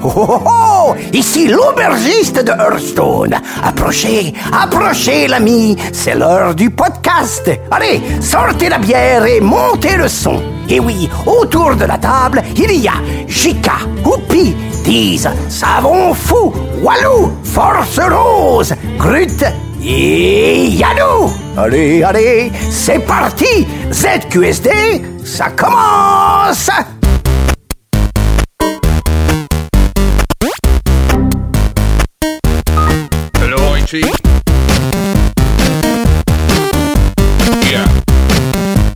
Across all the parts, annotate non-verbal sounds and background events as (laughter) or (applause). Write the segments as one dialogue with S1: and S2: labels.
S1: Oh, oh, oh Ici l'aubergiste de Hearthstone. Approchez, approchez, l'ami. C'est l'heure du podcast. Allez, sortez la bière et montez le son. Et oui, autour de la table, il y a Jika, Houpi, Tease, Savon Fou, Walou, Force Rose, Grut et Yadou. Allez, allez, c'est parti. ZQSD, ça commence.
S2: Hello, IT. Yeah.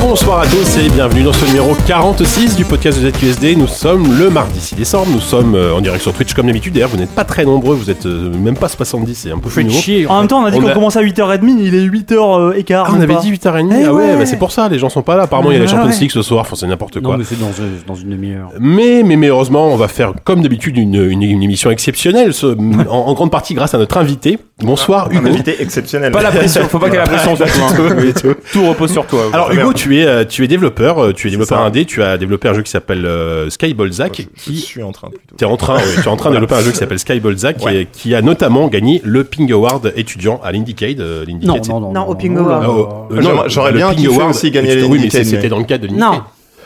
S3: Bonsoir à tous et bienvenue dans ce numéro 46 du podcast de ZQSD. Nous sommes le mardi 6 décembre, nous sommes euh, en direct sur Twitch comme d'habitude. D'ailleurs, vous n'êtes pas très nombreux, vous êtes euh, même pas 70, c'est un peu plus nouveau.
S4: En même temps, on a dit
S3: On
S4: qu'on
S3: a-
S4: commençait à 8h30, il est euh, 8h15.
S3: Ah, on avait dit 8h30
S4: Eh
S3: Ah ouais,
S4: ouais.
S3: bah c'est pour ça, les gens sont pas là. Apparemment, il y a la
S4: Ah
S3: Champions
S4: ouais.
S3: League ce soir, enfin, c'est n'importe quoi.
S5: Non, mais c'est dans, euh, dans une demi-heure.
S3: Mais, mais, mais heureusement, on va faire comme d'habitude une, une, une émission exceptionnelle, ce- en, en grande partie grâce à notre invité. Bonsoir Hugo.
S6: invité exceptionnel.
S7: Pas la pression, faut pas qu'elle ait la
S3: (laughs)
S7: pression sur toi. hein. Tout repose sur toi.
S3: Alors
S6: Très
S3: Hugo,
S6: bien.
S3: tu es, euh, tu es développeur, euh, tu es développeur
S6: ça.
S3: indé, tu as développé un jeu qui s'appelle euh, Sky Balzac,
S6: Je
S3: qui
S6: suis en train plutôt.
S3: T'es en train, oui, tu es en train de développer un jeu qui s'appelle Sky Balzac
S6: Ouais.
S3: et qui a notamment gagné le Ping Award étudiant à l'Indicade. Euh,
S5: Non,
S3: l'Indiecade,
S5: non, non.
S4: Non, au Pingo Award.
S3: c'est- Ah, oh, euh, non,
S6: J'aurais- j'aurais
S3: le
S6: bien
S3: Ping
S6: kiffé
S3: Award,
S6: aussi gagner
S3: étudiant- Oui, mais
S6: l'Indiecade,
S3: c'est- c'était
S6: mais-
S3: dans le cadre de l'Indicade.
S8: Non.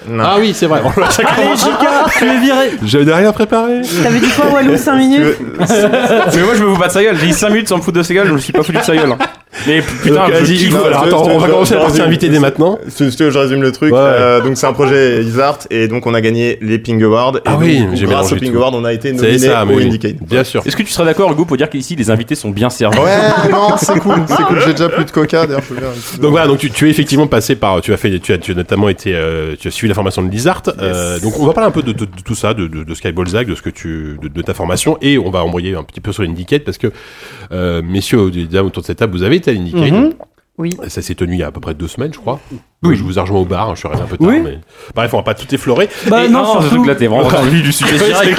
S6: Non.
S3: Ah oui, c'est vrai. Oh là, ça
S4: Allez,
S3: commence.
S4: Jika, tu es viré.
S3: J'avais rien préparé.
S8: T'avais dit quoi, Walou 5 minutes
S7: (laughs) Mais moi je me fous pas de sa gueule, j'ai dit 5 minutes sans me foutre de sa gueule, je me suis pas foutu de sa gueule. hein. Mais p- putain,
S3: Donc,
S7: je
S3: vas-y,
S7: kiffe.
S3: Hugo, alors, attends, on va commencer la partie
S6: Vas-y.
S3: invitée dès maintenant.
S6: Euh, Si tu veux, je résume le truc.
S3: Ouais.
S6: Euh, donc c'est un projet Isart et donc on a gagné les Ping Awards. Et
S3: Ah
S6: donc,
S3: oui,
S6: du coup,
S3: j'ai
S6: grâce
S3: mélangé
S6: aux Ping
S3: tout.
S6: Awards, on a été
S3: C'est
S6: nominé
S3: ça, mais
S6: au
S3: oui.
S6: Indicate.
S3: bien sûr.
S7: Est-ce que tu seras d'accord Hugo pour dire qu'ici les invités sont bien servis
S6: Ouais, non, c'est cool, c'est cool. J'ai déjà plus de coca d'ailleurs. faut le dire.
S3: Donc voilà, donc tu, tu es effectivement passé par, tu as fait, tu as, tu as notamment été, euh, tu as suivi la formation de Lizart. Euh, donc on va parler un peu de, de- de tout ça, de, de, de Sky Balzac, de ce que tu, de, de ta formation, et on va embrayer un petit peu sur l'Indicate parce que euh, messieurs, des dames autour de cette table, vous avez été à l'Indicate.
S8: Oui.
S3: Ça s'est tenu il y a à peu près deux semaines, je crois. Oui. Je vous ai rejoint au bar, hein, je suis arrivé un peu tard,
S4: Oui.
S3: mais bref, on va pas tout effleurer.
S4: Bah
S7: Et-
S4: non,
S7: ah, ce
S4: surtout,
S7: truc là, t'es vraiment dans le vif du sujet direct.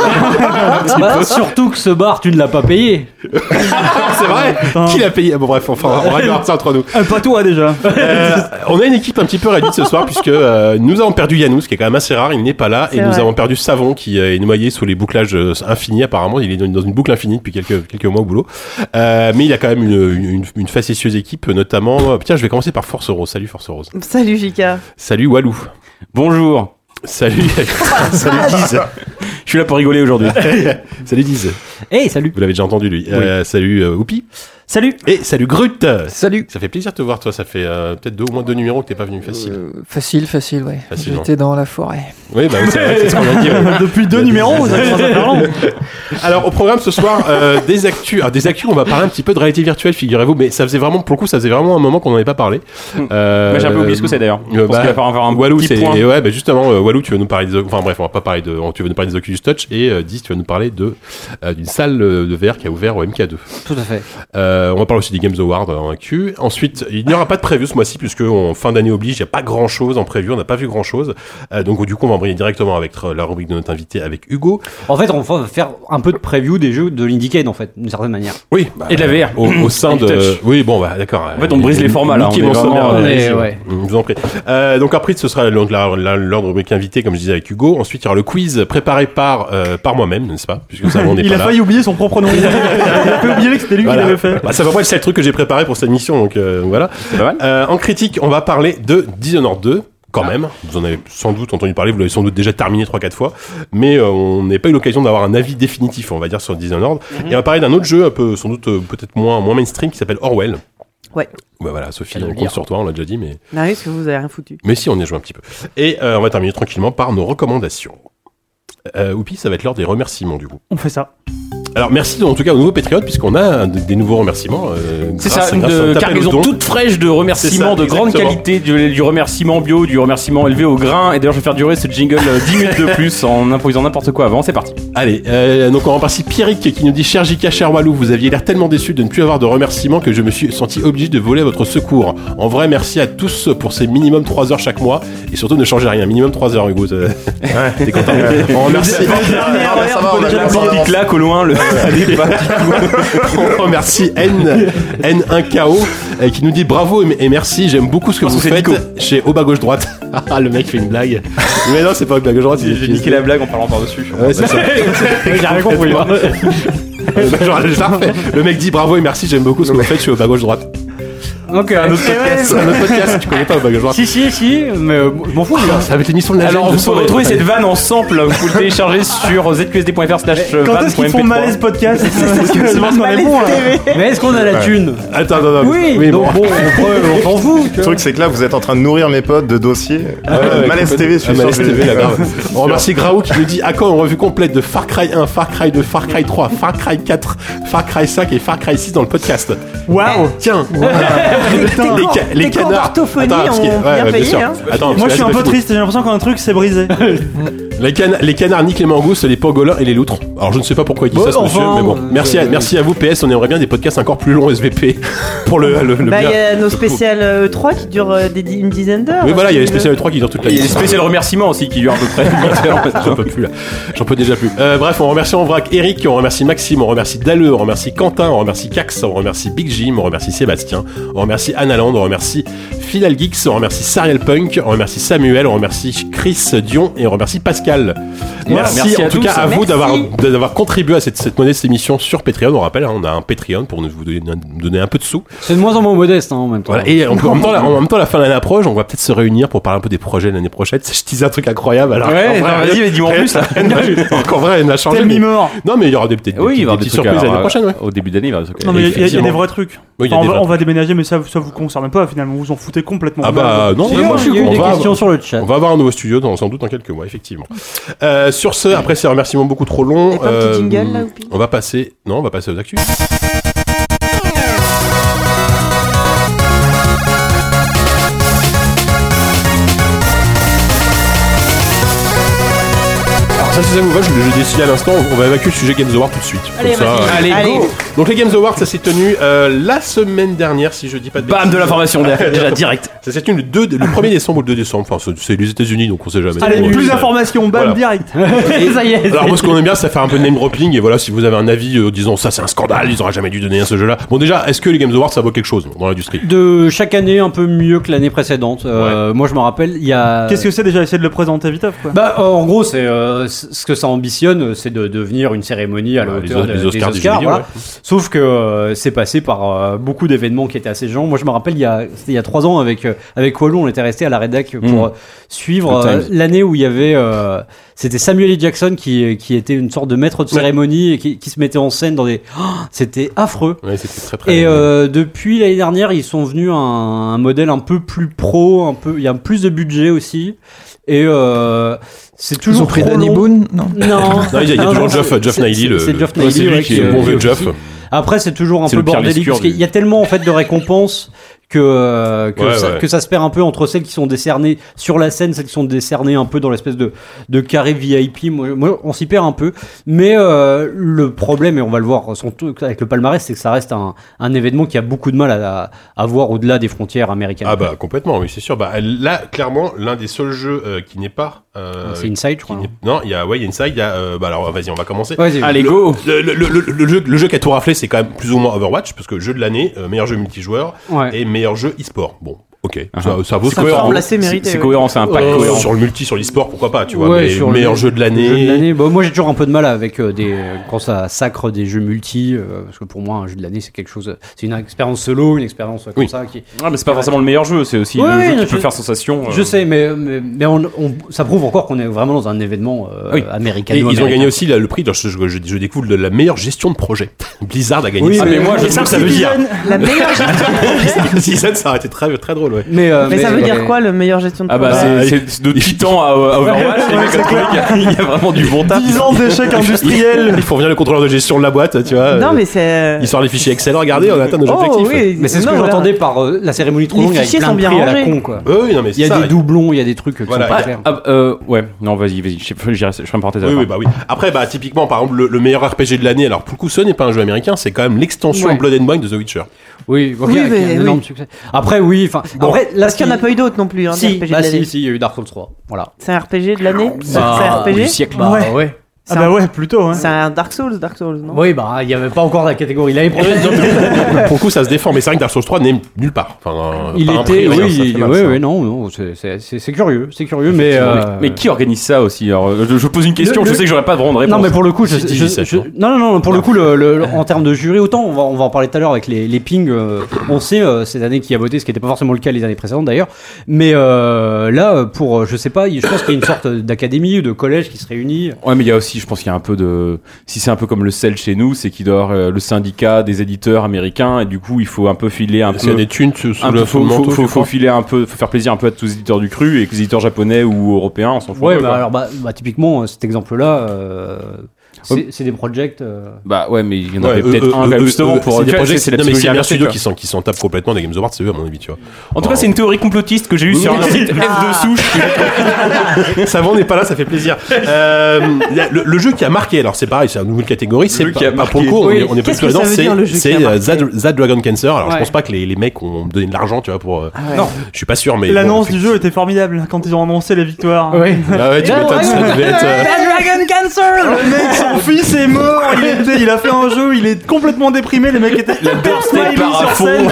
S5: Bah, surtout que ce bar, tu ne l'as pas payé.
S3: (laughs) C'est vrai. Qui l'a payé Ah Bon bref, enfin, on va regarder ça entre nous.
S4: euh, pas toi déjà.
S3: Euh, on a une équipe un petit peu réduite ce soir puisque euh, nous avons perdu Yannou, ce qui est quand même assez rare, il n'est pas là, et
S8: C'est
S3: nous
S8: vrai.
S3: avons perdu Savon qui euh, est noyé sous les bouclages euh, infinis apparemment, il est dans une- dans une boucle infinie depuis quelques, quelques mois au boulot. Euh, mais il a quand même une, une, une- une facétieuse équipe, notamment... euh, Tiens, je vais commencer par Force Rose, salut Force Rose.
S8: Salut, Jika.
S3: Salut Walou.
S7: Bonjour,
S3: Salut, salut Diz.
S7: je suis là pour rigoler aujourd'hui.
S3: (laughs) Salut Diz.
S5: (laughs) Hey, salut.
S3: Vous l'avez déjà entendu lui. Euh, salut euh, Oupi.
S4: Salut.
S3: Et salut Grut.
S9: Salut.
S3: Ça fait plaisir de te voir toi, ça fait euh, peut-être deux, au moins deux numéros que t'es pas venu facile.
S9: Euh, facile, facile, ouais.
S3: Facile,
S9: J'étais dans la forêt.
S3: Oui, bah, c'est vrai, c'est ce qu'on a dit.
S4: (laughs)
S3: ouais.
S4: Depuis deux numéros, vous avez commencé à parler.
S3: Alors au programme ce soir euh, des actus. Alors, des actus, on va parler un petit peu de réalité virtuelle, figurez-vous. Mais ça faisait vraiment pour le coup, ça faisait vraiment un moment qu'on n'en avait pas parlé. Euh,
S7: Moi j'ai un peu oublié ce que c'est d'ailleurs.
S3: euh,
S7: Je pense
S3: bah,
S7: qu'il va falloir en faire un
S3: Walou,
S7: petit
S3: c'est
S7: point.
S3: et ouais, bah, justement euh, Walou, tu vas nous parler de, enfin bref, on va pas parler de, tu vas nous parler des Oculus Touch et euh, Diz, tu vas nous parler de euh, d'une salle euh, de VR qui a ouvert au MK2.
S5: Tout à fait.
S3: Euh, on va parler aussi des Games Awards euh, en actu. Ensuite, il n'y aura pas de preview ce mois-ci puisque en fin d'année oblige, il n'y a pas grand chose en preview, on n'a pas vu grand chose. donc du coup, on va embrayer directement avec euh, la rubrique de notre invité avec Hugo.
S5: En fait, on va faire un peu de preview des jeux de l'Indicade, en fait, d'une certaine manière.
S3: Oui, bah,
S7: Et de la VR.
S3: Au,
S7: (coughs)
S3: au sein
S7: Et du
S3: de.
S7: touch.
S3: Oui, bon, bah, d'accord.
S7: En fait, on brise les formats, là.
S3: Niquez
S7: On est
S3: mon
S7: vraiment,
S3: sommaire,
S7: euh,
S3: allez-y.
S9: mais ouais.
S3: Je vous en prie. Euh, donc après, ce sera l'ordre la- la- l'ordre rubrique invité, comme je disais avec Hugo. Ensuite, il y aura le quiz préparé par euh, par moi-même, n'est-ce pas Puisque ça, on n'est
S4: (laughs) Il
S3: pas
S4: a
S3: là.
S4: failli oublier son propre nom.
S3: (laughs)
S4: Il a failli oublier que c'était lui
S3: Voilà.
S4: qui l'avait fait.
S3: Bah, c'est à peu près le seul truc que j'ai préparé pour cette mission, donc euh, voilà.
S7: C'est pas mal.
S3: Euh, en critique, on va parler de Dishonored 2. Quand même, vous en avez sans doute entendu parler, vous l'avez sans doute déjà terminé 3-4 fois, mais euh, on n'a pas eu l'occasion d'avoir un avis définitif, on va dire, sur Dishonored. Et on va parler d'un autre jeu, un peu, sans doute euh, peut-être moins, moins mainstream, qui s'appelle Orwell.
S8: Ouais.
S3: Bah voilà, Sophie,
S5: Fallait
S3: on
S5: le
S3: compte
S5: dire.
S3: sur toi, on l'a déjà dit, mais,
S8: Marius, que vous avez rien foutu.
S3: mais si, on y a joué un petit peu. Et euh, on va terminer tranquillement par nos recommandations. Euh, Oupi, ça va être l'heure des remerciements du coup.
S4: On fait ça.
S3: Alors merci en tout cas aux nouveaux patriotes puisqu'on a de- des nouveaux remerciements. euh,
S7: C'est
S3: grâce-
S7: ça, une
S3: grâce à-
S7: de-
S3: t'appelles aux
S7: cargaison
S3: dons.
S7: toute fraîche de remerciements
S3: C'est ça,
S7: de grande
S3: exactement.
S7: qualité, du, du remerciement bio, du remerciement élevé au grain. Et d'ailleurs, je vais faire durer ce jingle euh, 10 minutes de plus en improvisant n'importe quoi avant. C'est parti.
S3: Allez, euh, donc on remercie Pierrick qui nous dit cher J.K. cher Walou, vous aviez l'air tellement déçu de ne plus avoir de remerciements que je me suis senti obligé de voler à votre secours. En vrai, merci à tous pour ces minimum 3 heures chaque mois et surtout ne changez rien, minimum 3 heures Hugo. t'es- T'es content On remercie.
S6: Ah, bah, ça va, on a
S7: La
S6: bien
S7: petite
S6: avancé.
S7: claque au loin, le.
S3: On remercie N, N1KO euh, qui nous dit bravo et, et merci, j'aime beaucoup ce que
S5: Ah,
S7: pense
S3: vous
S7: que c'est
S3: faites
S7: Nico.
S3: chez Au bas gauche droite. Ah, le mec fait une blague. Mais non, c'est pas Au bas gauche droite, c'est
S7: J'ai niqué la blague en parlant par-dessus.
S3: Ouais,
S5: (laughs)
S3: c'est ça.
S4: J'ai rien compris. moi.
S3: (laughs)
S7: hein.
S3: Euh, bah, genre, je la refais. le mec dit bravo et merci, j'aime beaucoup ce que vous faites chez Au bas gauche droite.
S5: (laughs) Ok, un
S3: (laughs)
S5: autre
S3: C'est un autre podcast, tu connais pas Au bas gauche droite. Ah,
S5: Si, si, si, mais euh, je m'en fous. les gars.
S3: Ça va être l'émission de la
S7: Alors,
S3: gêne
S7: vous
S3: de
S7: pouvez
S3: soirée.
S7: retrouver cette vanne en sample, vous pouvez le télécharger sur zqsd.fr slash
S4: Quand est-ce qu'ils font malaise podcast C'est bon, on est bon là.
S5: Mais est-ce qu'on a la thune
S3: Attends, attends, attends.
S5: Oui, donc bon, on peut- on s'en fout.
S6: Le truc, c'est que là, vous êtes en train de nourrir mes potes de dossiers. Euh,
S3: ouais,
S6: Malaise TV, je
S3: Ah,
S6: suis
S3: mais
S6: sûr.
S3: laisse
S6: que-
S3: TV, la grave. (laughs) On remercie Grau qui nous dit à quoi en revue complète de Far Cry 1, Far Cry 2, Far Cry 3, Far Cry 4, Far Cry 5 et Far Cry 6 dans le podcast. Eh,
S4: Waouh
S3: Tiens, les, ca- les
S8: Tes cours
S3: canards.
S8: d'orthophonie
S3: Attends, parce que-
S8: ont
S3: ouais,
S8: bien
S3: ouais, bien
S8: payé,
S3: sûr.
S8: hein.
S3: Attends,
S4: Moi
S3: parce
S4: je
S3: que
S4: suis
S3: là,
S4: un peu
S3: c'est pas fini.
S4: triste, j'ai l'impression qu'un truc s'est brisé.
S3: Les, cana- les canards niquent les mangoustes, les pangolins et les loutres. Alors je ne sais pas pourquoi il dit
S5: Bon,
S3: ça, ce monsieur,
S5: enfin,
S3: mais bon.
S5: euh,
S3: Merci à,
S5: euh,
S3: merci à vous, PS. On aimerait bien des podcasts encore plus longs, SVP, (laughs) pour le, le, le
S8: Bah, il
S3: bien.
S8: y a nos spéciales euh, 3 qui durent euh, des, di- une dizaine d'heures.
S3: Oui, voilà, il y a les
S8: Si tu veux.
S4: Euh,
S3: spéciales 3 qui durent toute la
S7: Il y a
S3: vie.
S7: des spéciaux remerciements aussi qui durent à peu près.
S3: (laughs) J'en peux plus là. J'en peux déjà plus. Euh, bref, on remercie en vrac Eric, on remercie Maxime, on remercie Dalleux, on remercie Quentin, on remercie Cax, on remercie Big Jim, on remercie Sébastien, on remercie Annaland, on remercie Philal Geeks, on remercie Sariel Punk, on remercie Samuel, on remercie Chris Dion et on remercie Pascal. Merci,
S7: merci
S3: en
S7: à
S3: tout
S7: tous.
S3: cas à vous
S8: Merci.
S3: d'avoir d'avoir contribué à cette, cette modeste émission sur Patreon. On rappelle, hein, on a un Patreon pour nous vous donner, nous donner un peu de sous.
S5: C'est de moins en moins modeste hein, en même temps.
S3: Voilà. Et en, en même temps, la, en même temps, la fin de l'année approche, on va peut-être se réunir pour parler un peu des projets de l'année prochaine. (laughs) Je disais un truc incroyable. Alors,
S7: Ouais,
S3: en vrai,
S7: non, vas-y, mais dis-moi en plus. là.
S3: (laughs) Encore vrai, elle n'a changé.
S4: T'es
S3: mais-
S4: mi-mort.
S3: Non, mais il y aura des petites, des
S7: (laughs) Oui, il
S3: petites-
S7: va y avoir
S3: des
S7: des
S3: petites
S7: trucs
S3: surprises
S7: à-
S3: l'année prochaine. ouais.
S7: Au début d'année, il va y avoir des
S4: Non
S7: trucs.
S4: mais il y a- il y, a
S3: Effectivement.
S4: des vrais trucs.
S3: Oui, il y
S4: Enfin,
S3: a
S4: on,
S3: des
S4: va,
S3: vrais
S4: on va déménager mais ça, ça vous concerne pas finalement, vous en foutez complètement.
S3: Ah bah non,
S5: Si,
S3: non,
S5: moi,
S3: non,
S5: il y a eu
S3: on
S5: des
S3: va-
S5: questions sur le chat.
S3: On va avoir un nouveau studio dans- sans doute dans quelques mois, effectivement. Euh, sur ce, après ces remerciements beaucoup trop longs, euh,
S8: T'as pas un petit jingle, là, ou pire
S3: on va passer. Non, on va passer aux actus. Alors Ça, si ça vous va, je, je décide à l'instant, on va évacuer le sujet Games Award tout de suite. Comme
S8: Allez,
S3: ça,
S8: vas-y.
S3: euh,
S7: Allez,
S8: Allez.
S7: go
S3: Donc les Games Awards, ça s'est tenu euh, la semaine dernière, si je dis pas de
S7: Bam
S3: bêtises.
S7: de l'information derrière, déjà direct.
S3: Ça s'est tenu le, 2, le 1er décembre ou le 2 décembre. Enfin, c'est- c'est les États-Unis, donc on sait jamais.
S4: Allez,
S3: Ouais,
S4: plus
S3: c'est-
S4: d'informations, bam
S3: euh, Voilà. (laughs)
S4: direct.
S5: (laughs) ça y est.
S3: Alors moi, ce qu'on aime bien, c'est faire un peu de name dropping. Et voilà, si vous avez un avis euh, disant ça, c'est un scandale, ils auraient jamais dû donner à ce jeu-là. Bon, déjà, est-ce que les Games Awards, ça vaut quelque chose dans l'industrie
S5: De chaque année un peu mieux que l'année précédente. Euh, Moi je me rappelle, il y a.
S4: Qu'est-ce que c'est déjà essayer de le présenter vite off, quoi
S5: Bah, euh, en gros, c'est euh, c- ce que ça ambitionne, euh, c'est de devenir une cérémonie à la
S3: Ouais, Bah, les
S5: hauteur
S3: Os-
S5: de-
S3: les
S5: des
S3: Oscars
S5: Oscars.
S3: du jeu vidéo,
S5: voilà. Sauf que euh, c'est passé par euh, beaucoup d'événements qui étaient assez gens. Moi, je me rappelle, il y a, c'était il y a trois ans avec euh, avec Walou, on était resté à la rédac pour
S3: Hmm.
S7: Mm.
S5: euh, suivre
S7: Good
S5: euh,
S7: times.
S5: l'année où il y avait. euh, c'était Samuel E. Jackson qui qui était une sorte de maître de cérémonie et qui, qui se mettait en scène dans des. (gasps) Oh, c'était affreux.
S3: Ouais, c'était très très.
S5: Et euh, depuis l'année dernière, ils sont venus à un, un modèle un peu plus pro, un peu, il y a plus de budget aussi. Et euh, c'est toujours
S9: Ils ont pris
S5: trop
S9: Danny
S5: long.
S9: Boone Non.
S5: Non,
S3: Non, il y a, il y a
S5: Non,
S3: toujours
S5: non,
S3: Jeff,
S5: c'est-
S3: Jeff
S5: c'est-
S3: Niley,
S5: c'est-
S3: le,
S5: C'est Jeff
S3: Ouais,
S5: Niley,
S3: c'est lui
S5: ouais,
S3: qui
S5: qui-
S3: est le bon
S5: qui-
S3: vieux Jeff.
S5: Après, c'est toujours un
S7: C'est
S5: peu
S7: le pire
S5: bordélique
S7: liscure
S5: parce qu'il
S7: du-
S5: y a tellement en fait de récompenses que euh, que,
S3: Ouais,
S5: ça,
S3: ouais.
S5: que ça se perd un peu entre celles qui sont décernées sur la scène, celles qui sont décernées un peu dans l'espèce de de carré VIP. Moi, moi, on s'y perd un peu, mais euh, le problème et on va le voir son- avec le palmarès, c'est que ça reste un un événement qui a beaucoup de mal à, à voir au-delà des frontières américaines.
S3: Ah bah complètement, oui, c'est sûr. Bah là, clairement, l'un des seuls jeux euh, qui n'est pas. euh,
S5: Ah, c'est Inside, je
S3: qui
S5: crois.
S3: n'est- Non, il y a ouais, il y a Inside. Il y a. euh, bah alors, vas-y, on va commencer.
S5: Vas-y.
S7: Allez, go
S3: Le, le- le- le- le jeu, le jeu qui a tout raflé, c'est quand même plus ou moins Overwatch, parce que jeu de l'année, euh, meilleur jeu multijoueur
S5: Ouais.
S3: et meilleur jeu e-sport. Bon, ok, ça, Ah ça vaut
S8: Ça me
S3: cohérent.
S8: semble assez mérité.
S7: C'est
S8: ouais.
S7: cohérent, c'est un pack
S3: Euh,
S7: cohérent.
S3: sur le multi, sur l'e-sport, pourquoi pas, tu vois,
S5: Ouais,
S3: mais
S5: sur le-
S3: meilleur jeu de
S5: Le jeu de
S3: l'année.
S5: l'année. Bon, moi j'ai toujours un peu de mal avec euh, des quand ça sacre des jeux multi euh, parce que pour moi un jeu de l'année c'est quelque chose c'est une expérience solo une expérience euh, comme
S3: Oui.
S5: ça qui
S7: Ouais, mais c'est pas forcément le meilleur jeu, c'est aussi
S5: Ouais,
S7: le
S5: ouais,
S7: jeu qui
S5: je-
S7: peut faire sensation. euh.
S5: je sais mais mais, mais on, on- ça prouve encore qu'on est vraiment dans un événement euh,
S7: Oui.
S5: américain
S3: Et ils ont gagné aussi là, le prix, de, je, je- je- je découvre, de la meilleure gestion de projet. (laughs) Blizzard a gagné
S5: Oui,
S3: ça.
S5: mais
S7: moi, je
S3: Et ça,
S7: trouve
S3: ça
S7: que
S3: veut dire.
S8: La
S3: (laughs)
S8: meilleure gestion de projet.
S3: Season, ça aurait été très, très drôle, ouais.
S5: mais, euh,
S8: Mais ça
S5: mais-
S8: veut dire quoi, le meilleure gestion de
S7: Ah bah,
S8: projet
S3: Bah,
S7: c'est- c'est de titan à, à Overwatch, les mecs, il y a- il y a vraiment du bon taf.
S4: 10 ans
S3: (laughs)
S4: d'échec industriel
S3: Il faut revenir le contrôleur de gestion de la boîte, tu vois.
S8: Non,
S3: euh,
S8: mais c'est.
S3: Il sort les fichiers Excel, regardez, on a atteint nos
S8: Oh,
S3: objectifs.
S8: oui.
S5: mais c'est ce
S8: non, bah,
S5: que
S8: voilà.
S5: j'entendais par euh, la cérémonie trop
S8: Les
S5: longue avec
S8: fichiers
S5: plein
S8: sont
S5: de
S8: bien
S5: prix à la
S8: rangés.
S5: con quoi
S3: Euh, oui, non, mais
S5: il y a
S3: ça,
S5: des doublons il y a des trucs qui
S3: Voilà,
S5: sont pas
S3: il y
S5: clairs
S7: Ah, euh, ouais, non, vas-y, vas-y, je je- j'irai- je ferai une parenthèse. à la
S3: Oui,
S7: fin.
S3: oui, bah oui. Après, bah, typiquement, par exemple, le, le meilleur RPG de l'année, alors pour le coup, ce n'est pas un jeu américain, c'est quand même l'extension
S5: Ouais.
S3: Blood and Wine de The
S7: (laughs)
S3: Witcher.
S5: oui, ok,
S8: Oui,
S5: avec
S8: mais
S5: un
S8: oui.
S5: énorme succès après oui enfin après là
S8: Parce qu'il n'y en a pas eu d'autres non plus. hein, des
S5: si
S8: RPG de
S5: bah
S8: l'année.
S5: si si il y a eu Dark Souls 3 voilà
S3: Ah,
S8: C'est un RPG de l'année C'est
S5: Bah,
S8: un RPG
S5: du siècle bah, ouais.
S4: Ah
S8: C'est
S4: bah
S8: un-
S4: ouais, plutôt. Hein.
S8: C'est un Dark Souls, Dark Souls, non
S5: Oui, bah, il n'y avait pas encore la catégorie. L'année prochaine,
S3: (laughs) Pour le coup, ça se défend, mais c'est vrai que Dark Souls 3 n'est nulle part. Enfin, euh,
S5: il
S3: pas un
S5: était.
S3: prix, rien,
S5: Oui,
S3: ça fait
S5: il-
S3: mal,
S5: ouais,
S3: ça.
S5: ouais, non, non, c'est- c'est c'est- c'est curieux, c'est curieux, mais. euh,
S7: Mais qui organise ça aussi Alors, euh, je, je pose une question,
S5: Le-
S7: je
S5: le-
S7: sais que j'aurais pas de bonne réponse.
S5: Non mais pour le coup, je,
S3: J'ai dit
S5: je-
S3: 17,
S5: je-
S3: hein.
S5: non non non pour le coup, le, le- le- en termes de jury, autant on va on va en parler tout à l'heure avec les, les pings. euh, on sait euh, cette année qui a voté, ce qui n'était pas forcément le cas les années précédentes d'ailleurs. Mais euh, là, euh, pour euh, je sais pas, il- je pense qu'il y a une sorte d'académie ou de collège qui se réunit.
S7: Ouais, mais il y a aussi, je pense qu'il y a un peu de. Si c'est un peu comme le sel chez nous, c'est qu'il doit y avoir, euh, le syndicat des éditeurs américains, et du coup, il faut un peu filer un
S3: S'il y a
S7: peu.
S3: des thunes sous
S7: un
S3: sous
S7: peu-
S3: le
S7: faut, faut,
S3: manteau,
S7: faut-
S3: tu
S7: faut
S3: crois
S7: filer un peu, faut faire plaisir un peu à tous les éditeurs du cru et que les éditeurs japonais ou européens, on s'en fout. un
S5: Ouais,
S7: peu,
S5: bah
S7: quoi.
S5: alors bah, bah, typiquement euh, cet exemple-là, euh,
S7: Ouais.
S5: c'est c'est des projects. euh,
S7: Bah ouais, mais il y en
S3: Ouais, euh,
S7: avait
S3: eux,
S7: peut-être
S3: eux,
S7: un
S3: eux,
S7: là,
S3: eux,
S7: justement
S3: eux,
S7: pour
S3: c'est des projets-
S7: c'est la
S3: non, mais s'il
S7: psychologie
S3: y a bien un
S7: inversée,
S3: studio
S7: quoi.
S3: qui s'en qui s'en tape complètement des Games Awards, c'est eux à mon avis, tu vois.
S7: En tout cas, c'est une théorie complotiste que j'ai eue sur un
S5: (laughs)
S7: site F
S5: Ah.
S7: de souche.
S3: (laughs) Savon n'est pas là, ça fait plaisir. Euh, y a le, le jeu qui a marqué, alors c'est pareil, c'est une nouvelle catégorie, c'est
S7: jeu
S3: pas,
S7: qui a
S3: pas pour
S7: marqué.
S3: le coup, on est-
S8: Oui,
S3: on n'est pas
S8: qu'est-ce
S3: tout
S8: que ça
S3: là-dedans,
S8: veut dire, le jeu
S3: c'est
S8: qui
S3: c'est,
S8: a
S3: euh,
S8: marqué
S3: Zad Zad Dragon Cancer. Alors je
S5: Ouais.
S3: pense pas que les, les mecs ont donné de l'argent, tu vois, pour. euh,
S9: Ah ouais.
S3: Je suis pas sûr, mais.
S4: L'annonce
S3: bon,
S4: du jeu était formidable quand ils ont annoncé la victoire.
S3: Ah ouais, tu m'étonnes, ça devait être.
S10: (laughs)
S3: euh,
S8: Dragon Cancer
S4: Le mec, son
S3: (laughs)
S4: fils est mort, il, était- il a fait un jeu, il est complètement déprimé, les mecs étaient smiley
S7: part à
S4: sur scène.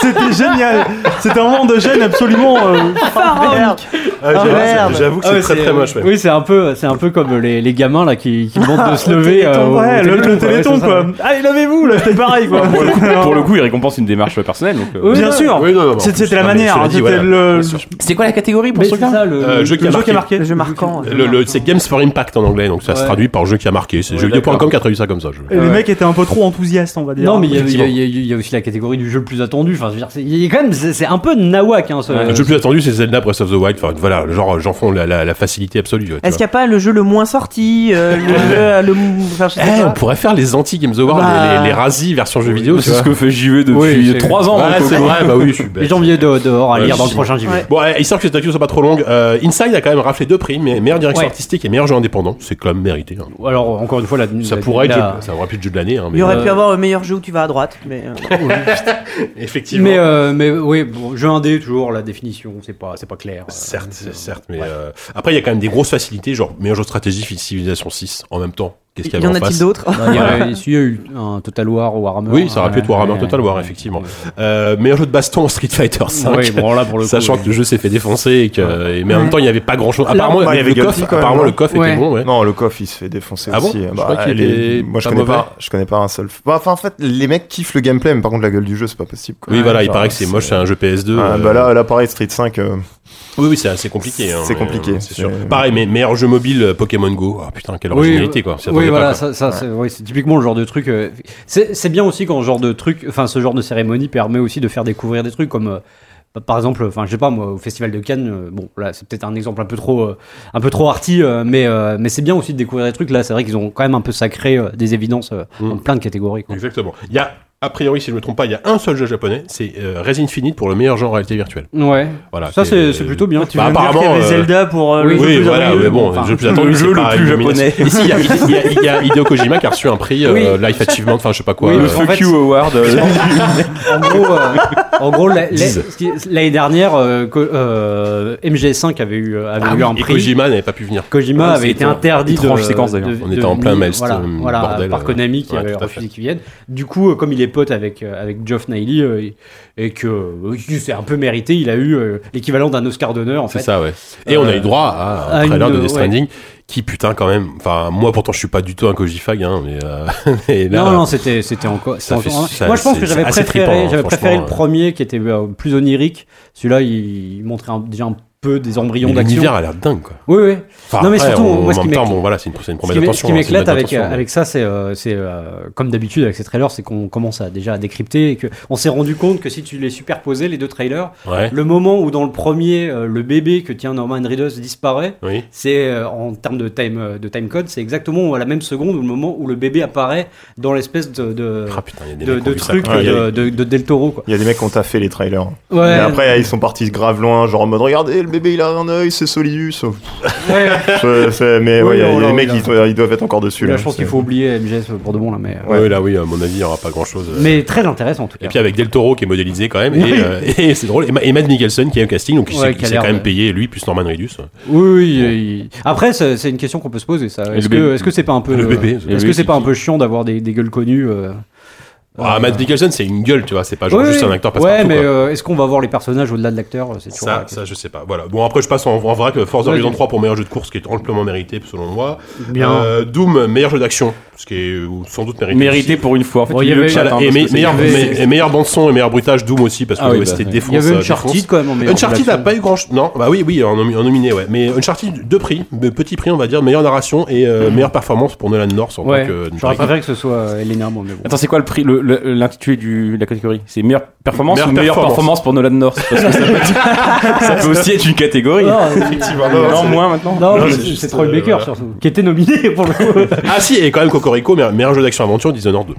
S4: C'était génial. C'était un moment de gêne absolument euh,
S8: Pharaonique
S3: ah, j'avoue,
S8: merde.
S3: c'est- J'avoue que
S5: Ah ouais,
S3: c'est très très moche, ouais.
S5: Oui, c'est un peu, c'est un peu comme euh, les, les gamins là qui, qui demandent de se lever. euh, au- au
S4: ouais, Ah, le, le
S5: Téléthon, quoi, ouais,
S4: téléthon
S5: c'est ça,
S4: quoi.
S5: ouais.
S4: Allez, lavez-vous là, c'était pareil
S3: (laughs)
S4: quoi.
S7: Pour le coup- (laughs) Pour le coup, il récompense une démarche personnelle. donc, euh,
S5: Oui,
S4: Bien
S5: non,
S4: sûr.
S3: Oui, non, non, en
S4: C'était-
S3: plus,
S4: C'était la
S3: non, mais
S4: manière,
S3: cela
S4: hein,
S3: dit,
S4: c'était
S3: voilà,
S4: le,
S3: bien sûr.
S9: C'est quoi la catégorie pour
S5: Mais
S9: ce
S5: c'est
S9: cas
S5: ça le,
S3: Euh, jeu qui
S4: le
S3: a
S4: jeu qui
S3: marqué.
S4: a marqué.
S8: Le jeu marquant.
S3: Le- le- c'est Games for Impact en anglais, donc ça se
S5: Ouais.
S3: traduit par jeu qui a marqué. C'est
S5: Ouais,
S3: jeuxvideo.com qui a traduit ça comme ça. je-
S4: Et les mecs étaient un peu trop enthousiastes, on va dire.
S5: Non, mais il y a- il y,
S3: Effectivement.
S5: a- il y a- il y a aussi la catégorie du jeu le plus attendu. Enfin, je veux dire, c'est- il y a quand même, c'est c'est un peu nawak. Hein, ce-
S3: Le jeu le plus attendu, c'est Zelda Breath of the Wild. Enfin, voilà, genre, j'en font la, la- la facilité absolue. tu vois.
S8: Est-ce qu'il n'y a pas le jeu le moins sorti euh, Le jeu le. mou- enfin, je sais
S3: Eh,
S8: pas.
S3: on pourrait faire les anti-Games Awards,
S8: Bah.
S3: les, les, les Razzies version jeu vidéo. tu
S7: C'est
S3: vois.
S7: ce que fait JV
S5: Oui,
S7: depuis
S5: c'est-
S7: 3 ans.
S3: Ouais,
S7: donc,
S3: c'est
S7: euh,
S3: vrai, bah oui, je suis bête.
S5: Les gens viennent de- dehors à
S3: Ouais,
S5: lire dans le
S3: si.
S5: prochain JV.
S8: Ouais.
S3: Bon, ouais, histoire que cette actu soit pas trop longue, euh, Inside a quand même raflé deux prix, mais meilleure direction
S5: Ouais.
S3: artistique et meilleur jeu indépendant. C'est quand même mérité. hein.
S5: Alors, encore une fois, la,
S3: Ça
S5: la-
S3: pourrait être,
S5: la-
S3: jeu- ça aurait pu être jeu de l'année. hein,
S8: Il
S3: mais
S8: y aurait
S5: euh,
S8: pu avoir le meilleur jeu où tu vas à droite, mais. euh,
S3: effectivement.
S5: Mais, euh, mais oui, bon, jeu indé, toujours, la définition, c'est pas, c'est pas clair.
S3: Certes, c'est- certes, mais euh, après il y a quand même des grosses facilités, genre meilleur jeu de stratégie, Civilization 6 en même temps. Qu'est-ce qu'il y
S8: Il y
S3: avait
S8: en
S3: en
S8: a-t-il
S3: face
S8: d'autres
S5: Non, Il
S3: (laughs)
S5: y a, il y a eu un Total War ou hein, Warhammer.
S3: Oui, ça aurait pu être Warhammer
S5: Ouais,
S3: Total War,
S5: ouais.
S3: effectivement. Euh, meilleur jeu de baston Street Fighter 5.
S5: Oui, bon, là, pour le coup,
S3: Sachant
S5: oui.
S3: que le jeu s'est fait défoncer et que, et- mais en même temps il n'y avait pas grand chose. Apparemment,
S6: bah,
S3: il y avait le
S6: Gauntlet,
S3: coffre,
S6: quand même,
S3: apparemment
S6: non
S3: le coffre
S9: Ouais.
S3: était bon, ouais.
S6: Non, le coffre il se fait défoncer
S3: Ah bon
S6: aussi. Bah,
S3: Je crois qu'il
S6: les-
S3: était
S6: Moi je
S3: pas
S6: connais
S3: mauvais.
S6: pas, je connais pas un seul. Bah, Enfin, en fait, les mecs kiffent le gameplay, mais par contre, la gueule du jeu, c'est pas possible. quoi.
S3: Oui, voilà, il
S6: Genre,
S3: paraît que c'est moche, c'est un jeu PS2.
S6: Ah,
S3: euh,
S6: bah là, là, pareil, Street 5. euh,
S3: Oui, oui, c'est assez compliqué. hein,
S6: C'est
S3: mais,
S6: compliqué,
S3: euh, C'est sûr.
S6: c'est-
S3: Pareil, mais meilleur jeu mobile euh, Pokémon Go. Ah putain, quelle originalité quoi. Ça
S5: oui,
S3: attendait
S5: voilà,
S3: pas, quoi.
S5: ça, ça, c'est oui, c'est typiquement le genre de truc. euh, c'est c'est bien aussi quand ce genre de truc, enfin ce genre de cérémonie permet aussi de faire découvrir des trucs comme. euh, bah, par exemple, enfin, je sais pas moi, au Festival de Cannes, euh, bon, là, c'est peut-être un exemple un peu trop, euh, un peu trop arty, euh, mais, euh, mais c'est bien aussi de découvrir des trucs. Là, c'est vrai qu'ils ont quand même un peu sacré euh, des évidences euh,
S3: Mm.
S5: dans plein de catégories. quoi.
S3: Exactement. Il y a, a priori, si je ne me trompe pas, il y a un seul jeu japonais, c'est euh, Resident Infinite pour le meilleur jeu en réalité virtuelle.
S5: Ouais.
S3: Voilà.
S5: Ça,
S3: qui
S5: c'est
S3: est-
S5: c'est plutôt bien.
S4: Tu
S3: Bah,
S4: viens de dire qu'il y
S3: apparemment,
S4: avait
S3: euh,
S4: Zelda pour euh, le jeu
S3: oui,
S4: plus
S3: voilà,
S4: attendu.
S3: mais bon,
S5: enfin,
S3: le jeu plus attendu, c'est
S7: jeu
S3: pas
S7: le plus
S3: Illumination.
S7: japonais.
S3: Ici, il y a- il y, a- il y a Hideo Kojima qui a reçu un prix euh,
S5: Oui.
S3: Life Achievement, enfin, je sais pas quoi.
S5: Oui,
S3: euh,
S7: Le
S5: en fait,
S7: Fuck You Award. euh,
S5: En
S3: (laughs)
S5: gros, euh, en gros, la- la-
S3: Dise.
S5: ce qui- l'année dernière, euh, co- euh, MG5 avait eu, euh, avait
S3: ah
S5: eu
S3: oui,
S5: un
S3: et
S5: prix.
S3: Kojima n'avait pas pu venir.
S5: Kojima
S7: Ouais,
S5: avait
S7: Ah, c'est
S5: été
S7: étrange.
S5: interdit de,
S7: Étrange séquence,
S5: de-
S7: d'ailleurs.
S3: On était
S5: de
S3: en plein
S5: venir,
S3: maelstrom,
S5: voilà, voilà,
S3: bordel,
S5: par
S3: euh,
S5: Konami qui
S3: ouais,
S5: avait
S3: tout à
S5: refusé
S3: fait.
S5: qu'il vienne. Du coup, euh, comme il est pote avec euh, avec Geoff Niley euh, et- et que euh, c'est un peu mérité, il a eu euh, l'équivalent d'un Oscar d'honneur en
S3: C'est
S5: fait. Euh,
S3: ça, ouais. Et on a eu droit à un
S5: à
S3: trailer
S5: une-
S3: de Death
S5: ouais.
S3: Stranding qui, putain, quand même. Enfin, moi, pourtant, je suis pas du tout un Kojifag, hein, mais, euh, (laughs) mais là,
S5: non, non, c'était c'était encore.
S3: ça
S5: c'était
S3: fait-
S5: encore-
S3: ça-
S5: Moi, je pense
S3: c'est-
S5: que j'avais
S3: c'est assez
S5: préféré,
S3: trippant, hein,
S5: j'avais préféré le
S3: franchement,
S5: premier qui était euh, plus onirique. Celui-là, il, il montrait un- déjà un peu des
S3: mais
S5: embryons
S3: l'univers
S5: d'action.
S3: a l'air dingue, quoi.
S5: Oui, oui.
S3: Enfin,
S5: Non, mais
S3: après,
S5: surtout,
S3: on-
S5: moi, ce
S3: en
S5: qui
S3: même temps,
S5: m'éc-
S3: bon, voilà, c'est une, c'est une
S5: Ce
S3: promesse
S5: qui m'é- ce
S3: d'attention.
S5: qui
S3: hein, c'est une
S5: m'éclate
S3: promesse
S5: avec,
S3: d'attention.
S5: avec ça, c'est euh, c'est, euh, comme d'habitude avec ces trailers, c'est qu'on commence à, déjà à décrypter et que on s'est rendu compte que si tu les superposais, les deux trailers,
S3: Ouais.
S5: le moment où dans le premier, euh, le bébé que tient Norman Reedus disparaît,
S3: Oui.
S5: c'est euh, en termes de time, euh, de time code, c'est exactement à la même seconde ou le moment où le bébé apparaît dans l'espèce de, de,
S3: Ah putain, il y a des
S5: Euh, de,
S3: mecs qui ont
S5: de
S3: vu ça.
S5: truc
S6: Ouais,
S5: de, de- de Del Toro. Quoi.
S6: Il y a des mecs qui ont taffé les trailers. hein.
S5: Ouais.
S6: Et après, ils sont partis grave loin, genre en mode regardez le le bébé il a un œil, c'est Solius.
S5: Ouais,
S6: Je- c'est- mais
S5: Oui,
S6: ouais, il y a-
S5: non,
S6: il y a
S5: là,
S6: les mecs,
S5: oui,
S6: ils doivent- ils doivent être encore dessus.
S5: Là,
S6: là,
S5: (laughs) je pense
S6: c'est-
S5: qu'il faut oublier MGS pour de bon là, mais, euh,
S3: Ouais, là, oui, à mon avis, il n'y aura pas grand chose.
S5: mais très intéressant en tout cas.
S3: Et puis avec Del Toro qui est modélisé quand même, et,
S5: Oui.
S3: euh, (laughs) et c'est drôle. Et, Ma- et Matt Mikkelsen qui est au casting, donc il
S5: Ouais,
S3: s'est
S5: qui a
S3: il s'est
S5: l'air
S3: quand même
S5: de-
S3: payé, lui, plus Norman Reedus.
S5: Oui, oui, oui. Après, c'est c'est une question qu'on peut se poser. Ça. Est-ce
S7: le
S5: que
S7: bébé.
S5: est-ce que c'est pas un peu
S3: Le
S5: euh,
S3: bébé, c'est-
S5: Est-ce
S7: Oui,
S5: que c'est
S7: c'est
S5: pas un
S7: qui
S5: peu chiant d'avoir des, des gueules connues euh,
S3: Ah,
S5: euh,
S3: Matt Mikkelsen, c'est une gueule, tu vois, c'est pas genre
S5: ouais,
S3: juste un acteur passe
S5: Ouais,
S3: partout,
S5: mais
S3: quoi.
S5: euh, est-ce qu'on va voir les personnages au-delà de l'acteur euh, C'est toujours
S3: Ça,
S5: la question.
S3: ça, je sais pas. Voilà. Bon, après, je passe en, en vrac. euh, Forza
S5: Ouais,
S3: Horizon
S5: j'ai-
S3: 3 pour meilleur jeu de course, qui est amplement mérité, selon moi.
S5: Bien.
S3: Euh, Doom, meilleur jeu d'action, ce qui est euh, sans doute mérité.
S7: Mérité pour une fois. En fait,
S5: Bon,
S7: il
S5: il y
S7: lit le
S5: avait-
S7: chat,
S3: Voilà,
S7: hein,
S3: et
S7: parce
S3: me-
S7: que c'est-
S3: meilleur,
S5: il y avait-
S3: me- et meilleure bande son et meilleur bruitage Doom aussi parce que
S7: Ah oui,
S3: le OST
S7: bah,
S3: défonce.
S5: Il y avait
S3: euh,
S5: Uncharted
S3: défonce.
S5: quand même. en meilleur
S3: Uncharted
S5: jeu
S3: a
S5: d'action.
S3: pas eu grand chose. Non, bah oui, oui, en, nomi- en nominé, ouais. Mais Uncharted, deux prix, mais petit prix, on va dire, meilleure narration et euh, meilleure performance pour Nolan North en
S5: Ouais.
S3: tant que.
S5: J'aurais préféré que ce soit euh, Elena, moi,
S7: (laughs)
S5: mais bon.
S7: Attends, c'est quoi le prix, le- le- l'intitulé du- de la catégorie C'est meilleure performance
S3: Meilleure
S7: ou meilleure
S3: performance.
S7: performance pour Nolan North Parce que ça peut, (laughs) ça peut aussi être une catégorie.
S3: effectivement.
S7: non, moins maintenant.
S5: Non,
S3: Non,
S5: mais
S3: c'est
S5: c'est
S3: juste,
S5: c'est Troy
S3: euh,
S5: Baker
S3: voilà.
S5: surtout, qui était nominé pour le coup.
S3: Ah si, et quand même Cocorico, meilleur, meilleur jeu d'action aventure Dishonored 2.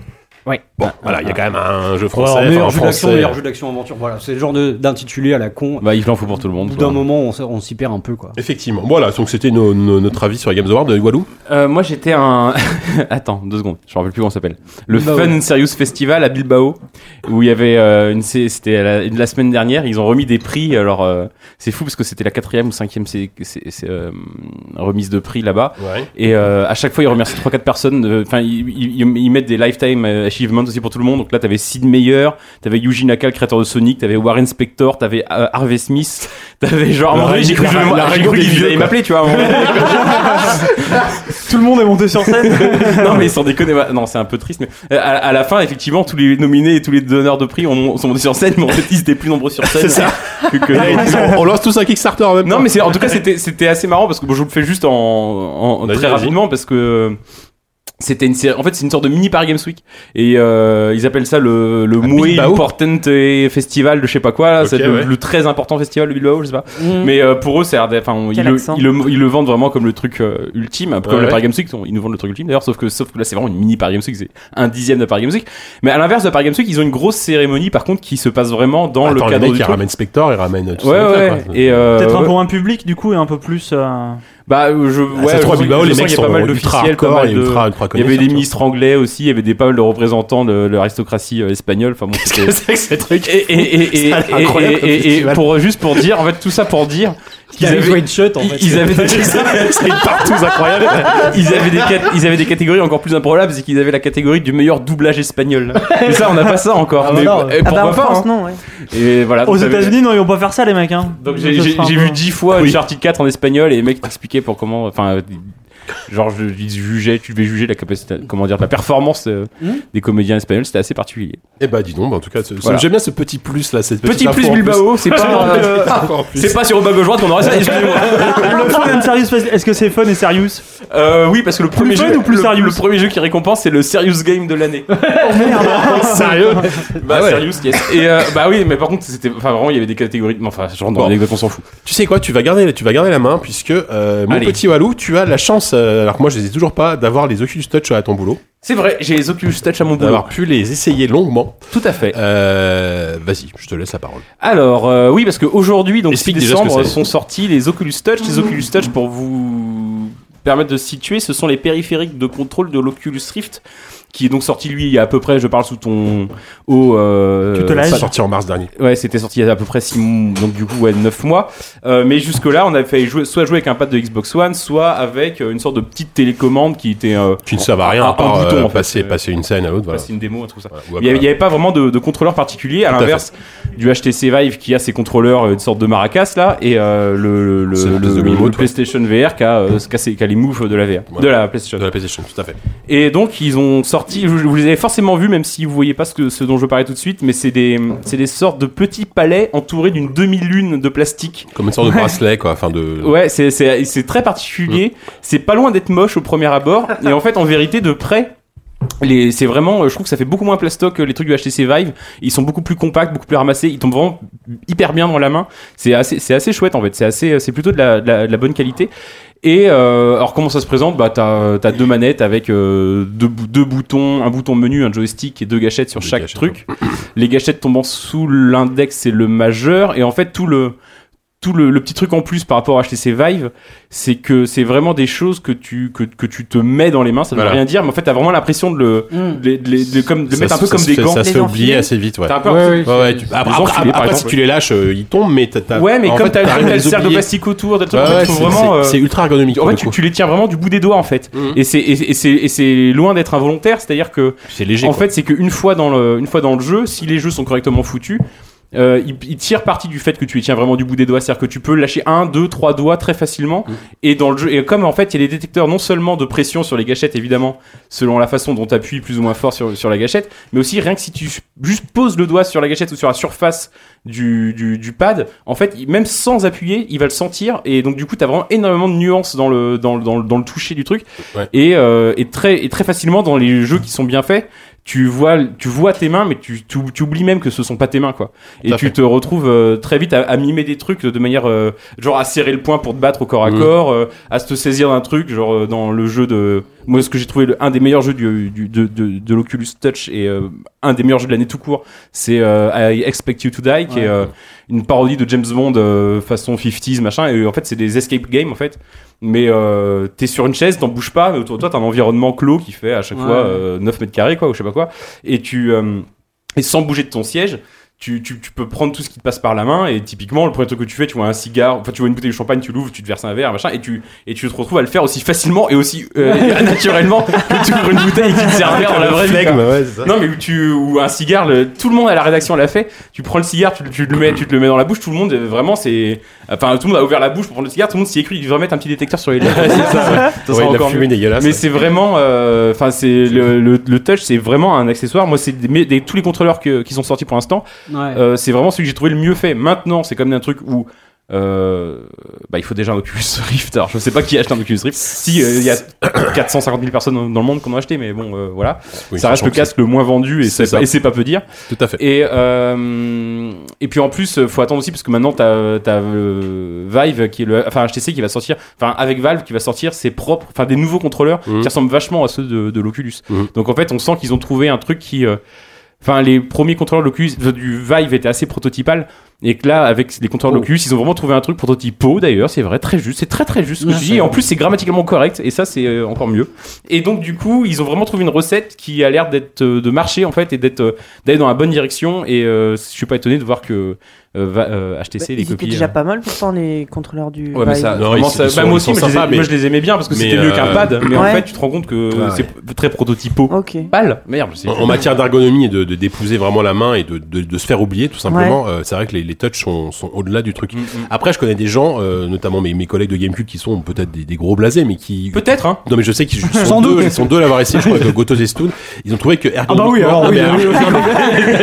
S5: Ouais.
S3: Bon, voilà, il y a quand même un jeu français.
S5: Alors, meilleur
S3: enfin,
S5: jeu d'action,
S3: français.
S5: meilleur jeu d'action aventure. Voilà, c'est le genre de- d'intitulé à la con.
S7: Bah, il en faut pour tout le
S5: Au
S7: monde.
S5: bout
S7: quoi.
S5: d'un moment, on, s- on s'y perd un peu quoi.
S3: Effectivement. Voilà, donc c'était nos- nos- notre avis sur les Games Awards. Walou
S7: Euh, moi, j'étais un. (laughs) Attends, deux secondes. Je me rappelle plus comment ça s'appelle. Le
S3: Bah
S5: Bilbao.
S7: Fun and Serious Festival à Bilbao, où il y avait euh, une. sé- C'était la, la semaine dernière. Ils ont remis des prix. Alors, euh, c'est fou parce que c'était la quatrième ou cinquième sé- sé- sé- euh, remise de prix là-bas.
S3: Ouais.
S7: Et euh, à chaque fois, ils remercient 3-4 personnes. euh, Enfin, ils, ils- ils- ils mettent des lifetime euh, achievements aussi pour tout le monde. Donc là, t'avais Sid Meier, t'avais Yuji Naka, le créateur de Sonic, t'avais Warren Spector, t'avais euh, Harvey Smith, t'avais genre. à un moment donné,
S3: La-
S7: j'ai cru que je
S3: la-
S7: me-
S3: la- la-
S7: j'ai cru
S3: la-
S7: qu'ils
S3: la-
S7: allaient m'appeler, tu vois. à un
S3: (laughs)
S7: moment donné.
S4: Tout le monde est monté sur
S7: (laughs)
S4: scène.
S7: non, mais sans déconner, voilà. non, c'est un peu triste. Mais euh, à, à la fin, effectivement, tous les nominés et tous les donneurs de prix ont, sont montés sur scène, mais en fait, ils étaient plus nombreux sur scène.
S3: C'est ça.
S7: que- que-
S3: on lance tous un Kickstarter en même
S7: Non,
S3: temps.
S7: mais c'est, en tout cas, c'était, c'était assez marrant parce que bon, je vous le fais juste en, en-
S3: Vas-y,
S7: très
S3: vas-y.
S7: rapidement parce que c'était une série, en fait, c'est une sorte de mini Paris Games Week et euh, ils appellent ça le, le Muy
S3: Bilbao.
S7: Important Festival de je sais pas quoi, là,
S3: Ok,
S7: c'est le,
S3: ouais.
S7: le très important festival de Bilbao, je sais pas.
S8: (laughs)
S9: Mm.
S7: Mais euh, pour eux, c'est enfin, on- ils,
S8: Quel
S7: le,
S8: accent.
S7: ils le- ils le vendent vraiment comme le truc euh, ultime, comme
S3: Ouais,
S7: le
S3: ouais.
S7: Paris Games Week, ils nous vendent le truc ultime d'ailleurs, sauf que sauf que là, c'est vraiment une mini Paris Games Week, c'est un dixième de Paris Games Week. Mais à l'inverse de Paris Games Week, ils ont une grosse cérémonie par contre qui se passe vraiment dans
S3: Attends,
S7: le
S3: les
S7: cadre
S3: mecs,
S7: du
S3: ils
S7: truc.
S3: ramènent Spector, ils ramènent tout
S7: Ouais,
S3: ça,
S7: ouais.
S3: quoi. Ah,
S7: Et euh,
S4: Peut-être un
S7: ouais.
S4: pour un public, du coup, et un peu plus. euh,
S7: Bah, euh, je, ouais,
S3: Ah, ça se trouve, à
S7: je-
S3: Bilbao,
S7: je
S3: les
S7: sens
S3: mecs
S7: qu'il y
S3: sont
S7: a pas mal
S3: ultra
S7: d'officiels, pas
S3: hardcore
S7: mal
S3: et
S7: de-
S3: ultra, ultra
S7: Il y avait
S3: connaisseurs,
S7: des
S3: tu vois.
S7: ministres anglais aussi, il y avait des pas mal de représentants de l'aristocratie euh, espagnole. Enfin bon, c'était-
S3: C'est que ces trucs.
S7: et, et, et, et,
S3: Ça a l'air incroyable
S7: et-
S3: comme
S7: et- et
S3: festival.
S7: pour juste pour dire, en fait, tout ça pour dire qu'ils
S5: Ils
S7: avaient,
S5: joué une chute en
S7: ils-
S5: fait.
S7: ils avaient des, (laughs)
S3: C'est une partouze incroyable.
S7: ils avaient des cat- ils avaient des catégories encore plus improbables, c'est qu'ils avaient la catégorie du meilleur doublage espagnol. Mais ça, on n'a pas ça encore.
S5: Ah,
S7: mais
S5: voilà.
S7: euh,
S8: Ah bah,
S7: pourquoi
S8: en
S7: pas
S8: France,
S7: hein.
S8: non, ouais.
S7: Et voilà.
S4: Aux
S7: donc, t'avais-
S4: États-Unis, non, ils vont pas faire ça, les mecs. Hein.
S7: Donc
S4: Ça
S7: j'ai-
S4: sera
S7: j'ai
S4: un
S7: j'ai
S4: peu-
S7: vu dix fois
S3: Oui.
S7: Uncharted 4 en espagnol et les mecs t'expliquaient pour comment. Enfin, euh, genre je, ils jugeaient, tu devais juger la capacité, comment dire, la performance euh, des comédiens espagnols, c'était assez particulier.
S3: Eh bah, dis donc, bah, en tout cas, ce- ce-
S7: Voilà.
S3: j'aime bien ce petit plus là. Cette
S7: Petit
S3: petite
S7: plus
S3: info en
S7: Bilbao, (laughs) Ah, c'est pas,
S4: pas, euh,
S3: Info en plus.
S7: c'est pas sur au bas gauche droite qu'on aurait ça. Excusez-moi.
S4: Ah, Le fun and serious, fest- est-ce que c'est fun et serious
S7: Euh, oui, parce que le premier
S4: fun
S7: jeu,
S4: ou plus Oh,
S7: le-
S4: serious
S7: le premier jeu qui récompense, c'est le Serious Game de
S4: (laughs)
S7: l'année. (laughs)
S3: Sérieux
S7: Bah,
S3: Ah ouais.
S7: Serious, yes. Et euh, bah oui, mais par contre, c'était, enfin vraiment, il y avait des catégories. de- Enfin, genre dans
S3: Bon.
S7: l'anecdote, on s'en fout.
S3: Tu sais quoi, tu vas garder, tu vas garder la main puisque euh, mon
S7: Allez.
S3: petit Walou, tu as la chance, euh, alors que moi je les ai toujours pas, d'avoir les Oculus Touch à ton boulot,
S7: C'est vrai, j'ai les Oculus Touch à mon boulot.
S3: d'avoir pu les essayer longuement.
S7: Tout à fait.
S3: Euh, Vas-y, je te laisse la parole.
S7: Alors euh, oui parce qu'aujourd'hui donc 6
S3: Explique déjà ce que
S7: décembre
S3: c'est.
S7: sont sortis les Oculus Touch.
S4: Mmh.
S7: Les Oculus Touch pour vous permettre de se situer, ce sont les périphériques de contrôle de l'Oculus Rift qui est donc sorti lui il y a à peu près je parle sous ton haut euh,
S4: Tu te lèves.
S3: C'est
S4: Vas-y.
S3: sorti en mars dernier.
S7: Ouais, c'était sorti il y a à peu près 6 donc du coup ouais, 9 mois. Euh, mais jusque là, on avait fait jouer soit jouer avec un pad de Xbox One, soit avec euh, une sorte de petite télécommande qui était euh,
S3: Qui ne servent à rien
S7: Un-
S3: à part
S7: un bouton,
S3: euh,
S7: en fait.
S3: passer, passer une scène à l'autre. Voilà.
S7: c'est une démo un truc ça.
S3: Voilà. Ou à
S7: Il n'y
S3: part-
S7: avait pas vraiment de, de contrôleur particulier, à
S3: Tout à
S7: l'inverse du HTC Vive qui a ses contrôleurs euh, une sorte de maracas là, et euh, le, le,
S3: C'est
S7: le,
S3: une espèce de
S7: le-
S3: Wiimote,
S7: le
S3: ouais.
S7: PlayStation VR qui a, euh, qui a ses- qui a les moves de la VR,
S3: Ouais.
S7: de la PlayStation.
S3: de la PlayStation, tout à fait.
S7: Et donc ils ont sorti, vous, vous les avez forcément vus même si vous voyez pas ce, que, ce dont je parlais tout de suite, mais c'est des, c'est des sortes de petits palais entourés d'une demi-lune de plastique.
S3: Comme une sorte de bracelet, quoi. Enfin, de.
S7: Ouais, c'est, c'est, c'est très particulier, c'est pas loin d'être moche au premier abord, et en fait en vérité de près... Les, c'est vraiment, euh, je trouve que ça fait beaucoup moins plastoc que les trucs du HTC Vive. Ils sont beaucoup plus compacts, beaucoup plus ramassés. Ils tombent vraiment hyper bien dans la main. C'est assez, c'est assez chouette en fait. C'est assez, c'est plutôt de la, de la- de la bonne qualité. Et euh, alors comment ça se présente Bah t'as, t'as deux manettes avec euh, deux, bou- deux boutons, un bouton menu, un joystick et deux gâchettes sur
S3: Deux
S7: chaque
S3: gâchettes,
S7: truc. Les gâchettes tombant sous l'index et le majeur. Et en fait tout le tout le, le petit truc en plus par rapport à HTC Vive, c'est que c'est vraiment des choses que tu, que, que tu te mets dans les mains, ça ne veut
S3: Voilà.
S7: rien dire, mais en fait, t'as vraiment l'impression de le,
S8: Bah,
S9: Mm.
S7: de, de- de- de- comme, de
S3: Ça
S7: mettre un
S3: se-
S7: peu
S3: ça
S7: comme
S3: se
S7: des
S3: fait-
S7: gants.
S3: Ça se fait
S9: Les
S3: oublier
S9: enfiler.
S3: assez vite, ouais.
S7: T'as un peu-
S9: Ouais,
S3: Ouais, ouais, tu-
S7: Les
S3: après,
S7: enfiler,
S3: après-
S7: par
S3: après, si
S7: exemple.
S3: tu les lâches, euh, ils tombent, mais t'as. t'as-
S7: Ouais, mais
S3: en
S7: comme
S3: fait,
S7: t'as
S3: rien
S7: comme
S3: à
S7: t'as le
S3: les
S7: cercle de
S3: oublier.
S7: plastique autour, des trucs,
S3: Ouais,
S7: tu
S3: ouais,
S7: trouves
S3: c'est-
S7: vraiment.
S3: c'est-
S7: euh,
S3: C'est ultra ergonomique.
S7: En
S3: pour
S7: fait,
S3: le
S7: tu,
S3: coup.
S7: tu les tiens vraiment du bout des doigts, en fait.
S3: Mhm.
S7: Et c'est- Et et c'est et c'est loin d'être involontaire, c'est-à-dire que,
S3: C'est léger.
S7: en
S3: quoi.
S7: fait, c'est qu'une fois, dans le- une fois dans le jeu, si les jeux sont correctement foutus, euh, ils, ils tirent parti du fait que tu les tiens vraiment du bout des doigts, c'est-à-dire que tu peux lâcher un, deux, trois doigts très facilement.
S3: Mm.
S7: Et dans le jeu, et comme en fait, il y a des détecteurs non seulement de pression sur les gâchettes, évidemment, selon la façon dont tu appuies plus ou moins fort sur, sur la gâchette, mais aussi rien que si tu juste poses le doigt sur la gâchette ou sur la surface du, du, du pad, en fait, il- même sans appuyer, il va le sentir. Et donc, du coup, t'as vraiment énormément de nuances dans le, dans le, dans le, dans le toucher du truc.
S3: Ouais.
S7: Et, euh, et, très, et très facilement, dans les jeux qui sont bien faits, tu vois, tu vois tes mains, mais tu, tu, tu oublies même que ce sont pas tes mains, quoi. Et
S3: à
S7: tu
S3: fait.
S7: te retrouves euh, très vite à, à mimer des trucs de manière, euh, genre à serrer le poing pour te battre au corps à
S3: Mhm.
S7: corps, euh, à se saisir d'un truc, genre euh, dans le jeu de, moi ce que j'ai trouvé le- un des meilleurs jeux du, du- de, de, de l'Oculus Touch et euh, un des meilleurs jeux de l'année tout court, c'est euh, I Expect You to Die, qui est euh, une parodie de James Bond euh, façon 50s machin. Et en fait, c'est des escape games en fait. Mais euh, t'es sur une chaise, t'en bouges pas, mais autour de toi t'as un environnement clos qui fait à chaque
S5: Ouais.
S7: fois euh, 9 mètres carrés quoi ou je sais pas quoi. Et tu euh, et sans bouger de ton siège. Tu, tu, tu peux prendre tout ce qui te passe par la main et typiquement le premier truc que tu fais tu vois un cigare enfin tu vois une bouteille de champagne tu l'ouvres tu te verses un verre machin et tu et tu te retrouves à le faire aussi facilement et aussi euh, naturellement que tu ouvres une bouteille qui te sert un verre dans la vraie vie quoi.
S6: Flegme, ouais, c'est ça.
S7: Non mais où tu ou un cigare, le- tout le monde à la rédaction l'a fait. Tu prends le cigare, tu, le- tu le mets, tu te le mets dans la bouche. Tout le monde euh, vraiment c'est, enfin tout le monde a ouvert la bouche pour prendre le cigare. Tout le monde s'y est cru. Ils devraient mettre un petit détecteur sur les lèvres. C'est ça, ça
S3: Ouais,
S7: sera
S3: la
S7: encore mieux.
S3: fumée dégueulasse.
S7: Mais c'est vraiment, euh, enfin c'est le, le, le touch, c'est vraiment un accessoire. Moi c'est des- mais des- tous les contrôleurs que- qui sont sortis pour l'instant,
S5: Ouais.
S7: euh, c'est vraiment celui que j'ai trouvé le mieux fait. Maintenant c'est comme un truc où euh, bah, il faut déjà un Oculus Rift. Alors, je sais pas qui achète un Oculus Rift. Si, euh, il y a (coughs) 450 000 personnes dans dans le monde qu'on a acheté, mais bon, euh, voilà
S3: Oui,
S7: ça reste
S3: sachant
S7: le
S3: que c'est-
S7: casque le moins vendu et
S3: C'est
S7: c'est pas,
S3: ça.
S7: et c'est pas peu dire.
S3: Tout à fait.
S7: Et, euh, et puis en plus, euh, faut attendre aussi parce que maintenant t'as t'as euh, Vive qui est le, enfin HTC qui va sortir, enfin avec Valve qui va sortir ses propres, enfin des nouveaux contrôleurs
S3: Mhm.
S7: qui ressemblent vachement à ceux de, de l'Oculus.
S3: Mhm.
S7: Donc en fait, on sent qu'ils ont trouvé un truc qui, euh, enfin les premiers contrôleurs de l'Oculus de- du Vive étaient assez prototypal. Et que là, avec les contrôleurs de
S3: Oh.
S7: l'Oculus, ils ont vraiment trouvé un truc prototypo d'ailleurs, c'est vrai, très juste, c'est très très juste ce que
S5: Ouais,
S7: tu dis,
S5: c'est
S7: et en
S5: vrai.
S7: plus c'est grammaticalement correct, et ça c'est euh, encore mieux. Et donc du coup, ils ont vraiment trouvé une recette qui a l'air d'être euh, de marcher en fait et d'être euh, d'aller dans la bonne direction. Et euh, je suis pas étonné de voir que euh, va- euh, HTC
S8: Bah,
S7: les
S8: ils étaient
S7: copies.
S8: déjà
S7: euh,
S8: pas mal pourtant les contrôleurs du.
S7: Ouais, mais ça,
S8: Vive.
S3: Non,
S7: vraiment,
S3: ils-
S7: ça-
S3: ils sont-
S7: bah, moi
S3: ils
S7: aussi,
S3: sont
S7: moi, je les
S3: sympas,
S7: aimais- moi,
S3: mais-
S7: je les aimais bien parce que
S3: mais,
S7: c'était mieux qu'un
S3: euh,
S7: pad, mais en
S8: Ouais.
S7: fait tu te rends compte que
S3: Ouais,
S7: c'est très prototypo.
S8: Ok.
S7: Pâle, merde. c'est-
S3: En, en matière d'ergonomie et de de- d'épouser vraiment la main et de, de, de se faire oublier, tout simplement, euh, c'est vrai que les, les touchs sont, sont au-delà du truc. Après, je connais des gens, euh, notamment mes, mes collègues de GameCube, qui sont peut-être des, des gros blasés, mais qui.
S7: Peut-être, hein.
S3: Non, mais je sais qu'ils sont,
S5: Sans
S3: deux,
S5: doute. Ah bah
S3: ils sont deux à l'avoir essayé, je crois, avec Gotos et Stoon. Ils ont trouvé que ergonomiquement- Non, mais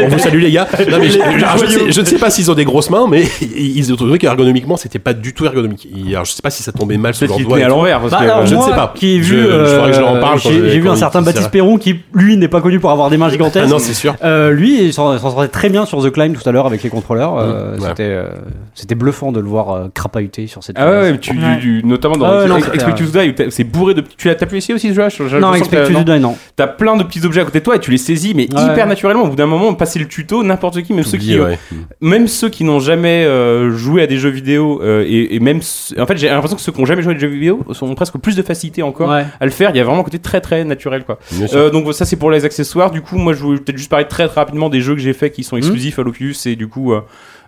S3: on vous salue les gars. Non, mais je, alors, je ne sais, je ne sais pas s'ils ont des grosses mains, mais (laughs) ils ont trouvé qu'ergonomiquement, c'était pas du tout ergonomique. Ils- Alors, je sais pas si ça tombait mal sous
S7: Peut-être
S3: leurs
S7: qu'il
S3: doigts.
S7: tenait
S3: et
S7: à
S3: tout.
S7: l'envers. parce
S5: Bah,
S7: que,
S5: alors,
S7: euh,
S3: je ne
S5: moi,
S3: sais pas.
S5: Qui ai vu,
S3: Je- je
S5: euh,
S3: ferai que je leur en parle quand je-
S5: J'ai j'ai vu
S3: quand
S5: un
S3: il-
S5: certain
S3: il sera
S5: Baptiste
S3: là.
S5: Perron qui, lui, n'est pas connu pour avoir des mains
S3: Ah
S5: gigantesques.
S3: non, c'est sûr.
S5: Euh, lui, il s'en s'en sortait très bien sur The Climb tout à l'heure avec les contrôleurs. Euh,
S3: Mmh, ouais.
S5: C'était euh, c'était bluffant de le voir euh, crapahuter sur cette.
S7: Ah ouais,
S5: falaise.
S7: mais tu, du- du- notamment dans
S5: Ah ouais,
S7: Ex-
S5: non,
S7: Ex-
S5: c'était-
S7: Expect You to Die, où t'as- c'est bourré de. Tu as, t'as pu essayer aussi ce jeu là Je- je- je
S5: non,
S7: sens que t'as-
S5: Expect
S7: non.
S5: You to Die, non.
S7: T'as plein de petits objets à côté de toi et tu les saisis, mais
S5: Ouais.
S7: hyper naturellement. Au bout d'un moment, passer le tuto, n'importe qui, même ceux
S3: Oublié,
S7: qui,
S3: ouais.
S7: même ceux qui n'ont jamais euh, joué à des jeux vidéo euh, et, et même ceux- en fait j'ai l'impression que ceux qui n'ont jamais joué à des jeux vidéo sont presque plus de facilité encore
S5: Ouais.
S7: à le faire il y a vraiment un côté très très naturel quoi
S3: Bien sûr.
S7: euh, donc ça c'est pour les accessoires du coup moi je voulais peut-être juste parler très, très rapidement des jeux que j'ai fait qui sont exclusifs à l'Oculus et du coup euh,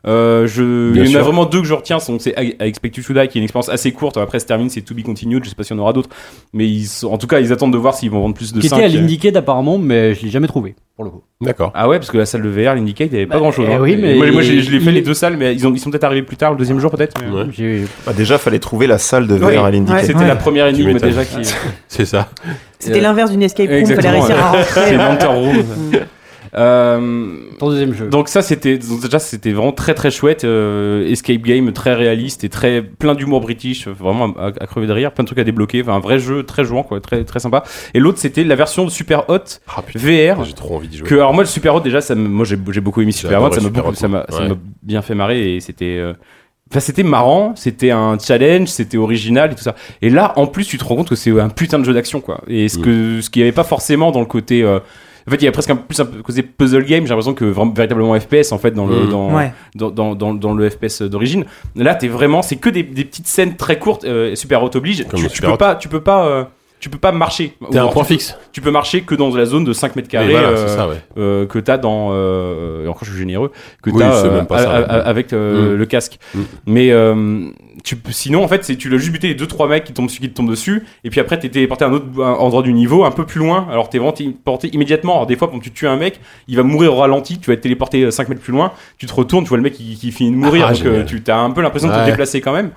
S7: euh, je...
S3: Bien
S7: il y en a
S3: sûr.
S7: vraiment deux que je retiens donc c'est I I Expect You to Die qui est une expérience assez courte après se termine c'est To Be Continued je sais pas s'il y en aura d'autres mais ils sont- en tout cas ils attendent de voir s'ils vont vendre plus de euh,
S5: Qui
S7: 5
S5: était à l'Indicate apparemment, mais je l'ai jamais trouvé pour le coup.
S3: D'accord.
S7: ah ouais parce que la salle de VR l'Indicate il n'y avait pas hein.
S5: Bah,
S7: grand chose
S5: eh oui, mais
S7: moi, moi, j'ai-
S5: il-
S7: je l'ai fait
S5: il-
S7: les deux salles mais ils, ont, ils sont peut-être arrivés plus tard le deuxième jour peut-être mais-
S3: Ouais.
S5: J'ai-
S6: Bah, déjà, fallait trouver la salle de VR
S7: Ouais.
S6: à l'Indicate.
S7: C'était
S8: Ouais.
S7: la première énigme
S3: m'étonnes.
S7: déjà (laughs) qui.
S3: C'est ça.
S8: C'était l'inverse d'une escape room, fallait
S7: Exactement,
S8: réussir à
S7: C'est (laughs)
S8: rentrer.
S7: Mentor Room. Euh,
S5: Ton deuxième jeu.
S7: donc ça c'était donc déjà c'était vraiment très très chouette euh, escape game très réaliste et très plein d'humour british euh, vraiment à, à crever de rire plein de trucs à débloquer enfin un vrai jeu très jouant quoi très très sympa et l'autre c'était la version de Super Hot
S3: Ah, putain,
S7: VR
S3: J'ai trop envie d'y jouer.
S7: que alors moi le Super Hot déjà ça me- moi j'ai j'ai beaucoup aimé Super Hot
S3: adoré
S7: ça m'a
S3: Super
S7: beaucoup-
S3: Hot,
S7: ça m'a ça
S3: ouais.
S7: m'a bien fait marrer et c'était euh, enfin c'était marrant c'était un challenge c'était original et tout ça et
S3: Mm.
S7: là en plus tu te rends compte que c'est un putain de jeu d'action quoi et ce que ce qu'il y avait pas forcément dans le côté euh, En fait, il y a presque un, plus un peu côté puzzle game. J'ai l'impression que vraiment- véritablement FPS en fait dans le
S3: Mm.
S7: dans,
S8: Ouais.
S7: dans, dans, dans- dans le FPS d'origine. Là, t'es vraiment, c'est que des, des petites scènes très courtes. euh, Super Hot oblige.
S3: Comme
S7: Tu,
S3: le
S7: tu
S3: Super
S7: peux
S3: Hot.
S7: pas, tu peux pas, euh, tu peux pas marcher.
S3: T'es
S7: Ou
S3: un
S7: alors,
S3: point
S7: tu,
S3: fixe.
S7: tu peux marcher que dans la zone de 5 mètres carrés.
S3: Mais voilà,
S7: euh,
S3: c'est ça, ouais.
S7: euh, que t'as dans euh, et encore je suis généreux que
S3: Oui,
S7: t'as
S3: c'est
S7: euh,
S3: même pas
S7: a-
S3: ça,
S7: a-
S3: ouais.
S7: a- avec euh, le casque
S3: Mm.
S7: mais euh, tu peux- sinon en fait c'est tu l'as juste buté les deux trois mecs qui tombent dessus qui te tombent dessus et puis après t'es téléporté à un autre bo- un endroit du niveau un peu plus loin alors t'es vraiment téléporté immédiatement alors des fois quand tu tues un mec il va mourir au ralenti tu vas être téléporté 5 mètres plus loin tu te retournes tu vois le mec qui, qui finit de mourir
S3: Ah,
S7: donc euh,
S3: génial.
S7: tu as un peu l'impression de
S3: Ouais.
S7: te déplacer quand même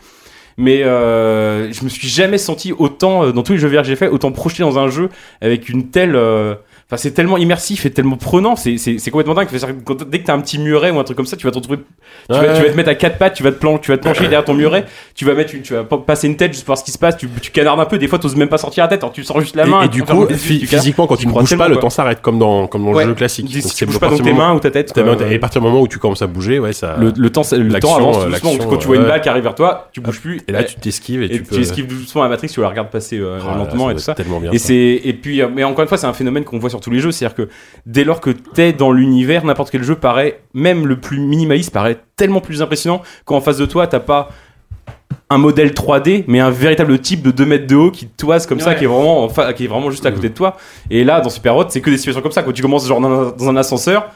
S7: mais euh, je me suis jamais senti autant euh, dans tous les jeux VR que j'ai fait autant projeté dans un jeu avec une telle euh, Enfin, c'est tellement immersif et tellement prenant, c'est- c'est c'est complètement dingue. C'est-à-dire que quand- Dès que t'as un petit muret ou un truc comme ça, tu vas te retrouver, tu, vas,
S3: Ouais.
S7: tu vas te mettre à quatre pattes, tu vas te, plan tu vas te plancher derrière ton muret, tu vas mettre, une, tu vas pa- passer une tête juste pour voir ce qui se passe, tu, tu canardes un peu, des fois t'oses même pas sortir la tête, alors tu sors juste la main.
S3: Et, et du
S7: enfin,
S3: coup,
S7: tu-
S3: phy-
S7: tu canardes.
S3: physiquement, quand
S7: tu
S3: tu ne
S7: crois
S3: bouges pas,
S7: tellement
S3: le
S7: pas.
S3: temps s'arrête comme dans, comme dans
S7: Ouais.
S3: le jeu classique.
S7: Si
S3: Donc,
S7: tu bouges
S3: à
S7: pas
S3: partir
S7: donc
S3: du
S7: tes
S3: moment-
S7: mains ou ta tête.
S3: ta
S7: quoi,
S3: main- Et à partir du moment où tu commences à bouger, ouais, ça.
S7: le, le temps, ça- le
S3: l'action,
S7: temps avance
S3: euh,
S7: tout doucement.
S3: l'action,
S7: Quand tu vois une
S3: ouais.
S7: balle qui arrive vers toi, tu bouges plus.
S3: Et là, tu t'esquives et,
S7: et
S3: tu peux.
S7: esquives doucement la Matrix, tu la regardes passer euh,
S3: Ah là là,
S7: lentement
S3: ça doit
S7: et tout
S3: être
S7: ça.
S3: Tellement bien.
S7: Et
S3: ça.
S7: c'est et puis euh, mais encore une fois c'est un phénomène qu'on voit sur tous les jeux, c'est-à-dire que dès lors que t'es dans l'univers, n'importe quel jeu paraît, même le plus minimaliste paraît tellement plus impressionnant quand en face de toi t'as pas un modèle 3D, mais un véritable type de 2 mètres de haut qui te toise comme ça,
S5: Ouais.
S7: qui est vraiment en fa- qui est vraiment juste à côté de toi. Et là dans Super Hot c'est que des situations comme ça quand tu commences genre dans un, dans un ascenseur.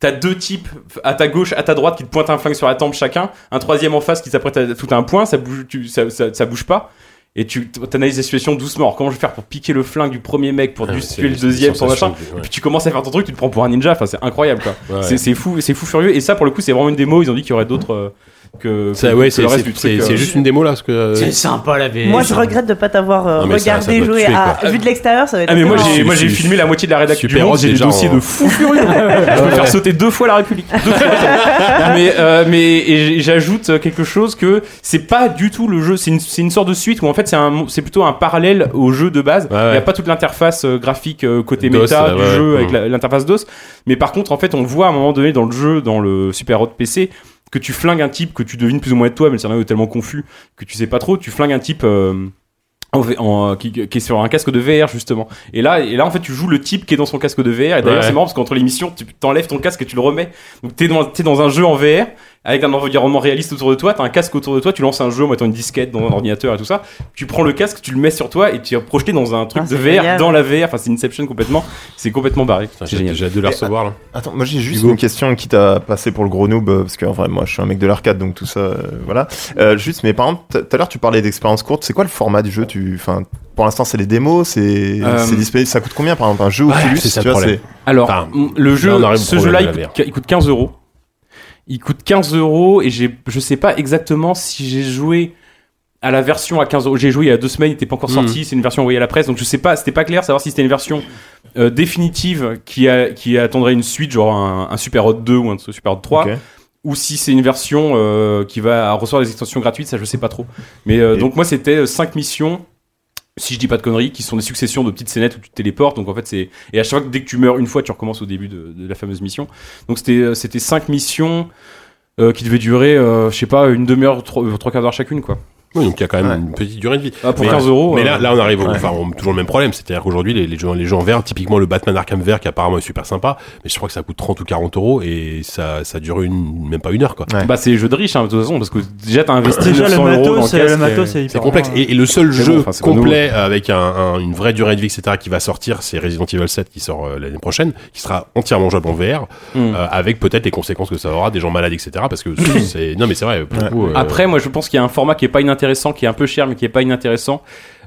S7: T'as deux types à ta gauche, à ta droite qui te pointent un flingue sur la tempe chacun, un troisième en face qui s'apprête à tout un point, ça bouge, tu- ça- ça- ça bouge pas et tu analyses la situation doucement. Alors, comment je vais faire pour piquer le flingue du premier mec, pour
S3: Ouais,
S7: juste
S3: Ah, c'est-
S7: tuer le
S3: c'est une
S7: deuxième, pour
S3: sensation
S7: machin
S3: de-
S7: Et
S3: ouais.
S7: puis tu commences à faire ton truc, tu te prends pour un ninja. Enfin, c'est incroyable, quoi.
S3: Ouais,
S7: C'est- C'est fou, c'est fou furieux. Et ça, pour le coup, c'est vraiment une démo. Ils ont dit qu'il y aurait d'autres euh, que,
S3: Ça,
S7: que-
S3: ouais,
S7: que
S3: c'est- c'est- c'est c'est
S7: euh,
S3: juste une démo là, parce que.
S5: C'est sympa la vérité.
S10: Moi, je regrette de pas t'avoir euh,
S3: Non, mais ça- ça
S10: regardé
S3: doit te
S10: jouer
S3: tuer,
S10: à.
S3: quoi.
S10: Vu de l'extérieur, ça va être.
S7: Ah mais moi
S10: vraiment-
S7: j'ai
S3: Super
S7: moi j'ai
S3: Hot,
S7: filmé la moitié de la rédaction du
S3: Super
S7: monde,
S3: Hot,
S7: j'ai des
S3: déjà,
S7: dossiers
S3: en-
S7: de
S3: (laughs)
S7: fou furieux. je peux faire sauter deux fois la République. Deux fois. mais euh, mais et j'- j'ajoute euh, quelque chose que c'est pas du tout le jeu, c'est une, c'est une sorte de suite où en fait c'est un c'est plutôt un parallèle au jeu de base.
S3: Ouais,
S7: Il y a
S3: ouais.
S7: pas toute l'interface euh, graphique euh, côté
S3: DOS,
S7: méta
S3: là,
S7: du
S3: ouais,
S7: jeu
S3: ouais.
S7: avec
S3: Mhm.
S7: la- l'interface DOS, mais par contre en fait on voit à un moment donné dans le jeu dans le Super Hot PC que tu flingues un type que tu devines plus ou moins de toi mais le scénario est tellement confus que tu sais pas trop, tu flingues un type euh, en V- en- euh, qui, qui est sur un casque de VR justement. Et là, et là en fait, tu joues le type qui est dans son casque de VR. Et d'ailleurs,
S3: Ouais.
S7: c'est marrant parce qu'entre les missions, tu t'enlèves ton casque et tu le remets. Donc t'es dans, t'es dans un jeu en VR avec un environnement réaliste autour de toi. T'as un casque autour de toi. Tu lances un jeu en mettant une disquette dans un ordinateur et tout ça. Tu prends le casque, tu le mets sur toi et tu es projeté dans un truc
S10: Ah,
S7: de
S10: c'est
S7: VR
S10: génial.
S7: dans la VR. Enfin, c'est Inception complètement. C'est complètement barré.
S3: Putain,
S7: C'est
S3: J'ai
S7: génial.
S3: j'ai hâte de la recevoir là.
S6: Attends, moi j'ai juste
S3: Hugo.
S6: une question qui t'a passé pour le gros noob, euh, parce que enfin, moi je suis un mec de l'arcade, donc tout ça, euh, voilà. Euh, juste, mais par exemple, t- tout à l'heure tu parlais d'expérience courte, c'est quoi le format du jeu tu, enfin, Pour l'instant c'est les démos, c'est
S7: Euh,
S6: c'est disponible, ça coûte combien par exemple un jeu
S3: Ouais,
S6: Oculus
S3: c'est ça
S6: tu
S3: le
S6: vois,
S3: problème.
S7: Alors,
S3: Enfin,
S7: m- le jeu,
S3: on arrive au
S7: ce
S3: problème
S7: jeu-là,
S3: de
S7: il,
S3: la VR.
S7: coûte- qu- il coûte 15 euros. Il coûte 15 euros et j'ai, je sais pas exactement si j'ai joué à la version à 15 euros. J'ai joué il y a deux semaines, il n'était pas encore
S3: Hmm.
S7: sorti. C'est une version envoyée à la presse, donc je sais pas. C'était pas clair savoir si c'était une version euh, définitive qui, a- qui attendrait une suite, genre un, un Super Hot 2 ou un Super Hot 3.
S6: Ok.
S7: Ou si c'est une version euh, qui va recevoir des extensions gratuites, ça je sais pas trop. Mais euh,
S6: Et-
S7: donc moi c'était 5 missions, si je dis pas de conneries, qui sont des successions de petites scénettes où tu te téléportes. Donc en fait c'est et à chaque fois que dès que tu meurs une fois, tu recommences au début de, de la fameuse mission. Donc c'était euh, c'était cinq missions euh, qui devaient durer, euh, je sais pas, une demi-heure, trois, euh, trois quarts d'heure chacune quoi.
S3: Oui, donc il y a quand même
S6: Ouais.
S3: une petite durée de vie.
S7: Ah, pour
S3: mais,
S7: 15 euros,
S3: Mais
S7: euh,
S3: là, là, on arrive au- enfin, on- toujours le même problème. C'est-à-dire qu'aujourd'hui, les, les, jeux, les jeux en vert, typiquement le Batman Arkham vert, qui apparemment est super sympa, mais je crois que ça coûte 30 ou 40 euros et ça, ça dure une, même pas une heure, quoi.
S6: Ouais.
S7: Bah c'est jeu de riche hein, de toute façon parce que déjà t'as investi
S4: Déjà le
S7: 900 euros dans le
S4: matos, euh,
S7: casque,
S4: le matos,
S7: euh,
S4: c'est
S3: C'est
S4: hyper.
S3: complexe. Et, et le seul
S7: C'est
S3: jeu
S7: bon, enfin, c'est pas
S3: complet avec un, un- une vraie durée de vie, etc., qui va sortir, c'est Resident Evil 7 qui sort euh, l'année prochaine, qui sera entièrement jouable en VR,
S7: Hmm.
S3: euh, avec peut-être les conséquences que ça aura, des gens malades, etc. Parce
S7: (coughs)
S3: que c'est. Non, mais c'est vrai. pour le coup, euh,
S7: Après, moi, je pense qu'il y a un format qui est pas inintéressant, qui est un peu cher, mais qui est pas inintéressant.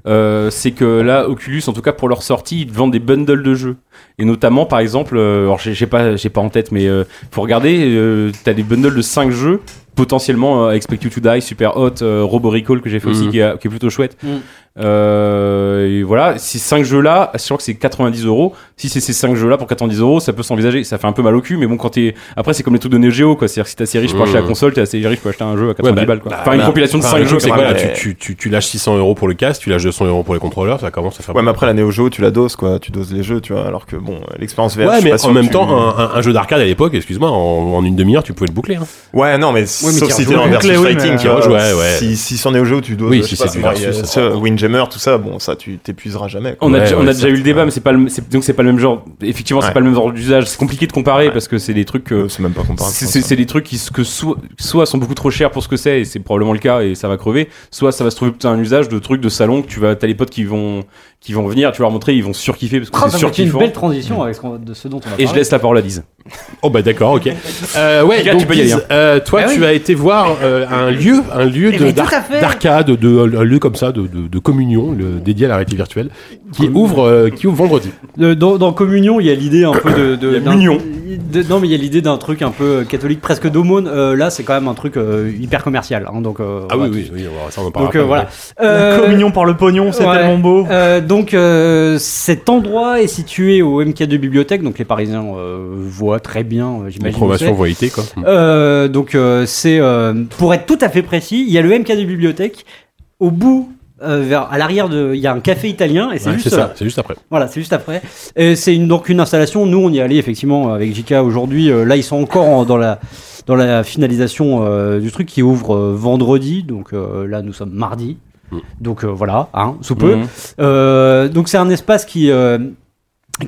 S7: Euh, c'est que là, Oculus, en tout cas pour leur sortie, ils te vendent des bundles de jeux. Et notamment, par exemple, euh, alors j'ai j'ai pas, j'ai pas en tête, mais euh, faut regarder. Euh, T'as des bundles de 5 jeux, potentiellement euh, Expect You to Die, Super Hot, euh, Robo Recall que j'ai fait aussi,
S3: Mhm.
S7: qui, a- qui est plutôt chouette.
S5: Mm.
S7: Euh, et voilà, ces 5 jeux-là, je crois que c'est 90 euros. Si c'est ces 5 jeux-là pour 90 euros, ça peut s'envisager. Ça fait un peu mal au cul, mais bon, quand t'es. Après, c'est comme les trucs de Neo Geo, quoi. C'est-à-dire que si t'es assez riche pour acheter la
S3: Mm.
S7: console, t'es assez riche pour acheter un jeu à 90
S3: bah,
S7: balles, quoi.
S3: bah,
S7: enfin, une
S3: bah,
S7: compilation de
S3: Enfin,
S7: 5
S3: le
S7: jeux,
S3: truc,
S7: c'est
S3: c'est
S7: quoi
S3: quoi là,
S6: Ouais.
S3: tu, tu, tu, tu lâches 600 euros pour le casque, tu lâches 200 euros pour les contrôleurs, ça commence à faire.
S6: Ouais, mais après la Neo Geo, tu la doses quoi, tu doses les jeux, tu vois, alors que bon, l'expérience VR,
S3: Ouais,
S6: je suis
S3: mais
S6: pas sûr
S3: en même
S6: que tu-
S3: temps, un, un- un jeu d'arcade à l'époque, excuse-moi, en, en une demi-heure, tu pouvais le boucler. Hein.
S6: Ouais, non, mais si Oui, mais
S3: Sauf
S6: qui
S3: si t'es
S6: rejoue.
S3: dans Versus
S6: Donc là, oui,
S3: Fighting,
S6: mais,
S3: qui
S6: euh,
S3: rejoue, ouais, ouais.
S6: Si, si c'en est au jeu où tu dois.
S3: Oui,
S6: je
S3: si
S6: sais
S3: c'est
S6: pas,
S3: du
S6: moi,
S3: Versus,
S6: euh,
S3: ça va.
S6: ce Windjammer, tout ça, bon, ça, tu t'épuiseras jamais. quoi.
S7: On a, déjà, on a déjà eu le débat, mais c'est pas le, c'est- donc c'est pas le même genre. Effectivement, c'est pas le même genre d'usage. C'est compliqué de comparer parce que c'est des trucs. que-
S6: C'est même pas comparable,
S7: C'est
S6: je pense,
S7: c'est des trucs qui s- que soit, soit sont beaucoup trop chers pour ce que c'est et c'est probablement le cas et ça va crever. Soit ça va se trouver plutôt un usage de trucs de salon que tu vas t'as les potes qui vont qui vont venir, tu vas leur montrer, ils vont surkiffer parce que
S5: Ah,
S7: c'est
S5: ça me fait une
S7: surkiffant.
S5: belle transition avec ce, qu'on- de ce dont on va
S7: Et je laisse la parole à Lise.
S3: Oh bah d'accord,
S5: (laughs)
S3: ok. Euh, ouais,
S7: Regarde,
S3: donc,
S7: tu peux y
S3: Lise,
S7: aller, hein.
S3: euh, toi,
S7: Ah
S3: tu
S7: oui.
S3: as été voir euh, un lieu, un lieu
S7: Eh
S3: de-
S7: mais tout
S3: d'ar-
S7: à fait.
S3: d'arcade, de, un lieu comme ça, de, de- de communion, le- dédié à la réalité virtuelle, qui ouvre, euh, qui ouvre vendredi.
S5: Le- Euh, dans, dans Communion, il y a l'idée un peu de. de d'un-
S3: Munion.
S5: de- non, mais il y a l'idée d'un truc un peu euh, catholique, presque d'aumône. Euh, là, c'est quand même un truc euh, hyper commercial. hein, donc, euh,
S3: Ah oui,
S5: voilà.
S3: oui, oui, on va- ça on en hein. parlera.
S5: Donc euh,
S3: après.
S5: voilà.
S4: La communion par le pognon, c'est tellement
S5: beau. donc euh, cet endroit est situé au MK2 bibliothèque, donc les Parisiens euh, voient très bien, euh, j'imagine.
S3: Promotion
S5: où c'est.
S3: voyité, quoi.
S5: Euh, donc euh, c'est euh, pour être tout à fait précis, il y a le MK2 bibliothèque au bout. euh, vers, à l'arrière de, il y a un café italien et c'est
S3: Ouais,
S5: juste euh,
S3: c'est ça,
S5: là.
S3: c'est juste après.
S5: Voilà, c'est juste après. Et c'est une, donc une installation. Nous, on y est allé effectivement avec JK aujourd'hui. Euh, là, ils sont encore en- dans la dans la finalisation euh, du truc qui ouvre euh, vendredi. Donc euh, là, nous sommes mardi.
S3: Mm.
S5: Donc euh, voilà, hein, sous peu.
S7: Mhm.
S5: Euh, donc c'est un espace qui euh,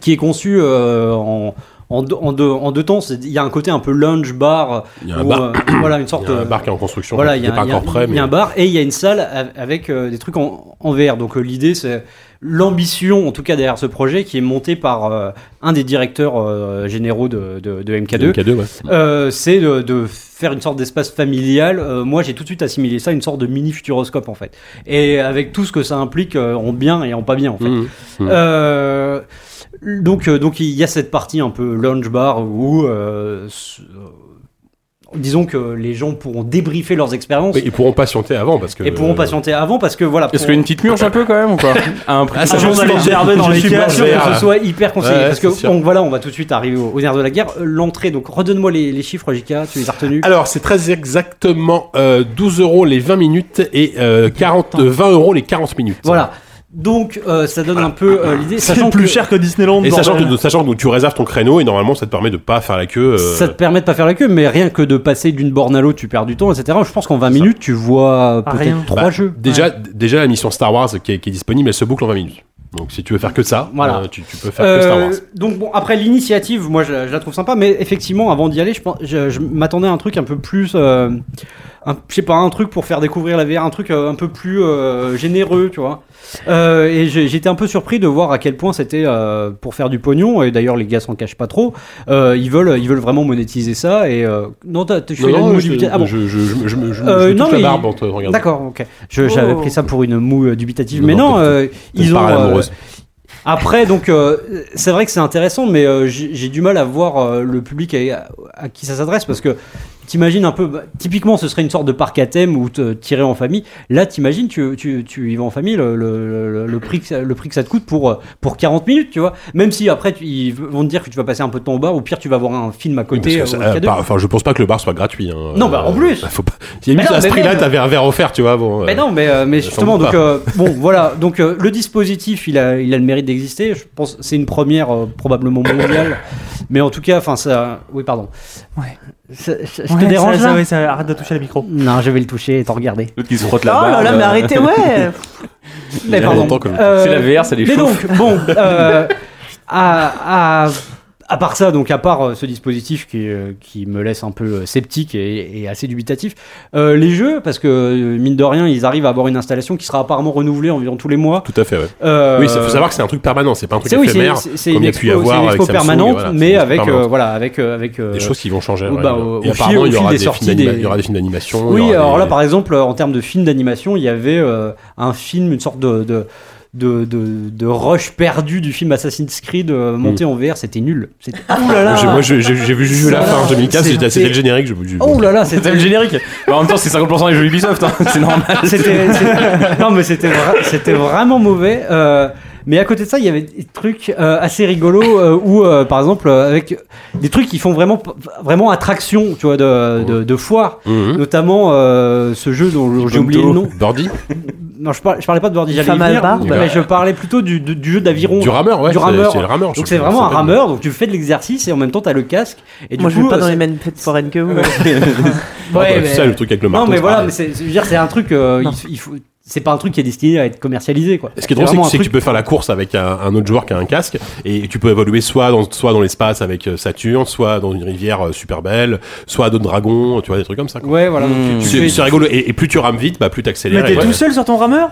S5: qui est conçu euh, en en deux, en deux- en deux temps, C'est- il y a un côté un peu lounge bar,
S3: Il y a un
S5: où,
S3: bar.
S5: euh, voilà une sorte
S3: Il y a un
S5: de-
S3: bar qui est en construction,
S5: Voilà,
S3: qui
S5: il y a,
S3: n'est pas
S5: il y a-
S3: encore prêt,
S5: il y a
S3: mais-
S5: un bar et il y a une salle av- avec euh, des trucs en, en verre. Donc euh, l'idée, c'est l'ambition, en tout cas derrière ce projet, qui est monté par euh, un des directeurs euh, généraux de, de- de MK2.
S3: De MK2, ouais.
S5: Euh, c'est de, de faire une sorte d'espace familial. Euh, moi, j'ai tout de suite assimilé ça à une sorte de mini futuroscope en fait, et avec tout ce que ça implique euh, en bien et en pas bien en fait.
S3: Mhm.
S5: Euh, donc, euh, donc il y a cette partie un peu lounge bar où euh, s- euh, disons que les gens pourront débriefer leurs expériences
S3: Oui, ils pourront patienter avant parce que.
S5: et pourront patienter avant parce que voilà.
S7: Est-ce
S5: pour-
S7: qu'il y a une petite murge un peu quand même ou quoi À (laughs) un prix-
S5: Ah, c'est
S7: Je
S5: bon,
S7: suis
S5: d'aller
S7: pas-
S5: gerber dans
S7: je
S5: les
S7: suis
S5: cages,
S7: pas
S5: sûr que
S7: vert.
S5: ce soit hyper conseillé.
S7: Ouais,
S5: parce que
S7: c'est sûr.
S5: donc voilà, on va tout de suite arriver au, au nerf de la guerre. Euh, L'entrée, donc redonne-moi les, les chiffres, JK, tu les as retenus.
S3: Alors, c'est très exactement euh, 12 euros les 20 minutes et euh, 40, euh, 20 euros les 40 minutes.
S5: Voilà. Donc euh, ça donne un peu euh, l'idée. sachant que-
S4: Disneyland.
S3: Et sachant
S5: ben,
S3: que, sachant que tu réserves ton créneau et normalement ça te permet de pas faire la queue. euh,
S5: Ça te permet de pas faire la queue, mais rien que de passer d'une borne à l'autre, tu perds du temps, etc. Je pense qu'en 20 minutes, tu vois
S3: rien.
S5: peut-être trois
S3: Bah,
S5: jeux.
S3: Déjà, d- déjà la mission Star Wars qui est, qui est disponible, elle se boucle en 20 minutes. Donc si tu veux faire que ça,
S5: Voilà.
S3: euh, tu, tu peux faire
S5: Euh,
S3: que Star Wars.
S5: donc bon, après l'initiative, moi je, la- je la trouve sympa, mais effectivement, avant d'y aller, je, pense- je, je m'attendais à un truc un peu plus, euh, un- je sais pas, un truc pour faire découvrir la VR, un truc euh, un peu plus euh, généreux, tu vois. Euh, et j'ai- j'étais un peu surpris de voir à quel point c'était euh, pour faire du pognon. Et d'ailleurs, les gars s'en cachent pas trop. Euh, ils veulent, ils veulent vraiment monétiser ça. Et euh, non, t'as- tu fais
S3: Non,
S5: la
S3: non,
S5: moue
S3: je-
S5: du butin- Ah bon.
S3: je- je- je- je- je- je
S5: Euh,
S3: me touche
S5: non,
S3: la
S5: mais-
S3: barbe en te regardant.
S5: D'accord, ok. Je- J'avais
S3: Oh.
S5: pris ça pour une moue euh, dubitative,
S3: Non,
S5: mais
S3: non,
S5: non,
S3: t'es-
S5: euh, ils ont.
S3: parles à
S5: euh,
S3: l'amoureuse.
S5: après, donc, euh, c'est vrai que c'est intéressant, mais euh, j'ai j'ai du mal à voir euh, le public à, à qui ça s'adresse parce que t'imagines un peu. bah, typiquement, ce serait une sorte de parc à thème ou te tirer en famille. Là, t'imagines, tu, tu, tu y vas en famille, le, le, le- le prix, que ça- le prix que ça te coûte pour, euh, pour 40 minutes, tu vois. Même si après, tu- ils vont te dire que tu vas passer un peu de temps au bar, ou pire, tu vas voir un film à
S3: Oui, parce
S5: côté.
S3: que ça-
S5: euh, au
S3: euh,
S5: cadeau.
S3: par- enfin, je pense pas que le bar soit gratuit. hein.
S5: Non, bah, en
S3: Euh,
S5: plus.
S3: faut pas- Si limite,
S5: non,
S3: à ce
S5: mais
S3: prix-là,
S5: même. euh,
S3: t'avais un verre offert, tu vois. Bon,
S5: Mais non, mais, euh, mais
S3: ça
S5: justement,
S3: me
S5: donc
S3: va.
S5: euh, bon, voilà, donc euh, le dispositif, il a, il a le mérite d'exister. Je pense, que c'est une première euh, probablement mondiale, mais en tout cas, enfin ça, oui, pardon. Ouais. je
S8: Ouais,
S5: te dérange
S8: ça-
S5: là
S8: ouais, ça- Arrête de toucher le micro.
S5: Non, je vais le toucher et t'en regarder.
S7: L'autre qui se frotte
S8: la
S5: Oh
S7: barbe.
S5: Mais
S7: Il y a
S5: pardon.
S7: longtemps que-
S5: Euh,
S7: C'est la VR, ça les
S5: Mais
S7: (laughs) chauffe.
S5: donc, bon, euh, (laughs) à, à, à part ça, donc à part euh, ce dispositif qui, euh, qui me laisse un peu euh, sceptique et, et assez dubitatif, euh, les jeux, parce que euh, mine de rien, ils arrivent à avoir une installation qui sera apparemment renouvelée environ tous les mois.
S3: Tout à fait, ouais.
S5: Euh,
S3: Oui, il faut savoir que c'est un truc permanent, c'est pas un truc
S5: C'est oui,
S3: éphémère.
S5: c'est- c'est
S3: comme
S5: une
S3: il y a pu y
S5: expo-
S3: avoir
S5: c'est une
S3: avec
S5: expo
S3: Samsung,
S5: permanente,
S3: voilà, c'est
S5: mais
S3: une expo
S5: avec euh,
S3: permanente.
S5: voilà, avec euh, avec euh,
S3: Des choses qui vont changer.
S5: au-
S3: ouais.
S5: bah, au-
S3: et
S5: au fil-
S3: apparemment,
S5: au
S3: il y
S5: fil
S3: aura
S5: des
S3: des
S5: sorties
S3: films d'anima-
S5: des-
S3: il y aura des films d'animation. il y
S5: Oui,
S3: aura
S5: alors
S3: des-
S5: là, par exemple, euh, en termes de films d'animation, il y avait euh, un film, une sorte de, de, de, de- de rush perdu du film Assassin's Creed
S3: Hmm.
S5: euh, monté en VR, c'était nul. C'était- Ouh là là
S3: J'ai- Moi, j'ai j'ai- j'ai vu juste la
S5: Ça,
S3: fin en 2015,
S5: c'était-
S3: c'était c'était le générique. je- je-
S5: Oh là là,
S7: C'était
S5: c'était
S7: le générique. Mais en même temps, c'est 50% des jeux Ubisoft,
S5: (laughs)
S7: hein, c'est normal.
S5: C'était, c'est- non, mais c'était, vra- c'était vraiment mauvais. euh, mais à côté de ça, il y avait des trucs euh, assez rigolos euh, où, euh, par exemple, euh, avec des trucs qui font vraiment, vraiment attraction, tu vois, de, de, de foire.
S3: Mhm.
S5: Notamment euh, ce jeu dont j'ai oublié le nom.
S3: Bordy
S5: non, je, parlais, je parlais pas de Birdie,
S10: Une
S5: j'allais
S10: femme
S5: y
S10: à
S5: venir,
S10: barbe.
S5: mais je parlais plutôt du, du- du jeu d'aviron.
S3: Du rameur, ouais,
S5: Du
S3: c'est-
S5: rameur.
S3: c'est le rameur, je
S5: Donc
S3: sais
S5: c'est
S3: pas
S5: vraiment un
S3: comment ça
S5: rameur, donc tu fais de l'exercice et en même temps t'as le casque. Et du
S10: Moi, je vais
S5: coup,
S10: pas dans
S5: euh,
S10: les mêmes fêtes foraines que vous.
S3: bah, tu sais, le truc avec le marteau,
S5: Non, mais
S3: c'est
S5: voilà,
S3: pareil.
S5: mais c'est, je veux dire, c'est un truc. euh, il f- il faut- c'est pas un truc qui est destiné à être commercialisé, quoi.
S3: Ce qui est drôle, c'est que,
S5: vraiment un
S3: c'est que tu peux
S5: truc-
S3: faire la course avec un, un autre joueur qui a un casque et tu peux évoluer soit dans, soit dans l'espace avec euh, Saturne, soit dans une rivière euh, super belle, soit à d'autres dragons, tu vois, des trucs comme ça. quoi.
S5: Ouais, voilà. donc tu- tu
S3: C'est
S5: fais-
S3: c'est rigolo. Et, et plus tu rames vite, bah, plus t'accélères.
S8: Mais t'es
S3: et-
S8: tout seul sur ton rameur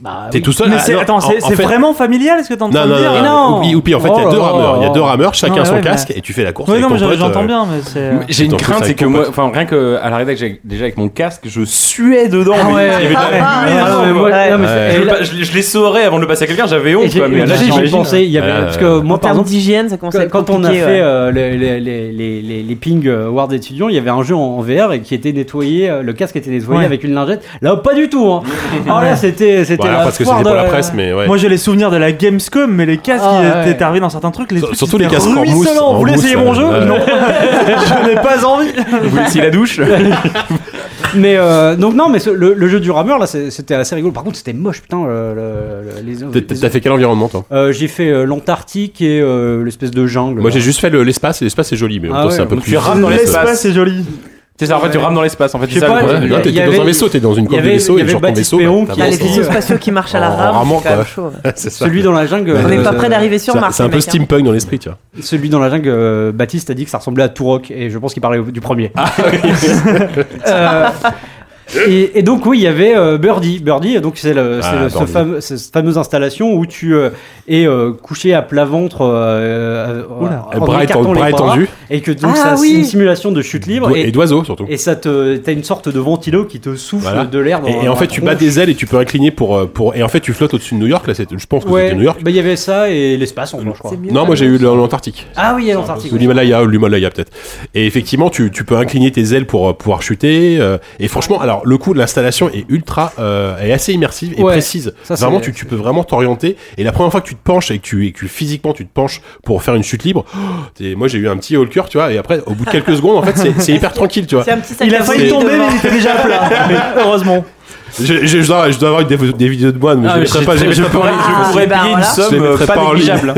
S5: bah,
S3: T'es
S5: oui.
S3: tout seul.
S8: Mais
S3: Ah,
S8: c'est-
S3: non,
S8: attends,
S3: en-
S8: c'est
S3: en
S8: c'est
S3: fait-
S8: vraiment familial ce que t'es en
S3: Non,
S8: train de
S3: non,
S8: dire
S3: non,
S8: Mais
S3: non. Oupi, oupi, en fait, il y a
S5: Oh
S3: deux
S5: là
S3: rameurs. Il y a
S5: là.
S3: deux rameurs, chacun
S8: Non,
S3: son
S8: ouais,
S3: casque
S8: mais-
S3: et tu fais la course.
S8: Oui,
S3: avec
S8: non, mais
S3: ton pote,
S8: j'entends
S3: euh,
S8: bien, mais c'est.
S7: J'ai une
S3: Ton truc,
S7: crainte,
S3: ça,
S7: c'est
S3: avec
S7: que
S3: ton
S7: moi,
S3: pote.
S7: enfin rien que à la rédac, j'ai- déjà avec mon casque, je suais dedans.
S5: Ah
S7: mais
S8: (laughs)
S7: il
S5: ouais,
S7: y avait de la
S5: ah
S7: buée
S5: ouais,
S7: dedans,
S5: non, mais
S7: quoi.
S5: moi-
S10: Ouais.
S5: non, mais
S3: Ouais.
S7: Je
S5: c'est- et
S7: le
S5: là-
S7: pa- Je l'ai- je l'ai saurais avant de le passer à quelqu'un, j'avais
S5: et
S7: honte.
S5: j'ai-
S7: quoi, mais là,
S5: j'ai- J'y
S7: j'imagine.
S5: pensé, il y avait,
S3: Euh,
S5: parce que
S10: En
S5: moi, par
S10: termes
S5: exemple,
S10: d'hygiène, ça commence à
S5: Quand,
S10: être
S5: quand on a
S10: compliqué,
S5: fait
S10: ouais.
S5: euh, les, les, les, les, les, les ping euh, World étudiants, il y avait un jeu en, en VR et qui était nettoyé, euh, le casque était nettoyé
S8: Ouais.
S5: avec une lingette. Là, pas du tout. Hein.
S3: (laughs)
S5: Ah là, c'était c'était
S3: Voilà,
S5: la
S3: parce que
S5: foire
S3: c'était pour
S5: de-
S3: la presse, mais ouais.
S8: Moi j'ai les souvenirs de la Gamescom, mais les casques
S5: Ah,
S8: qui
S5: ouais.
S8: étaient arrivés dans certains trucs, les
S3: Sur-
S8: trucs
S3: surtout les
S8: étaient
S3: casques en mousse,
S8: ruisselants.
S3: en
S8: Vous voulez essayer
S3: mousse,
S8: mon jeu
S3: euh, (laughs)
S8: Non,
S3: ouais.
S8: je n'ai pas envie.
S7: Vous voulez essayer la douche
S5: Mais euh, donc non, mais ce- le, le jeu du rameur là, c'est- c'était assez rigolo. Par contre, c'était moche, putain. Le, le- le- les,
S3: T'as- T'as
S5: les-
S3: t'as fait quel environnement, toi
S5: Euh, J'ai fait euh, l'Antarctique et euh, l'espèce de jungle.
S3: Moi, j'ai
S5: là.
S3: juste fait le- l'espace, et l'espace est joli, mais en
S5: Ah
S3: même temps, c'est
S5: ouais,
S3: un peu
S5: donc
S3: plus.
S7: tu rames dans l'espace.
S8: L'espace c'est joli.
S7: C'est ça, en fait, tu rames dans l'espace. En fait,
S5: sais
S7: c'est ça.
S5: pas,
S7: le
S3: Ouais,
S7: problème.
S5: il y a-
S3: là,
S5: il y
S3: T'étais dans un
S5: avait-
S3: vaisseau, t'es dans une
S5: il y
S3: cour de
S5: avait-
S3: vaisseau,
S5: il y
S3: et
S5: avait
S3: genre ton
S5: Baptiste
S3: vaisseau. bah,
S5: Péon
S3: t'avances,
S5: qui
S10: Ah, les
S5: Bon,
S10: vaisseaux
S5: euh,
S10: spatiaux qui marchent à la
S3: en- en
S10: rame,
S3: ramant,
S10: c'est quand même
S3: Oh, quoi.
S10: chaud.
S3: C'est ça.
S5: Celui dans la jungle.
S10: On n'est
S5: euh,
S10: pas près d'arriver sur
S3: C'est-
S10: Mars.
S3: C'est un
S10: les
S3: peu
S10: mecs, hein.
S3: steampunk dans l'esprit, tu vois.
S5: Celui dans la jungle, euh, Baptiste a dit que ça ressemblait à Turok, et je pense qu'il parlait du premier.
S3: Ah,
S5: (laughs) Euh, et, et donc oui, il y avait euh, Birdie. Birdie, donc c'est le, c'est
S3: Ah,
S5: le- ce
S3: Birdie.
S5: fameux, c'est cette fameuse installation où tu euh, es euh, couché à plat ventre, euh, euh, en
S3: Bras
S5: écartant
S3: éten-
S5: les
S3: bras
S5: bras,
S3: étendus,
S5: et que donc
S10: Ah,
S5: ça,
S10: oui.
S5: c'est une simulation de chute libre.
S3: do-
S5: et,
S3: et d'oiseaux surtout.
S5: et ça te, t'as une sorte de ventilo qui te souffle
S3: Voilà.
S5: de l'air. dans-
S3: Et, et
S5: dans
S3: en fait,
S5: la
S3: tu bats
S5: tronche.
S3: des ailes et tu peux incliner pour. euh, pour et en fait, tu flottes au-dessus de New York. Là, c'est- je pense que
S5: Ouais,
S3: c'était New York.
S5: bah, il y avait ça et l'espace en gros, je crois.
S10: C'est mieux.
S3: Non, moi j'ai eu l'Antarctique.
S5: Ah oui, et l'Antarctique.
S3: Ou l'Himalaya, ou l'Himalaya peut-être. Et effectivement, tu, tu peux incliner tes ailes pour euh, pouvoir chuter. euh, et franchement, alors le coup de l'installation est ultra, euh, est assez immersive et
S5: Ouais,
S3: précise.
S5: ça, c'est-
S3: vraiment, tu, tu peux vraiment t'orienter. Et la première fois que tu te penches et que tu, et que tu- physiquement tu te penches pour faire une chute libre, (gasps) oh, t'es- moi j'ai eu un petit haut le cœur, tu vois. Et après, au bout de quelques secondes, en fait, c'est- c'est hyper tranquille, tu vois.
S5: (laughs)
S10: C'est un petit sac
S8: Il a
S10: à
S8: failli
S10: dos
S8: tomber,
S10: devant.
S8: mais il était déjà à plat. Mais heureusement.
S3: Je, je- je dois, je dois avoir des, des vidéos de moi, mais
S7: Ah,
S3: je
S7: mais
S3: les
S7: j'ai-
S3: mettrai pas. je les
S7: je
S3: mettrai pas en
S7: pourrais-
S3: ligne.
S7: je pourrais
S10: bah,
S7: payer une
S10: voilà.
S3: Je les
S7: somme
S3: mettrai
S7: euh,
S3: pas en
S7: pas
S3: ligne.
S7: négligeable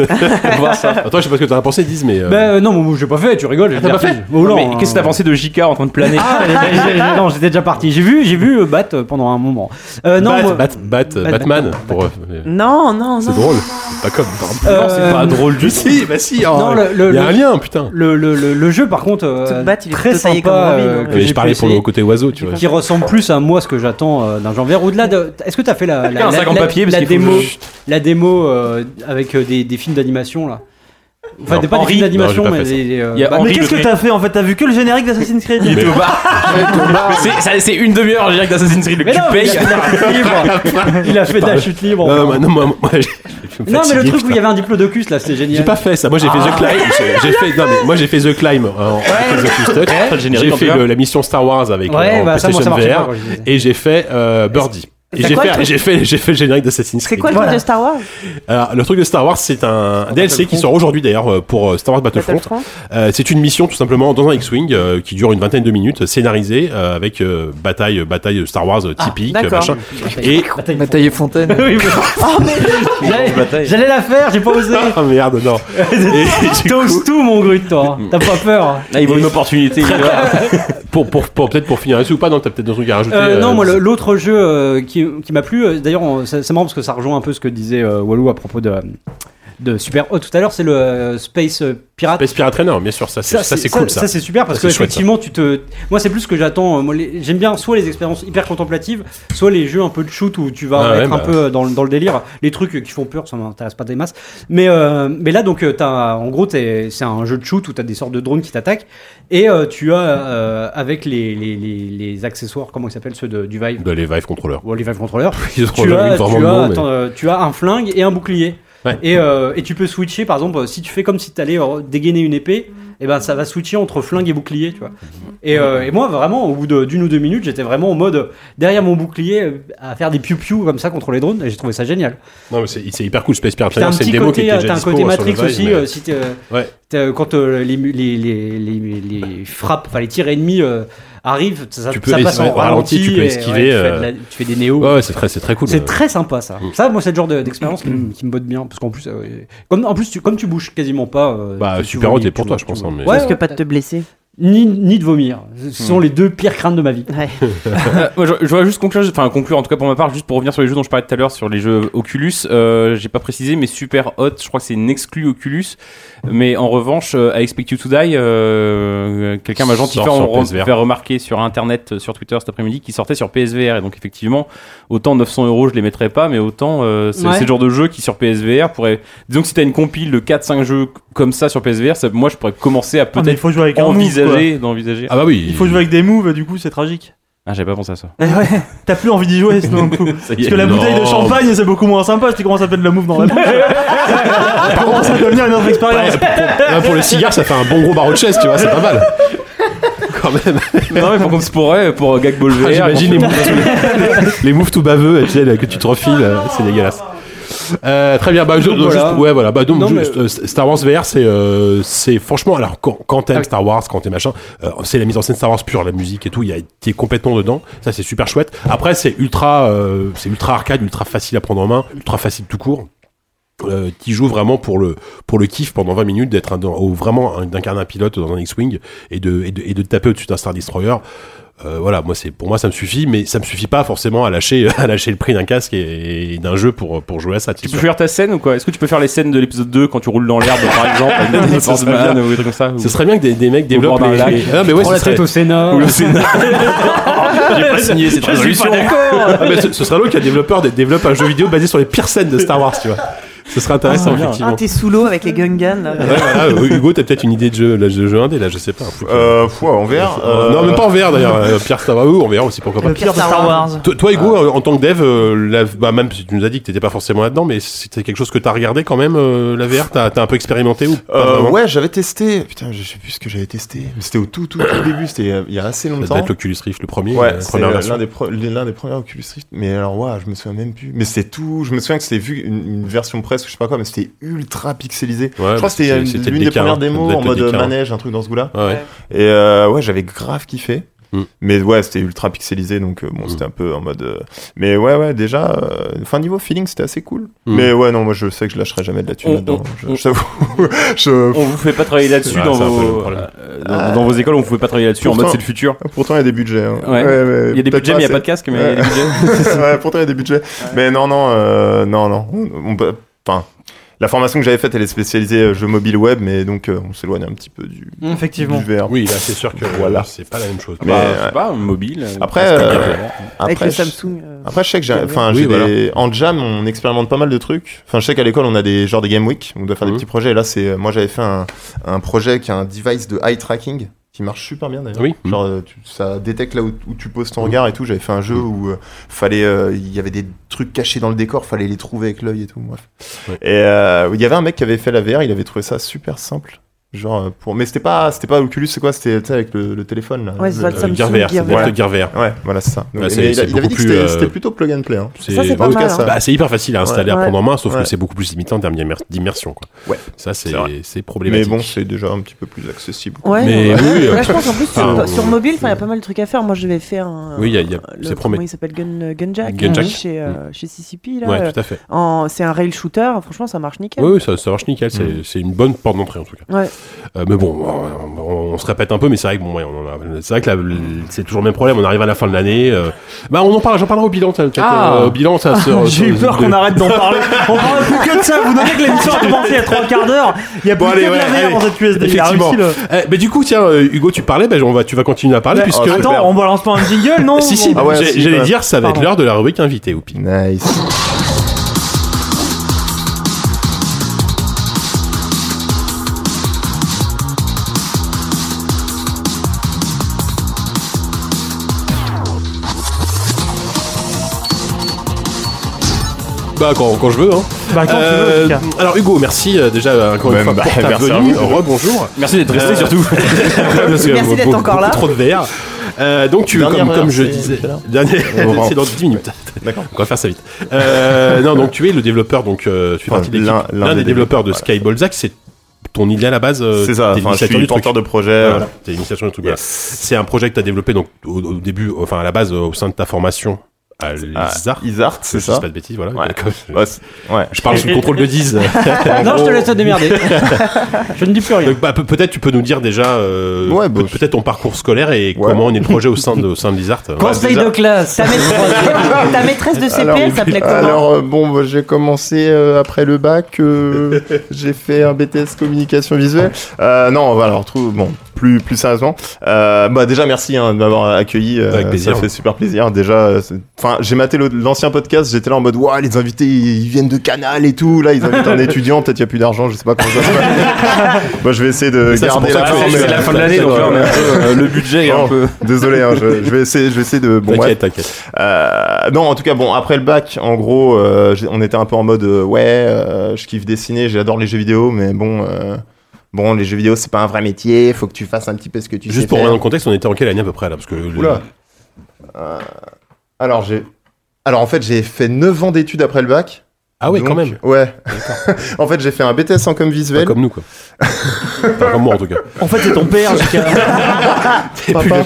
S7: pour voir ça.
S3: Attends, je sais pas ce que t'en as pensé, Diz, mais. euh,
S5: Ben euh, non, moi j'ai pas fait, tu rigoles. j'ai
S3: t'as
S5: le
S3: pas
S5: vertige.
S3: fait
S5: Oh, non,
S7: mais
S5: hein.
S7: qu'est-ce que t'as pensé de JK en train de planer
S5: Ah, j'ai- j'ai- j'ai- non, j'étais déjà parti. J'ai vu, j'ai vu euh, Bat euh, pendant un moment. Euh, non,
S3: Bat-
S5: moi- Bah,
S3: Bat- Bat- Batman. pour, euh,
S10: (laughs) Non, non,
S3: C'est
S10: non.
S3: drôle. Pas comme.
S5: Euh, c'est pas
S3: drôle du tout. Si, bah si.
S5: Non,
S7: Ah,
S5: le- le-
S3: Il y a
S5: le-
S3: un lien, putain.
S5: le, le, le, le jeu, par contre, euh,
S10: Tout Bat, il est
S5: très
S10: plutôt taillé
S5: sympa.
S10: comme Robin,
S5: euh,
S10: hein.
S5: que
S3: Mais
S5: j'ai
S3: je
S5: pu
S3: parlais pour le
S5: essayer,
S3: côté oiseau, tu vois.
S5: Qui ressemble plus à moi ce que j'attends euh, d'un Jean Vert. Au-delà de. Est-ce que t'as fait la,
S7: Quelqu'un a
S5: la,
S7: un sac en
S5: la-
S7: papier, parce
S5: la
S7: qu'il faut
S5: démo,
S7: que je-
S5: la démo euh, avec euh, des, des films d'animation là Enfin,
S3: Non.
S5: des- pas
S7: Henri.
S5: des films d'animation,
S3: Non, j'ai
S5: mais
S3: pas fait
S5: des. des, euh,
S7: Il y a
S5: bah,
S7: Henri
S8: Mais qu'est-ce
S7: le
S8: que t'as fait en fait T'as vu que le générique d'Assassin's Creed
S7: Il est au bar. (laughs) C'est- ça- C'est une demi-heure, j'ai d'Assassin's Creed, le
S5: mais
S7: cul
S5: non, mais il
S7: paye.
S5: a fait de la chute libre. Il a fait de la chute libre.
S3: Non, mais-
S5: enfin.
S3: non, moi, moi, j'ai- j'ai
S5: Non, mais le
S3: fatigué,
S5: truc Ah. où il
S3: putain.
S5: y avait un diplodocus là, c'était génial.
S3: J'ai pas fait ça. Moi, j'ai fait The Climb. J'ai- J'ai fait. Non, mais moi, j'ai fait The Climb. hein, en- avec The Fist Touch.
S7: le générique
S3: J'ai
S7: en
S3: fait
S7: plein.
S3: le- la mission Star Wars avec euh,
S5: Ouais,
S3: en
S5: bah ça, moi,
S3: PlayStation
S5: ça marchait pas.
S3: VR.
S5: quand je disais.
S3: Et j'ai fait euh, Birdie. Et
S10: C'est
S3: j'ai
S10: quoi le
S3: fait,
S10: truc
S3: (laughs) j'ai fait, j'ai fait le générique d'Assassin's
S10: C'est
S3: Creed.
S10: quoi le truc de Star Wars
S3: Alors, le truc de Star Wars, c'est un DLC qui sort aujourd'hui d'ailleurs euh, pour euh, Star Wars Battlefront.
S10: Battlefront
S3: Euh, c'est une mission tout simplement dans un X-wing euh, qui dure une vingtaine de minutes, scénarisée euh, avec euh, bataille, bataille Star Wars euh,
S5: Ah,
S3: typique,
S10: d'accord.
S3: machin. Et
S9: Bataille et Fontaine.
S5: (laughs) Ah, J'allais-
S7: bataille.
S5: J'allais la faire, j'ai pas osé. (laughs)
S3: ah merde non. Et du coup,
S5: T'oses tout, mon grut, toi. hein. T'as pas peur.
S7: Là, il voit une opportunité, il y va.
S3: (laughs) pour pour, pour peut-être pour finir là-dessus ou pas, non t'as peut-être des trucs à rajouter.
S5: Euh,
S3: euh,
S5: non, moi, le- l'autre jeu euh, qui, qui m'a plu, euh, d'ailleurs, on- c'est c'est marrant parce que ça rejoint un peu ce que disait euh, Walou à propos de, de Super Hot tout à l'heure, c'est le euh, Space euh, Pirate.
S3: Space Pirate Trainer, bien sûr, ça c'est ça, c'est cool ça.
S5: c'est super parce
S3: Ça,
S5: que
S3: c'est chouette,
S5: effectivement tu te moi c'est plus ce que j'attends euh, moi, les- j'aime bien soit les expériences hyper contemplatives soit les jeux un peu de shoot où tu vas
S3: Ah ouais,
S5: être un
S3: bah.
S5: peu euh, dans, le- dans le délire les trucs qui font peur ça m'intéresse pas des masses mais euh, mais là donc euh, t'as en gros t'es- c'est un jeu de shoot où t'as des sortes de drones qui t'attaquent et euh, tu as euh, avec les, les, les, les accessoires comment ils s'appellent ceux de, du Vive
S3: De les Vive Controller.
S5: ou les Vive Controller
S3: Ils ont
S5: tu
S3: vraiment
S5: as,
S3: vraiment
S5: tu
S3: de
S5: as-
S3: nom, mais-
S5: attends, euh, tu as un flingue et un bouclier.
S3: Ouais.
S5: Et, euh, et tu peux switcher, par exemple, si tu fais comme si tu allais euh, dégainer une épée, et ben ça va switcher entre flingue et bouclier, tu vois. Et, euh, et moi, vraiment, au bout de- d'une ou deux minutes, j'étais vraiment en mode euh, derrière mon bouclier euh, à faire des piou-piou comme ça contre les drones, et j'ai trouvé ça génial.
S3: Non, mais c'est c'est hyper cool, Space Pirate.
S5: Puis T'as un
S3: D'ailleurs, c'est une
S5: petit
S3: démo qui
S5: côté,
S3: était
S5: euh,
S3: déjà
S5: t'as un
S3: dispo,
S5: côté
S3: hein, sur le
S5: Matrix
S3: Vive,
S5: aussi,
S3: mais-
S5: euh, si t'es, euh,
S3: Ouais.
S5: t'as- quand euh, les, mu- les, les, les, les frappes, enfin les tirs ennemis euh, arrivent, ça,
S3: Tu peux
S5: ça
S3: les-
S5: passe
S3: ouais,
S5: en
S3: au ralenti,
S5: ralenti,
S3: tu peux
S5: et,
S3: esquiver,
S5: ouais, tu, fais de
S3: euh,
S5: la- tu fais des néos.
S3: Ouais, ouais, c'est très, c'est très cool.
S5: C'est très sympa ça. Ça, moi, c'est le genre de- d'expérience qui, me- qui me botte bien. Parce qu'en plus, euh, comme, en plus tu, comme tu bouges quasiment pas. euh,
S3: Bah,
S5: tu- tu
S3: Super
S5: vomis,
S3: Hot est
S5: tu
S3: pour
S5: vois,
S3: toi, je
S5: tu
S3: pense,
S5: vois.
S3: hein, mais-
S5: Ouais,
S10: Parce que
S5: ouais,
S10: pas de te blesser.
S5: ni, ni de vomir. Ce sont
S7: Hmm.
S5: les deux pires craintes de ma vie.
S3: (laughs)
S10: Ouais.
S7: Moi, je, je voudrais juste conclure, enfin conclure en tout cas pour ma part, juste pour revenir sur les jeux dont je parlais tout à l'heure, sur les jeux Oculus. Euh, J'ai pas précisé, mais Super Hot, je crois que c'est une exclue Oculus. Mais en revanche, euh, à Expect You to Die, euh, quelqu'un m'a gentiment
S3: Sort sur
S7: rem-
S3: PSVR.
S7: fait remarquer sur Internet, euh, sur Twitter cet après-midi, qui sortait sur PSVR. Et donc effectivement, autant 900 euros, je les mettrais pas, mais autant euh, c'est
S5: Ouais.
S7: c'est le genre de jeu qui sur PSVR pourrait. Disons que si t'as une compile de 4-5 jeux comme ça sur PSVR, ça- moi je pourrais commencer à
S4: Ah, mais il
S7: peut-être
S4: faut jouer avec un move, quoi.
S7: envisager, d'envisager.
S3: Ah bah oui.
S4: Il faut jouer avec des moves, du coup, c'est tragique.
S7: Ah, j'avais pas pensé à ça.
S4: Eh ouais, t'as plus envie d'y jouer, sinon, du coup.
S7: Ça y est.
S4: Parce que la
S3: Non.
S4: bouteille de champagne, c'est beaucoup moins sympa si tu commences à faire de la move dans la
S3: (laughs)
S4: bouche. ça commence à devenir une autre
S3: Ouais,
S4: expérience.
S3: Ah, pour, ouais, pour les cigares, ça fait un bon gros barreau de chaise, tu vois, c'est pas mal. Quand même.
S7: non, mais pour qu'on se pourrait, pour euh, Gag Ball
S3: Ah,
S7: VR,
S3: J'imagine les
S7: qu'on-
S3: moves, tout, les moves tout baveux tu sais, là, que tu te refiles, euh, c'est dégueulasse. Euh, très bien, bah, je-
S5: Donc,
S3: donc,
S5: voilà.
S3: juste- ouais, voilà. Bah, donc,
S5: Non,
S3: juste,
S5: mais-
S3: euh, Star Wars VR, c'est euh, c'est franchement, alors quand, quand
S5: Ah
S3: t'aimes Star Wars, quand t'es machin, euh, c'est la mise en scène Star Wars pure, la musique et tout, il y a- t'es complètement dedans. Ça, c'est super chouette. Après, c'est ultra, euh, c'est ultra arcade, ultra facile à prendre en main, ultra facile tout court. Euh, qui joue vraiment pour le pour le kiff pendant 20 minutes d'être un- au- vraiment un- d'incarner un pilote dans un X-wing et de, et de et de taper au-dessus d'un Star Destroyer euh, voilà, moi c'est pour moi ça me suffit, mais ça me suffit pas forcément à lâcher (laughs) à lâcher le prix d'un casque et, et d'un jeu pour pour jouer à ça.
S7: Tu
S3: tu
S7: peux
S3: vois.
S7: faire ta scène ou quoi Est-ce que tu peux faire les scènes de l'épisode 2 quand tu roules dans l'herbe par exemple (laughs) avec des
S3: Ça
S7: Force
S3: serait
S7: Man ou des trucs comme ça ou-
S3: Ce serait bien que des, des mecs développent
S7: bord d'un
S3: les,
S7: lac.
S3: les- Ah, mais ouais, ce
S5: Prends la tête
S3: serait... (laughs)
S5: au Sénat.
S7: Ou le Sénat. J'ai pas signé cette résolution.
S3: Ah, mais ce, ce serait l'autre qu'un développeur dé- développe un jeu vidéo basé sur les pires scènes de Star Wars, tu vois. Ce serait intéressant
S7: Ah, bien.
S10: Ah,
S3: effectivement.
S10: t'es sous l'eau avec les Gungans là.
S3: Ouais, ah, Hugo, t'as peut-être une idée de jeu, là, de jeu indé, là, je sais pas. un truc, euh,
S6: Euh, fou, en VR. euh,
S3: Non, même pas en VR d'ailleurs. euh, Pierre Star Wars, en VR aussi, pourquoi pas.
S10: Le pire Star Wars.
S3: Toi, toi, Hugo, euh, en tant que dev, euh, la- bah, même si tu nous as dit que t'étais pas forcément là-dedans, mais c'était quelque chose que t'as regardé quand même, euh, la VR, t'as t'as un peu expérimenté ou pas
S6: Euh,
S3: vraiment
S6: ouais, j'avais testé. Putain, je sais plus ce que j'avais testé. Mais C'était au tout, tout, tout début. C'était euh, il y a assez
S3: Ça devait
S6: longtemps.
S3: être l'Oculus Rift, le premier,
S6: Ouais,
S3: la
S6: c'est
S3: première
S6: euh,
S3: version.
S6: l'un des, pre- l'un des premiers Oculus Rift. Mais alors, waouh, je me souviens même plus. Mais c'était tout. Je me souviens que c'était vu une, une version presse ou je sais pas quoi, mais c'était ultra pixelisé.
S3: Ouais,
S6: je crois
S3: bah,
S6: que c'était
S3: c'est-
S6: une-
S3: le
S6: l'une des
S3: DK1,
S6: premières
S3: ça devait
S6: démos
S3: être
S6: en
S3: le
S6: mode euh,
S3: DK1.
S6: manège, un truc dans ce goût-là.
S3: Ouais, ouais.
S6: Et euh, ouais, j'avais grave kiffé.
S3: Mm.
S6: Mais ouais, c'était ultra pixelisé, donc euh, bon, c'était un peu en mode. euh, Mais ouais, ouais, déjà, euh, enfin niveau feeling, c'était assez cool.
S3: Mm.
S6: Mais ouais, non, moi je sais que je lâcherai jamais de la thune
S7: On-
S6: là-dedans.
S7: on-
S6: Je-
S7: on-
S6: Je t'avoue. (laughs) je...
S7: On vous fait pas travailler là-dessus
S3: Ouais,
S7: dans,
S3: c'est un peu le
S7: vos...
S3: problème.
S7: euh, dans, dans vos écoles, on vous fait pas travailler là-dessus en
S6: Pourtant-
S7: mode c'est le futur.
S6: Pourtant, il y a des budgets. hein.
S7: Ouais. Il y a des
S6: peut-être
S7: budgets, mais il y a
S6: assez.
S7: euh, pas de casque, mais il y a des (laughs)
S6: Ouais.
S7: budgets.
S6: (laughs) ouais, pourtant il y a des budgets. Mais non, non, euh, non, non. On- on peut- Enfin, la formation que j'avais faite, elle est spécialisée euh, jeux mobile web, mais donc euh, on s'éloigne un petit peu du,
S4: Effectivement.
S6: du VR.
S3: Oui, là, c'est sûr que
S6: Voilà.
S3: c'est pas la même chose.
S6: Mais,
S7: Bah,
S6: euh,
S7: je sais pas, mobile.
S6: après,
S7: euh,
S6: euh,
S10: Avec
S6: après,
S10: le
S6: je-
S10: Samsung. euh,
S6: après, je sais que j'ai, enfin,
S3: Oui,
S6: j'ai
S3: voilà.
S6: des- en jam, on expérimente pas mal de trucs. Enfin, je sais qu'à l'école, on a des genres des game week, on doit faire
S3: Mhm.
S6: des petits projets. Et là, c'est, euh, moi, j'avais fait un, un projet qui a un device de eye tracking qui marche super bien d'ailleurs.
S3: Oui. Mhm.
S6: Genre, euh, tu- ça détecte là où, où tu poses ton regard et tout. J'avais fait un jeu où euh, fallait, euh, il y avait des trucs cachés dans le décor, fallait les trouver avec l'œil et tout. bref.
S3: Ouais.
S6: Et euh, il y avait un mec qui avait fait la VR, il avait trouvé ça super simple. Genre, euh, pour, mais c'était pas, c'était pas Oculus, c'est quoi C'était tu sais, avec le, le téléphone. Là,
S10: Ouais, c'est ça,
S6: Le-
S10: le Samsung
S3: Gear VR, c'est
S10: Gear
S6: VR.
S3: le Gear VR.
S6: Ouais, voilà, c'est ça. Donc,
S3: Ouais, c'est-
S6: mais il,
S3: c'est
S6: a- il
S3: beaucoup
S6: avait dit que
S3: plus,
S6: c'était
S3: euh,
S6: c'était plutôt plug and play. hein.
S10: Ça, c'est pas
S6: en tout
S10: mal.
S6: cas,
S10: hein.
S6: ça-
S3: Bah, c'est hyper facile à installer, à
S10: Ouais.
S3: prendre en main, sauf que
S6: Ouais.
S3: c'est beaucoup plus limitant en termes d'immer- d'immersion. quoi.
S6: Ouais.
S3: Ça, c'est
S6: C'est vrai.
S3: c'est
S6: Mais
S3: problématique.
S6: bon, c'est déjà un petit peu plus accessible.
S10: Ouais.
S3: Mais oui, euh,
S10: Là, je pense en plus sur,
S3: Enfin,
S10: sur
S3: euh,
S10: mobile, enfin, il y a pas mal de trucs à faire. Moi, j'avais fait un.
S3: Oui, il y a- il y a-
S10: Euh, le-
S3: c'est
S10: comment
S3: promet-
S10: Il s'appelle Gun, Gunjack,
S3: Gunjack.
S10: hein, chez euh, chez CCP là.
S3: Mm.
S10: euh,
S3: ouais, tout à fait.
S10: En- c'est un rail shooter. Franchement, ça marche nickel.
S3: Oui, oui, ça, ça marche nickel. c'est-
S6: Mm.
S3: C'est une bonne porte d'entrée en tout cas.
S10: Ouais.
S3: Euh, mais bon, on, on- on se répète un peu, mais c'est vrai que bon, ouais, on en a- c'est vrai que la- c'est toujours le même problème. On arrive à la fin de l'année. euh, Bah, on en parle. J'en parlerai au bilan. peut-être,
S7: Ah.
S3: euh, au bilan,
S4: (laughs)
S3: ça. se-
S4: J'ai eu
S3: se-
S4: peur
S3: de-
S4: qu'on arrête d'en parler. On parle plus que de ça. Vous notez que l'émission a commencé à trois quarts d'heure. Il y a plus
S3: Bon, allez,
S4: que de la
S3: ouais,
S4: VR dans
S3: allez.
S4: cette USD. Il a
S3: Effectivement.
S4: réussi, là.
S3: Eh, mais du coup, tiens, euh, Hugo, tu parlais. ben on va, tu vas continuer à parler
S4: Ouais.
S3: puisque.
S4: Attends, on balance pas un jingle, non
S3: Si, si,
S4: On-
S6: Ah ouais,
S3: j'ai-
S6: si,
S3: j'allais
S6: ouais.
S3: dire, ça va être
S4: Pardon.
S3: l'heure de la rubrique invité, Oupi.
S6: Nice.
S3: Bah, quand, quand je veux, hein. Euh,
S4: Bah, quand tu veux, en tout cas.
S3: Alors, Hugo, merci euh, déjà euh, encore une
S6: Bah,
S3: fois
S6: bah,
S3: pour ta
S6: merci à
S3: venue.
S6: vous.
S3: Rebonjour.
S7: Merci d'être resté
S3: Euh,
S7: surtout.
S3: (laughs) Parce que
S10: Merci
S3: beaucoup-
S10: d'être encore là.
S3: Beaucoup trop de VR. Euh, donc tu
S6: Dernière
S3: comme,
S6: heure,
S3: comme je
S6: c'est-
S3: disais
S6: c'est là.
S3: dernier (laughs)
S6: On va-
S3: c'est dans 10 minutes
S6: (laughs) D'accord.
S3: on va faire ça vite euh, non donc tu es le développeur donc euh, tu fais
S6: Enfin,
S3: partie de l'équipe-
S6: l'un-
S3: l'un des, développeurs de Sky Balzac c'est ton idée à la base euh,
S6: C'est ça,
S3: t'es
S6: enfin, je
S3: l'initiateur
S6: suis
S3: du truc
S6: tenteur de projet.
S3: Voilà,
S6: euh,
S3: t'es l'initiateur du truc voilà.
S6: yes.
S3: c'est un projet que tu as développé donc au, au début enfin à la base euh, au sein de ta formation à
S6: Ah,
S3: l'ISAR
S6: Isart, c'est
S3: je dis
S6: ça.
S3: pas de bêtises voilà
S6: Ouais.
S3: Comme-
S6: Ouais, c'est- ouais.
S3: je parle sous le contrôle de
S5: (laughs)
S3: 10
S5: Non, je te laisse
S3: (laughs)
S5: te démerder. je ne dis plus rien.
S3: Donc, bah, peut- peut-être tu peux nous dire déjà euh,
S6: Ouais,
S3: peut-
S6: bah,
S3: peut-être ton parcours scolaire et comment on est le projet au sein de, au sein de Lizard.
S5: Conseil
S6: déjà-
S5: de classe.
S3: (laughs)
S10: Ta maîtresse, ta maîtresse de CP, elle s'appelait comment
S6: Alors euh, bon, moi, j'ai commencé euh, après le bac, euh, j'ai fait un BTS communication visuelle. Euh, non, on va alors tout bon, plus plus sérieusement. euh, bah déjà merci hein, de m'avoir accueilli, euh,
S3: Avec plaisir.
S6: ça fait super plaisir. Déjà, euh, c'est- enfin j'ai maté le- l'ancien podcast, j'étais là en mode waouh les invités ils viennent de Canal et tout, là ils
S3: (laughs)
S6: invitent un étudiant, peut-être il y a plus d'argent, je sais pas comment ça se passe. Moi je vais essayer de
S3: c'est
S6: garder
S3: pour ça
S6: la
S3: que
S6: forme,
S3: c'est-
S6: mais-
S3: c'est la fin de
S7: l'année, donc là, on est un peu, euh, le budget est un
S6: Non,
S7: peu.
S6: Désolé, hein, je, je vais essayer, je vais essayer de. Bon,
S3: t'inquiète,
S6: bref.
S3: t'inquiète.
S6: Euh, non, en tout cas, bon, après le bac, en gros, euh, j'ai- on était un peu en mode euh, ouais, euh, je kiffe dessiner, j'adore les jeux vidéo, mais bon, euh, bon, les jeux vidéo, c'est pas un vrai métier, faut que tu fasses un petit peu ce que tu sais
S3: Juste pour
S6: faire.
S3: remettre dans le contexte, on était en quelle année à peu près là Parce que le-
S6: Oula. Euh, alors j'ai, alors en fait, j'ai fait 9 ans d'études après le bac.
S3: Ah ouais, quand
S6: donc- Ben
S3: même.
S6: Ouais. (laughs) en fait, j'ai fait un BTS en com
S3: Pas
S6: visuel.
S3: comme nous quoi. Pas comme moi en tout cas.
S5: En fait, c'est ton père, JK.
S3: (laughs)
S6: Papa. (laughs)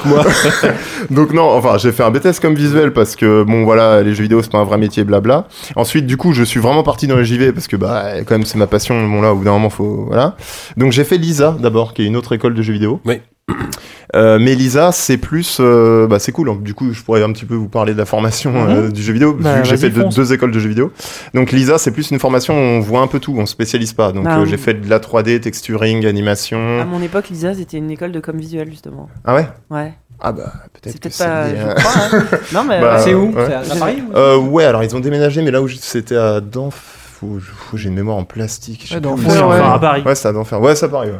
S6: Donc non, enfin j'ai fait un BTS comme visuel parce que bon voilà les jeux vidéo c'est pas un vrai métier blabla. Ensuite du coup je suis vraiment parti dans les JV parce que bah quand même c'est ma passion bon là au bout d'un moment faut voilà. Donc j'ai fait Lisa d'abord qui est une autre école de jeux vidéo.
S3: Oui.
S6: (clears throat) Euh, mais Lisa c'est plus euh, bah c'est cool. Du coup je pourrais un petit peu vous parler de la formation
S10: Mhm.
S6: euh, du jeu vidéo
S8: Bah,
S6: vu que j'ai
S8: vas-y,
S6: fait de-
S8: fonce.
S6: deux écoles de jeux vidéo. Donc Lisa c'est plus une formation où on voit un peu tout, on se spécialise pas. Donc
S10: Bah,
S6: euh,
S10: on- Ah.
S6: j'ai fait de la 3D, texturing, animation.
S10: À mon époque, l'ISA, c'était une école de com visuel, justement.
S6: Ah ouais.
S10: Ouais.
S6: Ah bah peut-être.
S10: C'est
S6: que
S10: peut-être
S6: c'est
S10: pas.
S6: lié
S10: je
S6: (laughs) à-
S10: crois, hein. Non,
S4: Euh,
S10: mais.
S6: Bah,
S5: C'est où
S6: ouais.
S5: C'est à Paris ou-
S6: Euh, ouais, alors ils ont déménagé, mais là où je- c'était à Danf, où je- où j'ai une mémoire en plastique. je sais
S9: Ouais,
S6: plus
S9: Danf.
S6: où
S9: Ouais,
S6: c'est.
S9: ouais.
S4: Enfin, à Paris.
S6: Ouais, c'est à Danfer. Ouais, ça pareil. Ouais.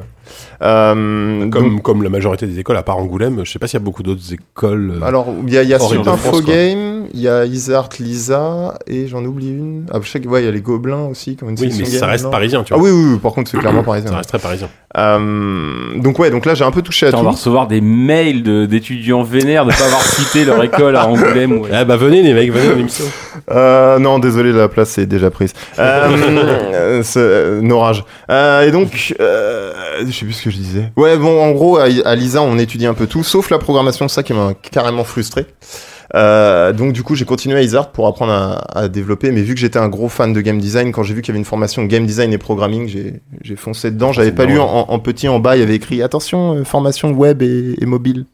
S6: Euh,
S3: Comme,
S6: donc,
S3: comme la majorité des écoles, à part Angoulême, je sais pas s'il y a beaucoup d'autres écoles. euh,
S6: alors, il y a, il y a
S3: hors
S6: Super
S3: Île-de-France,
S6: Info
S3: quoi.
S6: Game, il y a Isart Lisa, et j'en oublie une. Ah, je sais que, ouais, il y a les Gobelins aussi, comme une
S3: oui,
S6: section
S3: mais ça
S6: game,
S3: reste
S6: non
S3: parisien, tu
S6: Ah
S3: vois.
S6: oui, oui, oui, par contre, c'est clairement parisien.
S3: Ça reste très parisien.
S6: Euh, donc, ouais, donc là, j'ai un peu touché à
S7: Putain, on va
S6: tout.
S7: recevoir des mails de- d'étudiants vénères de pas avoir cité (laughs) leur école à Angoulême. ouais.
S3: Ah bah venez les mecs, venez dans l'émission.
S6: Euh, non, désolé, la place est
S3: (laughs)
S6: déjà prise. Euh, euh, c'est, euh, un orage. Euh, et donc, euh, je sais plus ce que je disais. Ouais, bon, en gros, à, à Lisa, on étudie un peu tout, sauf la programmation, ça qui m'a carrément frustré. Euh, donc du coup j'ai continué à Isart pour apprendre à, à développer mais vu que j'étais un gros fan de game design quand j'ai vu qu'il y avait une formation game design et programming j'ai j'ai foncé
S3: Ah,
S6: dedans j'avais pas lu en, en petit en bas il y avait écrit attention euh, formation web et, et mobile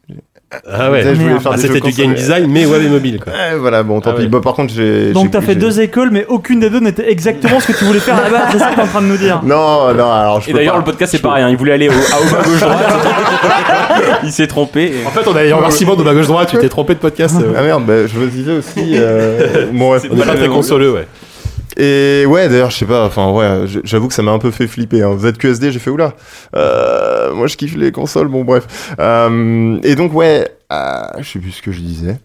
S3: Ah ouais.
S6: Je voulais
S8: Merde.
S6: faire
S3: Ah,
S6: des
S3: c'était
S6: jeux
S3: du game
S6: console.
S3: design, mais web et mobile quoi.
S6: Ouais, voilà bon tant
S3: Ah
S6: pis
S3: ouais.
S6: Bah, par contre j'ai j'ai-
S4: Donc t'as fait
S6: j'ai-
S4: deux écoles, mais aucune des deux n'était exactement ce que tu voulais faire à la base. C'est ça que t'es en train de nous dire.
S6: non non alors je
S7: Et
S6: peux
S7: d'ailleurs,
S6: pas.
S7: le podcast, c'est pareil. hein, Il voulait aller au, à au bas gauche (laughs) droite. Il s'est trompé. et-
S3: En fait, on a les remerciements de ma gauche droite, tu t'es trompé de podcast. euh,
S6: Ah merde, bah, je me disais aussi. euh, bon, ouais.
S3: On est pas très consoleux, ouais.
S6: Et ouais, d'ailleurs, je sais pas, enfin, ouais, je- j'avoue que ça m'a un peu fait flipper. Hein. Vous êtes QSD, j'ai fait oula. Euh, moi, je kiffe les consoles, bon, bref. Euh, et donc, ouais, euh, je sais plus ce que je disais.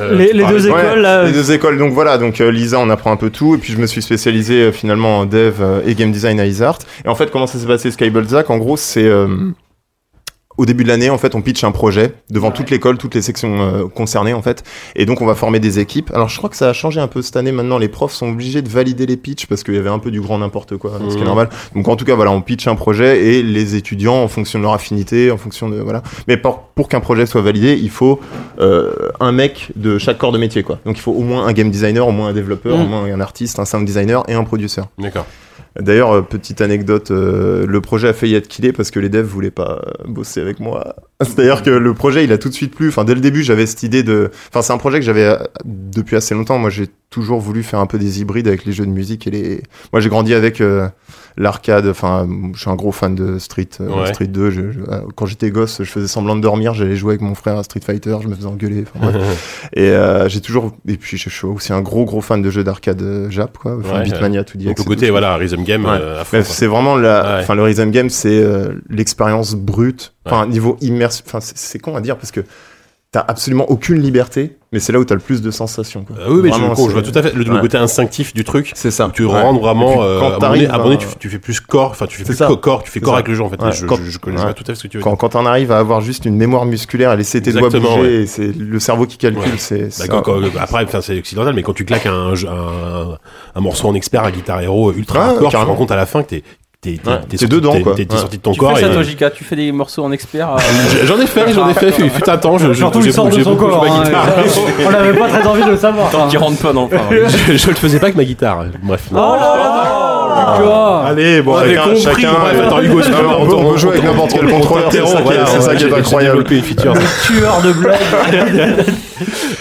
S3: Euh,
S4: Les, les
S3: pareil.
S4: deux
S6: Ouais,
S4: écoles, là,
S6: Les deux écoles, donc voilà, donc euh, Lisa, on apprend un peu tout. Et puis, je me suis spécialisé euh, finalement en dev euh, et game design à Isart. Et en fait, comment ça s'est passé, Skybalzac En gros, c'est. euh, au début de l'année, en fait, on pitch un projet devant toute l'école, toutes les sections euh, concernées, en fait. Et donc, on va former des équipes. Alors, je crois que ça a changé un peu cette année. Maintenant, les profs sont obligés de valider les pitchs parce qu'il y avait un peu du grand n'importe quoi, ce qui
S3: Mhm.
S6: est normal. Donc, en tout cas, voilà, on pitch un projet et les étudiants, en fonction de leur affinité, en fonction de voilà. Mais pour, pour qu'un projet soit validé, il faut euh, un mec de chaque corps de métier, quoi. Donc, il faut au moins un game designer, au moins un développeur,
S5: Mhm.
S6: au moins un artiste, un sound designer et un producteur.
S3: D'accord.
S6: D'ailleurs, euh, petite anecdote, euh, le projet a failli être killé parce que les devs voulaient pas euh, bosser avec moi. (laughs) C'est-à-dire que le projet, il a tout de suite plu. Enfin, dès le début, j'avais cette idée de. Enfin, c'est un projet que j'avais euh, depuis assez longtemps. Moi, j'ai toujours voulu faire un peu des hybrides avec les jeux de musique et les. Moi, j'ai grandi avec euh, l'arcade. Enfin, je suis un gros fan de Street, euh,
S3: Ouais.
S6: Street 2. Je- je- euh, quand j'étais gosse, je faisais semblant de dormir. J'allais jouer avec mon frère à Street Fighter. Je me faisais engueuler. Enfin, bref.
S3: (laughs)
S6: et euh, j'ai toujours. Et puis, je suis aussi un gros gros fan de jeux d'arcade euh, Jap, quoi. Enfin,
S3: Ouais,
S6: Beatmania, tout dire.
S3: Donc, le côté, voilà, Rhythm Game
S6: Ouais.
S3: euh, à fond.
S6: Mais
S3: quoi.
S6: c'est vraiment la,
S3: Ouais.
S6: enfin le rhythm game, c'est euh, l'expérience brute, enfin niveau immersif, enfin c'est- c'est con à dire parce que t'as absolument aucune liberté, mais c'est là où t'as le plus de sensations. quoi.
S3: Ah oui, mais je,
S6: Vraiment,
S3: comprends, je
S6: c'est-
S3: vois tout à fait le, le
S6: Ouais.
S3: côté instinctif du truc.
S6: C'est ça.
S3: Tu
S6: Ouais.
S3: rends
S6: Et
S3: vraiment.
S6: puis,
S3: euh,
S6: quand
S3: à un moment
S6: t'arrives
S3: donné- à un moment donné,
S6: à-
S3: tu, tu fais plus corps, enfin, tu fais
S6: C'est
S3: plus
S6: ça.
S3: co- corps, tu fais
S6: C'est
S3: corps
S6: ça.
S3: avec le jeu, en fait.
S6: Ouais.
S3: Je,
S6: Quand-
S3: je- je connais je vois
S6: ouais.
S3: tout à fait ce que tu veux
S6: Quand,
S3: dire.
S6: quand on arrive à avoir juste une mémoire musculaire et laisser tes doigts
S3: Exactement,
S6: bouger, et c'est le cerveau qui calcule,
S3: Ouais.
S6: c'est.
S3: Bah,
S6: c'est-
S3: quand- quand- après, enfin, c'est occidental, mais quand tu claques un, jeu- un, un morceau en expert à Guitar Hero ultra
S6: Ouais,
S3: hardcore, tu te
S6: carrément.
S3: rends compte à la fin que t'es t'es- t'es-
S6: Ouais.
S3: t'es
S6: T'es
S3: sorti-
S6: dedans,
S3: t'es-
S6: quoi.
S3: t'es- t'es
S6: Ouais.
S3: sorti de ton
S7: Tu
S3: corps.
S7: fais ça,
S3: et-
S7: toi, Jika Tu fais des morceaux en expert euh, (laughs)
S3: J'en ai fait, j'en ai fait, fut fut un temps. je- je-
S5: Surtout, il
S3: j'ai-
S5: sort de
S3: j'ai
S5: son
S3: beaucoup
S5: corps.
S3: joué à
S5: hein,
S3: Guitar
S5: et ça, (laughs) on n'avait pas très envie de le savoir. hein.
S7: Tant qu'il rentre pas (laughs) dans le pain, ouais.
S3: (laughs) je, je le faisais pas avec ma guitare. Bref.
S5: Oh là là
S3: Ah,
S5: Lucas
S6: Allez, bon,
S3: On avait
S6: chacun-
S3: compris,
S6: chacun. euh,
S3: bon, bref, attends, Hugo, excuse-moi,
S6: on peut-
S3: on-
S6: on peut jouer avec n'importe quel contrôleur, c'est ça qui est- c'est ça qui est incroyable.
S3: Une feature.
S5: Tueur de blagues.
S3: (laughs)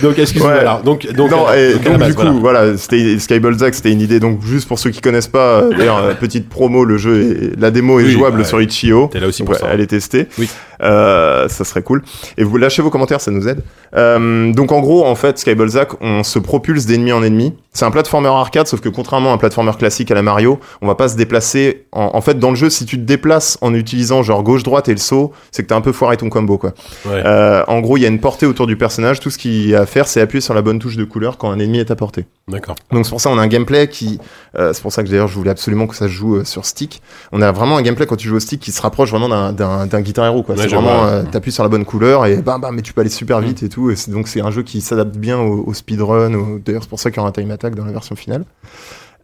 S3: Donc excuse-moi.
S6: Ouais.
S3: alors, donc donc,
S6: non,
S3: euh,
S6: et
S3: donc, à
S6: donc,
S3: la base,
S6: du coup,
S3: voilà.
S6: voilà, c'était Skyball Zack, c'était une idée. Donc, juste pour ceux qui connaissent pas, euh, d'ailleurs, euh, petite promo, le jeu, est- la démo est
S3: Oui,
S6: jouable
S3: ouais.
S6: sur Itch.io.
S3: T'es là aussi
S6: Donc,
S3: pour ça.
S6: Elle est testée.
S3: Oui.
S6: Euh, ça serait cool. Et vous lâchez vos commentaires, ça nous aide. Euh, donc, en gros, en fait, Skyball Zack, on se propulse d'ennemi en ennemi. C'est un platformer arcade, sauf que contrairement à un platformer classique à la Mario, on va pas se déplacer. En, en fait, dans le jeu, si tu te déplaces en utilisant genre gauche-droite et le saut, c'est que t'as un peu foiré ton combo, quoi.
S3: Ouais.
S6: Euh, en gros, il y a une portée autour du personnage. Tout ce qu'il y a à faire, c'est appuyer sur la bonne touche de couleur quand un ennemi est à portée.
S3: D'accord.
S6: Donc c'est pour ça on a un gameplay qui, euh, c'est pour ça que d'ailleurs je voulais absolument que ça se joue euh, sur stick. On a vraiment un gameplay quand tu joues au stick qui se rapproche vraiment d'un d'un d'un Guitar Hero quoi.
S3: Ouais, Mm.
S6: c'est
S3: je
S6: vraiment
S3: vois.
S6: euh, t'appuies sur la bonne couleur et bam bam mais tu peux aller super vite et tout. Et c'est- donc c'est un jeu qui s'adapte bien au, au speedrun. au- D'ailleurs c'est pour ça qu'il y aura un time attack dans la version finale.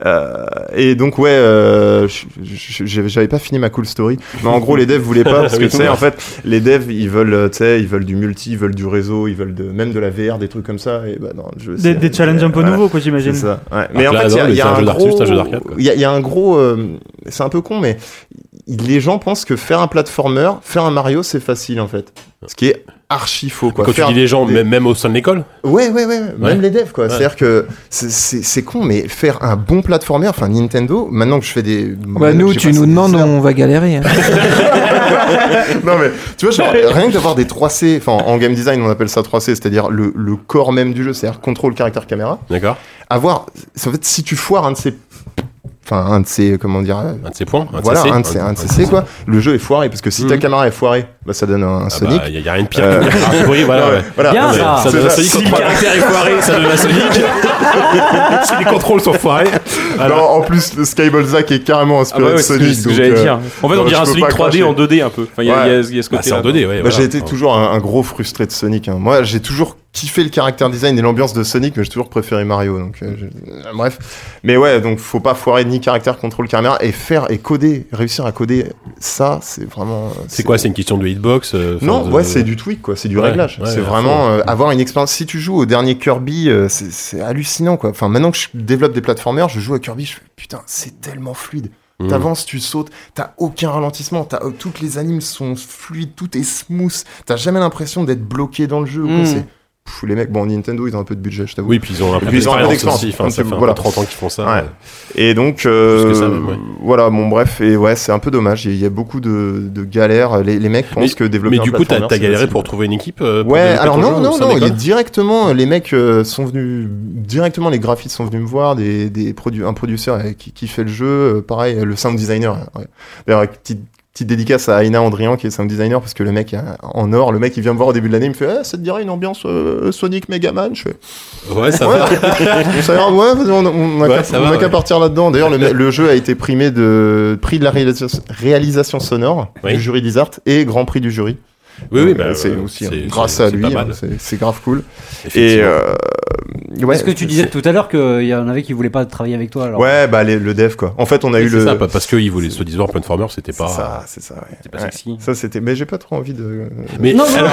S6: Euh, et donc ouais, euh, je- je- je- j'avais pas fini ma cool story, mais en gros les devs voulaient pas
S3: (laughs)
S6: parce que
S3: Oui,
S6: tu
S3: c'est
S6: sais
S3: vrai.
S6: en fait les devs ils veulent euh, tu sais ils veulent du multi, ils veulent du réseau, ils veulent de, même de la VR, des trucs comme ça. Et bah non, le jeu,
S4: Des,
S6: (laughs) c'est-
S4: des challenges un peu
S6: Voilà.
S4: nouveaux, quoi, j'imagine.
S6: C'est ça. ouais. Mais en
S3: là,
S6: fait, il y a-
S3: non, mais
S6: il y
S3: c'est
S6: a
S3: un
S6: un
S3: jeu d'artiste,
S6: gros-
S3: un jeu d'arcade, quoi.
S6: il y a- il y a un gros. euh, C'est un peu con, mais il- les gens pensent que faire un platformer, faire un Mario, c'est facile en fait. Ce qui est archi faux quoi.
S3: Quand tu
S6: Faire
S3: dis les gens,
S6: des-
S3: même même au sein de l'école.
S6: Ouais, ouais, ouais,
S3: Ouais.
S6: même les devs, quoi.
S3: Ouais.
S6: C'est-à-dire que c'est- c'est c'est con, mais faire un bon platformer, enfin Nintendo, maintenant que je fais des.
S9: Bah, nous,
S6: j'ai
S9: tu
S6: passé
S9: nous
S6: des (laughs)
S9: demandes,
S6: heures-
S9: on va galérer. hein.
S6: non, mais
S9: (laughs)
S6: tu vois, genre, rien que d'avoir des 3C, enfin en game design, on appelle ça 3C, c'est-à-dire le, le corps même du jeu, c'est-à-dire contrôle, caractère, caméra.
S3: D'accord.
S6: Avoir. En fait, si tu foires un de ces. Enfin, un de ces. Comment dire euh,
S3: Un de ces points. Un de
S6: voilà,
S3: ces-
S6: un de ces, un de ces- c'est quoi. Le jeu est foiré parce que si ta caméra est foirée, bah ça donne un, un
S3: Ah
S6: Sonic.
S3: bah, y a- y a rien de pire. (laughs)
S6: Euh,
S3: que- Oui, voilà. ouais.
S6: Voilà.
S5: Bien,
S6: Non, mais
S5: ça.
S3: Ça
S6: c'est
S3: donne un
S6: ça.
S3: Sonic. Si le caractère est foiré, ça donne un Sonic. Si les contrôles sont foirés.
S6: Alors, en plus, le Skyball Zack est carrément
S7: Ah
S6: inspiré
S7: bah ouais,
S6: de
S7: c'est
S6: Sonic.
S7: ce que
S6: donc,
S7: j'allais
S6: euh,
S7: dire. En fait,
S6: non,
S7: on dirait
S6: je
S7: un
S6: peux
S7: Sonic
S6: pas
S7: 3D
S6: cracher.
S7: en 2D un peu. Enfin, il y a- il y a il y a ce
S3: Bah, C'est
S7: côté-là.
S3: en 2D, ouais.
S6: Bah,
S3: voilà.
S6: J'ai été toujours un, un gros frustré de Sonic. hein. Moi, j'ai toujours kiffé le caractère design et l'ambiance de Sonic, mais j'ai toujours préféré Mario. Donc, euh, je- euh, bref. Mais ouais, donc faut pas foirer ni caractère, contrôle, caméra et faire et coder, réussir à coder. Ça, c'est vraiment.
S3: C'est quoi C'est une question de hitbox euh, enfin,
S6: Non,
S3: de-
S6: ouais, c'est du tweak, quoi. C'est du
S3: Ouais,
S6: réglage.
S3: ouais,
S6: c'est
S3: ouais,
S6: vraiment euh, avoir une expérience. Si tu joues au dernier Kirby, euh, c'est- c'est hallucinant, quoi. Enfin, maintenant que je développe des platformers, je joue à Kirby, je fais putain, c'est tellement fluide.
S3: Mhm.
S6: T'avances, tu sautes, t'as aucun ralentissement, t'as, euh, toutes les animes sont fluides, tout est smooth, t'as jamais l'impression d'être bloqué dans le jeu. ou quoi.
S9: Mhm.
S6: C'est- Pff, les mecs, bon, Nintendo, ils ont un peu de budget, je t'avoue.
S3: Mm. Oui, puis ils ont un peu
S6: puis ils ont un peu
S3: d'expérience aussi.
S6: d'expérience.
S3: Enfin, ça fait voilà.
S6: Voilà.
S3: 30 ans qu'ils font ça.
S6: Ouais.
S3: ouais.
S6: Et donc, euh,
S3: Plus que ça, même, ouais.
S6: voilà, bon, bref, et ouais, c'est un peu dommage. Il y a- il y, a beaucoup de, de galères. Les, les mecs pensent que développer
S3: Mais
S6: un
S3: du coup, t'as
S6: platformer,
S3: t'as
S6: c'est
S3: galéré
S6: facile.
S3: pour trouver une équipe euh, pour
S6: Ouais,
S3: développer
S6: alors
S3: ton
S6: non,
S3: jeu au
S6: non,
S3: sein
S6: non,
S3: de
S6: il est
S3: l'école
S6: directement, les mecs euh, sont venus, directement les graphistes sont venus me voir, des, des produ- un producteur euh, qui, qui fait le jeu, euh, pareil, euh, le sound designer. euh, ouais. D'ailleurs, petite, petite dédicace à Aina Andrian qui est sound designer, parce que le mec euh, en or, le mec il vient me voir au début de l'année, il me fait Ah, ça te dirait une ambiance euh, Sonic Megaman Je fais (laughs)
S3: Ouais, ça
S6: Ouais,
S3: va.
S6: ça a l'air- ouais, vas-y, on, on a
S3: Ouais,
S6: qu'à-
S3: ça
S6: on
S3: va,
S6: a qu'à
S3: ouais.
S6: partir là-dedans.
S3: (laughs)
S6: D'ailleurs, le, le jeu a été primé de prix de la réalisation, réalisation sonore
S3: Oui.
S6: du jury des arts et grand prix du jury.
S3: Oui, oui,
S6: Donc,
S3: bah,
S6: euh, c'est
S3: euh,
S6: aussi
S3: c'est-
S6: grâce
S3: c'est-
S6: à
S3: c'est
S6: lui,
S3: pas mal.
S6: hein, c'est c'est grave cool. Et
S3: Effectivement.
S6: euh, ouais,
S5: Est-ce que tu disais tout à l'heure qu'il y en avait qui voulaient pas travailler avec toi alors
S6: ouais, bah les- le dev quoi. En fait, on a
S3: Et
S6: eu
S3: c'est
S6: le
S3: ça, pa- parce qu'ils voulaient se disant platformer, c'était
S6: c'est ça,
S3: pas.
S6: c'est ça. ouais.
S7: C'est pas
S6: Ouais.
S7: sexy.
S6: Ça c'était, mais j'ai pas trop envie de.
S3: Mais
S5: Non, non.
S3: alors,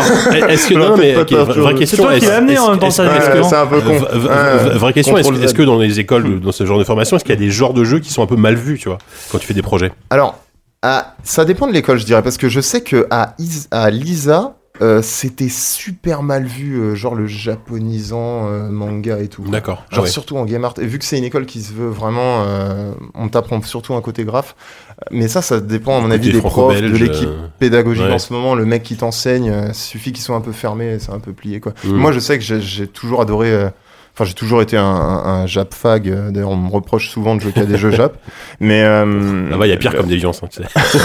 S3: est-ce que.
S6: Non,
S3: Non, mais
S6: peut-être
S3: ok,
S6: (laughs) pas
S3: vraie-
S6: toujours.
S3: vraie
S6: C'est
S3: question.
S4: toi qui
S3: est-ce-
S4: l'as amené en
S3: est-ce-
S4: même temps,
S3: est-ce
S4: ça,
S3: que-
S6: Ouais,
S4: parce que-
S6: c'est un peu con.
S3: Euh, v-
S6: Ouais.
S3: v- vraie question, est-ce
S6: Contrôle
S3: est-ce
S6: Z.
S3: que dans les écoles, dans ce genre de formation, est-ce qu'il y a des genres de jeux qui sont un peu mal vus, tu vois, quand tu fais des projets
S6: Alors, à- ça dépend de l'école, je dirais, parce que je sais que à, Is- à Lisa, euh, c'était super mal vu, euh, genre le japonisant euh, manga et tout.
S3: D'accord.
S6: Genre
S3: Ah ouais.
S6: surtout en game art. Et vu que c'est une école qui se veut vraiment, euh, on t'apprend surtout un côté graphe. Mais ça, ça dépend à mon
S3: Côté
S6: avis des profs, de
S3: franco-belge,
S6: l'équipe
S3: euh,
S6: pédagogique
S3: ouais.
S6: en ce moment. Le mec qui t'enseigne, euh, suffit qu'ils soient un peu fermés, c'est un peu plié quoi.
S3: Mm.
S6: Moi, je sais que j'ai- j'ai toujours adoré. euh, Enfin, j'ai toujours été un, un, un Jap fag. euh, D'ailleurs, on me reproche souvent de jouer qu'à des jeux Jap. (laughs) Mais. euh,
S3: Là-bas, il y a pire comme des gens, hein, tu sais.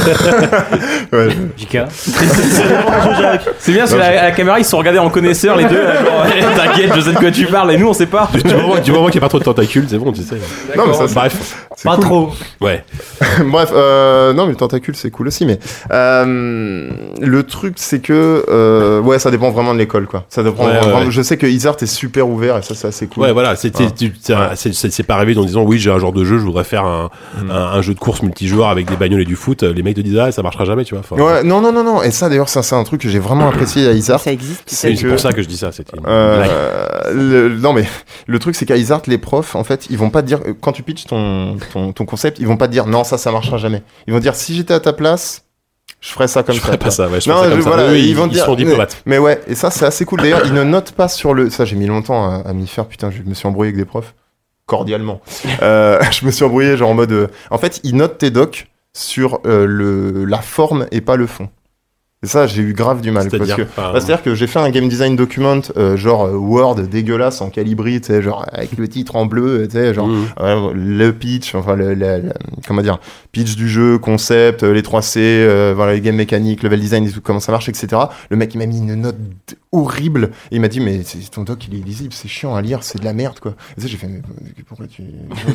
S3: (laughs)
S6: (laughs) ouais, je-
S5: JK.
S7: C'est bien, parce que
S6: Non,
S7: la- à la caméra, ils se sont regardés en connaisseur, les deux. là,
S6: (laughs)
S7: genre, Eh, T'inquiète, je sais de quoi tu parles, et nous, on sait pas.
S3: Du, du moment, du moment qu'il n'y a pas trop de tentacules, c'est bon, tu sais.
S6: Non, mais ça, c'est-
S3: Bref,
S6: c'est
S5: Pas
S6: cool.
S5: trop.
S3: ouais. Bah,
S6: (laughs) Bref, euh, non, mais le tentacule, c'est cool aussi, mais euh, le truc, c'est que euh, ouais, ça dépend vraiment de l'école, quoi. Ça dépend.
S3: Ouais, ouais,
S6: vraiment-
S3: ouais.
S6: Je sais que Izart est super ouvert et ça, c'est assez cool.
S3: Ouais, voilà, c'est
S6: Voilà.
S3: c'est- c'est un- c'est- c'est- c'est pas arrivé en disant oui, j'ai un genre de jeu, je voudrais faire un,
S6: Mm.
S3: un, un jeu de course multijoueur avec des bagnoles et du foot. Les mecs te disent ah, ça marchera jamais, tu vois. Enfin,
S6: Ouais, non, non, non, non. Et ça, d'ailleurs, ça, c'est un truc que j'ai vraiment apprécié à Izart.
S10: Ça existe.
S6: C'est
S3: C'est
S6: que-
S3: pour ça que je dis ça, c'était. une blague.
S6: Euh, le- non mais le truc c'est qu'à Izart les profs en fait ils vont pas te dire quand tu pitches ton, ton, ton concept ils vont pas te dire non ça ça marchera jamais ils vont te dire si j'étais à ta place je ferais ça comme
S3: je
S6: ça
S3: ferais
S6: tu
S3: pas
S6: vois.
S3: ça, ouais, je
S6: Non,
S3: ferais ça
S6: je-
S3: comme ça.
S6: voilà,
S3: Eux,
S6: ils
S3: ils,
S6: vont
S3: ils
S6: dire-
S3: sont diplomates.
S6: Mais ouais, et ça, c'est assez cool. D'ailleurs, ils ne notent pas sur le. Ça, j'ai mis longtemps à, à m'y faire. Putain, je me suis embrouillé avec des profs.
S3: (laughs)
S6: Cordialement. Euh, je me suis embrouillé, genre en mode. euh, En fait, ils notent tes docs sur euh, le, la forme et pas le fond. Et ça, j'ai eu grave du mal. Parce
S3: C'est-à-dire
S6: que.
S3: enfin,
S6: Bah, C'est-à-dire que j'ai fait un game design document euh, genre euh, Word dégueulasse en calibri, tu sais, genre avec le titre en bleu, tu sais, genre
S3: mm.
S6: euh, le pitch, enfin le, le- le- comment dire, pitch du jeu, concept, euh, les 3C, euh, voilà les game mécaniques, level design, et tout, comment ça marche, etc. Le mec il m'a mis une note d- horrible. Et il m'a dit mais c'est- ton doc il est illisible, c'est chiant à lire, c'est de la merde quoi. Et ça j'ai fait mais pourquoi tu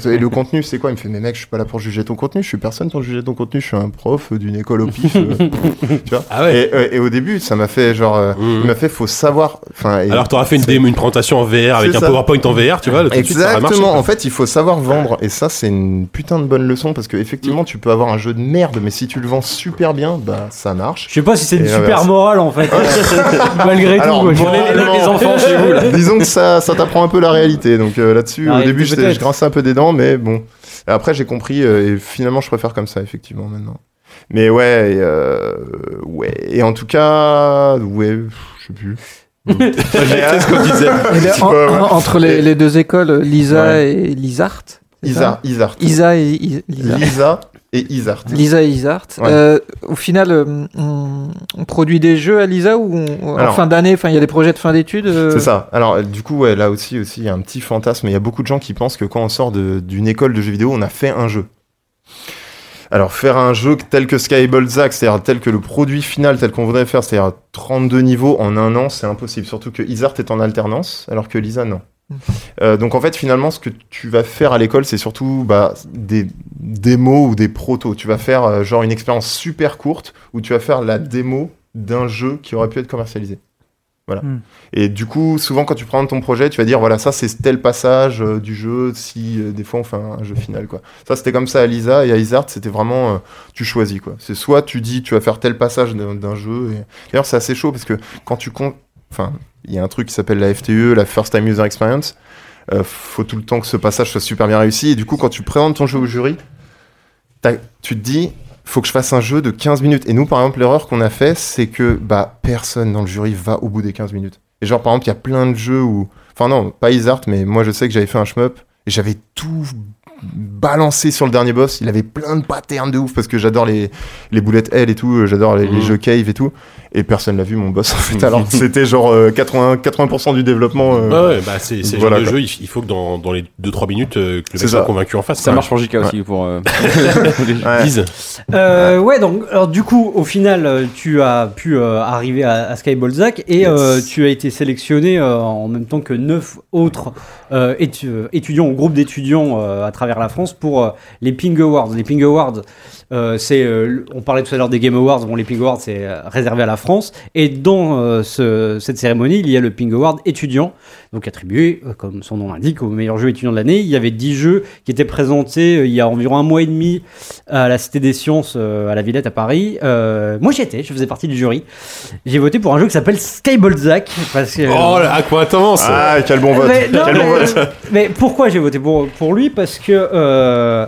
S6: et le contenu c'est quoi Il me fait mais mec je suis pas là pour juger ton contenu, je suis personne pour juger ton contenu, je suis un prof d'une école au pif, euh, (laughs) tu vois.
S3: Ah ouais.
S6: Et, euh, et au début ça m'a fait genre euh,
S3: Mhm.
S6: il m'a fait faut savoir. Enfin et-
S3: Alors t'auras fait une
S6: c'est-
S3: démo, une présentation en VR avec
S6: C'est
S3: un
S6: ça.
S3: PowerPoint en VR, tu vois, tout de suite, ça aurait marché.
S6: Exactement. En fait, il faut savoir vendre, et ça, c'est une putain de bonne leçon parce que
S3: Mmh.
S6: effectivement, tu peux avoir un jeu de merde, mais si tu le vends super bien, bah
S7: (laughs)
S6: ça marche.
S5: Je sais pas si c'est une
S6: Et
S5: super
S6: l'inverse.
S5: morale en fait. (laughs) Malgré tout.
S6: Alors,
S5: quoi.
S6: moralement,
S7: Les enfants, chez vous, là.
S6: disons que ça, ça t'apprend un peu la réalité. Donc euh, là-dessus,
S5: La
S6: au
S5: réalité,
S6: début, j'étais-
S5: peut-être.
S6: je grinçais un peu des dents, mais bon. Après, j'ai compris, euh, et finalement, je préfère comme ça, effectivement, maintenant. Mais ouais, et, euh, ouais. Et en tout cas, ouais, pff, je
S7: (laughs)
S6: sais plus. euh,
S3: C'est ce qu'on disait.
S9: Et là, en-
S6: Ouais, ouais.
S9: entre les, les deux écoles, Lisa et Lizart. c'est ça
S6: Isart, Isart.
S9: Isa et I- Lisa.
S6: Lisa et Isart.
S9: Lisa et Isart.
S6: Ouais.
S9: Euh, au final, euh, on, on produit des jeux à Lisa ou on- en
S6: Alors.
S9: fin d'année, enfin il y a des projets de fin d'études. euh,
S6: C'est ça. Alors euh, du coup, ouais, là aussi, aussi, il y a un petit fantasme. Il y a beaucoup de gens qui pensent que quand on sort de- d'une école de jeux vidéo, on a fait un jeu. Alors faire un jeu tel que Skyball Zack, c'est-à-dire tel que le produit final tel qu'on voudrait faire, c'est-à-dire 32 niveaux en un an, c'est impossible. Surtout que Izart est en alternance, alors que Lisa non. Euh, donc en fait finalement ce que tu vas faire à l'école c'est surtout bah, des démos ou des protos. Tu vas faire euh, genre une expérience super courte où tu vas faire la démo d'un jeu qui aurait pu être commercialisé. Voilà.
S8: Hmm.
S6: Et du coup souvent quand tu prends ton projet tu vas dire voilà ça c'est tel passage euh, du jeu si euh, des fois on fait un, un jeu final quoi. Ça c'était comme ça à Lisa et à Isart c'était vraiment euh, tu choisis quoi. C'est soit tu dis tu vas faire tel passage d'un d'un jeu. et- D'ailleurs c'est assez chaud parce que quand tu comptes... Enfin il y a un truc qui s'appelle la FTE, la First Time User Experience. Euh, faut tout le temps que ce passage soit super bien réussi. Et du coup, quand tu présentes ton jeu au jury, t'as- tu te dis, faut que je fasse un jeu de 15 minutes. Et nous, par exemple, l'erreur qu'on a fait, c'est que bah personne dans le jury va au bout des 15 minutes. Et genre, par exemple, il y a plein de jeux où. Enfin, non, pas Isart, mais moi, je sais que j'avais fait un shmup et j'avais tout balancé sur le dernier boss. Il avait plein de patterns de ouf parce que j'adore les, les boulettes L et tout, euh, j'adore les, les
S3: Mhm.
S6: jeux cave et tout. Et personne l'a vu, mon boss, en fait. Alors, que c'était genre euh, 80%, 80 du développement. euh,
S3: Ouais, ouais, bah, c'est c'est le
S6: Voilà,
S3: genre de
S6: quoi.
S3: jeu, il il faut que dans, dans les 2-3 minutes, euh, que le
S6: C'est
S3: mec soit
S6: ça.
S3: convaincu en face.
S7: Ça
S3: quoi.
S7: marche pour JK aussi, pour. euh,
S6: Bah, ouais.
S3: Dise.
S5: Euh, ouais, donc alors, du coup, au final, euh, tu as pu euh, arriver à, à Sky Balzac et
S6: Yes.
S5: euh, tu as été sélectionné euh, en même temps que neuf autres euh, étu- euh, étudiants ou groupes d'étudiants euh, à travers la France pour euh, les Ping Awards. Les Ping Awards, euh, c'est, euh, le- on parlait tout à l'heure des Game Awards. Bon, les Ping Awards, c'est euh, réservé à la France. Et dans euh, ce- cette cérémonie, il y a le Ping Award étudiant, donc attribué, euh, comme son nom l'indique, au meilleur jeu étudiant de l'année. Il y avait 10 jeux qui étaient présentés euh, il y a environ un mois et demi à la Cité des Sciences euh, à la Villette à Paris. Euh, moi j'y étais, je faisais partie du jury. J'ai voté pour un jeu qui s'appelle Skybalzac parce que
S3: Oh, la- à quoi tendance
S6: Ah, quel bon vote.
S5: Euh, mais, non,
S6: quel bon
S5: mais-
S6: vote.
S5: mais pourquoi j'ai voté pour, pour lui Parce que euh,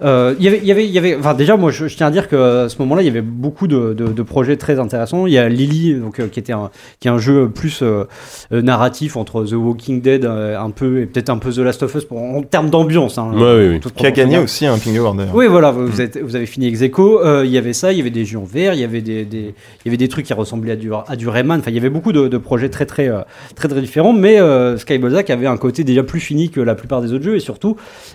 S5: euh, il y avait, il y avait, il y avait. Enfin, déjà, moi, je, je tiens à dire que à ce moment-là, il y avait beaucoup de, de- de projets très intéressants. Il y a Lily, donc euh, qui était un, qui est un jeu plus euh, euh, narratif entre The Walking Dead, euh, un peu et peut-être un peu The Last of Us pour, en termes d'ambiance. hein,
S6: Ouais, oui, oui.
S5: toute
S6: Qui a gagné
S5: proportion.
S6: aussi un Ping Award, d'ailleurs.
S5: Oui, voilà, vous,
S3: Mm.
S5: vous êtes, vous avez fini ex aequo, euh, il y avait ça, il y avait des géants verts, il y avait des, des- il y avait des trucs qui ressemblaient à du, à du Rayman, enfin, il y avait beaucoup de, de projets très très, euh, très très différents, mais euh, Sky Balzac avait un côté déjà plus fini que la plupart des autres jeux, et surtout,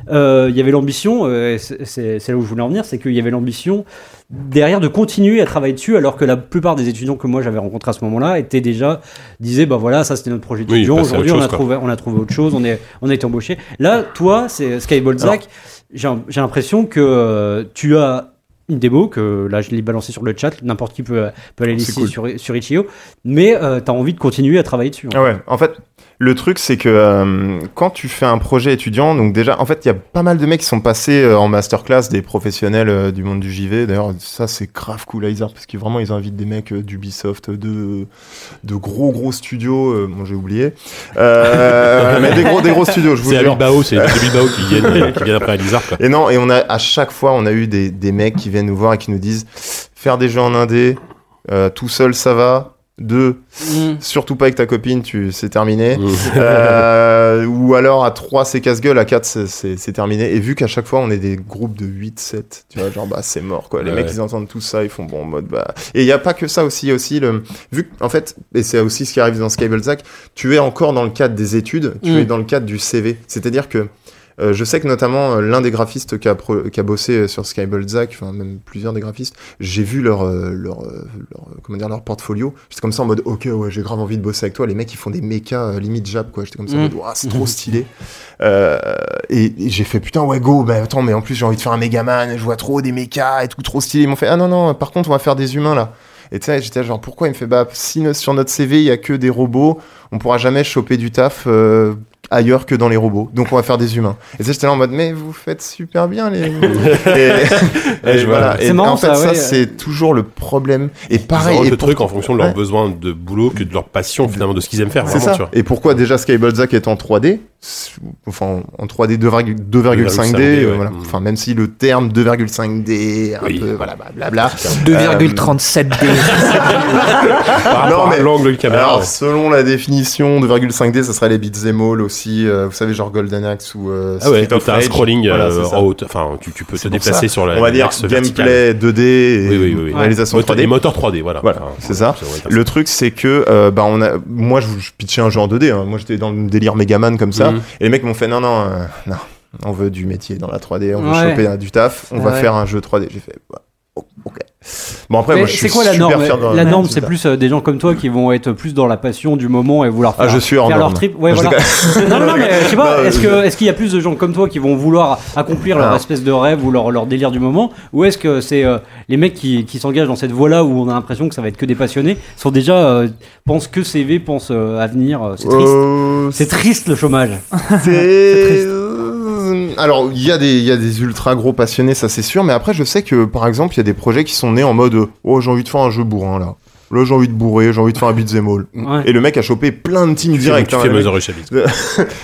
S5: euh, il y avait l'ambition, euh, et c'est c'est- c'est là où je voulais en venir, c'est qu'il y avait l'ambition derrière de continuer à travailler dessus, alors que la plupart des étudiants que moi j'avais rencontrés à ce moment-là étaient déjà, disaient, bah voilà, ça c'était notre projet
S3: Oui,
S5: d'étudiant,
S3: passer à autre
S5: aujourd'hui on,
S3: chose,
S5: a
S3: quoi.
S5: trouvé- on a trouvé autre chose, on, est, on a été embauché. Là, toi, c'est Sky Balzac. J'ai j'ai l'impression que euh, tu as une démo que là je l'ai balancée sur le chat, n'importe qui peut, euh, peut aller
S6: C'est
S5: laisser
S6: cool.
S5: sur, sur itch.io, mais tu as envie de continuer à travailler dessus. en fait.
S6: Ah ouais, en fait, le truc, c'est que euh, quand tu fais un projet étudiant, donc déjà, en fait, il y a pas mal de mecs qui sont passés euh, en masterclass, des professionnels euh, du monde du JV. D'ailleurs, ça, c'est grave cool, Isar, parce que vraiment, ils invitent des mecs euh, d'Ubisoft, de, de gros, gros studios. euh, bon, j'ai oublié. Euh, (laughs) mais des gros, des gros studios, je vous
S3: C'est à
S6: jure.
S3: Bilbao, c'est les mecs de Bilbao qui viennent, euh, qui viennent après Alizar, quoi.
S6: Et non, et on a à chaque fois, on a eu des, des mecs qui viennent nous voir et qui nous disent faire des jeux en indé, euh, tout seul ça va. Deux, surtout pas avec ta copine, tu c'est terminé. Euh, ou alors à trois, c'est casse-gueule, à quatre, c'est- c'est c'est terminé. Et vu qu'à chaque fois, on est des groupes de 8, 7, tu vois, genre bah c'est mort quoi. Les
S3: Ouais.
S6: mecs, ils entendent tout ça, ils font bon en mode bah. Et il y a pas que ça aussi, il y a aussi le vu que, en fait, et c'est aussi ce qui arrive dans Skybalzac, tu es encore dans le cadre des études, tu
S5: Mm.
S6: es dans le cadre du CV. C'est-à-dire que euh, je sais que notamment euh, l'un des graphistes qui a, pro- qui a bossé euh, sur Skybalzac, enfin même plusieurs des graphistes, j'ai vu leur, euh, leur, euh, leur, euh, comment dire, leur portfolio. J'étais comme ça en mode, ok, ouais, j'ai grave envie de bosser avec toi. Les mecs, ils font des mechas euh, limite jap, quoi. J'étais comme ça en
S5: Mm.
S6: mode, Ouah, c'est trop stylé. Euh, et et j'ai fait, putain, ouais, go, mais attends, mais en plus, j'ai envie de faire un Megaman, je vois trop des mechas et tout, trop stylé. Ils m'ont fait, ah non, non, par contre, on va faire des humains là. Et tu sais, j'étais là, genre, pourquoi il me fait, bah, si no- sur notre CV, il y a que des robots, on pourra jamais choper du taf euh, ailleurs que dans les robots. Donc, on va faire des humains. Et tu sais, j'étais là en mode, mais vous faites super
S3: (laughs)
S6: bien, les. et, et
S3: je vois.
S6: voilà.
S5: C'est
S6: Et
S5: marrant,
S6: en fait,
S5: ça,
S6: ça,
S5: ouais.
S6: c'est toujours le problème. Et
S3: Ils
S6: pareil.
S3: arrangent
S6: et
S3: le
S6: pour-
S3: truc en fonction de leurs
S6: Ouais.
S3: besoins de boulot que de leur passion, finalement, de ce qu'ils aiment faire.
S6: C'est
S3: vraiment,
S6: ça.
S3: tu vois.
S6: Et pourquoi déjà Skybalzac est en 3D c'est- Enfin, en 3D 2,5D,
S3: 2,5D,
S6: euh,
S3: ouais.
S6: voilà.
S3: Mm.
S6: Enfin, même si le terme 2,5D, un
S3: Oui.
S6: peu, voilà, blablabla.
S9: 2,37D.
S3: Par
S6: non,
S3: rapport à
S6: mais-
S3: l'angle de caméra.
S6: Alors,
S3: Ah bah ouais.
S6: selon la définition, 2,5D, ça serait les beats and all aussi, euh, vous savez, genre Golden Axe ou euh,
S3: Ah ouais,
S6: Street of
S3: t'as un
S6: Rage.
S3: scrolling
S6: Voilà,
S3: euh,
S6: c'est ça.
S3: en haut. Enfin, tu, tu peux te
S6: C'est pour
S3: déplacer
S6: ça.
S3: sur la.
S6: On va dire
S3: l'axe vertical.
S6: gameplay 2D et
S3: Oui, oui, oui, oui.
S6: réalisation
S3: Moteur-
S6: 3D.
S3: Et moteur 3D, voilà.
S6: Voilà,
S3: Enfin,
S6: c'est ça.
S3: doit être
S6: Le truc, c'est que euh, bah, on a, moi, je, je pitchais un jeu en 2D. hein. Moi, j'étais dans le délire Megaman comme ça.
S3: Mhm.
S6: Et les mecs m'ont fait non, non, euh, non. On veut du métier dans la 3D. On veut
S5: Ouais.
S6: choper euh, du taf. On
S5: Ah
S6: va
S5: ouais.
S6: faire un jeu 3D. J'ai fait bah, oh, ok. Bon après,
S5: Mais
S6: moi, je suis
S5: C'est quoi la
S6: super
S5: norme
S6: fier de-
S5: La
S6: de
S5: norme,
S6: ce
S5: c'est
S6: taf.
S5: plus euh, des gens comme toi qui vont être plus dans la passion du moment et vouloir faire,
S6: Ah, je suis hors
S5: faire leur
S6: norme.
S5: trip.
S6: Je
S5: Ouais, voilà. non, non, non, mais je sais pas,
S6: Non,
S5: est-ce
S6: je-
S5: que- est-ce qu'il y a plus de gens comme toi qui vont vouloir accomplir leur
S6: Ah.
S5: espèce de rêve ou leur, leur délire du moment Ou est-ce que c'est euh, les mecs qui, qui s'engagent dans cette voie-là où on a l'impression que ça va être que des passionnés, sont déjà, euh, pensent que CV, pensent euh, avenir euh, C'est triste.
S6: Euh,
S5: C'est triste le chômage. (laughs)
S6: C'est. Euh, Alors, il y, a des- il y a des ultra gros passionnés, ça c'est sûr, mais après, je sais que par exemple, il y a des projets qui sont nés en mode Oh, j'ai envie de faire un jeu bourrin là. Là, j'ai envie de bourrer, j'ai envie de faire un beat'em all.
S5: Ouais.
S6: Et le mec a chopé plein de teams direct.
S3: Tu
S6: hein,
S3: fais
S6: le mec-
S3: Mother et Chavis.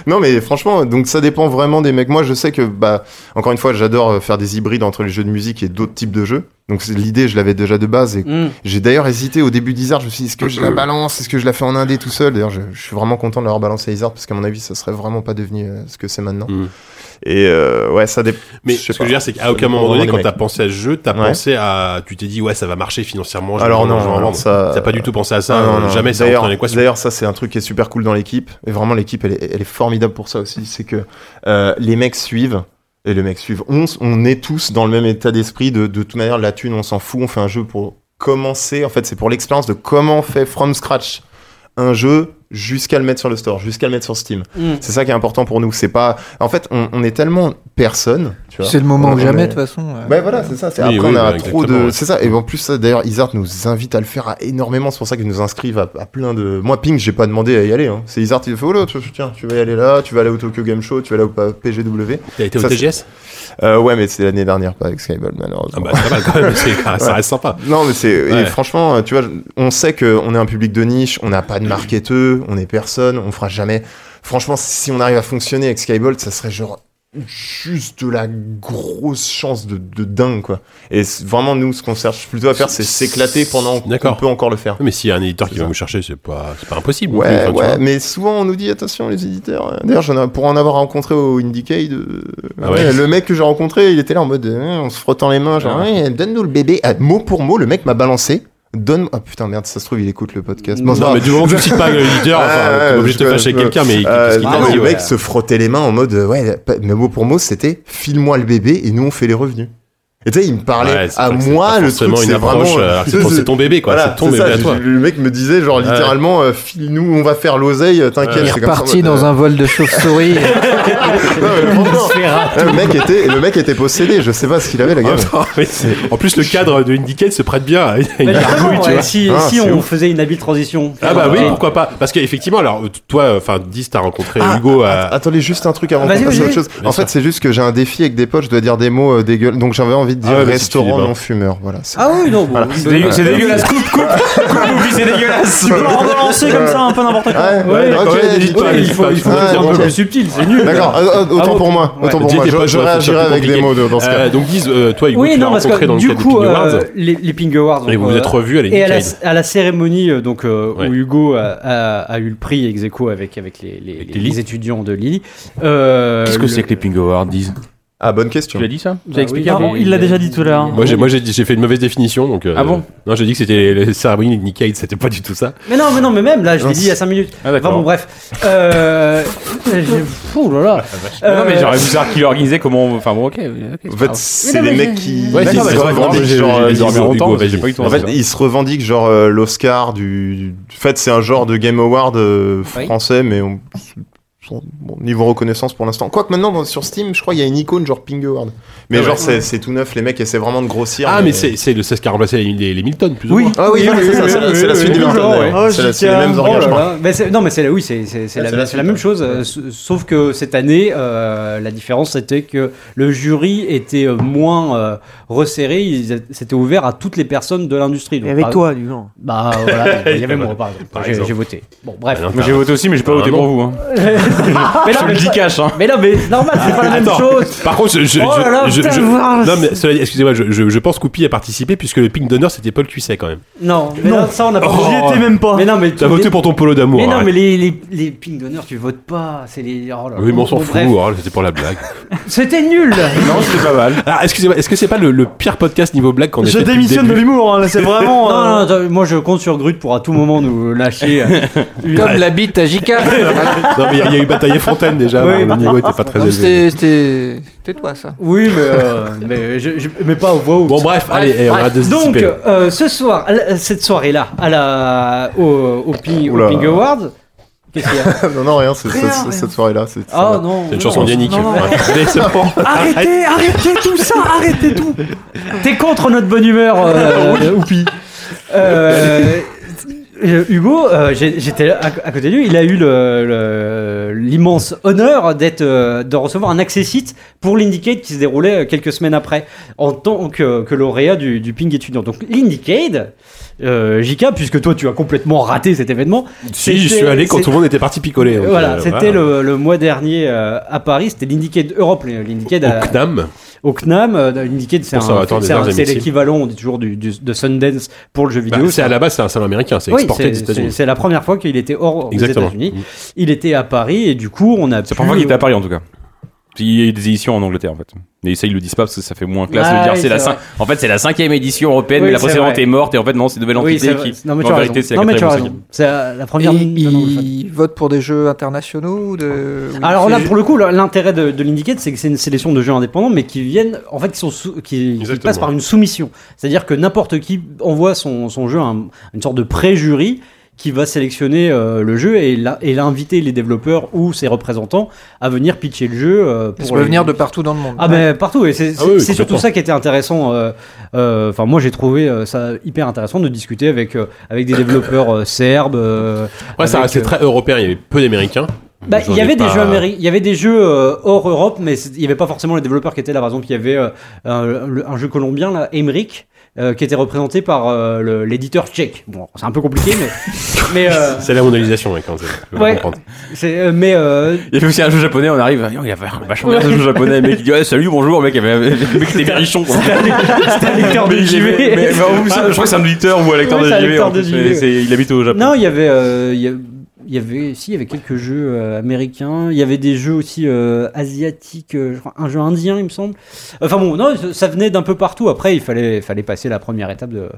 S6: non, mais franchement, donc ça dépend vraiment des mecs. Moi, je sais que, bah, encore une fois, j'adore euh, faire des hybrides entre les jeux de musique et d'autres types de jeux. Donc, c'est- l'idée, je l'avais déjà de base et
S5: Mm.
S6: j'ai d'ailleurs hésité au début d'Izard, je me suis dit, est-ce que je
S3: Mm.
S6: la balance Est-ce que je la fais en indé tout seul D'ailleurs, je, je suis vraiment content de l'avoir balancé à Izard, parce qu'à mon avis, ça serait vraiment pas devenu euh, ce que c'est maintenant.
S3: Mm.
S6: Et euh, ouais, ça dépend.
S3: Mais ce que je veux dire, c'est qu'à aucun moment donné, quand t'as pensé à ce jeu, t'as
S6: Ouais.
S3: pensé à. Tu t'es dit, ouais, ça va marcher financièrement. je vais
S6: Alors
S3: vendre,
S6: non,
S3: je vais en
S6: alors
S3: vendre.
S6: ça-
S3: T'as pas du tout pensé à ça.
S6: Ah, non,
S3: euh,
S6: non.
S3: Jamais ça rentre
S6: D'ailleurs,
S3: dans l'équation.
S6: d'ailleurs, ça c'est un truc qui est super cool dans l'équipe. Et vraiment, l'équipe, elle, est- elle est formidable pour ça aussi. C'est que euh, les mecs suivent. Et les mecs suivent. On, s- on est tous dans le même état d'esprit. De, de toute manière, la thune, on s'en fout. On fait un jeu pour commencer. En fait, c'est pour l'expérience de comment on fait from scratch un jeu jusqu'à le mettre sur le store, jusqu'à le mettre sur Steam.
S5: Mm.
S6: C'est ça qui est important pour nous. C'est pas. En fait, on, on est tellement personne. tu vois.
S9: C'est le moment
S6: On-
S9: ou
S6: on
S9: jamais,
S6: est-
S9: de toute façon. euh.
S6: Ouais, voilà, c'est ça. c'est-
S3: Oui,
S6: Après,
S3: oui,
S6: on a
S3: bah,
S6: trop
S3: exactement,
S6: de.
S3: ouais.
S6: C'est ça. Et en plus, ça, d'ailleurs, Izard nous invite à le faire à énormément. C'est pour ça qu'ils nous inscrivent à, à plein de. Moi, Ping, j'ai pas demandé à y aller. hein. C'est Izard qui fait Oh là, tu- tiens, tu vas y aller là, tu vas aller au Tokyo Game Show, tu vas aller au pa- PGW.
S3: T'as été au
S6: ça, c'est-
S3: TGS
S6: Euh, ouais, mais c'est l'année dernière, pas avec Skyball,
S3: Ah
S6: malheureusement.
S3: bah, c'est pas mal quand même. (laughs) c'est- Ça reste sympa.
S6: Non, mais c'est. et
S3: Ouais.
S6: franchement, euh, tu vois, je- on sait qu'on est un public de niche, on n'a pas de marketeux, on est personne, on fera jamais. Franchement, si on arrive à fonctionner avec Skyball, ça serait genre juste de la grosse chance de, de dingue quoi. Et c'est- vraiment nous ce qu'on cherche plutôt à faire c'est s'éclater pendant qu'on peut encore le faire.
S3: Mais s'il y a un éditeur qui va vous chercher, c'est pas, c'est pas impossible. non plus,
S6: Ouais,
S3: enfin, tu
S6: ouais,
S3: vois.
S6: mais souvent on nous dit attention les éditeurs. Euh, D'ailleurs, j'en ai- pour en avoir rencontré au Indiecade, euh,
S3: Ah ouais. Ah
S6: ouais, le mec que j'ai rencontré, il était là en mode euh, en se frottant les mains, genre Ouais, donne-nous le bébé. Ah, mot pour mot, le mec m'a balancé. Donne. Ah putain, merde, ça se trouve, il écoute le podcast.
S3: Non,
S6: c'est pas
S3: mais du moment que tu
S6: grave.
S3: cites
S6: (laughs)
S3: pas l'éditeur, enfin,
S6: Ah,
S3: t'es
S6: ouais,
S3: obligé de te
S6: je-
S3: fâcher avec
S6: je-
S3: quelqu'un, mais
S6: euh,
S3: qu'est-ce qu'il t'a
S6: non,
S3: dit,
S6: Le
S3: ouais.
S6: mec se frottait les mains en mode euh, Ouais, pas- mais mot pour mot, c'était file-moi le bébé et nous on fait les revenus. Et tu sais, il me parlait
S3: Ouais, c'est
S6: à
S3: vrai que c'est
S6: moi,
S3: pas
S6: le
S3: forcément
S6: truc,
S3: une
S6: c'est
S3: approche,
S6: vraiment.
S3: euh, alors que c'est pour- c'est ton bébé, quoi,
S6: (laughs) Voilà,
S3: c'est ton
S6: ça,
S3: bébé à
S6: je-
S3: toi.
S6: Le mec me disait, genre,
S3: Ouais.
S6: littéralement, euh, file-nous, on va faire l'oseille, euh, t'inquiète.
S9: Il est
S6: c'est comme ça,
S9: reparti
S6: en mode,
S9: dans
S6: euh,
S9: un vol de chauve-souris.
S6: non, mais franchement, ouais, Eh, le mec était, le mec était possédé, je sais pas ce qu'il avait, la gueule.
S3: Attends, mais c'est- Ah bah, (laughs) En plus, le cadre de Indiecade se prête bien à une gargouille, tu
S5: Ouais,
S3: vois.
S5: si
S6: Ah,
S5: si
S6: c'est
S5: on
S6: ouf.
S5: faisait une habile transition.
S3: Ah bah oui,
S5: Ah.
S3: pourquoi pas Parce qu'effectivement, alors t- toi, enfin, 10, t'as rencontré
S6: Ah,
S3: Hugo à...
S6: Attendez, juste un truc avant
S5: Vas-y,
S6: qu'on passe à
S5: vas-y.
S6: autre chose.
S3: Bien
S6: En fait,
S3: sûr.
S6: c'est juste que j'ai un défi avec des potes, je dois dire des mots euh, dégueulasses. Donc j'avais envie de dire
S3: Ah ouais, vas-y, tu
S6: restaurant
S3: dis pas.
S6: non fumeur. Voilà. c'est-
S5: Ah oui, non, bon.
S7: C'est dégueu- c'est dégueulasse, coupe, coupe, coupe, oublie, c'est dégueulasse.
S4: Tu peux leur relancer comme ça un peu n'importe quoi.
S6: Ouais,
S5: Ouais,
S6: ok,
S3: ouais,
S6: dis-
S3: dis-toi,
S6: ouais,
S5: Il faut, il faut
S6: Ah,
S5: dire un
S6: ok.
S5: peu plus subtil, c'est nul.
S6: D'accord, euh, euh,
S5: Ah
S6: autant
S5: bon
S6: pour moi.
S5: Ouais.
S6: Autant pour
S3: Dis
S6: moi.
S3: tes
S6: Je,
S3: potes,
S6: je
S3: ouais, c'est
S6: réagirai
S3: plus
S6: avec des
S3: compliqué.
S6: mots de- dans ce cas.
S3: Euh, donc disent euh, toi Hugo
S5: Oui,
S3: tu l'as
S5: non, parce
S3: rencontré
S5: que
S3: dans le
S5: du
S3: cadre du
S5: coup,
S3: Ping
S5: euh,
S3: Awards
S5: les, les Ping Awards.
S3: et
S5: donc,
S3: vous vous
S5: euh,
S3: êtes revus à
S5: Et à la,
S3: l'Indiecade
S5: à la cérémonie, euh, donc euh,
S3: Ouais.
S5: où Hugo a, a- a eu le prix ex aequo avec, avec les, les-
S3: Avec
S5: les
S7: Lily.
S5: étudiants de Lily. Euh,
S7: Qu'est-ce que
S5: le-
S7: c'est que les Ping Awards disent
S6: Ah, bonne question.
S7: Tu l'as dit ça
S5: Bah
S8: J'ai expliqué
S5: oui,
S8: avant,
S5: mais-
S8: il l'a déjà dit tout à
S5: hein.
S8: l'heure.
S3: moi j'ai moi j'ai dit- j'ai fait une mauvaise définition donc euh,
S7: Ah bon
S3: non j'ai dit que c'était les cérémonies de Nikkei c'était pas du tout ça
S5: Mais non, mais non, mais même là, je l'ai dit il y a 5 minutes.
S7: Ah
S5: Enfin bon, bref. Euh, j'ai- Ouh là là.
S7: Non mais
S5: Euh,
S7: j'aurais voulu savoir qui l'organisait, comment... on- Enfin bon, ok.
S6: En fait, c'est des mecs qui.
S3: Ouais,
S6: qui
S3: si,
S6: se
S3: c'est vrai,
S6: revendiquent,
S3: j'ai- j'ai-
S6: genre,
S3: j'ai
S6: euh, ils-
S3: dormi
S7: dormi
S3: longtemps,
S7: longtemps, j'ai
S3: vas-y.
S7: pas eu le temps.
S6: En fait, ils se revendiquent genre euh, l'Oscar du. En fait, c'est un genre de Game Award euh,
S5: Oui.
S6: français, mais on. son- bon, niveau reconnaissance pour l'instant. Quoique maintenant dans- sur Steam, je crois qu'il y a une icône genre Ping Award. Mais
S3: Ah ouais.
S6: genre c'est- c'est tout neuf, les mecs essaient vraiment de grossir.
S3: ah mais c'est c'est le c'est ce qui a remplacé les, les, les Milton plus ou
S4: Oui.
S3: moins
S6: Ah oui, voilà, c'est ça, c'est la- c'est la suite des
S4: oui,
S6: Milton,
S4: oui,
S6: d'ailleurs.
S4: oui. Oh,
S6: C'est la- c'est les
S4: Jika.
S6: mêmes
S5: Oh là
S6: organes, je crois.
S5: là. Mais c'est- non, mais c'est la, oui, c'est c'est- c'est
S6: Ouais, c'est
S5: la,
S6: la
S5: c'est la
S6: suite, hein.
S5: même
S6: ouais.
S5: chose, euh, s- sauf que cette année, euh, la différence c'était que le jury était euh, moins euh, resserré, il a- c'était ouvert à toutes les personnes de l'industrie. Donc,
S10: Et
S6: Ah.
S10: avec
S5: par-
S10: toi, du genre.
S5: Bah
S6: (laughs)
S5: voilà, il y avait moi par exemple.
S3: Par
S5: J'ai-
S3: exemple.
S5: J'ai voté. Bon, bref.
S3: Ah non,
S7: Moi j'ai voté aussi, mais j'ai pas
S3: Ah,
S7: voté
S3: non.
S7: pour vous. hein.
S5: mais, non,
S7: Je te
S5: mais,
S7: le dis cash, hein.
S5: mais non, mais c'est normal, c'est pas la même
S3: Attends.
S5: chose.
S3: par contre je, je,
S5: Oh là là,
S3: je, je-
S5: putain,
S3: je-
S5: mince.
S3: non mais cela dit, excusez-moi je, je, je pense qu'Oupi a participé puisque le ping d'honneur c'était Paul Cuisset quand même
S5: Non, mais
S4: Non.
S5: non, ça on
S3: Oh.
S5: a pas.
S4: J'y étais même pas.
S5: Oh. Mais non, mais tu-
S3: t'as voté pour ton polo d'amour
S5: Mais non,
S3: arrête.
S5: mais les, les, les pings d'honneur, tu votes pas. C'est les. oh là là.
S3: oui mais on s'en
S5: Bon,
S3: fout
S5: bref.
S3: hein, c'était pour la blague (laughs)
S5: C'était nul.
S7: Non, c'était pas mal.
S3: alors excusez-moi est-ce que c'est pas le, le pire podcast niveau blague qu'on ait
S4: Je
S3: fait depuis le
S4: démissionne de
S3: début
S4: l'humour, hein, là, c'est vraiment.
S5: Non,
S4: euh,
S5: non, non, moi je compte sur Grut pour à tout moment nous lâcher.
S4: (laughs)
S9: Comme Ah la bite à
S6: (laughs)
S9: Jika.
S3: Non, mais il y, a- il y a eu bataille et Fontaine déjà.
S5: Oui.
S3: alors le niveau était pas très
S9: Donc, c'était-
S3: élevé.
S9: C'était. Tais-toi, ça.
S5: oui, mais, euh, mais, je- je- mais pas au voix haute.
S3: Bon, bref, allez, eh, on arrête de se
S5: Donc,
S3: dissiper.
S5: euh, ce soir, à la- cette soirée-là, à la, au, au, Ping, au
S6: Oula.
S5: Ping Awards, qu'est-ce qu'il y a
S6: (laughs)
S3: (laughs)
S6: non, non, rien, c'est-
S8: Rien,
S6: c'est- c'est-
S8: rien.
S6: cette soirée-là. C'est
S5: Ah non.
S3: C'est une
S5: non,
S3: chanson
S5: non.
S3: d'Yannick.
S8: non, non.
S3: Ouais.
S5: (laughs)
S3: Allez, c'est bon.
S8: Arrêtez, arrêtez tout ça, arrêtez tout.
S5: T'es contre notre bonne humeur,
S3: (laughs)
S5: euh, Oupi. Euh, euh, Hugo, euh, j'ai- j'étais à, à côté de lui, il a eu le- le- l'immense honneur d'être, euh, de recevoir un accessite pour l'Indicade qui se déroulait euh, quelques semaines après, en tant que, que lauréat du, du Ping étudiant. Donc l'Indicade, euh, JK, puisque toi tu as complètement raté cet événement,
S3: Si, j'y suis allé quand
S5: c'est-
S3: tout le monde était parti picoler. donc,
S5: voilà,
S3: euh,
S5: c'était le, le mois dernier euh, à Paris, c'était l'Indicade Europe, l'Indicade à-
S3: Au CNAM.
S5: au CNAM, euh, l'Indicate, c'est
S3: Pour
S5: un-
S3: savoir, attends,
S5: c'est
S3: des
S5: un-
S3: arts et
S5: c'est
S3: métiers.
S5: l'équivalent, on dit toujours, du, du- de Sundance pour le jeu
S3: Bah,
S5: vidéo.
S3: c'est à la base, c'est un salon américain, c'est
S5: Oui,
S3: exporté
S5: c'est-
S3: des
S5: c'est
S3: États-Unis.
S5: c'est la première fois qu'il était hors
S3: Exactement. Mm.
S5: des États-Unis. Il était à Paris et du coup, on a
S7: C'est la
S5: pu-
S7: première fois qu'il était à Paris en tout cas. Il y a eu des éditions en Angleterre en fait. Mais ça ils le disent pas parce que ça fait moins classe
S5: Ouais,
S7: de dire c'est
S5: Ah c'est
S7: la
S5: vrai.
S7: cin- En fait c'est la cinquième édition européenne
S5: Oui,
S7: mais la
S5: c'est
S7: précédente
S5: vrai.
S7: est morte et en fait non c'est une nouvelle
S5: Oui,
S7: entité
S5: c'est vrai.
S7: qui.
S5: Non, mais
S7: en
S5: tu as
S7: vérité,
S5: raison.
S7: c'est la
S5: Non, mais tu as
S7: quatrième ou
S5: raison. C'est la la
S9: Et
S5: première. non, non, le fait.
S9: ils votent pour des jeux internationaux ou de... ou
S5: Alors
S9: des
S5: là,
S9: jeux-
S5: pour le coup, l'intérêt de, de l'Indicate, c'est que c'est une sélection de jeux indépendants, mais qui viennent, en fait, qui, sont sou- qui, qui
S3: Exactement.
S5: passent par une soumission. C'est-à-dire que n'importe qui envoie son, son jeu à un- une sorte de pré-jury qui va sélectionner euh, le jeu et, la- et inviter les développeurs ou ses représentants à venir pitcher le jeu. euh,
S9: Ils
S5: pour
S9: peuvent
S5: les-
S9: venir de partout dans le monde.
S5: ah ben partout et c'est
S3: Ah oui, oui,
S5: c'est- c'est surtout
S3: complètement.
S5: ça qui était intéressant. euh, euh, Enfin moi j'ai trouvé euh, ça hyper intéressant de discuter avec euh, avec des développeurs euh, serbes. euh,
S3: Ouais, ça
S5: avec,
S3: restait
S5: euh,
S3: très européen, il y avait peu d'Américains.
S5: bah,
S3: J'en
S5: il
S3: ai
S5: y avait des
S3: pas-
S5: jeux améri- il y avait des jeux euh, hors Europe, mais c'est- il n'y avait pas forcément les développeurs qui étaient là. Par exemple, il y avait euh, un, le- un jeu colombien, là, Emmerich, euh, qui était représenté par euh, le- l'éditeur tchèque. Bon, c'est un peu compliqué, mais. (laughs) mais euh,
S3: C'est la mondialisation, ouais, quand même. Je peux
S5: Ouais.
S3: comprendre.
S5: c'est- euh, mais euh,
S7: Il y a aussi un jeu japonais, on arrive, il y a vachement bien
S5: Ouais.
S7: ce jeu japonais, le mec il dit ouais salut, bonjour, mec, il y avait- le mec c'était Berrichon. quoi.
S5: c'était un (laughs) lecteur de
S7: Mais il
S5: JV.
S7: est- mais- mais en
S5: (laughs)
S7: plus, je crois que c'est un auditeur ou un lecteur
S5: Ouais,
S7: de
S5: c'est un
S7: JV.
S5: lecteur
S7: en
S5: de
S7: plus,
S5: JV,
S7: mais
S5: ouais.
S7: c'est- Il habite au Japon.
S5: Non, il y avait, euh, il y a- il y avait, si, il y avait quelques jeux euh, américains. Il y avait des jeux aussi euh, asiatiques, euh, je crois, un jeu indien, il me semble. Enfin bon, non, ça- ça venait d'un peu partout. Après, il fallait, fallait passer la première étape de,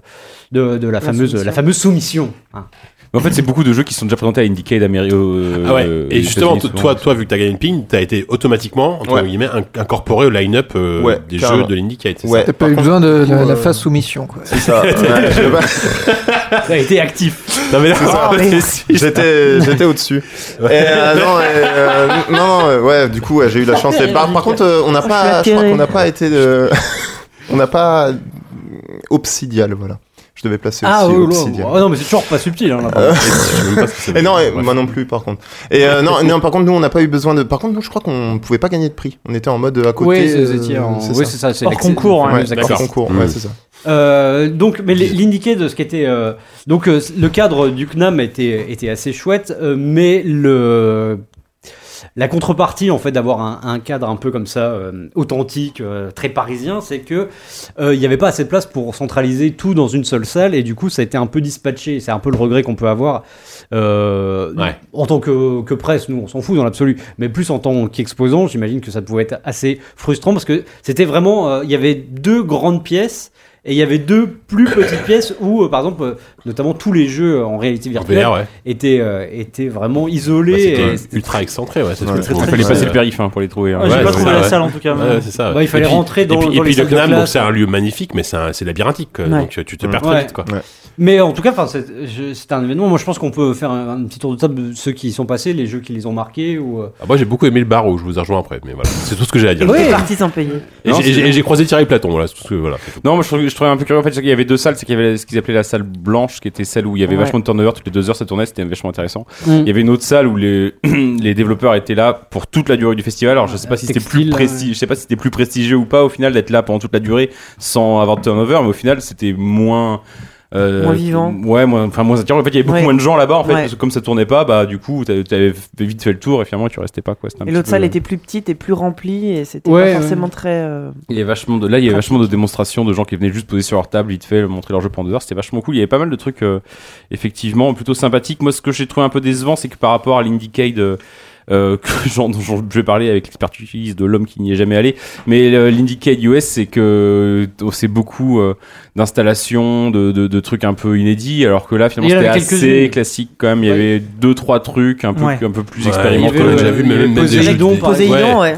S5: de, de la, fameuse,
S7: soumission.
S5: la fameuse soumission. hein.
S7: Mais en fait, c'est beaucoup de jeux qui sont déjà présentés à Indiecade Amérique.
S3: Ah ouais.
S7: euh,
S3: et justement, t- toi, toi, vu que t'as gagné une ping, t'as été automatiquement, entre
S6: Ouais.
S3: guillemets, in- incorporé au line-up euh,
S6: Ouais,
S3: des
S6: carrément.
S3: jeux de l'Indicate. c'est
S6: Ouais.
S3: ça
S9: T'as pas
S6: Par
S9: eu
S6: contre,
S9: besoin de
S6: pour,
S9: la, la
S6: euh,
S9: phase soumission, quoi.
S6: C'est ça. (laughs) Ouais, je sais pas.
S5: T'as été actif.
S3: Non, mais là,
S6: C'est ça.
S3: en
S6: (laughs)
S3: fait,
S6: J'étais, j'étais au-dessus. Et, euh, non, et, euh, non, euh, ouais, du coup, ouais, j'ai eu la chance. Et par, par contre, euh, on n'a
S10: Oh,
S6: pas,
S10: je
S6: je
S10: suis
S6: crois
S10: atterré.
S6: qu'on n'a pas été, de- (laughs) on n'a pas obsidial, voilà. Je devais placer
S5: Ah,
S6: aussi
S5: oh, là,
S6: obsidial.
S5: oh, non, mais c'est toujours pas subtil. Hein, là, par
S3: je
S5: contre.
S3: sais même pas ce que ça veut
S6: Et non,
S3: dire.
S6: et
S3: Bref.
S6: moi non plus, par contre. Et euh, non, non, par contre, nous, on n'a pas eu besoin de. Par contre, nous, je crois qu'on pouvait pas gagner de prix. On était en mode euh, à côté.
S5: Oui, c'est- hein.
S6: euh,
S5: c'est en-
S6: c'est
S5: oui,
S6: ça.
S5: c'est ça. c'est
S8: Hors
S5: l'accès-
S8: concours, hein,
S5: Ouais,
S6: Ouais,
S5: d'accord.
S6: d'accord. concours, ouais, c'est ça.
S5: Euh, donc, mais l'indiqué de ce qu'était euh, donc euh, le cadre du CNAM était était assez chouette, euh, mais le la contrepartie en fait d'avoir un, un cadre un peu comme ça euh, authentique, euh, très parisien, c'est que euh, il n'y avait pas assez de place pour centraliser tout dans une seule salle et du coup ça a été un peu dispatché. C'est un peu le regret qu'on peut avoir euh,
S3: Ouais.
S5: en tant que, que presse. Nous on s'en fout dans l'absolu, mais plus en tant qu'exposant, j'imagine que ça pouvait être assez frustrant parce que c'était vraiment euh, il y avait deux grandes pièces. Et il y avait deux plus petites pièces où, euh, par exemple, euh, notamment tous les jeux en réalité
S3: En
S5: virtuelle
S3: VR, ouais.
S5: étaient, euh, étaient vraiment
S3: Bah,
S5: isolés.
S3: c'était
S5: et
S3: ultra excentré, ouais. c'est
S6: Ouais.
S3: très,
S7: Il
S3: très,
S7: fallait
S3: très-
S7: passer
S3: ouais.
S7: le périph' hein, pour les trouver.
S4: Ah,
S7: hein.
S8: Ouais, J'ai
S3: Ouais,
S8: pas
S3: c'est
S8: trouvé
S3: ça,
S8: la
S3: ouais.
S8: salle en tout cas. mais-
S3: Ouais, c'est ça. Ah ouais.
S5: Bah, il fallait
S3: Et puis-
S5: rentrer
S3: Et
S5: dans-
S3: puis,
S5: dans
S3: et puis
S5: les
S3: le
S5: salles de
S3: CNAM, donc,
S5: classe.
S3: c'est un lieu magnifique, mais c'est un- c'est labyrinthique. quoi.
S10: Ouais.
S3: Donc euh, tu tu te perds très
S5: Ouais.
S3: vite, quoi.
S5: Mais en tout cas, enfin, c'est je- c'est un événement. Moi, je pense qu'on peut faire un, un petit tour de table de ceux qui y sont passés, les jeux qui les ont marqués. Ou, euh,
S3: Ah, Moi, j'ai beaucoup aimé le bar où je vous rejoins après, mais voilà. C'est tout ce que j'ai à dire.
S10: Et t'es parti sans payer.
S3: Et
S7: Non,
S3: j'ai-
S7: c'est-
S3: j'ai- et j'ai croisé Thierry Platon, voilà. c'est tout ce que- voilà. c'est tout.
S7: Non, moi je trouvais, je trouvais un peu curieux en fait, c'est qu'il y avait deux salles, c'est qu'il y avait ce qu'ils appelaient la salle blanche, qui était celle où il y avait
S10: Ouais.
S7: vachement de turnover, toutes les deux heures ça tournait, c'était vachement intéressant.
S5: Mm.
S7: Il y avait une autre salle où les, (clears throat) les développeurs étaient là pour toute la durée du festival. Alors je sais pas si c'était plus
S5: Textile,
S7: prestigieux,
S10: euh.
S5: ouais.
S7: je sais pas si c'était plus prestigieux ou pas au final d'être là pendant toute la durée sans avoir de turnover, mais au final c'était moins euh,
S10: Moins vivant.
S7: Ouais, moins, enfin moins attirant. En fait, il y avait beaucoup
S10: Ouais.
S7: moins de gens là-bas en fait,
S10: Ouais.
S7: parce que comme ça tournait pas, bah du coup t'avais t'avais vite fait le tour et finalement tu restais pas quoi. C'était un
S10: Et
S7: petit
S10: l'autre
S7: peu-
S10: salle était plus petite et plus remplie et c'était
S5: Ouais,
S10: pas forcément très. euh,
S7: il y avait vachement de là, il y avait vachement de démonstrations de gens qui venaient juste poser sur leur table, vite fait, montrer leur jeu pendant deux heures. C'était vachement cool. Il y avait pas mal de trucs euh, effectivement plutôt sympathiques. Moi, ce que j'ai trouvé un peu décevant, c'est que par rapport à l'Indiecade euh, euh, que (laughs) j'en- dont j'en- je vais parler avec l'expertise de l'homme qui n'y est jamais allé, mais euh, l'Indiecade US, c'est que euh, c'est beaucoup euh, d'installations, de, de, de trucs un peu inédits, alors que là finalement
S5: Il y en
S7: c'était
S5: avait
S7: assez
S5: quelques-unes.
S7: classique quand même. Il y
S5: Ouais.
S7: avait deux trois trucs un peu
S8: Ouais.
S7: un peu plus
S3: Ouais,
S7: expérimentaux.
S3: il y avait,
S7: qu'on a déjà
S3: euh,
S7: vu,
S3: il y
S7: mais
S3: avait
S7: même des jeux
S5: Poséidon,
S3: qui-
S5: par exemple.
S10: Poséidon, ouais.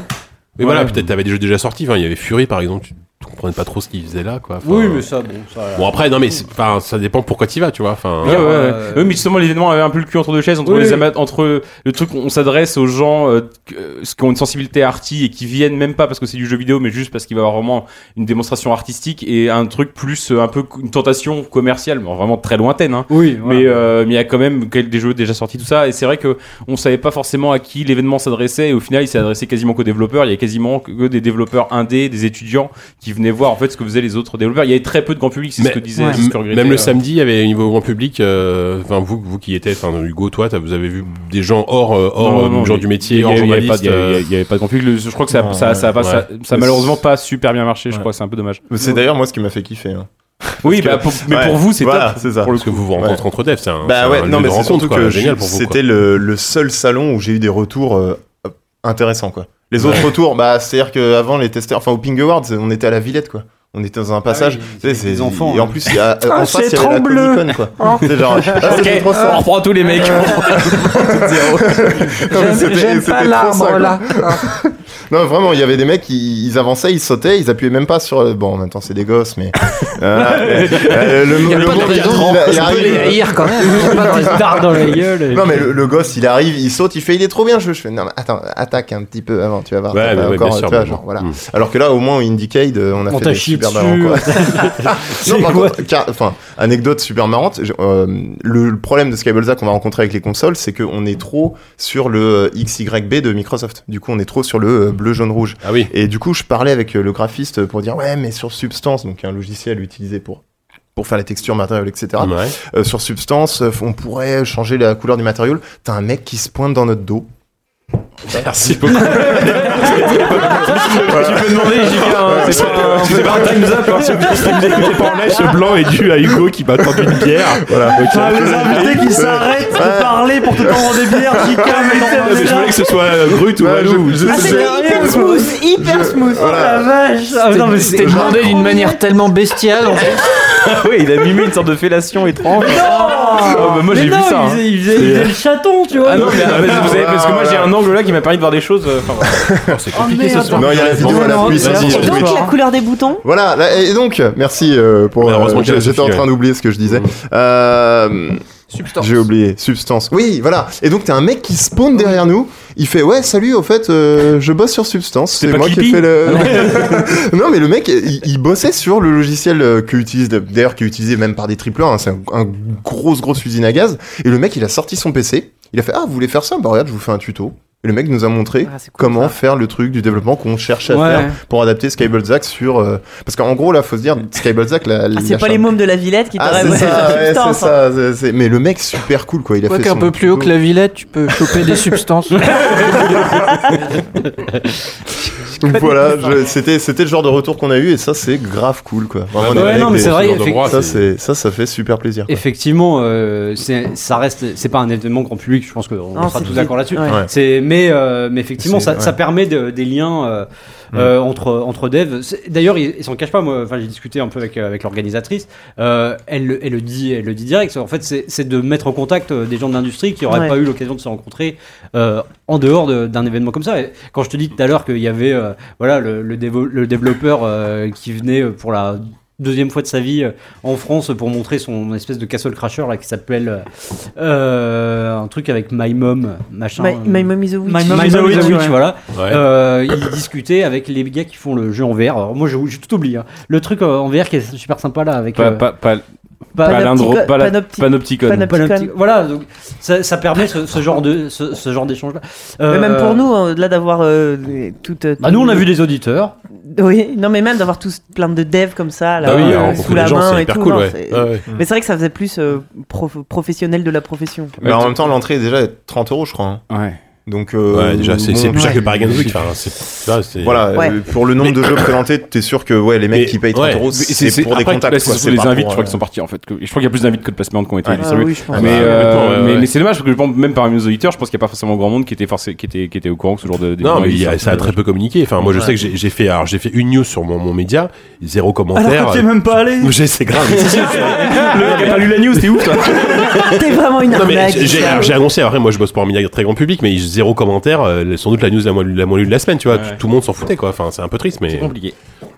S3: Mais
S7: Ouais.
S3: voilà, peut-être t'avais des jeux déjà sortis. Enfin, il y avait Fury, par exemple. Tu tu comprenais pas trop ce qu'ils faisaient là, quoi. Enfin,
S5: Oui, mais ça, bon, ça.
S3: Bon après non mais c'est- enfin ça dépend pourquoi tu vas tu vois enfin
S7: Hein Ouais, ouais, ouais.
S5: Euh,
S7: Oui, mais justement, l'événement avait un peu le cul entre deux chaises, entre
S5: Oui,
S7: les
S5: oui.
S7: amateurs, entre le truc où on s'adresse aux gens euh, que- euh, qui ont une sensibilité arty et qui viennent même pas parce que c'est du jeu vidéo, mais juste parce qu'il va y avoir vraiment une démonstration artistique et un truc plus euh, un peu une tentation commerciale, mais vraiment très lointaine. Hein.
S5: oui, voilà.
S7: Mais euh, mais il y a quand même quelques- des jeux déjà sortis, tout ça. Et c'est vrai que on savait pas forcément à qui l'événement s'adressait. Et au final, il s'est adressé quasiment qu'aux développeurs. Il y a quasiment que des développeurs indés, des étudiants qui venaient voir en fait ce que faisaient les autres développeurs. Il y avait très peu de grand public, c'est ce
S3: Mais-
S7: que disait.
S10: Ouais.
S7: c'est ce que
S3: même
S7: regrettait,
S3: le
S7: euh,
S3: samedi il y avait niveau grand public euh, enfin vous vous qui y étiez enfin Hugo toi t'as- vous avez vu des gens hors euh, hors
S7: Non, non,
S3: euh, gens
S7: mais
S3: du métier
S7: il y
S3: hors
S7: avait- il y avait pas
S3: journaliste
S7: de- il y avait- il y avait pas de conflit Le- je crois que ça
S6: Non,
S7: ça, ça, a pas-
S3: ouais.
S7: ça- ça a malheureusement pas super bien marché je
S6: Ouais.
S7: crois c'est un peu dommage
S6: C'est
S5: Mm.
S6: d'ailleurs moi ce qui m'a fait kiffer. hein.
S7: oui
S6: que-
S7: bah, pour- mais
S6: Ouais,
S7: pour vous c'est
S6: voilà,
S7: top
S6: c'est ça.
S7: pour le
S3: parce que vous vous rencontrez entre devs c'est un Hein, c'est
S6: Bah
S3: un
S6: ouais,
S3: lieu
S6: non,
S3: de
S6: mais c'est
S3: rencontre,
S6: surtout
S3: quoi.
S6: que
S3: génial
S6: je-
S3: pour vous quoi.
S6: c'était le, le seul salon où j'ai eu des retours euh, intéressants, quoi. Les autres retours, bah, c'est-à-dire qu'avant, les testeurs, enfin, au Ping Awards, on était à la Villette, quoi. On était dans un passage.
S5: Ah oui,
S6: tu sais,
S5: des
S6: c'est-
S5: enfants,
S6: Et en
S5: hein.
S6: plus, il y a, euh, en face, il y
S8: c'est
S6: avait la
S8: trembleux.
S6: Comic Con, quoi. C'est genre, (laughs) ah, c'était
S7: Ok,
S6: trop ça.
S7: on reprend tous les mecs
S6: (laughs) Non, mais
S9: J'aime
S6: c'était-
S9: j'aime
S6: c'était
S9: pas
S6: trop ça,
S9: l'arbre
S6: quoi.
S9: là.
S6: Non, vraiment, il y avait des mecs, ils, ils avançaient, ils sautaient, ils appuyaient même pas sur. le- Bon, en même temps, c'est des gosses,
S3: (laughs)
S6: mais. Euh, euh, le le monde, il- il- il arrive. euh,
S9: quand même.
S5: (laughs)
S3: euh,
S5: Pas des dards dans
S3: (laughs)
S5: la gueule. et-
S6: Non mais le, le gosse il arrive, il saute, il fait il est trop bien je, je fais non mais attends attaque un petit peu avant tu vas voir
S3: Ouais,
S6: t'as
S3: ouais,
S6: pas
S3: ouais,
S6: encore,
S3: bien sûr,
S6: tu vois,
S3: mais
S6: genre,
S3: bon.
S6: voilà.
S3: Mm.
S6: alors que là au moins au Indiecade euh, on a
S5: On
S6: fait
S5: t'a
S6: des
S5: chié
S6: super
S5: dessus.
S6: marrants quoi. (laughs)
S5: (laughs)
S6: non, par
S5: quoi
S6: contre, car- enfin anecdote super marrante j'ai- euh, le, le problème de Skybalza qu'on va rencontrer avec les consoles c'est qu'on est trop sur le euh, XYB de Microsoft du coup on est trop sur le euh, bleu, jaune, rouge.
S3: Ah oui.
S6: Et du coup, je parlais avec euh, le graphiste pour dire ouais, mais sur Substance, donc un logiciel utilisé pour pour faire les textures, matériaux, etc.
S3: hmm, Ouais.
S6: Euh, sur Substance, euh, on pourrait changer la couleur du matériau. T'as un mec qui se pointe dans notre dos. (laughs)
S3: Merci beaucoup.
S6: Voilà.
S7: Tu peux demander, j'y viens. hein, C'est pas un- c'est pas un time's (laughs) up. hein, c'est pas-
S3: Le porlèche blanc est dû à Hugo qui m'a tendu une bière.
S6: Voilà.
S3: Ok.
S4: Ah, les invités qui
S6: Ouais.
S4: s'arrêtent de
S6: Ouais.
S4: parler pour te tendre des bières, j'y calme, mais t'en
S3: Parce que je voulais que ce soit euh, Grut ou
S6: Ouais,
S3: Walou. ou-
S6: je- je-
S10: Ah,
S6: je-
S10: c'était hyper
S6: je-
S10: smooth, hyper
S6: je-
S10: smooth. Oh
S6: voilà.
S10: la vache. Ah,
S9: C'était
S10: non, mais
S9: c'était demandé d'une manière tellement bestiale. en (laughs) fait.
S7: (laughs) Oui, il a mimé une sorte de fellation étrange. Oh, bah, moi
S5: Mais
S7: j'ai
S5: non,
S7: vu ça.
S5: il
S7: hein.
S5: faisait- il faisait il faisait le chaton, tu vois.
S7: Ah non, mais ah, bah, vous avez- parce que moi j'ai un angle là qui m'a permis de voir des choses. euh, Enfin, voilà.
S3: C'est compliqué ce soir.
S6: Oh, Non, il y a la vidéo à la
S3: Vas-y,
S6: pluie sur
S3: vas-y.
S6: Twitch.
S10: Donc la couleur des boutons.
S6: Voilà, là, et donc, merci euh, pour.
S3: Ouais, heureusement
S6: euh,
S3: qu'il y a la Mmh.
S6: J'étais en
S3: Sophie,
S6: train
S3: ouais.
S6: d'oublier ce que je disais. Euh, J'ai oublié. Substance. Oui, voilà. Et donc, t'as un mec qui spawn derrière nous. Il fait Ouais, salut, au fait, euh, je bosse sur Substance. C'est
S7: pas
S6: moi qui ai
S7: Clippy
S6: fait le. (laughs) non, mais le mec, il, il bossait sur le logiciel euh, que utilise, d'ailleurs, qui est utilisé même par des tripleurs. hein, C'est un, un grosse, grosse usine à gaz. Et le mec, il a sorti son PC. Il a fait Ah, vous voulez faire ça Bah, regarde, je vous fais un tuto. Et le mec nous a montré
S10: Ah, c'est cool,
S6: comment faire le truc du développement qu'on cherche à
S5: Ouais.
S6: faire pour adapter Skyball Zack sur. euh, parce qu'en gros, là, faut se dire, Skyball Zack, la.
S10: Ah, c'est pas les mômes de la Villette qui
S6: Ah,
S10: t'auraient
S6: c'est
S9: (laughs)
S10: bossé
S6: ça,
S10: sur
S6: ouais, c'est
S10: Substance, hein.
S6: ça. c'est- c'est- Mais le mec, super cool, quoi. Il a
S9: Quoi
S6: fait
S9: qu'un
S6: son
S9: peu plus haut que
S6: tuto.
S9: la Villette, tu peux choper des substances.
S6: Donc (laughs) voilà, je- c'était c'était le genre de retour qu'on a eu, et ça, c'est grave cool, quoi. Vraiment, on est
S5: Ouais,
S6: avec
S5: non, mais
S6: des-
S5: c'est vrai,
S3: Dans l'endroit,
S6: Ça,
S3: c'est-
S6: c'est ça, ça fait super plaisir. quoi.
S5: Effectivement, euh, c'est- ça reste, c'est pas un événement grand public. Je pense qu'on
S10: Non,
S5: sera
S10: c'est
S5: tous
S10: petit.
S5: d'accord là-dessus.
S10: Ouais.
S6: Ouais.
S5: C'est, mais, euh, mais effectivement,
S6: C'est-
S5: ça,
S6: ouais.
S5: ça permet de- des liens euh, euh, entre entre devs. C'est- D'ailleurs, ils ils s'en cachent pas. Moi, enfin, j'ai discuté un peu avec euh, avec l'organisatrice. Euh, elle, le- elle le dit, elle le dit direct. En fait, c'est c'est de mettre en contact euh, des gens de l'industrie qui auraient
S10: Ouais.
S5: pas eu l'occasion de se rencontrer euh, en dehors de- d'un événement comme ça. Et quand je te dis tout à l'heure qu'il y avait euh, voilà le, le, dévo- le développeur euh, qui venait euh, pour la deuxième fois de sa vie euh, en France pour montrer son espèce de castle crasher là qui s'appelle euh, euh, un truc avec My Mom machin
S10: My, my mom is a witch.
S5: My Mom is a Witch,
S10: ouais.
S5: voilà.
S3: Ouais.
S5: Euh, il discutait avec les gars qui font le jeu en VR. Alors, moi, j'ai j'ai tout oublié. hein. Le truc euh, en VR qui est super sympa là avec.
S7: Pas-
S5: euh,
S7: pas- pas-
S5: pas-
S7: palindro-
S10: Panoptico-
S7: pala-
S10: panopti-
S7: Panopticon.
S10: panopti-
S5: pas la
S10: Panopticon.
S5: petite- Voilà, donc ça, ça permet ce, ce genre de ce, ce genre d'échange là.
S3: Euh,
S10: Mais même pour nous, hein, là d'avoir euh, des- toute. euh,
S5: Bah nous on a vu des auditeurs.
S10: Oui, non mais même d'avoir tous plein de devs comme ça, là,
S3: Bah oui,
S10: euh,
S3: alors,
S10: sous
S3: rencontrer
S10: la
S3: des gens,
S10: main
S3: c'est
S10: et
S3: hyper
S10: tout.
S3: cool,
S10: non,
S3: ouais. Euh.
S10: c'est-
S3: Ouais, ouais.
S10: Mais c'est vrai que ça faisait plus euh, prof- professionnel de la profession. (laughs)
S6: Mais en même temps, l'entrée, déjà, est 30 euros, je crois. hein.
S7: Ouais.
S6: Donc, euh,
S3: Ouais, déjà, c'est
S6: bon,
S3: c'est plus cher
S10: ouais.
S3: que Paris Games Week. enfin, c'est- là, c'est-
S6: Voilà,
S10: Ouais.
S6: euh, pour le nombre de jeux présentés, t'es sûr que ouais, les mecs
S3: Mais-
S6: qui payent 30
S3: ouais.
S6: euros,
S7: Mais c'est-
S6: c'est pour des
S7: après,
S6: contacts.
S7: là, c'est
S6: quoi,
S7: surtout les
S6: pas
S7: invites, je
S6: pour,
S7: crois, qui
S6: euh,
S7: sont partis en fait. que- Je crois qu'il y a plus d'invites que de placements qui ont été
S10: Ah,
S7: distribués.
S10: oui, je pense.
S6: Ah
S7: Mais,
S6: bah,
S7: euh,
S3: complètement, ouais,
S7: mais,
S3: ouais.
S7: mais c'est dommage parce que je pense même parmi nos auditeurs, je pense qu'il n'y a pas forcément grand monde qui était, forcé, qui était, qui était au courant que ce genre de.
S3: Non,
S7: d'événement
S3: mais il y a-
S7: existe.
S3: ça a très peu communiqué. Enfin, moi, je sais que j'ai j'ai fait, alors, j'ai fait une news sur mon, mon média, zéro commentaire.
S4: Alors que t'es même pas allé.
S3: J'ai- (laughs) c'est
S5: (laughs)
S3: grave.
S7: Le mec a pas lu la news, t'es ouf toi
S10: T'es vraiment une
S3: Non, mais
S10: arnaque.
S3: j'ai- j'ai
S10: ça.
S3: alors, j'ai annoncé, après moi je bosse pour un média très grand public, mais zéro commentaire, euh, sans doute la news la moins, la moins lue de la semaine, tu vois,
S7: Ouais.
S3: tout, tout le monde s'en foutait quoi, enfin c'est un peu triste, mais,
S7: C'est compliqué.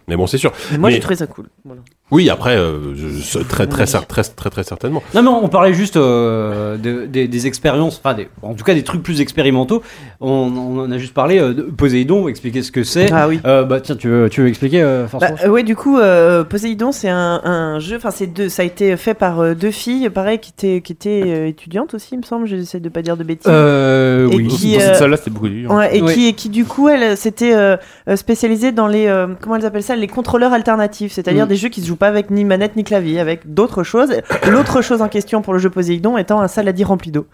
S3: mais bon c'est sûr.
S10: Mais moi
S3: Mais-
S10: j'ai trouvé ça cool. Voilà.
S3: Oui, après, euh, je- je- très, très, cer- très, très, très, certainement.
S5: Non mais on parlait juste euh, de- des, des expériences, enfin des- en tout cas des trucs plus expérimentaux. On, on en a juste parlé. euh, de Poséidon, expliquer ce que c'est.
S10: Ah oui.
S5: Euh, bah tiens, tu veux tu veux expliquer euh, François
S10: Bah, euh, ouais, du coup, euh, Poséidon, c'est un, un jeu. Enfin, c'est deux. Ça a été fait par euh, deux filles, pareil, qui étaient, qui étaient euh, étudiantes aussi, il me semble. J'essaie de pas dire de bêtises.
S5: Euh,
S10: Et
S5: oui.
S10: qui,
S7: Dans
S10: euh,
S7: cette salle là, c'était beaucoup dur.
S10: Ouais, et,
S5: Ouais.
S10: Qui, et qui du coup elle s'était euh, euh, spécialisée dans les euh, comment elles appellent ça les contrôleurs alternatifs c'est-à-dire
S5: Mm.
S10: des jeux qui se jouent pas avec ni manette ni clavier avec d'autres choses l'autre chose en question pour le jeu Poséidon étant un saladier rempli d'eau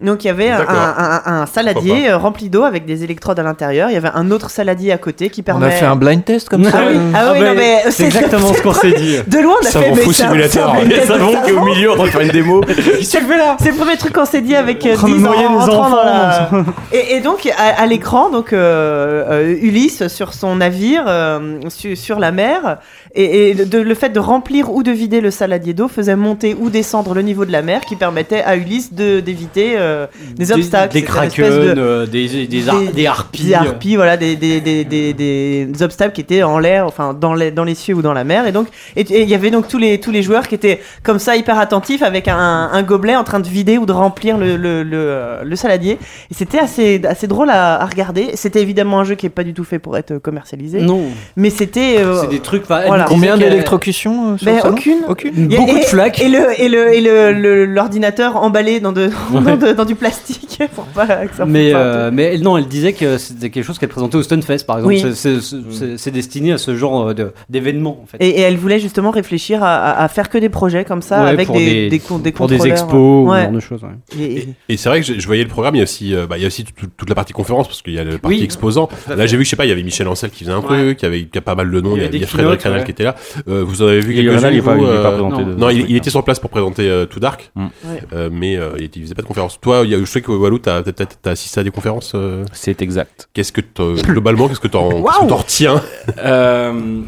S10: donc il y avait un,
S3: D'accord.
S10: un- un- un
S3: Pourquoi
S10: saladier euh, rempli d'eau avec des électrodes à l'intérieur il y avait un autre saladier à côté qui
S9: On
S10: permet
S9: a fait un blind test (laughs) comme ça. euh,
S10: ah oui, ah oui,
S5: Ah
S10: non,
S5: bah,
S10: mais
S5: c'est
S10: c'est- (laughs)
S5: exactement ce qu'on s'est dit.
S10: de loin on a fait
S3: Savon
S10: mais
S3: faux
S10: ça-
S3: simulateur.
S10: ça-
S3: Et savon qui est au
S6: euh,
S3: milieu en train de faire une
S6: (laughs)
S3: démo.
S10: C'est le premier truc qu'on s'est dit avec euh,
S4: En train de
S10: 10 ans,
S4: noyer
S10: en
S4: les
S10: rentrant
S4: enfants. hein.
S10: dans la- Et, et donc à, à l'écran, donc euh, euh, Ulysse sur son navire euh, su- sur la mer, et, et de- le fait de remplir ou de vider le saladier d'eau faisait monter ou descendre le niveau de la mer, qui permettait à Ulysse de d'éviter euh, des, obstacles, C'était
S5: des
S10: une
S5: kraken,
S10: espèce de-
S5: euh, des, des, des, har-
S10: des-
S5: des harpies.
S10: des harpies, voilà, des, des, des, des, des obstacles qui étaient en l'air, enfin dans les, dans les cieux ou dans la mer. Et donc, et et il y avait donc tous les, tous les joueurs qui étaient comme ça hyper attentifs avec un, un gobelet en train de vider ou de remplir le, le, le, euh, le saladier. Et c'était assez, assez drôle à, à regarder. C'était évidemment un jeu qui est pas du tout fait pour être commercialisé,
S5: Non,
S10: mais c'était. euh,
S5: c'est des trucs. enfin, elle
S10: voilà.
S5: nous disait
S9: Combien
S5: qu'elle-
S9: d'électrocutions euh, sur
S10: Ben,
S9: le salon
S10: aucune.
S9: Aucune.
S10: Il y a-
S5: Beaucoup
S10: et-
S5: de flaques.
S10: Et le et le et le- le- l'ordinateur emballé dans de (laughs) dans de de- dans du plastique (laughs) pour pas que ça
S5: Mais,
S10: foute
S5: euh,
S10: partout.
S5: mais elle- non, elle disait que c'était quelque chose qu'elle présentait au Stunfest, par exemple.
S10: Oui.
S5: C'est- c'est- c'est- C'est c'est destiné à ce genre euh, de- d'événement, en fait.
S10: Et, et elle voulait justement réfléchir à, à- à faire que des projets comme ça
S5: Ouais,
S10: avec
S5: pour
S10: des,
S5: des-
S10: des, con- des
S5: pour des
S10: contrôleurs.
S5: expos ou ce
S10: Ouais.
S5: genre de choses, ouais.
S10: Et- et-
S3: Et c'est vrai que je, je voyais le programme, il y a aussi, euh, bah, il y a aussi tout- tout- toute la partie conférence, parce qu'il y a le partie
S5: Oui.
S3: exposant.
S5: à
S3: Là,
S5: fait.
S3: j'ai vu, je sais pas, il y avait Michel Ancel qui faisait un
S5: Ouais.
S3: truc, il y avait il y a pas mal de noms, il y,
S5: avait
S3: a- il y
S5: des
S3: a Frédéric
S5: keynotes,
S3: Renal
S5: ouais.
S3: qui était là. Euh, vous en avez vu
S5: Et
S3: quelques-uns
S5: Renal, il est pas-
S3: vous,
S5: il est pas
S3: euh,
S5: présenté de-
S3: Non,
S5: de
S3: il,
S5: ce
S3: il était sur place pour présenter euh, Too Dark,
S7: Mm.
S10: Ouais.
S3: euh, mais euh, il, était- il faisait pas de conférence. Toi, il y a- je sais que Walou, t'as t'as- t'as- t'as assisté à des conférences. euh,
S7: C'est exact.
S3: Qu'est-ce que (laughs) t'en- globalement, qu'est-ce que t'en qu'est-ce que t'en (laughs) retiens
S7: Euh,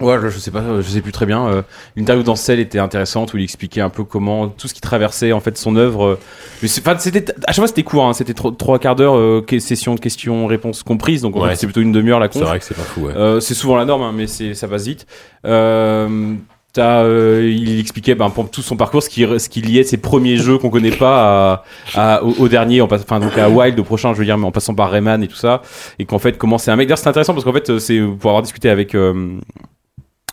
S7: Ouais, je, je sais pas, je sais plus très bien. Euh, L'interview d'Ancel était intéressante où il expliquait un peu comment tout ce qui traversait en fait son œuvre. euh, mais c'est- enfin, c'était à chaque fois c'était court, hein, c'était tro- trois quarts d'heure, euh, que- session de questions-réponses comprises, donc en
S3: Ouais.
S7: fait, c'est plutôt une demi-heure la
S3: C'est
S7: conf.
S3: vrai que c'est pas fou, ouais.
S7: Euh, c'est souvent la norme, hein, mais c'est ça passe vite. Euh, t'as, euh, il expliquait ben, pour tout son parcours ce qui, ce qui liait ses premiers jeux qu'on connaît pas à, à- au, au dernier, en pass- enfin donc à Wild au prochain, je veux dire, mais en passant par Rayman et tout ça, et qu'en fait comment c'est un mec. D'ailleurs, c'est intéressant parce qu'en fait euh, c'est pour avoir discuté avec euh,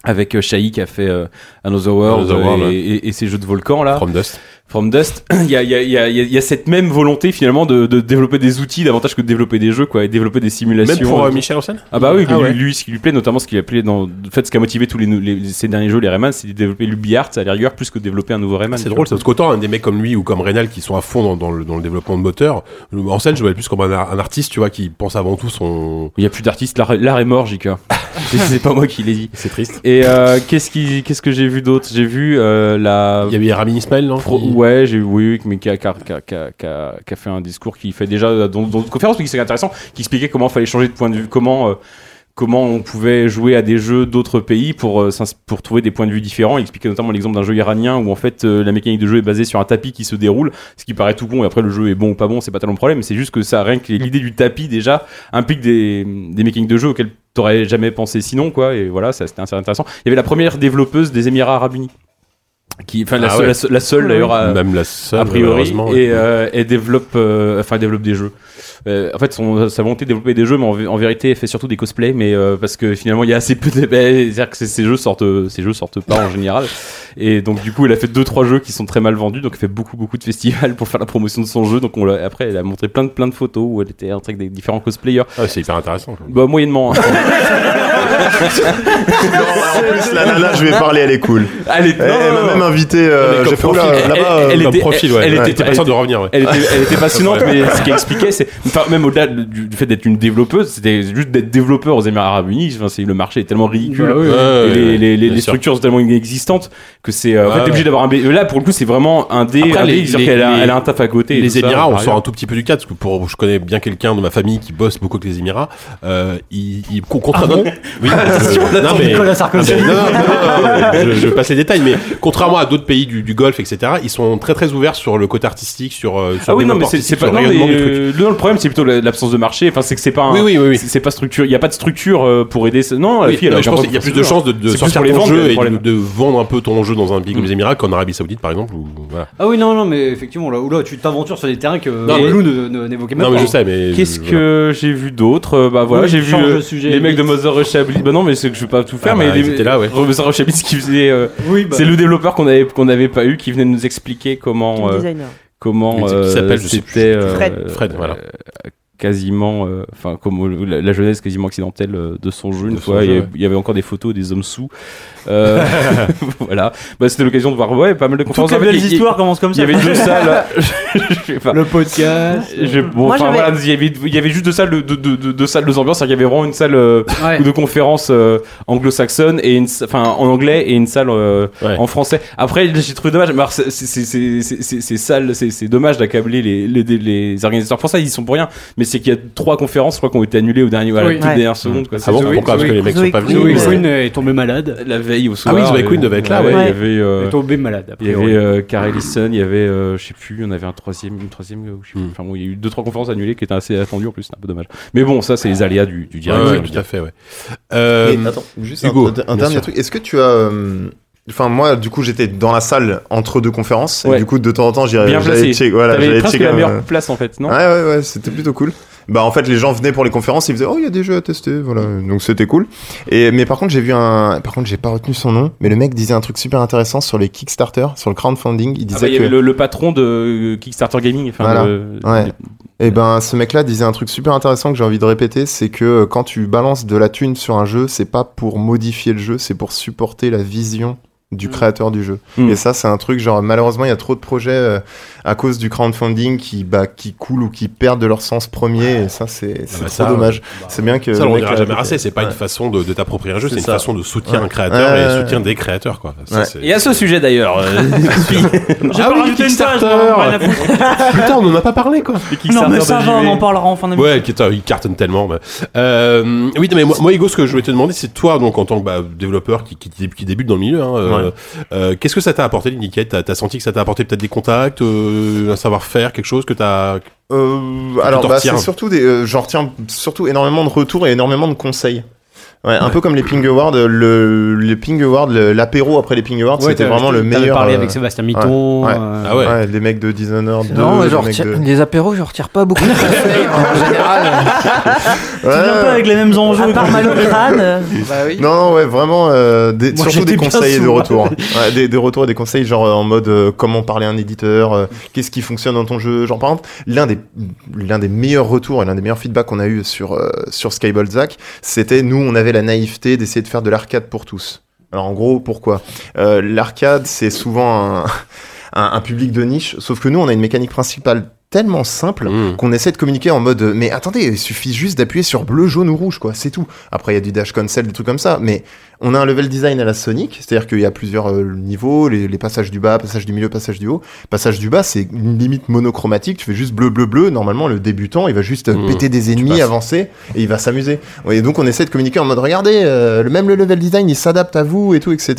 S7: avec euh, Shai qui a fait euh, Another World,
S3: Another World,
S7: euh, et,
S3: ouais.
S7: et- et ses jeux de volcan là.
S3: From Dust.
S7: From Dust, (clears throat) il y a, il y, a, il y, a, il y a cette même volonté finalement de, de développer des outils davantage que de développer des jeux quoi, et développer des simulations.
S3: Même pour
S7: Et
S3: euh,
S7: tout.
S3: Michel Ancel
S7: Ah bah oui,
S3: Ah
S7: lui,
S3: ouais.
S7: lui, ce qui lui plaît, notamment ce qu'il a plaît dans, de fait, ce qui a motivé tous les, les- ces derniers jeux, les Rayman, c'est de développer l'UbiArt à la rigueur plus que de développer un nouveau Rayman.
S3: C'est
S7: tu
S3: drôle,
S7: vois.
S3: ça, parce qu'autant hein, des mecs comme lui ou comme Rénal qui sont à fond dans, dans le, dans le développement de moteur, en scène, je vois plus comme un, ar- un artiste, tu vois, qui pense avant tout son.
S7: Il n'y a plus d'artistes, l'art l'art est mort, JK. c'est (laughs) c'est pas moi qui l'ai dit.
S3: C'est triste.
S7: Et euh, qu'est-ce qui- qu'est-ce que j'ai vu d'autre J'ai vu euh, la.
S3: Il y avait Ramin Ismail, non
S7: Pro-
S3: qui-
S7: Ouais, j'ai oui, oui, mais qui a, qui a- qui a- qui a- qui a- qui a fait un discours qui fait déjà dans, dans une conférence, mais qui c'est intéressant, qui expliquait comment il fallait changer de point de vue, comment euh, comment on pouvait jouer à des jeux d'autres pays pour euh, s'ins- pour trouver des points de vue différents. Il expliquait notamment l'exemple d'un jeu iranien où en fait euh, la mécanique de jeu est basée sur un tapis qui se déroule, ce qui paraît tout con. Et après le jeu est bon ou pas bon, c'est pas tellement le problème. C'est juste que ça, rien que l'idée du tapis déjà implique des des mécaniques de jeu auxquelles t'aurais jamais pensé sinon quoi. Et voilà, ça c'était assez intéressant. Il y avait la première développeuse des Émirats Arabes Unis. Qui, enfin, la,
S3: Ah
S7: seule-
S3: ouais.
S7: la seule- la seule d'ailleurs à-
S3: Même la seule,
S7: a priori
S3: malheureusement, ouais.
S7: et, euh, elle développe euh, enfin elle développe des jeux Euh, en fait son, sa volonté de développer des jeux mais en, vé- en vérité elle fait surtout des cosplays mais euh, parce que finalement il y a assez peu de ben, c'est-à-dire que ces- ces jeux sortent euh, ces jeux
S3: (laughs)
S7: sortent pas en général et donc du coup elle a fait deux trois jeux qui sont très mal vendus donc elle fait beaucoup beaucoup de festivals pour faire la promotion de son jeu donc on l'a- après elle a montré plein de plein de photos où elle était en train avec des différents cosplayers
S3: Ah, c'est hyper intéressant.
S7: bah
S3: (laughs)
S7: moyennement hein.
S6: En plus, là, là, là, je vais parler, elle est cool.
S7: (laughs) elle est-
S6: Elle,
S7: non, non,
S6: elle m'a
S7: non.
S6: même invité. euh,
S3: comme
S6: J'ai fait oula,
S7: profil,
S6: là-bas.
S7: elle-
S6: euh,
S7: elle
S3: Comme
S7: était-
S3: profil, ouais.
S7: elle était-
S3: Ouais, t'es pas
S7: elle
S3: sûr de revenir, ouais.
S7: elle était, elle
S3: (laughs)
S7: était passionnante, mais ce qu'elle expliquait, c'est, enfin, même au-delà de- du, du fait d'être une développeuse, c'était juste d'être développeur aux Émirats Arabes Unis. Enfin, c'est, le marché est tellement ridicule.
S5: Bah oui.
S7: Et
S3: Ouais,
S7: les,
S3: ouais,
S7: les- les-
S3: bien
S7: les
S3: sûr.
S7: structures sont tellement inexistantes que c'est, euh, en
S3: Ouais,
S7: fait, t'es
S3: ouais.
S7: obligé d'avoir un B. Là, pour le coup, c'est vraiment un dé.
S3: Après,
S7: un dé,
S3: les-
S7: c'est-à-dire
S3: les-
S7: qu'elle a,
S3: les-
S7: elle a un taf à côté. et tout
S3: Les
S7: ça,
S3: Émirats, on
S7: par
S3: sort un
S7: ailleurs.
S3: tout petit peu du cadre, parce que pour, je connais bien quelqu'un de ma famille qui bosse beaucoup avec les Émirats. Euh, ils, ils, con- contre un autre- Oui, je- non, mais-
S5: Nicolas Sarkozy.
S3: Ah, mais non, non, non, non, non, je, je passe les détails, mais contrairement à d'autres pays du, du Golfe, etc., ils sont très très ouverts sur le côté artistique, sur, euh, sur
S7: Ah oui,
S3: le
S7: non, mais
S3: développement
S7: c'est, c'est
S3: artistique,
S7: pas,
S3: sur
S7: non,
S3: le rayonnement
S7: mais,
S3: du truc.
S7: euh, non, le problème, c'est plutôt la- l'absence de marché. Enfin, c'est que c'est pas un,
S3: Oui, oui, oui, oui.
S7: C'est, c'est pas structure. Il n'y a pas de structure euh, pour aider. ce- Non, la
S3: Oui,
S7: fille, elle
S3: non,
S7: a
S3: je pense qu'il y a plus de chances de, de
S7: C'est plus
S3: sortir
S7: pour les
S3: ton
S7: ventes que
S3: jeu
S7: le
S3: et de,
S7: problème. Mm.
S3: de vendre un peu ton jeu dans un pays comme les Émirats qu'en Arabie Saoudite par exemple. ou- voilà.
S5: Ah oui, non, non, mais effectivement, là, oula, tu t'aventures sur des terrains que
S3: Non,
S5: Lou ne- ne- n'évoquait même
S3: Non mais
S5: pas.
S3: je sais mais
S7: Qu'est-ce
S3: voilà.
S7: que j'ai vu d'autre Euh, Bah voilà,
S5: Oui,
S7: j'ai vu
S5: change
S7: euh,
S5: de sujet
S7: les mecs de
S5: vite.
S7: Mother Russia Blitz. Bah non, mais c'est que je vais pas tout faire.
S3: Ah
S7: mais
S3: bah, ils étaient là, ouais.
S7: Mother Russia Blitz qui faisait. euh,
S5: Oui, bah,
S7: c'est le développeur qu'on avait qu'on avait pas eu qui venait nous expliquer comment euh,
S10: designer.
S7: comment
S3: Il
S7: euh,
S3: s'appelle, je sais plus.
S7: c'était euh,
S10: Fred.
S3: Fred, voilà.
S7: euh, quasiment euh, enfin comme le- la, la jeunesse quasiment accidentelle euh, de son jeu une
S3: De son
S7: fois
S3: jeu,
S7: il y a-
S3: ouais.
S7: il y avait encore des photos des hommes sous
S3: (laughs)
S7: Euh, (laughs) voilà bah c'était l'occasion de voir ouais pas mal de conférences
S8: Toutes les
S7: En fait,
S8: belles
S7: il- il-
S8: histoires commencent comme
S7: il y
S8: ça.
S7: avait
S8: (laughs)
S7: deux salles (laughs) je sais pas
S5: le podcast.
S7: je- Euh, bon,
S10: Moi,
S7: enfin,
S10: j'avais-
S7: voilà, il y avait il y avait juste deux salles de de de, de, deux salles deux ambiances, c'est-à-dire qu'il y avait vraiment une salle euh,
S5: Ouais.
S7: de conférences euh, anglo-saxonne et une sa- enfin en anglais et une salle euh,
S3: Ouais.
S7: en français. Après j'ai trouvé dommage mais alors, c'est c'est c'est c'est- c'est c'est sale, c'est c'est dommage d'accabler les, les les organisateurs français, ils y sont pour rien, mais c'est qu'il y a trois conférences je crois qui ont été annulées au dernier à la
S5: Oui.
S7: toute
S10: Ouais.
S7: dernière seconde quoi.
S3: Ah bon
S5: Zoé-
S3: pourquoi parce que les
S5: Zoé-
S3: mecs sont pas
S10: Zoé-
S5: Zoé
S3: venus.
S10: Zoé-
S5: Quinn est tombée malade.
S7: la veille au
S3: Ah
S7: soir.
S3: oui, Zoé
S7: euh,
S3: Quinn devait être là, ouais.
S7: Il y avait
S5: Elle est
S7: euh,
S5: tombée malade, a
S7: il y avait
S5: priori.
S7: euh, Carl Ellison, il y avait, euh, je sais plus, il y en avait un troisième, une troisième, euh, je sais
S6: Hmm.
S7: plus.
S3: Mm.
S7: Enfin bon, il y a eu deux trois conférences annulées qui étaient assez attendues en plus, c'est un peu dommage. Mais bon, ça c'est les aléas du, du
S3: Ouais,
S7: direct.
S3: ouais,
S7: c'est
S3: tout à fait ouais. Euh,
S6: Mais attends, juste
S3: Hugo,
S6: un, un
S3: bien
S6: dernier
S3: sûr.
S6: truc. Est-ce que tu as euh, Enfin, moi, du coup, j'étais dans la salle entre deux conférences. Et
S7: Ouais.
S6: du coup, de temps en temps, j'irais.
S7: Bien
S6: j'allais
S7: placé.
S6: check- voilà,
S7: T'avais
S6: j'allais
S7: presque
S6: check
S7: la
S6: un-
S7: meilleure place en fait, non
S6: Ouais, ouais, ouais, c'était plutôt cool. Bah, en fait, les gens venaient pour les conférences, ils faisaient, oh, il y a des jeux à tester, voilà. Donc, c'était cool. Et, mais par contre, j'ai vu un, par contre, j'ai pas retenu son nom, mais le mec disait un truc super intéressant sur les Kickstarter, sur le crowdfunding.
S7: Ah bah,
S6: Il
S7: Il
S6: disait
S7: y
S6: que.
S7: avait le, le patron de euh, Kickstarter Gaming. Enfin,
S6: Voilà.
S7: le-
S6: Ouais. Et ben, ce mec-là disait un truc super intéressant que j'ai envie de répéter, c'est que euh, quand tu balances de la thune sur un jeu, c'est pas pour modifier le jeu, c'est pour supporter la vision du créateur du jeu.
S7: Mm.
S6: Et ça, c'est un truc, genre, malheureusement, il y a trop de projets euh, à cause du crowdfunding qui, bah, qui coulent ou qui perdent de leur sens premier, et ça, c'est c'est
S3: bah,
S6: trop
S3: ça,
S6: dommage. c'est bien que.
S3: Ça,
S6: le
S3: on
S6: mec
S3: dira
S6: l'a
S3: jamais
S6: répété.
S3: assez. C'est pas une façon de, de t'approprier un jeu, c'est
S6: C'est
S3: une
S6: ça.
S3: façon de soutenir
S6: Ouais.
S3: un créateur et
S6: Ouais.
S3: et soutien des créateurs, quoi. Ça,
S6: Ouais.
S3: c'est-
S7: Et à ce sujet d'ailleurs, euh, (laughs)
S8: J'ai
S3: Ah
S8: pas
S3: oui,
S8: rajouté une page,
S3: Kickstarter.
S8: moi, rien à
S3: (laughs)
S8: foutre.
S3: Putain, on en a pas parlé, quoi.
S7: les
S8: Non,
S7: Kickstarter
S8: mais ça
S7: de
S8: va,
S7: JV.
S8: on en parlera en fin d'émission.
S3: Ouais, qui est- il cartonne tellement. mais- Euh, oui, non, mais moi, moi, Hugo, ce que je voulais te demander, c'est toi, donc en tant que bah, développeur qui, qui, qui débute dans le milieu, hein, euh, euh, qu'est-ce que ça t'a apporté, l'Indiquette T'as t'as senti que ça t'a apporté peut-être des contacts, euh, un savoir-faire, quelque chose que t'as.
S6: Euh,
S3: Tu
S6: alors,
S3: t'en
S6: bah,
S3: retires.
S6: c'est surtout des, euh, j'en retiens surtout énormément de retours et énormément de conseils. Ouais, un peu comme les Ping Awards, le, les Ping Awards, le- l'apéro après les Ping Awards,
S5: Ouais,
S6: c'était
S5: t'as-
S6: vraiment le
S5: t'avais
S6: meilleur.
S5: parlé
S6: euh,
S5: avec Sébastien Mitton.
S6: ouais.
S5: euh,
S3: Ah ouais.
S6: les mecs de Dishonored 2,
S9: Non,
S6: les
S9: genre,
S6: mecs de-
S9: les apéros, je retire pas beaucoup de conseils, en général.
S8: Tu viens
S6: Ouais.
S8: pas avec les mêmes
S10: À
S8: enjeux.
S10: part mal au
S3: (laughs)
S10: crâne. euh,
S9: Bah oui.
S6: Non, non, ouais, vraiment, euh, des-
S5: Moi,
S6: surtout des
S5: j'étais bien hein.
S6: conseils et des
S5: sourd.
S6: retours. hein.
S5: (laughs)
S6: Ouais, des, des retours et des conseils, genre euh, en mode euh, comment parler à un éditeur, euh, qu'est-ce qui fonctionne dans ton jeu. Genre, par exemple, l'un des, l'un des meilleurs retours et l'un des meilleurs feedbacks qu'on a eu sur, euh, sur Skyball Zack, c'était nous, on avait la naïveté d'essayer de faire de l'arcade pour tous. Alors, en gros, pourquoi Euh, L'arcade, c'est souvent un, (laughs) un- un public de niche, sauf que nous, on a une mécanique principale tellement simple
S3: Mm.
S6: qu'on essaie de communiquer en mode euh, mais attendez il suffit juste d'appuyer sur bleu jaune ou rouge quoi c'est tout après il y a du dash cancel des trucs comme ça mais on a un level design à la Sonic c'est-à-dire qu'il y a plusieurs euh, niveaux les, les passages du bas passage du milieu passage du haut passage du bas c'est une limite monochromatique tu fais juste bleu bleu bleu normalement le débutant il va juste euh,
S3: Mmh,
S6: péter des ennemis
S3: passes.
S6: avancer et il va s'amuser et donc on essaie de communiquer en mode regardez euh, le même le level design il s'adapte à vous et tout etc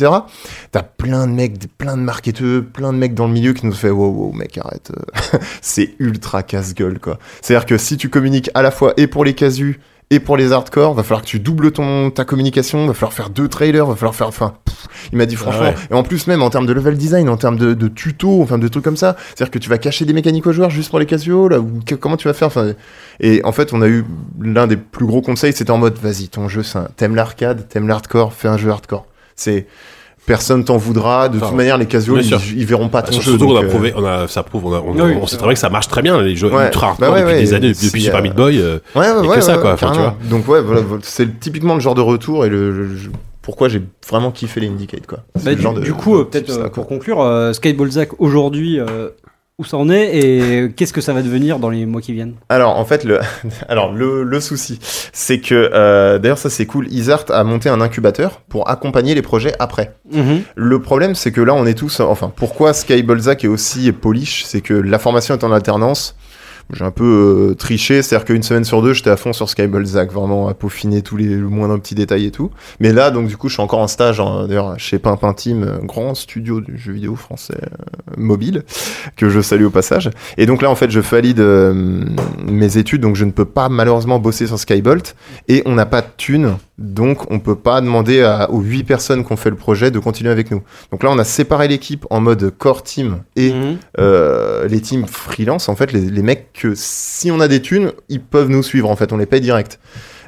S6: t'as plein de mecs des- plein de marketeurs plein de mecs dans le milieu qui nous fait wow wow mec arrête euh, c'est ultra casse-gueule quoi. C'est-à-dire que si tu communiques à la fois et pour les casus et pour les hardcore, va falloir que tu doubles ton ta communication, va falloir faire deux trailers, va falloir faire enfin pff, il m'a dit franchement
S3: Ah ouais.
S6: et en plus même en termes de level design, en termes de, de tuto, enfin de trucs comme ça, c'est-à-dire que tu vas cacher des mécaniques aux joueurs juste pour les casuals là ou que- comment tu vas faire enfin et en fait, on a eu l'un des plus gros conseils, c'était en mode vas-y, ton jeu c'est un t'aimes l'arcade, t'aimes l'hardcore, fais un jeu hardcore. C'est personne t'en voudra, de
S3: Enfin,
S6: toute manière les casuals
S3: bien sûr.
S6: ils, ils verront pas
S3: Ah,
S6: ton
S3: Surtout
S6: jeu.
S3: qu'on
S6: donc,
S3: a
S6: euh,
S3: prouvé, on a, ça prouve, on, a, on,
S5: Oui,
S3: on
S5: oui,
S3: sait
S5: c'est
S3: très bien que ça marche très bien, les jeux
S6: Ouais.
S3: ultra hardcore
S6: Bah ouais,
S3: depuis
S6: ouais,
S3: des années,
S6: si,
S3: depuis
S6: euh,
S3: Super Meat Boy. euh,
S6: Ouais, ouais,
S3: Y a
S6: ouais,
S3: que ça,
S6: ouais,
S3: quoi, enfin,
S6: carrément. Donc ouais, voilà, voilà, c'est typiquement le genre de retour et le, le- je- pourquoi j'ai vraiment kiffé les Indicate quoi. C'est
S5: Bah,
S6: le
S5: du,
S6: genre de-
S5: du coup,
S6: de
S5: euh, peut-être
S6: type, ça,
S5: euh,
S6: quoi.
S5: pour conclure, euh, Skyball Zack aujourd'hui, euh, où ça en est et qu'est-ce que ça va devenir dans les mois qui viennent
S6: Alors en fait le (laughs) alors le, le souci c'est que euh, d'ailleurs ça c'est cool, Izart a monté un incubateur pour accompagner les projets après.
S5: Mm-hmm.
S6: Le problème, c'est que là, on est tous. Enfin, pourquoi Sky Balzac est aussi polish C'est que la formation est en alternance. J'ai un peu euh, triché, c'est-à-dire qu'une semaine sur deux, j'étais à fond sur Sky Balzac, vraiment à peaufiner tous les le moindre petit détail et tout. Mais là, donc du coup, je suis encore en stage, hein, d'ailleurs, chez Pimpin Team, euh, grand studio du jeu vidéo français euh, mobile, que je salue au passage. Et donc là, en fait, je valide euh, mes études, donc je ne peux pas malheureusement bosser sur Skybolt et on n'a pas de thunes, donc on peut pas demander à- aux huit personnes qui ont fait le projet de continuer avec nous. Donc là, on a séparé l'équipe en mode core team et
S7: Mhm.
S6: euh, les teams freelance, en fait, les, les mecs que si on a des thunes, ils peuvent nous suivre, en fait, on les paye direct.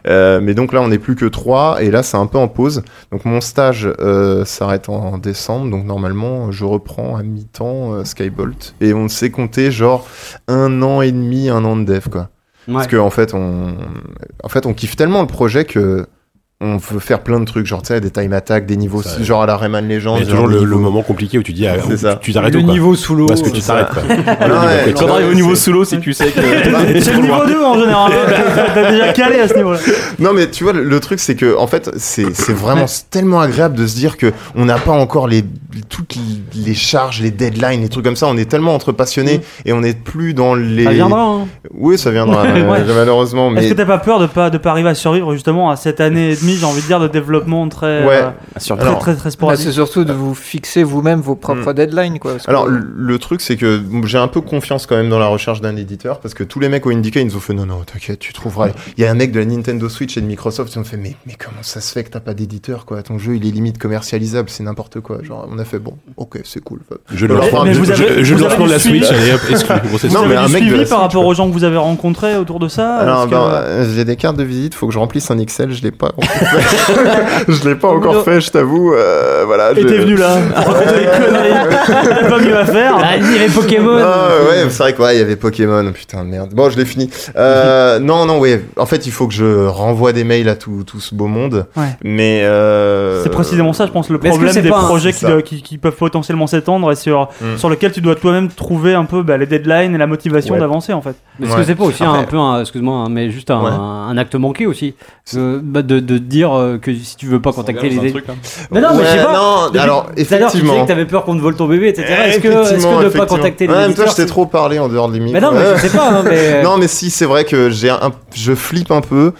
S6: Euh, mais donc là, on n'est plus que trois, et là, c'est un peu en pause. Donc mon stage euh, s'arrête en décembre, donc normalement, je reprends à mi-temps euh, Skybolt, et on s'est compté genre un an et demi, un an de dev, quoi.
S5: Ouais.
S6: Parce qu'en en fait, on, en fait, on kiffe tellement le projet que on veut faire plein de trucs, genre tu sais, des time attack, des niveaux,
S3: Ça,
S6: si- genre à la Rayman Legends.
S3: Il y a
S6: genre
S3: toujours
S6: des
S3: le, le
S6: niveaux-
S3: moment compliqué où tu dis, ah,
S6: C'est
S3: où tu-
S6: ça.
S3: tu t'arrêtes
S5: Le
S3: ou pas
S5: niveau sous l'eau.
S3: Parce que tu t'arrêtes, quoi.
S6: Ah, non, ouais,
S3: niveau
S7: Quand on
S6: non,
S7: arrive au
S6: ouais,
S7: niveau
S6: c'est-
S7: sous l'eau, c'est que tu
S3: (laughs)
S7: sais que.
S8: C'est le niveau 2 en général. hein. T'as déjà calé à ce niveau-là.
S6: Non mais tu vois, le, le truc c'est que en fait, c'est c'est
S8: (coughs)
S6: vraiment tellement agréable de se dire que on n'a pas encore les toutes les charges, les deadlines, les trucs comme ça. On est tellement entre passionnés et on n'est plus dans les.
S8: Mm. Ça viendra, hein.
S6: Oui, ça viendra
S8: (laughs) Ouais.
S6: euh, malheureusement. Mais
S8: Est-ce que t'as pas peur de pas, de pas arriver à survivre justement à cette année et demie demi, j'ai envie de dire, de développement très,
S6: Ouais.
S8: euh, très,
S6: Alors,
S8: très, très
S9: Bah,
S8: sporadique.
S9: c'est surtout de vous fixer vous-même vos propres deadlines, quoi. parce que-
S6: Alors, le, le truc, c'est que j'ai un peu confiance quand même dans la recherche d'un éditeur, parce que tous les mecs au Indica, ils nous ont fait non, non, t'inquiète, tu
S8: Mm.
S6: trouveras. Il y a un mec de la Nintendo Switch et de Microsoft, ils ont fait mais, mais comment ça se fait que t'as pas d'éditeur, quoi Ton jeu, il est limite commercialisable, c'est n'importe quoi. Genre, on a fait bon, ok, c'est cool.
S3: Je
S6: On
S3: le
S6: leur
S3: lance
S6: fera un
S8: mais
S6: petit-
S8: vous
S3: je-
S8: avez-
S3: je- je
S8: vous
S3: le lance
S8: avez
S3: de la
S8: du suivi
S3: Switch, allez hop, exclu. Bon, c'est
S6: Non,
S3: ça.
S8: Vous
S6: mais
S8: avez
S6: un
S8: du
S6: mec de
S8: suivi
S6: la
S8: par
S6: Switch,
S8: rapport aux gens que vous avez rencontrés autour de ça
S5: Ah,
S6: Alors,
S8: Est-ce que-
S6: ben, euh, j'ai des cartes de visite, faut que je remplisse un Excel, je l'ai pas encore fait.
S5: (laughs)
S6: je l'ai pas
S8: boulot.
S6: encore fait, je t'avoue. euh, voilà.
S8: Et
S6: je-
S8: t'es venu là, raconter des conneries, pas mieux à faire.
S5: Bah, il y avait Pokémon
S6: Ah, ouais, c'est vrai que ouais, il y avait Pokémon, putain de merde. Bon, je l'ai fini.
S5: (laughs)
S6: Euh, non, non, ouais. En fait, il faut que je renvoie des mails à tout, tout ce beau monde.
S8: Ouais.
S6: Mais euh,
S8: C'est précisément ça, je pense, le
S5: Mais est-ce que
S8: problème
S5: c'est
S8: des
S5: pas un-
S8: projets
S6: C'est
S8: qui,
S6: ça.
S8: do- qui- qui peuvent potentiellement s'étendre et sur,
S6: Mm.
S8: sur lequel tu dois toi-même trouver un peu bah, les deadlines et la motivation
S6: Ouais.
S8: d'avancer en fait.
S5: Est-ce
S6: Ouais.
S5: que c'est pas aussi un
S6: Après-
S5: peu, un- excuse-moi, hein, mais juste un,
S6: Ouais.
S5: un acte manqué aussi Euh, bah, de, de dire euh, que si tu veux pas contacter les. Mais non, mais je sais
S6: ouais,
S5: pas.
S6: non, alors
S5: Depuis Tout à l'heure, tu disais
S6: effectivement.
S5: que t'avais peur qu'on te vole ton bébé, etc. Est-ce que, est-ce
S6: Effectivement,
S5: que de pas
S6: effectivement.
S5: contacter les
S6: Ouais, mais toi,
S5: éditeurs,
S6: je t'ai trop parlé en dehors de limite.
S5: Mais non, mais
S6: Ouais.
S5: je sais pas. (laughs) hein, mais...
S6: Non, mais si, c'est vrai que j'ai un, je flippe un peu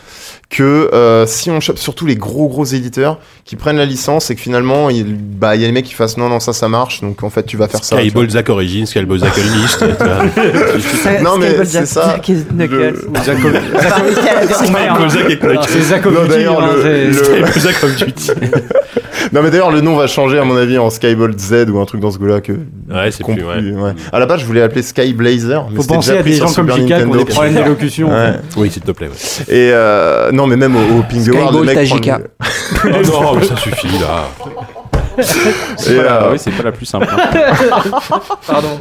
S6: que euh, si on chope surtout les gros gros éditeurs qui prennent la licence et que finalement il bah, il y a les mecs qui fassent non non ça ça marche donc en fait tu vas faire ça. tu vois.
S3: Skybolzac Origins, Skybolzac Unleashed. tu vois.
S6: Non, mais c'est ça,
S10: Knuckles.
S8: hein.
S3: Skybolzac et
S5: Alors,
S3: Knuckles.
S5: C'est Zakovic,
S6: Non, d'ailleurs,
S5: hein,
S6: le-
S5: c'est-
S6: le-
S3: Skybolzac comme tu dis.
S6: (laughs) Non mais d'ailleurs le nom va changer à mon avis en Skyball Z ou un truc dans ce goût-là que
S3: Ouais, c'est
S6: qu'on
S3: plus, ouais.
S6: plus- ouais. À la base je voulais l'appeler Skyblazer mais
S5: Faut
S6: c'était
S5: penser
S6: déjà
S5: à
S6: pris
S5: des
S6: sur
S5: gens comme
S6: Super
S5: Chica qui ont des
S6: Nintendo.
S5: problèmes (laughs) d'élocution.
S6: Ouais.
S3: Oui, s'il te plaît. ouais.
S6: Et euh, non mais même au, au Ping Award,
S9: Skyball
S6: le mec prend
S9: Tajika.
S6: le-
S3: Oh non, mais ça suffit là. (laughs)
S7: C'est
S6: Et,
S7: pas la-
S6: euh,
S7: oui, c'est pas la plus simple. hein.
S9: Pardon.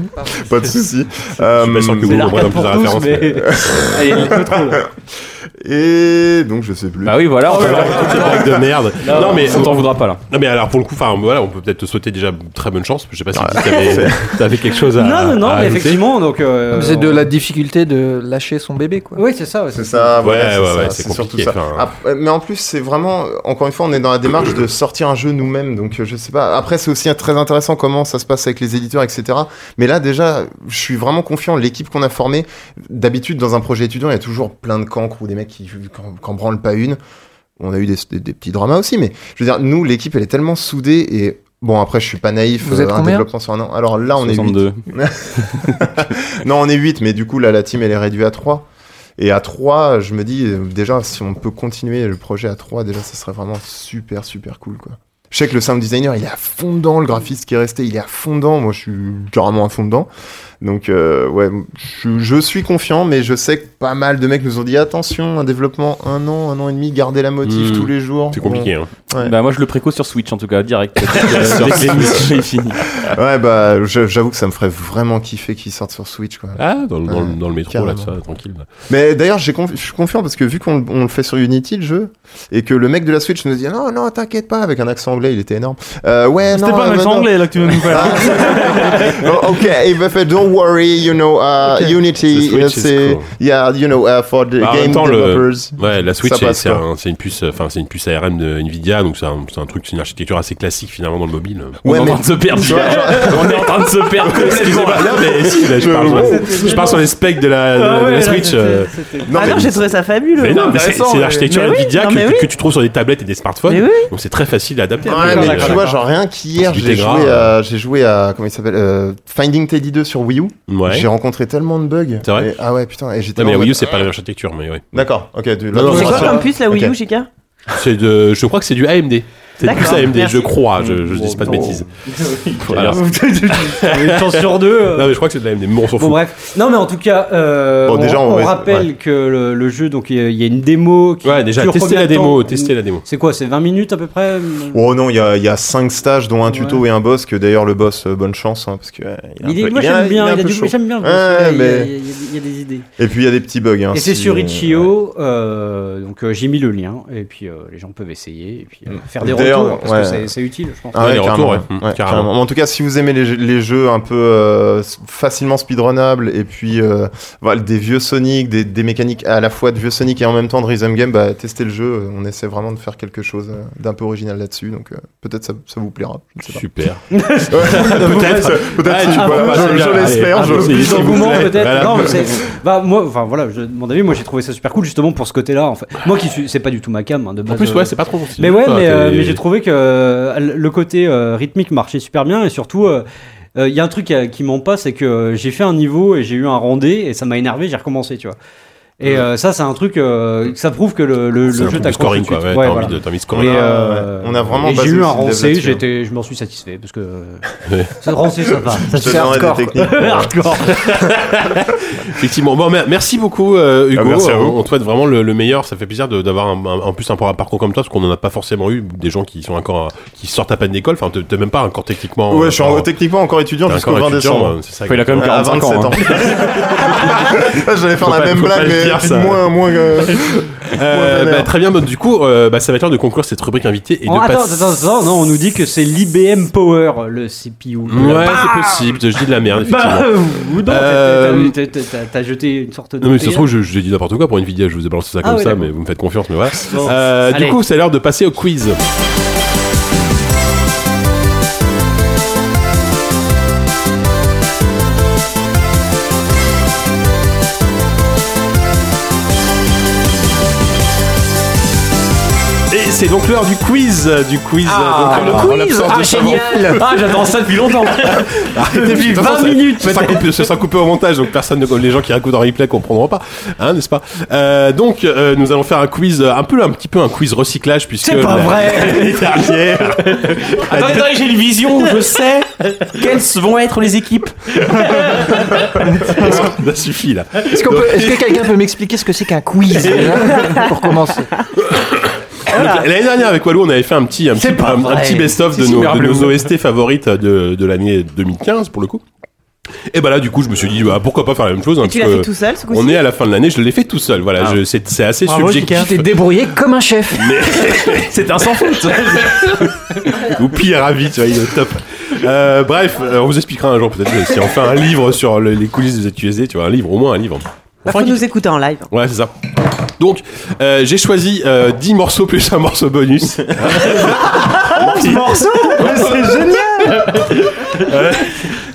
S6: pas de Euh, souci.
S3: Je suis pas sûr que vous
S5: C'est
S3: compreniez
S5: l'arcade
S3: non plus
S5: pour
S3: la
S5: tous,
S3: référence.
S5: mais. Ah, il y a une autre, là.
S6: Et donc je sais plus.
S7: bah oui, (laughs) voilà, on peut-
S3: Blague de merde.
S7: Non,
S3: Non, mais
S7: on t'en voudra pas là.
S3: Non mais alors pour le coup, enfin voilà, on peut peut-être te souhaiter déjà très bonne chance. Je sais pas si tu t'avais, t'avais quelque chose à.
S5: (laughs) Non, non, non,
S3: à
S5: mais
S3: ajouter.
S5: effectivement, donc. euh,
S9: C'est de la difficulté de lâcher son bébé, quoi.
S5: Oui, c'est ça. ouais,
S6: C'est ça,
S3: Ouais,
S6: voilà, c'est
S3: ouais,
S6: ça,
S3: ouais, c'est compliqué,
S6: surtout ça.
S3: enfin.
S6: Ah, mais en plus, c'est vraiment, encore une fois, on est dans la démarche de sortir un jeu nous-mêmes, donc euh, je sais pas. Après, c'est aussi très intéressant comment ça se passe avec les éditeurs, etc. Mais là, déjà, je suis vraiment confiant. L'équipe qu'on a formée, d'habitude, dans un projet étudiant, il y a toujours plein de cancres ou des mecs qui qu'en qu'en branlent pas une. On a eu des, des- des petits dramas aussi, mais je veux dire, nous, l'équipe, elle est tellement soudée et bon, après, je suis pas naïf. euh,
S9: Vous êtes
S6: un
S9: combien
S6: développement sur un an. Alors là, Ah, on est huit.
S7: 62.
S6: Non, on est 8, mais du coup, là, la team, elle est réduite à 3. Et à 3, je me dis, euh, déjà, si on peut continuer le projet à 3, déjà, ça serait vraiment super, super cool, quoi. Je sais que le sound designer, il est à fond dedans, le graphiste qui est resté, il est à fond dedans. Moi, je suis carrément à fond dedans. Donc, euh, ouais, je, je suis confiant, mais je sais que pas mal de mecs nous ont dit attention, un développement un an, un an et demi, garder la motive
S3: Mmh.
S6: tous les jours.
S3: C'est compliqué. Hein.
S6: Ouais.
S7: Bah moi je le préco sur Switch en tout cas direct. Euh, (laughs) dès que l'émission est finie.
S6: Ouais, bah, je- j'avoue que ça me ferait vraiment kiffer qu'ils sortent sur Switch, quoi.
S3: Ah, dans, le- dans, le-
S6: Ouais,
S3: dans le métro là,
S6: carrément.
S3: ça, tranquille. bah. là.
S6: Mais d'ailleurs, j'ai conf- je suis confiant parce que vu qu'on on le fait sur Unity, le jeu, et que le mec de la Switch nous dit non, non, t'inquiète pas, avec un accent anglais, il était énorme. Euh, ouais, non,
S8: C'était pas
S6: euh,
S8: un accent
S6: non. Ah,
S8: anglais là que tu viens de nous faire.
S6: (laughs) Oh, ok, il m'a fait don't worry, you know, uh,
S3: The
S6: Unity,
S3: Switch
S6: uh,
S3: is
S6: c'est,
S3: cool.
S6: yeah, you know, uh, for the
S3: Bah, en
S6: game
S3: même temps, le-
S6: developers.
S3: Ouais, la Switch,
S6: Ça
S3: c'est-
S6: passe,
S3: c'est
S6: quoi.
S3: un- c'est une puce, euh, enfin c'est une puce ARM de Nvidia, donc c'est un, c'est un truc, c'est une architecture assez classique finalement dans le mobile.
S7: On
S6: Ouais,
S7: est en
S6: mais-
S7: train de se perdre.
S6: Tu vois, genre-
S8: (laughs)
S7: On est en train de se perdre complètement.
S3: Excusez-moi, non, mais si, là, je parle, je parle sur les specs de la, de
S6: Ah
S3: la- de la Switch. euh,
S6: Non,
S10: Ah
S6: mais-
S10: non, j'ai trouvé ça fabuleux.
S3: Mais non, mais c'est
S7: intéressant,
S3: c'est
S7: mais-
S3: l'architecture
S10: mais oui,
S3: Nvidia
S10: non,
S3: que,
S10: mais oui.
S3: que tu trouves sur des tablettes et des smartphones.
S10: Mais oui.
S3: Donc c'est très facile à adapter.
S6: Ouais,
S3: Après,
S6: mais
S3: voilà.
S6: tu vois, genre rien qu'hier,
S3: Possibilité
S6: j'ai joué,
S3: grave.
S6: à, j'ai joué à, comment il s'appelle, euh, Finding Teddy 2 sur Wii U.
S3: Ouais.
S6: J'ai rencontré tellement de bugs.
S3: C'est vrai
S6: Et- ah ouais, putain, et j'étais
S3: Non, mais
S6: en
S3: Wii U,
S6: mode-
S3: c'est pas la même architecture, mais ouais.
S6: D'accord, ok, tu-
S3: Non, non,
S10: C'est
S3: non,
S10: quoi
S3: ça-
S10: comme puce la Wii U,
S6: Ok.
S10: JK
S3: C'est de, je crois que c'est du AMD. C'est du
S10: D'accord,
S3: AMD,
S10: merci.
S3: je crois, je, je dis pas de
S6: (laughs)
S3: bêtises. Voilà.
S5: Une chance sur deux. euh,
S3: Non, mais je crois que c'est de l'AMD, mais bon, on s'en
S5: Bon
S3: fout.
S5: bref, non mais en tout cas, euh,
S6: Bon,
S5: on,
S6: déjà, on
S5: on
S6: va-
S5: rappelle que le, le jeu, donc il y a- il y, a une démo. Qui
S3: ouais, déjà,
S5: dure
S3: testez
S5: combien
S3: la
S5: de
S3: démo,
S5: temps
S3: testez la démo.
S5: C'est quoi C'est 20 minutes à peu près
S6: Oh non, il y a, il y a cinq stages, dont un tuto et un boss, que d'ailleurs le boss, euh, bonne chance, hein, parce que... euh, il
S5: Il
S6: est un
S5: est-
S6: peu-
S5: Moi
S6: il est un-
S5: j'aime bien,
S6: il est un
S5: il y a
S6: peu
S5: du-
S6: chaud.
S5: j'aime bien. le
S6: Ouais,
S5: boss, il y a-
S6: mais-
S5: il y a- il y a- il y a des idées.
S6: Et puis il y a des petits bugs. Hein,
S5: Et c'est
S6: si-
S5: sur Itch.io, euh, donc euh, j'ai mis le lien, et puis euh, les gens peuvent essayer, et puis euh, faire des
S6: Dès
S5: retour, parce que c'est- c'est utile, je pense.
S6: Ah
S5: Ouais,
S6: Mm. ouais,
S5: les
S6: carrément,
S5: retours,
S6: ouais.
S5: ouais.
S6: Ouais,
S5: Mmh, carrément.
S6: carrément. Mais En tout cas, si vous aimez les, jeux- les jeux un peu euh, facilement speedrunnables et puis euh, voilà, des vieux Sonic, des, des mécaniques à la fois de vieux Sonic et en même temps de Rhythm Game, bah, testez le jeu. On essaie vraiment de faire quelque chose euh, d'un peu original là-dessus. Donc euh, peut-être ça, ça vous plaira. je ne sais pas.
S3: Super.
S6: Ouais, peut-être. Peut-être.
S5: Ah,
S6: si,
S5: tu
S6: voilà,
S5: vois,
S6: je-
S5: c'est bien.
S6: je l'espère.
S5: Allez,
S6: je-
S5: un peu
S6: s'il vous
S5: d'engouement,
S6: plaît.
S5: peut-être.
S6: Voilà.
S5: Non, mais c'est- bah, moi, enfin voilà, je, mon avis, moi j'ai trouvé ça super cool justement pour ce côté-là. En fait, moi qui suis, c'est pas du tout ma cam. hein, de base,
S3: plus,
S5: euh,
S3: ouais, c'est pas trop mon style.
S5: Mais ouais,
S3: Enfin,
S5: mais, euh,
S3: t'es-
S5: mais j'ai trouvé que euh, le côté euh, rythmique marchait super bien et surtout. euh, euh, Il y a un truc euh, qui m'en passe, c'est que euh, j'ai fait un niveau et j'ai eu un rendez et ça m'a énervé, j'ai recommencé, tu vois. Et euh, ça, c'est un truc, euh, ça prouve que le, le, le
S3: C'est un
S5: jeu
S3: truc de
S5: t'accroche
S3: scoring,
S5: tout de
S3: quoi,
S5: suite.
S3: ouais, t'as
S5: voilà.
S3: envie de- t'as envie de scorer.
S5: Et,
S3: Ouais,
S5: euh,
S3: ouais, ouais. On a vraiment
S5: et
S3: basé
S5: j'ai eu
S3: le
S5: un
S3: système
S5: rancé,
S3: là-dessus, hein.
S5: j'étais- je m'en suis satisfait parce que
S3: (laughs)
S5: ce rancé, ça va.
S3: Je
S5: Ça
S3: te
S5: se fait
S3: donnerai des
S5: hardcore. quoi. (laughs)
S3: techniques, ouais.
S5: Hardcore.
S3: Effectivement. Bon, mer- merci beaucoup, euh, Hugo.
S6: Ah, merci à
S3: Euh,
S6: vous.
S3: On, on te souhaite vraiment le, le meilleur. Ça fait plaisir de- d'avoir un- un- en plus un, par- un parcours comme toi, parce qu'on n'en a pas forcément eu des gens qui sont encore, euh, qui sortent à peine d'école. Enfin, t'es t'es même pas encore techniquement.
S6: Ouais,
S3: euh,
S6: je suis en- techniquement encore étudiant
S3: t'es
S6: jusqu'au
S3: encore
S6: 20
S3: étudiant,
S6: décembre.
S3: euh, c'est ça,
S6: Enfin, il a quand même
S3: À
S6: 45
S3: 27
S6: ans. (laughs) J'allais faire
S3: Faut
S6: la
S3: pas-
S6: même
S3: faut pas
S6: blague,
S3: le
S6: mais
S3: dire, ça.
S6: moins, moins. euh,
S3: Euh,
S6: vénère.
S3: bah, très bien, donc du coup, euh, bah, ça va être l'heure de conclure cette rubrique invitée et
S5: Oh,
S3: de
S5: attends,
S3: passer.
S5: attends, attends, non, on nous dit que c'est l'IBM Power, le CPU.
S3: Mm, Ouais, c'est possible, je dis de la merde, effectivement.
S5: Ah Bah, ou non, t'as-
S3: Euh,
S5: t'as- t'as- t'as- t'as jeté une sorte de.
S3: Non mais ça se
S5: PR.
S3: trouve je, je dis n'importe quoi pour une vidéo, je vous ai balancé ça
S5: Ah
S3: comme
S5: ouais,
S3: ça,
S5: d'accord.
S3: mais vous me faites confiance, mais voilà.
S5: (laughs) Bon.
S3: Euh, du
S5: Allez.
S3: coup, c'est l'heure de passer au quiz. Et c'est donc l'heure du quiz, du quiz.
S5: Ah,
S3: euh,
S5: le
S3: donc, en- en
S5: quiz
S3: l'absence
S5: Ah,
S3: de Chabon.
S5: génial Ah, j'attends ça
S3: (laughs)
S5: depuis longtemps
S3: Arrêtez,
S5: Depuis
S3: de toute façon,
S5: 20
S3: Ah, ça-
S5: minutes,
S3: ça sera, coupé, ça sera coupé au montage, donc personne, ne- les gens qui écoutent en replay comprendront pas, hein, n'est-ce pas Euh, Donc, euh, nous allons faire un quiz, euh, un peu, un petit peu un quiz recyclage, puisque
S5: C'est pas
S3: la-
S5: vrai.
S3: l'année dernière,
S7: Attendez, attendez, j'ai une vision, je sais quelles vont être les équipes.
S3: (laughs) ça suffit là.
S9: Est-ce qu'on
S3: Donc,
S9: peut- est-ce que quelqu'un peut m'expliquer ce que c'est qu'un quiz déjà, pour commencer
S3: donc, L'année dernière avec Walou, on avait fait un petit, un petit,
S9: C'est pas
S3: un- un
S9: vrai.
S3: petit best-of
S7: Si,
S3: de,
S7: si,
S3: nos,
S7: mais
S3: de
S7: rappelez-vous.
S3: nos OST favorites de, de l'année 2015 pour le coup. Et bah là, du coup, je me suis dit, bah, pourquoi pas faire la même chose hein,
S10: Et tu l'as
S3: puisque
S10: fait tout seul ce coup-ci
S3: On est à la fin de l'année, je l'ai fait tout seul. Voilà,
S5: Ah.
S3: je- c'est c'est assez subjectif.
S9: Tu t'es débrouillé comme un chef.
S7: C'est un sans faute.
S3: ou pire ravi, tu vois, il est au top. Euh, bref, euh, on vous expliquera un jour peut-être si on fait un livre sur le- les coulisses de ZQSD, tu vois, un livre, au moins un livre.
S10: Bah,
S3: Enfin,
S10: faut nous écouter en live.
S3: Ouais, c'est ça. Donc, euh, j'ai choisi euh, 10 morceaux plus un morceau bonus. 11 morceaux
S4: C'est génial
S3: Euh,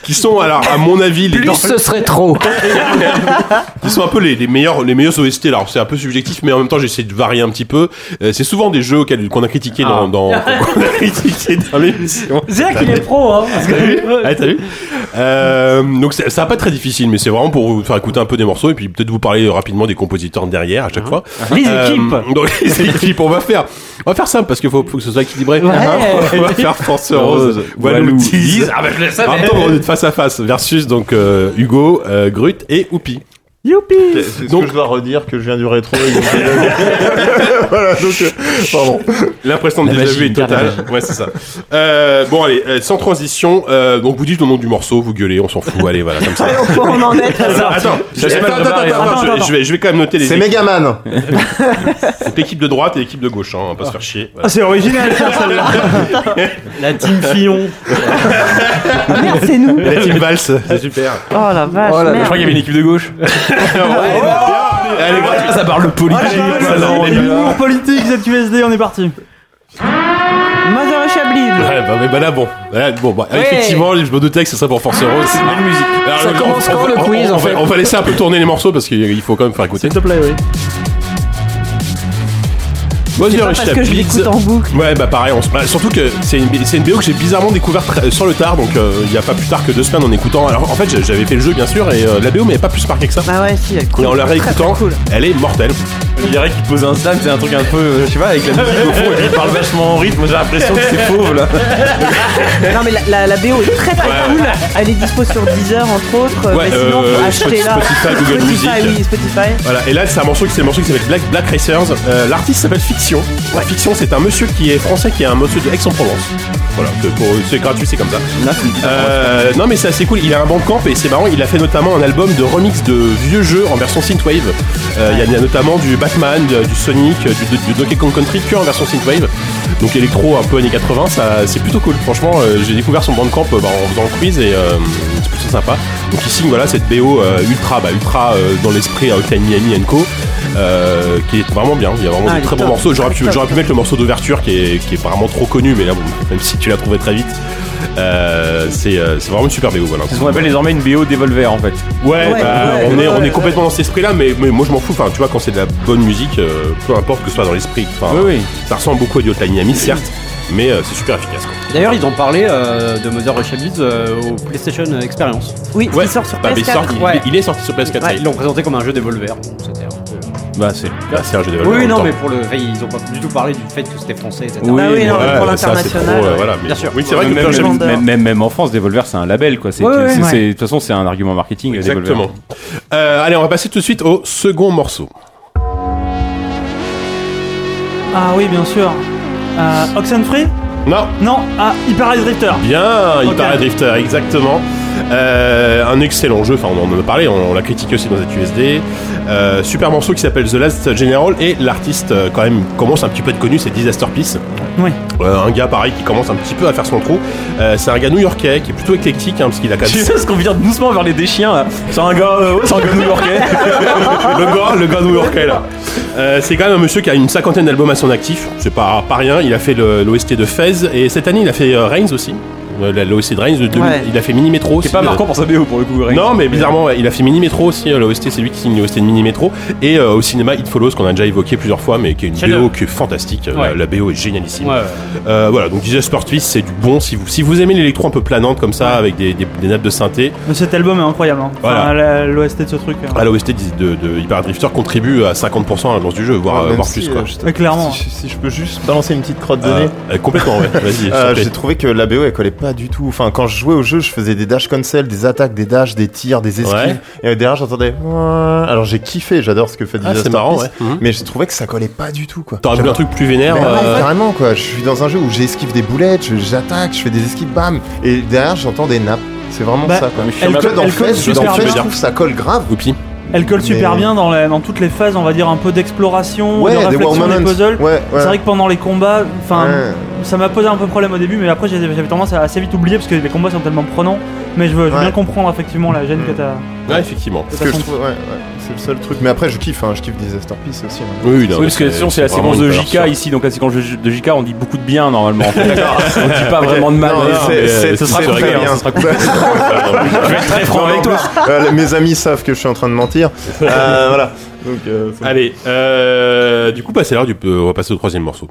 S3: Qui sont, alors, à mon avis, les
S9: Plus ce serait trop.
S3: qui sont un peu les, les meilleurs les meilleurs OST alors c'est un peu subjectif mais en même temps j'essaie de varier un petit peu Euh, c'est souvent des jeux auxquels- qu'on a critiqué dans, dans qu'on a critiqué dans l'émission
S5: C'est vrai qu'il est pro, hein parce que-
S3: Ouais, t'as vu Euh, Donc c'est- ça va pas être très difficile, mais c'est vraiment pour vous faire écouter un peu des morceaux et puis peut-être vous parler rapidement des compositeurs derrière à chaque fois.
S5: Les
S3: Euh,
S5: équipes
S3: (laughs) donc les équipes, on va faire, on va faire simple parce qu'il faut, faut que ce soit équilibré. Hein on va faire France Rose,
S7: Rose,
S3: Walou,
S7: Walou,
S3: Tease.
S7: Ah,
S3: En même temps, on est de face à face versus donc euh, Hugo, euh, Grut et Oupi.
S6: Est-ce
S3: Donc-
S6: (laughs) que je dois redire que je viens du rétro et donc- euh, (laughs) Voilà, donc. euh, Pardon.
S3: L'impression de
S7: La
S3: déjà
S7: magie,
S3: vu est
S7: garde la
S3: totale. Ouais, c'est ça. Euh, bon, allez, euh, sans transition. euh, donc, vous dites le nom du morceau, vous gueulez, on s'en fout. Allez, voilà, (laughs) comme ça.
S10: on en est à ça.
S3: Attends,
S7: J'ai
S3: attends,
S7: mal
S3: attends,
S7: préparé.
S3: attends,
S10: Attends,
S3: hein. je-
S10: attends.
S3: je vais, je vais quand même noter les
S6: C'est Megaman.
S3: équipes. L'équipe de droite et l'équipe de gauche, hein, on va pas se faire chier. Voilà.
S4: C'est original
S5: La team Fillon
S10: Ah, merde, c'est nous.
S3: La team valse, c'est super.
S10: Oh la vache,
S9: Oh là là,
S7: Je crois qu'il y
S10: merde.
S7: avait une équipe de gauche.
S3: Allez, gratuit.
S7: Ça parle politique.
S4: L'humour politique, cette USD, on est parti
S10: Mother Chablin.
S3: Ouais, bah, mais bah là, bon, Là, bon bah, effectivement, je me doutais que ce serait pour Force Rose. C'est belle musique.
S9: Ça commence quand, le quiz,
S3: on,
S9: en
S3: va-
S9: fait
S3: on va laisser un peu tourner les morceaux parce qu'il faut quand même faire écouter.
S9: S'il te plaît, oui.
S3: Vas-y,
S10: pas
S3: Rich
S10: parce que je
S3: Chaplitz.
S10: l'écoute en boucle.
S3: Ouais, bah pareil, on se- bah, surtout que c'est une, c'est une BO que j'ai bizarrement découvert très- sur le tard, donc euh, il y a pas plus tard que deux semaines en écoutant. Alors en fait, j'a- j'avais fait le jeu bien sûr, et euh, la BO m'avait pas plus marqué que ça.
S10: Bah ouais, si, elle
S3: Et
S10: coule.
S3: en la
S10: Très,
S3: réécoutant,
S10: très cool.
S3: elle est mortelle.
S7: Il dirait qu'il pose un slam, c'est un truc un peu, euh, je sais pas, avec la musique au fond, et puis il parle vachement en rythme, j'ai l'impression que c'est pauvre là.
S10: Non mais la, la, la BO est très très cool. Elle est dispo sur Deezer entre autres. euh,
S3: Ouais,
S10: mais sinon,
S3: euh,
S10: faut acheter là.
S3: Spotify, Google
S10: Spotify,
S3: Music.
S10: oui, Spotify.
S3: Voilà, et là c'est un morceau qui c'est le morceau qui s'appelle Black, Black Racers. Euh, L'artiste s'appelle Fiction. La Fiction c'est un monsieur qui est français qui est un monsieur de Aix-en-Provence. Voilà, que pour eux, c'est gratuit, c'est comme ça. Euh, non mais c'est assez cool, il a un bandcamp et c'est marrant, il a fait notamment un album de remix de vieux jeux en version synthwave. Euh, Il y a- il y, a notamment du, bah, Batman, de- du Sonic, euh, du, du Donkey Kong Country que en version synthwave. Donc électro un peu années 80, ça c'est plutôt cool. Franchement, euh, j'ai découvert son bandcamp euh, bah, en faisant le quiz et euh, c'est plutôt sympa. Donc il signe voilà cette BO euh, ultra, bah, ultra euh, dans l'esprit Hotline Miami and Co. euh, qui est vraiment bien. Il y a vraiment
S2: Ah,
S3: de
S2: elle est
S3: très bons
S2: top.
S3: morceaux. J'aurais pu,
S2: Top,
S3: j'aurais pu
S2: top.
S3: mettre le morceau d'ouverture qui est, qui est vraiment trop connu, mais là, bon, même si tu l'as trouvé très vite, euh, c'est euh, c'est vraiment une super BO. Voilà.
S7: C'est ce qu'on appelle désormais une BO d'Evolver en fait.
S3: Ouais,
S7: Ouais,
S3: bah,
S7: ouais,
S3: on, est,
S7: ouais,
S3: on est
S7: ouais.
S3: complètement dans cet esprit-là, mais, mais moi je m'en fous. Enfin, tu vois, quand c'est de la bonne musique, euh, peu importe que ce soit dans l'esprit. Enfin, Ça ressemble beaucoup à du Hotline Miami, certes, mais euh, c'est super efficace. Quoi.
S5: D'ailleurs, ils ont parlé euh, de Mother Russia Beats euh, au PlayStation Experience.
S10: Oui,
S3: Ouais, il sort sur bah, mais il PS4. sort- il- il est sorti sur PS4,
S5: Ouais,
S3: oui.
S5: ils l'ont présenté comme un jeu d'Evolver. Bon, c'était un peu-
S3: Bah, c'est un jeu d'Evolver.
S5: Oui,
S3: en
S5: non,
S3: même
S5: mais
S3: temps.
S5: pour le. enfin, ils ont pas du tout parlé du fait que c'était français, etc.
S7: Oui, Ah oui, non,
S3: Ouais,
S7: pour
S3: mais ça, c'est
S7: l'international,
S3: trop, euh,
S7: ouais.
S3: voilà, mais-
S5: Bien sûr.
S3: Oui, c'est vrai que
S7: même,
S3: Mother Russia
S7: même-
S3: Beats-
S7: même- même en France, Devolver c'est un label quoi. C'est
S3: Ouais,
S7: c'est-
S3: ouais.
S7: c'est- de toute façon c'est un argument marketing. Devolver.
S3: Exactement. Euh, allez, on va passer tout de suite au second morceau.
S8: Ah oui, bien sûr. Euh, Oxenfree
S3: Non.
S8: Non, ah, Hyper Ice Drifter.
S3: Bien,
S8: Ok.
S3: Hyper Drifter, exactement. Euh, un excellent jeu, enfin on en a parlé, on, on l'a critiqué aussi dans cette USD. Euh, super morceau qui s'appelle The Last General et l'artiste euh, quand même commence un petit peu à être connu, c'est Disaster Peace.
S8: Oui.
S3: Euh, un gars pareil qui commence un petit peu à faire son trou. Euh, c'est un gars new-yorkais qui est plutôt éclectique hein, parce qu'il a quand
S7: Tu
S3: même
S7: (laughs) sais ce qu'on vient doucement vers les déchiens là. C'est un gars, euh, ouais, c'est un gars new-yorkais.
S3: le gars, le gars new-yorkais là. Euh, c'est quand même un monsieur qui a une cinquantaine d'albums à son actif. C'est pas, pas rien. Il a fait le- l'OST de Fez et cette année il a fait euh, Reigns aussi. Euh, la- L'OST de Reigns, de 2000.
S7: Ouais.
S3: il a fait Mini euh, Metro.
S7: Qui est pas marquant pour sa BO pour le coup. Reigns.
S3: Non, mais bizarrement, ouais, il a fait Mini Metro aussi. euh, L'OST, c'est lui qui signe l'OST de Mini Metro. Et euh, au cinéma, It Follows, qu'on a déjà évoqué plusieurs fois, mais qui est une
S5: Chef-d'œuvre.
S3: BO qui est fantastique. Euh,
S5: Ouais.
S3: La, la BO est génialissime.
S5: Ouais, ouais.
S3: Euh, voilà, donc Disaster Sportfist, c'est du bon. Si vous, si vous aimez l'électro un peu planante comme ça, avec des, des- des nappes de synthé,
S8: Mais cet album est incroyable. hein.
S3: Voilà.
S8: Enfin, la- L'OST de ce truc. hein.
S3: à l'OST de, de Hyper Drifter contribue à 50% à l'avance du jeu, voire,
S6: Ouais,
S3: euh,
S6: même
S3: voire
S6: si,
S3: plus. Quoi.
S6: euh, je-
S8: Ouais, clairement.
S6: Si, si je peux juste balancer une petite crotte de
S3: Euh,
S6: nez.
S3: euh, complètement, ouais.
S6: (laughs)
S3: Vas-y, s'il
S6: Euh,
S3: te plaît.
S6: j'ai trouvé que la BO elle collait pas du tout. Enfin, quand je jouais au jeu, je faisais des dash cancel, des attaques, des dashs, des tirs, des esquives. Et euh, derrière, j'entendais. Alors j'ai kiffé, j'adore ce que fait
S3: Ah, c'est
S6: Disaster
S3: marrant,
S6: Peace,
S3: ouais. Mhm.
S6: Mais je trouvais que ça collait pas du tout, quoi.
S3: T'aurais voulu un truc plus vénère.
S6: Mais
S8: Ben
S6: ouais,
S3: euh,
S6: Carrément, quoi. Je suis dans un jeu où j'esquive des boulettes, je- j'attaque, je fais des esquives, bam. Et derrière, j'entends des nappes. C'est vraiment
S8: Bah,
S6: ça, quoi.
S8: mais je suis elle
S6: Tu vois,
S8: colle-
S6: dans
S8: elle colle
S6: Fez,
S8: super
S6: dans Fez,
S8: bien.
S6: je trouve que ça colle grave.
S3: Oupi.
S8: Elle colle super
S6: Mais-
S8: bien dans, la- dans toutes les phases, on va dire un peu d'exploration,
S6: Ouais,
S8: de
S6: des
S8: réflexion
S6: wow
S8: des
S6: moments.
S8: puzzles.
S6: Ouais, ouais.
S8: C'est vrai que pendant les combats, enfin,
S6: Ouais.
S8: ça m'a posé un peu problème au début, mais après j'avais j'avais tendance à assez vite oublier parce que les combats sont tellement prenants. Mais je veux, je veux
S6: Ouais. Mm.
S8: bien comprendre effectivement la gêne que t'as.
S3: Ouais, effectivement.
S6: Parce que je trouve, ouais, ouais, c'est le seul truc. Mais après, je kiffe, hein, je kiffe Disaster Peace aussi. hein.
S3: Oui, non,
S7: Oui, parce que sinon c'est la
S3: vraiment
S7: séquence de
S3: une valeur
S7: JK ici, donc la séquence de de JK on dit beaucoup de bien normalement. on dit pas vraiment de mal.
S6: Non, mais
S7: hein,
S6: c'est-
S7: mais,
S6: c'est-
S7: euh, ce sera
S6: c'est
S7: coupé,
S6: très
S7: hein,
S6: bien.
S7: ce sera
S6: (laughs)
S7: coupé. Je vais être très franc avec toi.
S6: Euh, mes amis savent que je suis en train
S7: (laughs)
S6: de mentir. Euh, voilà. Donc, euh,
S7: Ah,
S6: c'est-
S3: Allez, euh, du coup, bah, c'est l'heure du. euh, on va passer au troisième morceau.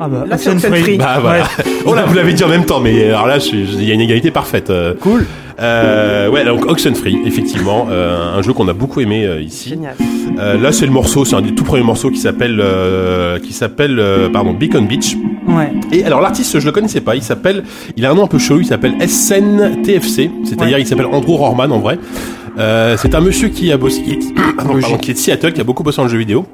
S8: Ah bah,
S10: Là, c'est
S8: Oxenfree.
S10: Oxenfree.
S3: Bah voilà.
S8: Ouais.
S3: (laughs) oh là, vous l'avez dit en même temps, mais alors là, je suis- je- il y a une égalité parfaite. Cool. ouais, donc Oxenfree, effectivement, euh, un jeu qu'on a beaucoup aimé euh, ici.
S10: Génial.
S3: Euh, là, c'est le morceau, c'est un des tout premiers morceaux qui s'appelle, euh, qui s'appelle, euh, pardon, Beacon Beach.
S8: Ouais.
S3: Et alors l'artiste, je le connaissais pas. Il s'appelle, il a un nom un peu chelou. Il s'appelle SN TFC, c'est-à-dire
S8: Ouais.
S3: il s'appelle Andrew Horman en vrai. Euh, c'est un monsieur qui a bossé, qui est, (coughs) pardon, pardon, qui est de Seattle, qui a beaucoup bossé dans le jeu vidéo.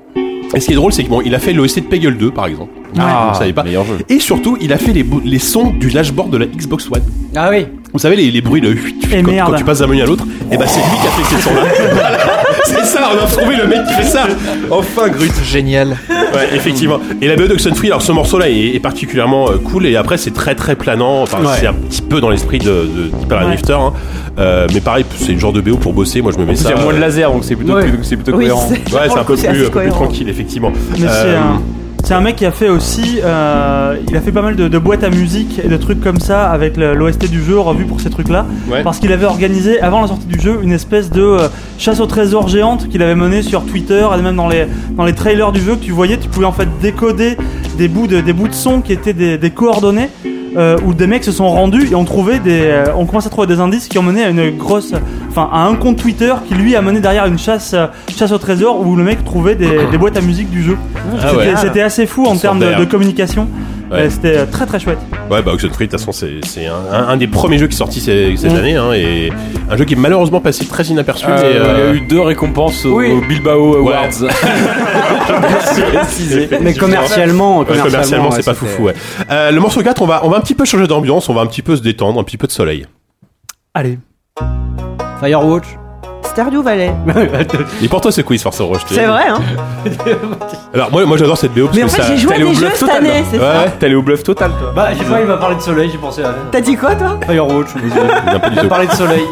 S3: Et ce qui est drôle, c'est que bon, il a fait l'OST de Peggle 2, par exemple.
S7: Ah,
S3: vous le savez pas.
S7: meilleur jeu.
S3: Et surtout, il a fait les, bou- les sons du dashboard de la Xbox One.
S5: Ah oui.
S3: Vous savez, les, les bruits de huit, huit,
S8: Et
S3: quand,
S8: merde.
S3: quand tu passes d'un menu à l'autre, et bah c'est lui qui a fait ces sons-là. (laughs) Voilà. c'est ça, on a trouvé le mec qui fait ça. Enfin, Grut.
S9: Génial.
S3: Ouais, effectivement. Et la BO d'Oxenfree, alors ce morceau-là est, est particulièrement euh, cool et après c'est très très planant. Enfin,
S5: Ouais.
S3: c'est un petit peu dans l'esprit de, de d'Hyper
S8: Ouais.
S3: Drifter. hein. Euh, mais pareil, c'est le genre de BO pour bosser. Moi, je me mets
S7: En plus,
S3: ça.
S7: il y a moins de
S3: euh,
S7: laser donc c'est plutôt
S5: Ouais.
S7: donc c'est plutôt
S10: Oui,
S7: cohérent.
S10: c'est-
S3: Ouais,
S10: pour
S3: c'est un
S10: le coup,
S3: peu plus,
S10: c'est assez
S3: un peu plus
S10: cohérent.
S3: tranquille, effectivement.
S8: Mais c'est
S3: Euh,
S8: un. C'est un mec qui a fait aussi. euh, il a fait pas mal de, de boîtes à musique et de trucs comme ça avec l'OST du jeu revu pour ces trucs-là.
S3: Ouais.
S8: Parce qu'il avait organisé, avant la sortie du jeu, une espèce de euh, chasse au trésor géante qu'il avait menée sur Twitter et même dans les, dans les trailers du jeu que tu voyais. Tu pouvais en fait décoder des bouts de, des bouts de son qui étaient des, des coordonnées. euh, où des mecs se sont rendus et ont trouvé des, euh, on commence à trouver des indices qui ont mené à une grosse, enfin à un compte Twitter qui lui a mené derrière une chasse, euh, chasse au trésor où le mec trouvait des, des boîtes à musique du jeu.
S3: Ah
S8: C'était-
S3: ouais.
S8: C'était assez fou en
S3: Sans
S8: termes de,
S3: verre.
S8: de communication.
S3: Ouais.
S8: Euh, C'était euh, très très chouette.
S3: Ouais, bah Oxenfree, de toute façon, c'est c'est un, un- un des premiers jeux qui est sorti ces- cette
S8: Mm.
S3: année. hein, et un jeu qui est malheureusement passé très inaperçu.
S7: Euh,
S3: mais, euh,
S7: Il y a eu deux récompenses au-
S5: Oui.
S7: au Bilbao
S3: Ouais.
S7: (laughs) Awards.
S5: Mais commercialement,
S3: Ouais,
S5: commercialement,
S3: commercialement,
S5: ouais,
S3: c'est pas
S5: c'était-
S3: foufou. Ouais. Euh, le morceau 4, on va, on va un petit peu changer d'ambiance, on va un petit peu se détendre, un petit peu de soleil.
S8: Allez.
S5: Firewatch.
S10: Stardew Valley.
S3: Et pour toi, ce quiz, force Roche.
S10: C'est vrai, hein
S3: Alors, moi, moi j'adore cette BO parce
S10: Mais en
S3: que
S10: fait,
S3: ça.
S10: j'ai joué à
S7: allé au
S10: des jeux
S7: bluff
S10: cette
S7: total, hein.
S10: année, c'est
S3: Ouais,
S10: ça
S3: ouais, t'es allé au bluff total, toi.
S5: (laughs) Bah, j'ai pas, il m'a parlé de soleil, j'ai pensé à
S10: T'as dit quoi, toi
S5: Firewatch. je me disais.
S3: Non, pas du
S5: Il m'a
S3: tout.
S5: parlé de soleil.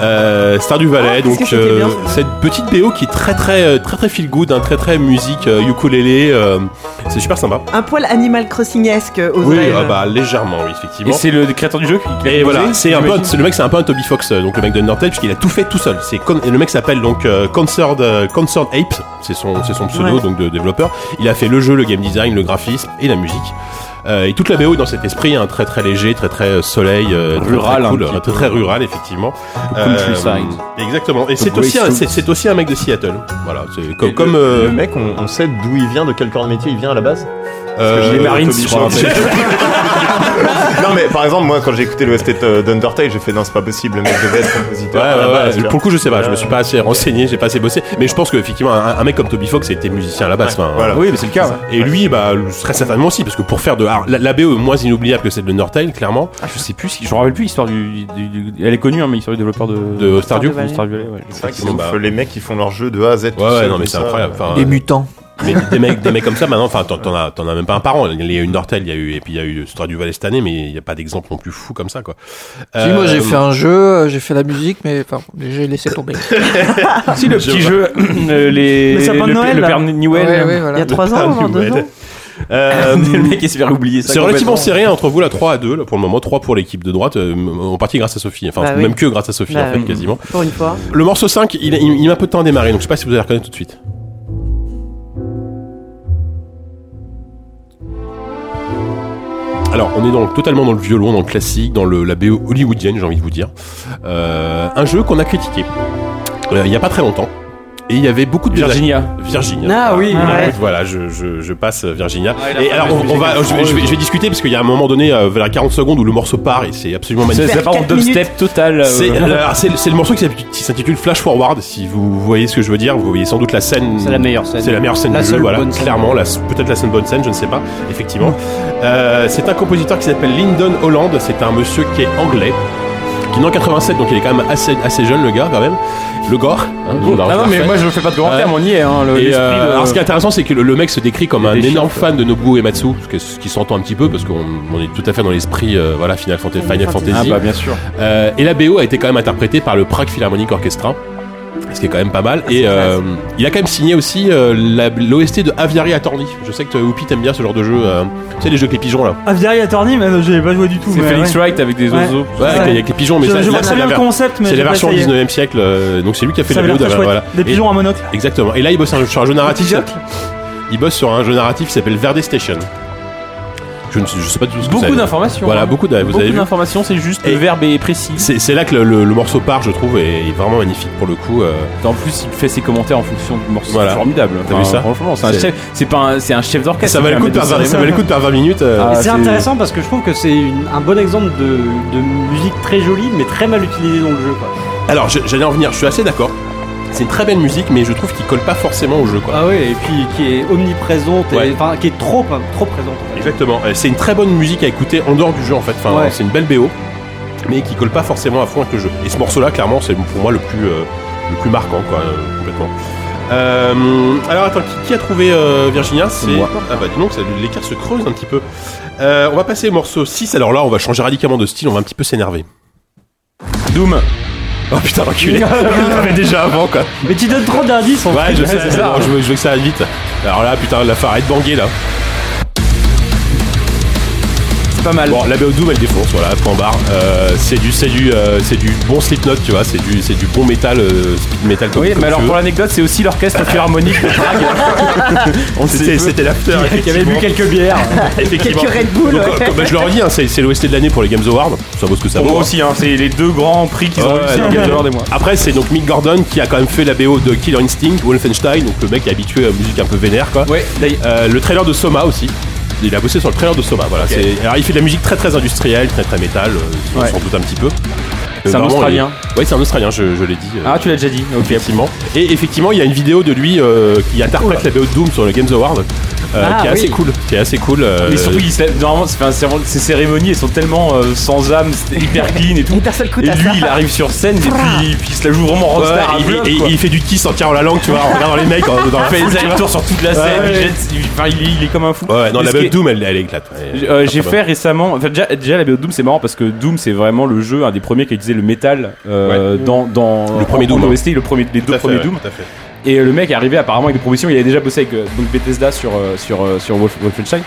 S3: Euh, Star du Valais,
S10: Ah, parce que
S3: donc
S10: c'était bien,
S3: euh,
S10: ça.
S3: cette petite BO qui est très très euh, très très feel good, hein, très très musique euh, ukulélé, euh, c'est super sympa.
S10: Un poil Animal Crossingesque aux
S3: Oui,
S10: oreilles. euh,
S3: ah bah légèrement, oui
S7: euh, Et
S3: effectivement.
S7: c'est le créateur du jeu qui qui l'a
S3: Et
S7: composé,
S3: voilà, c'est un peu,
S7: j'imagine.
S3: c'est- le mec, c'est un peu un Toby Fox, euh, donc le mec de Undertale, puisqu'il a tout fait tout seul. C'est con- et le mec s'appelle donc euh, Concerned, euh, Concerned Apes, c'est son, c'est son pseudo
S10: Ouais.
S3: donc de développeur. Il a fait le jeu, le game design, le graphisme et la musique. Euh, et toute la BO est dans cet esprit, hein, très très léger, très très euh, soleil, euh, très,
S7: Rural,
S3: très,
S7: un
S3: cool,
S7: petit
S3: euh,
S7: peu.
S3: très rural effectivement. Euh,
S7: countryside.
S3: exactement. Et c'est
S7: great
S3: aussi, un-
S7: souls.
S3: c'est c'est aussi un mec de Seattle. Voilà, c'est
S6: Et
S3: comme
S6: le-
S3: comme euh,
S6: le mec, on, on sait d'où il vient, de quel corps de métier il vient à la base.
S3: euh,
S7: j'ai les Marines,
S3: Toby
S7: je crois,
S3: Fox.
S6: (laughs) non mais par exemple, moi quand j'ai écouté l'OST de- euh, d'Undertale, j'ai fait non c'est pas possible, le mec devait être
S3: Ouais,
S6: compositeur. à la
S3: ouais,
S6: base,
S3: ouais.
S6: tu vois.
S3: Pour le coup, je sais pas. Je me suis pas assez renseigné, j'ai pas assez bossé. Mais je pense qu'effectivement, un, un mec comme Toby Fox était musicien à la base. enfin,
S6: Voilà.
S7: Ah Oui, mais c'est le cas. ouais.
S3: Et lui, bah, le- très certainement aussi, parce que pour faire de. alors, la, la BO est moins inoubliable que celle de Nortel, clairement.
S7: Ah, je sais plus, si- je me rappelle plus l'histoire du, du- du- Elle est connue, hein, mais l'histoire du développeur de,
S3: De Stardew
S7: de Stardew Valley, ouais.
S6: C'est vrai que c'est
S3: Bon, bah.
S6: ouf, les mecs qui font leur jeu de A à Z. tout
S3: Ouais, ouais,
S6: seul,
S3: non, mais
S6: tout
S3: c'est
S6: ça.
S3: incroyable. Enfin, euh,
S9: Des mutants.
S3: mais des mecs, des mecs comme ça, maintenant, enfin, t'en- t'en as, t'en as même pas un par an. Il y a eu Nortel, il y a eu, et puis il y a eu Stardew Valley cette année, mais il n'y a pas d'exemple non plus fou comme ça, quoi.
S9: Si, moi j'ai
S3: Euh,
S9: fait un jeu, euh, j'ai fait la musique, mais enfin, j'ai laissé tomber.
S7: Si, le petit jeu, (laughs) euh, les,
S8: Le sapin de
S7: le,
S8: Noël,
S7: le
S8: là.
S7: Père Newell.
S9: Ouais, ouais,
S10: Il y
S9: voilà.
S10: a 3 ans, avant 2 ans.
S7: Euh, (laughs) le mec est super oublié. ça,
S3: C'est relativement
S7: complètement.
S3: serré entre vous, la 3 à 2, là, pour le moment. 3 pour l'équipe de droite, euh, en partie grâce à Sophie. Enfin,
S10: Bah oui.
S3: même que grâce à Sophie,
S10: Bah
S3: en fait,
S10: oui.
S3: quasiment.
S10: Pour une fois.
S3: Le morceau 5, il, il, il met un peu de temps à démarrer, donc je sais pas si vous allez le reconnaître tout de suite. Alors, on est donc totalement dans le violon, dans le classique, dans le, la BO hollywoodienne, j'ai envie de vous dire. Euh, un jeu qu'on a critiqué euh, il y a pas très longtemps. Et il y avait beaucoup de
S7: Virginia.
S3: Virginia.
S5: Ah oui.
S10: Ah ouais.
S3: Voilà, je, je, je passe euh, Virginia.
S7: Ah, il a
S3: et
S7: pas
S3: alors,
S7: mal de
S3: on, on va,
S7: musique.
S3: je, vais, je vais- je vais discuter parce qu'il y a un moment donné, euh, vers la 40 secondes, où le morceau part et c'est absolument magnifique.
S7: C'est
S10: Faire
S7: c'est pas en
S10: quatre
S7: dubstep
S10: minutes.
S7: total. euh,
S3: C'est
S7: voilà.
S3: alors, c'est le c'est le morceau qui s'appelle- qui s'intitule Flash Forward. Si vous voyez ce que je veux dire, vous voyez sans doute la scène.
S5: C'est la meilleure scène.
S3: C'est la meilleure scène
S5: La
S3: du jeu,
S5: seule
S3: voilà.
S5: bonne scène.
S3: Clairement, la- peut-être la seule bonne scène, je ne sais pas. Effectivement, Euh, c'est un compositeur qui s'appelle Lyndon Holland. C'est un monsieur qui est anglais, qui est né en 87, donc il est quand même assez assez jeune le gars quand même. Le gore. hein, on l'a
S7: Ah non, mais
S3: refait.
S7: moi je fais pas de commentaire,
S3: Ouais.
S7: on y est. Hein, le-
S3: Et,
S7: l'esprit
S3: euh,
S7: de-
S3: alors ce qui est intéressant c'est que le, le mec se décrit comme un
S7: des
S3: énorme
S7: chiffres.
S3: fan de Nobuo Ematsu, ce que- ce qui s'entend un petit peu parce qu'on on est tout à fait dans l'esprit euh, voilà Final Fantasy. Final Fantasy.
S7: Ah bah bien sûr.
S3: Euh, et la BO a été quand même interprétée par le Prague Philharmonic Orchestra, ce qui est quand même pas
S8: Ah,
S3: mal. Et euh, il a quand même signé aussi euh, la- l'OST de Aviary Attorney. Je sais que euh, Whoopi t'aimes bien ce genre de jeu. euh, tu sais les jeux avec les pigeons là.
S8: Aviary Ah, Attorney, mais j'ai pas joué du tout.
S7: C'est
S8: mais
S7: Felix
S8: bah ouais.
S7: Wright avec des
S8: Ouais.
S7: oiseaux.
S3: Ouais, avec, les, avec les pigeons, mais
S8: Je,
S3: ça,
S8: je
S3: là,
S8: vois
S3: c'est
S8: très
S3: la,
S8: bien le
S3: ver-
S8: concept, mais
S3: c'est la
S8: j'ai pas
S3: version
S8: essayé.
S3: 19 e siècle. euh, donc c'est lui qui a fait
S8: Ça
S3: la
S8: avait
S3: BO
S8: l'air très
S3: d'Aviary-
S8: chouette.
S3: voilà.
S8: Des
S3: Et-
S8: pigeons à monocle.
S3: Exactement. Et là, il bosse sur un, sur un jeu narratif.
S8: Petit
S3: ça- Il bosse sur un jeu narratif qui s'appelle Verde Station. Je ne sais, je sais pas du tout ce que ça
S7: Beaucoup
S3: veut dire.
S7: d'informations.
S3: Voilà,
S7: hein.
S3: beaucoup d'a- vous avez vu.
S7: d'informations, c'est juste
S3: Et-
S7: le verbe est précis.
S3: C'est c'est là que le, le- le morceau part, je trouve, et est vraiment magnifique pour le coup. euh,
S7: En plus, il fait ses commentaires en fonction du morceau.
S3: Voilà.
S7: C'est formidable.
S3: T'as vu ça
S7: Franchement, c'est un
S3: C'est-
S7: chef. C'est pas un, c'est un chef d'orchestre.
S3: ça valait le coup de
S7: un
S3: faire vingt-
S7: médecin.
S3: ça valait le coup de faire 20 minutes. euh,
S7: Ah,
S5: Et c'est
S7: c'est-
S5: intéressant parce que je trouve que c'est une- un bon exemple de, de musique très jolie mais très mal utilisée dans le jeu. Quoi.
S3: Alors, je- j'allais en venir, je suis assez d'accord. C'est une très belle musique, mais je trouve qu'il colle pas forcément au jeu, quoi.
S5: Ah ouais, et puis qui est omniprésente, et-
S3: Ouais.
S5: enfin qui est trop, hein, trop présente. en fait.
S3: Exactement. Euh, C'est une très bonne musique à écouter en dehors du jeu, en fait. Enfin,
S5: Ouais.
S3: c'est une belle BO, mais qui colle pas forcément à fond avec le jeu. Et ce morceau-là, clairement, c'est pour moi le plus, euh, le plus marquant, quoi, euh, complètement. Euh, alors attends, qui, qui a trouvé euh, Virginia C'est
S7: Moi.
S3: ah bah dis donc, ça- l'écart se creuse un petit peu. Euh, on va passer au morceau 6. Alors là, on va changer radicalement de style, on va un petit peu s'énerver. Doom. Oh putain, (laughs) reculé. On l'avait déjà avant quoi.
S5: Mais tu donnes trop d'indices en
S3: Ouais,
S5: fait.
S3: je sais, c'est ça. Je veux, je veux que ça aille vite. Alors là, putain, la farette bangée là.
S7: C'est pas mal.
S3: Bon, la BO Doom elle défonce, voilà, point barre. Euh, c'est du, c'est du, euh, c'est du bon Slipknot, tu vois, c'est du, c'est du bon métal, euh, speed metal comme,
S7: Oui,
S3: comme
S7: mais alors
S3: tu veux.
S7: pour l'anecdote, c'est aussi l'orchestre philharmonique de Prague. (laughs) On le sait
S3: C'était,
S7: peu.
S3: c'était l'after.
S5: Il y avait bu
S3: effectivement.
S5: quelques
S7: (laughs)
S5: bières.
S3: Effectivement.
S10: quelques Red Bull,
S3: Donc,
S10: ouais.
S3: euh, comme- bah, je le redis, hein, c'est, c'est l'OST de l'année pour les Games Awards. Ça vaut ce que ça
S7: Pour
S3: vaut.
S7: moi
S3: hein.
S7: aussi, hein, c'est les deux grands prix qu'ils ont
S3: Ouais,
S7: réussi hein.
S3: ouais, donc,
S7: en Gamer
S3: euh,
S7: des mois.
S3: Après, c'est donc Mick Gordon qui a quand même fait la BO de Killer Instinct, Wolfenstein, donc le mec est habitué à la musique un peu vénère, quoi.
S7: Ouais, d'ailleurs.
S3: Euh, le trailer de Soma aussi. Il a bossé sur le trailer de Soma, voilà. c'est- Alors il fait de la musique très très industrielle, très très métal, euh,
S7: Ouais.
S3: sans doute un petit peu.
S7: C'est un
S3: Vraiment,
S7: Australien.
S3: il est- Ouais, c'est un Australien, je, je l'ai dit. euh,
S7: Ah, tu l'as déjà dit, ok.
S3: effectivement. Et effectivement, il y a une vidéo de lui euh, qui interprète la BO de Doom sur le Games Award. euh,
S7: Ah,
S3: qui est
S7: oui.
S3: assez cool. Qui est assez cool. euh,
S7: Mais surtout, ils savent- normalement, c'est- enfin, c'est vraiment- ces cérémonies, elles sont tellement euh, sans âme, c'était hyper clean et tout.
S10: d'un seul coup,
S7: Et
S10: t'as
S7: lui,
S10: ça.
S7: il arrive sur scène et puis, puis il se la joue vraiment
S3: ouais,
S7: rockstar. à
S3: il-
S7: bloc,
S3: et-
S7: quoi.
S3: il fait du kiss en tirant la langue, tu vois, en regardant les mecs en- dans la
S7: il fait
S3: foule,
S7: des
S3: tu vois.
S7: allers-retours sur toute la scène,
S3: Ouais,
S7: il,
S3: ouais.
S7: jette- il- enfin, il est- il est comme un fou.
S3: Ouais, non, la
S7: Et ce qui
S3: Belle
S7: est-
S3: Doom, ah, elle, elle éclate. ouais.
S7: Euh, j'ai
S3: Très
S7: fait récemment. enfin, déjà, déjà, la BO Doom, c'est marrant parce que Doom, c'est vraiment le jeu, un des premiers qui utilisait le métal euh, dans, dans
S3: Le premier
S7: en- en
S3: Doom, hein.
S7: OST, le premier, les deux
S3: Tout à fait,
S7: premiers
S3: ouais,
S7: Doom.
S3: tout à fait.
S7: Et euh, le mec est arrivé apparemment avec des propositions. Il avait déjà bossé avec euh, donc Bethesda sur euh, sur euh, sur Wolf- Wolfenstein.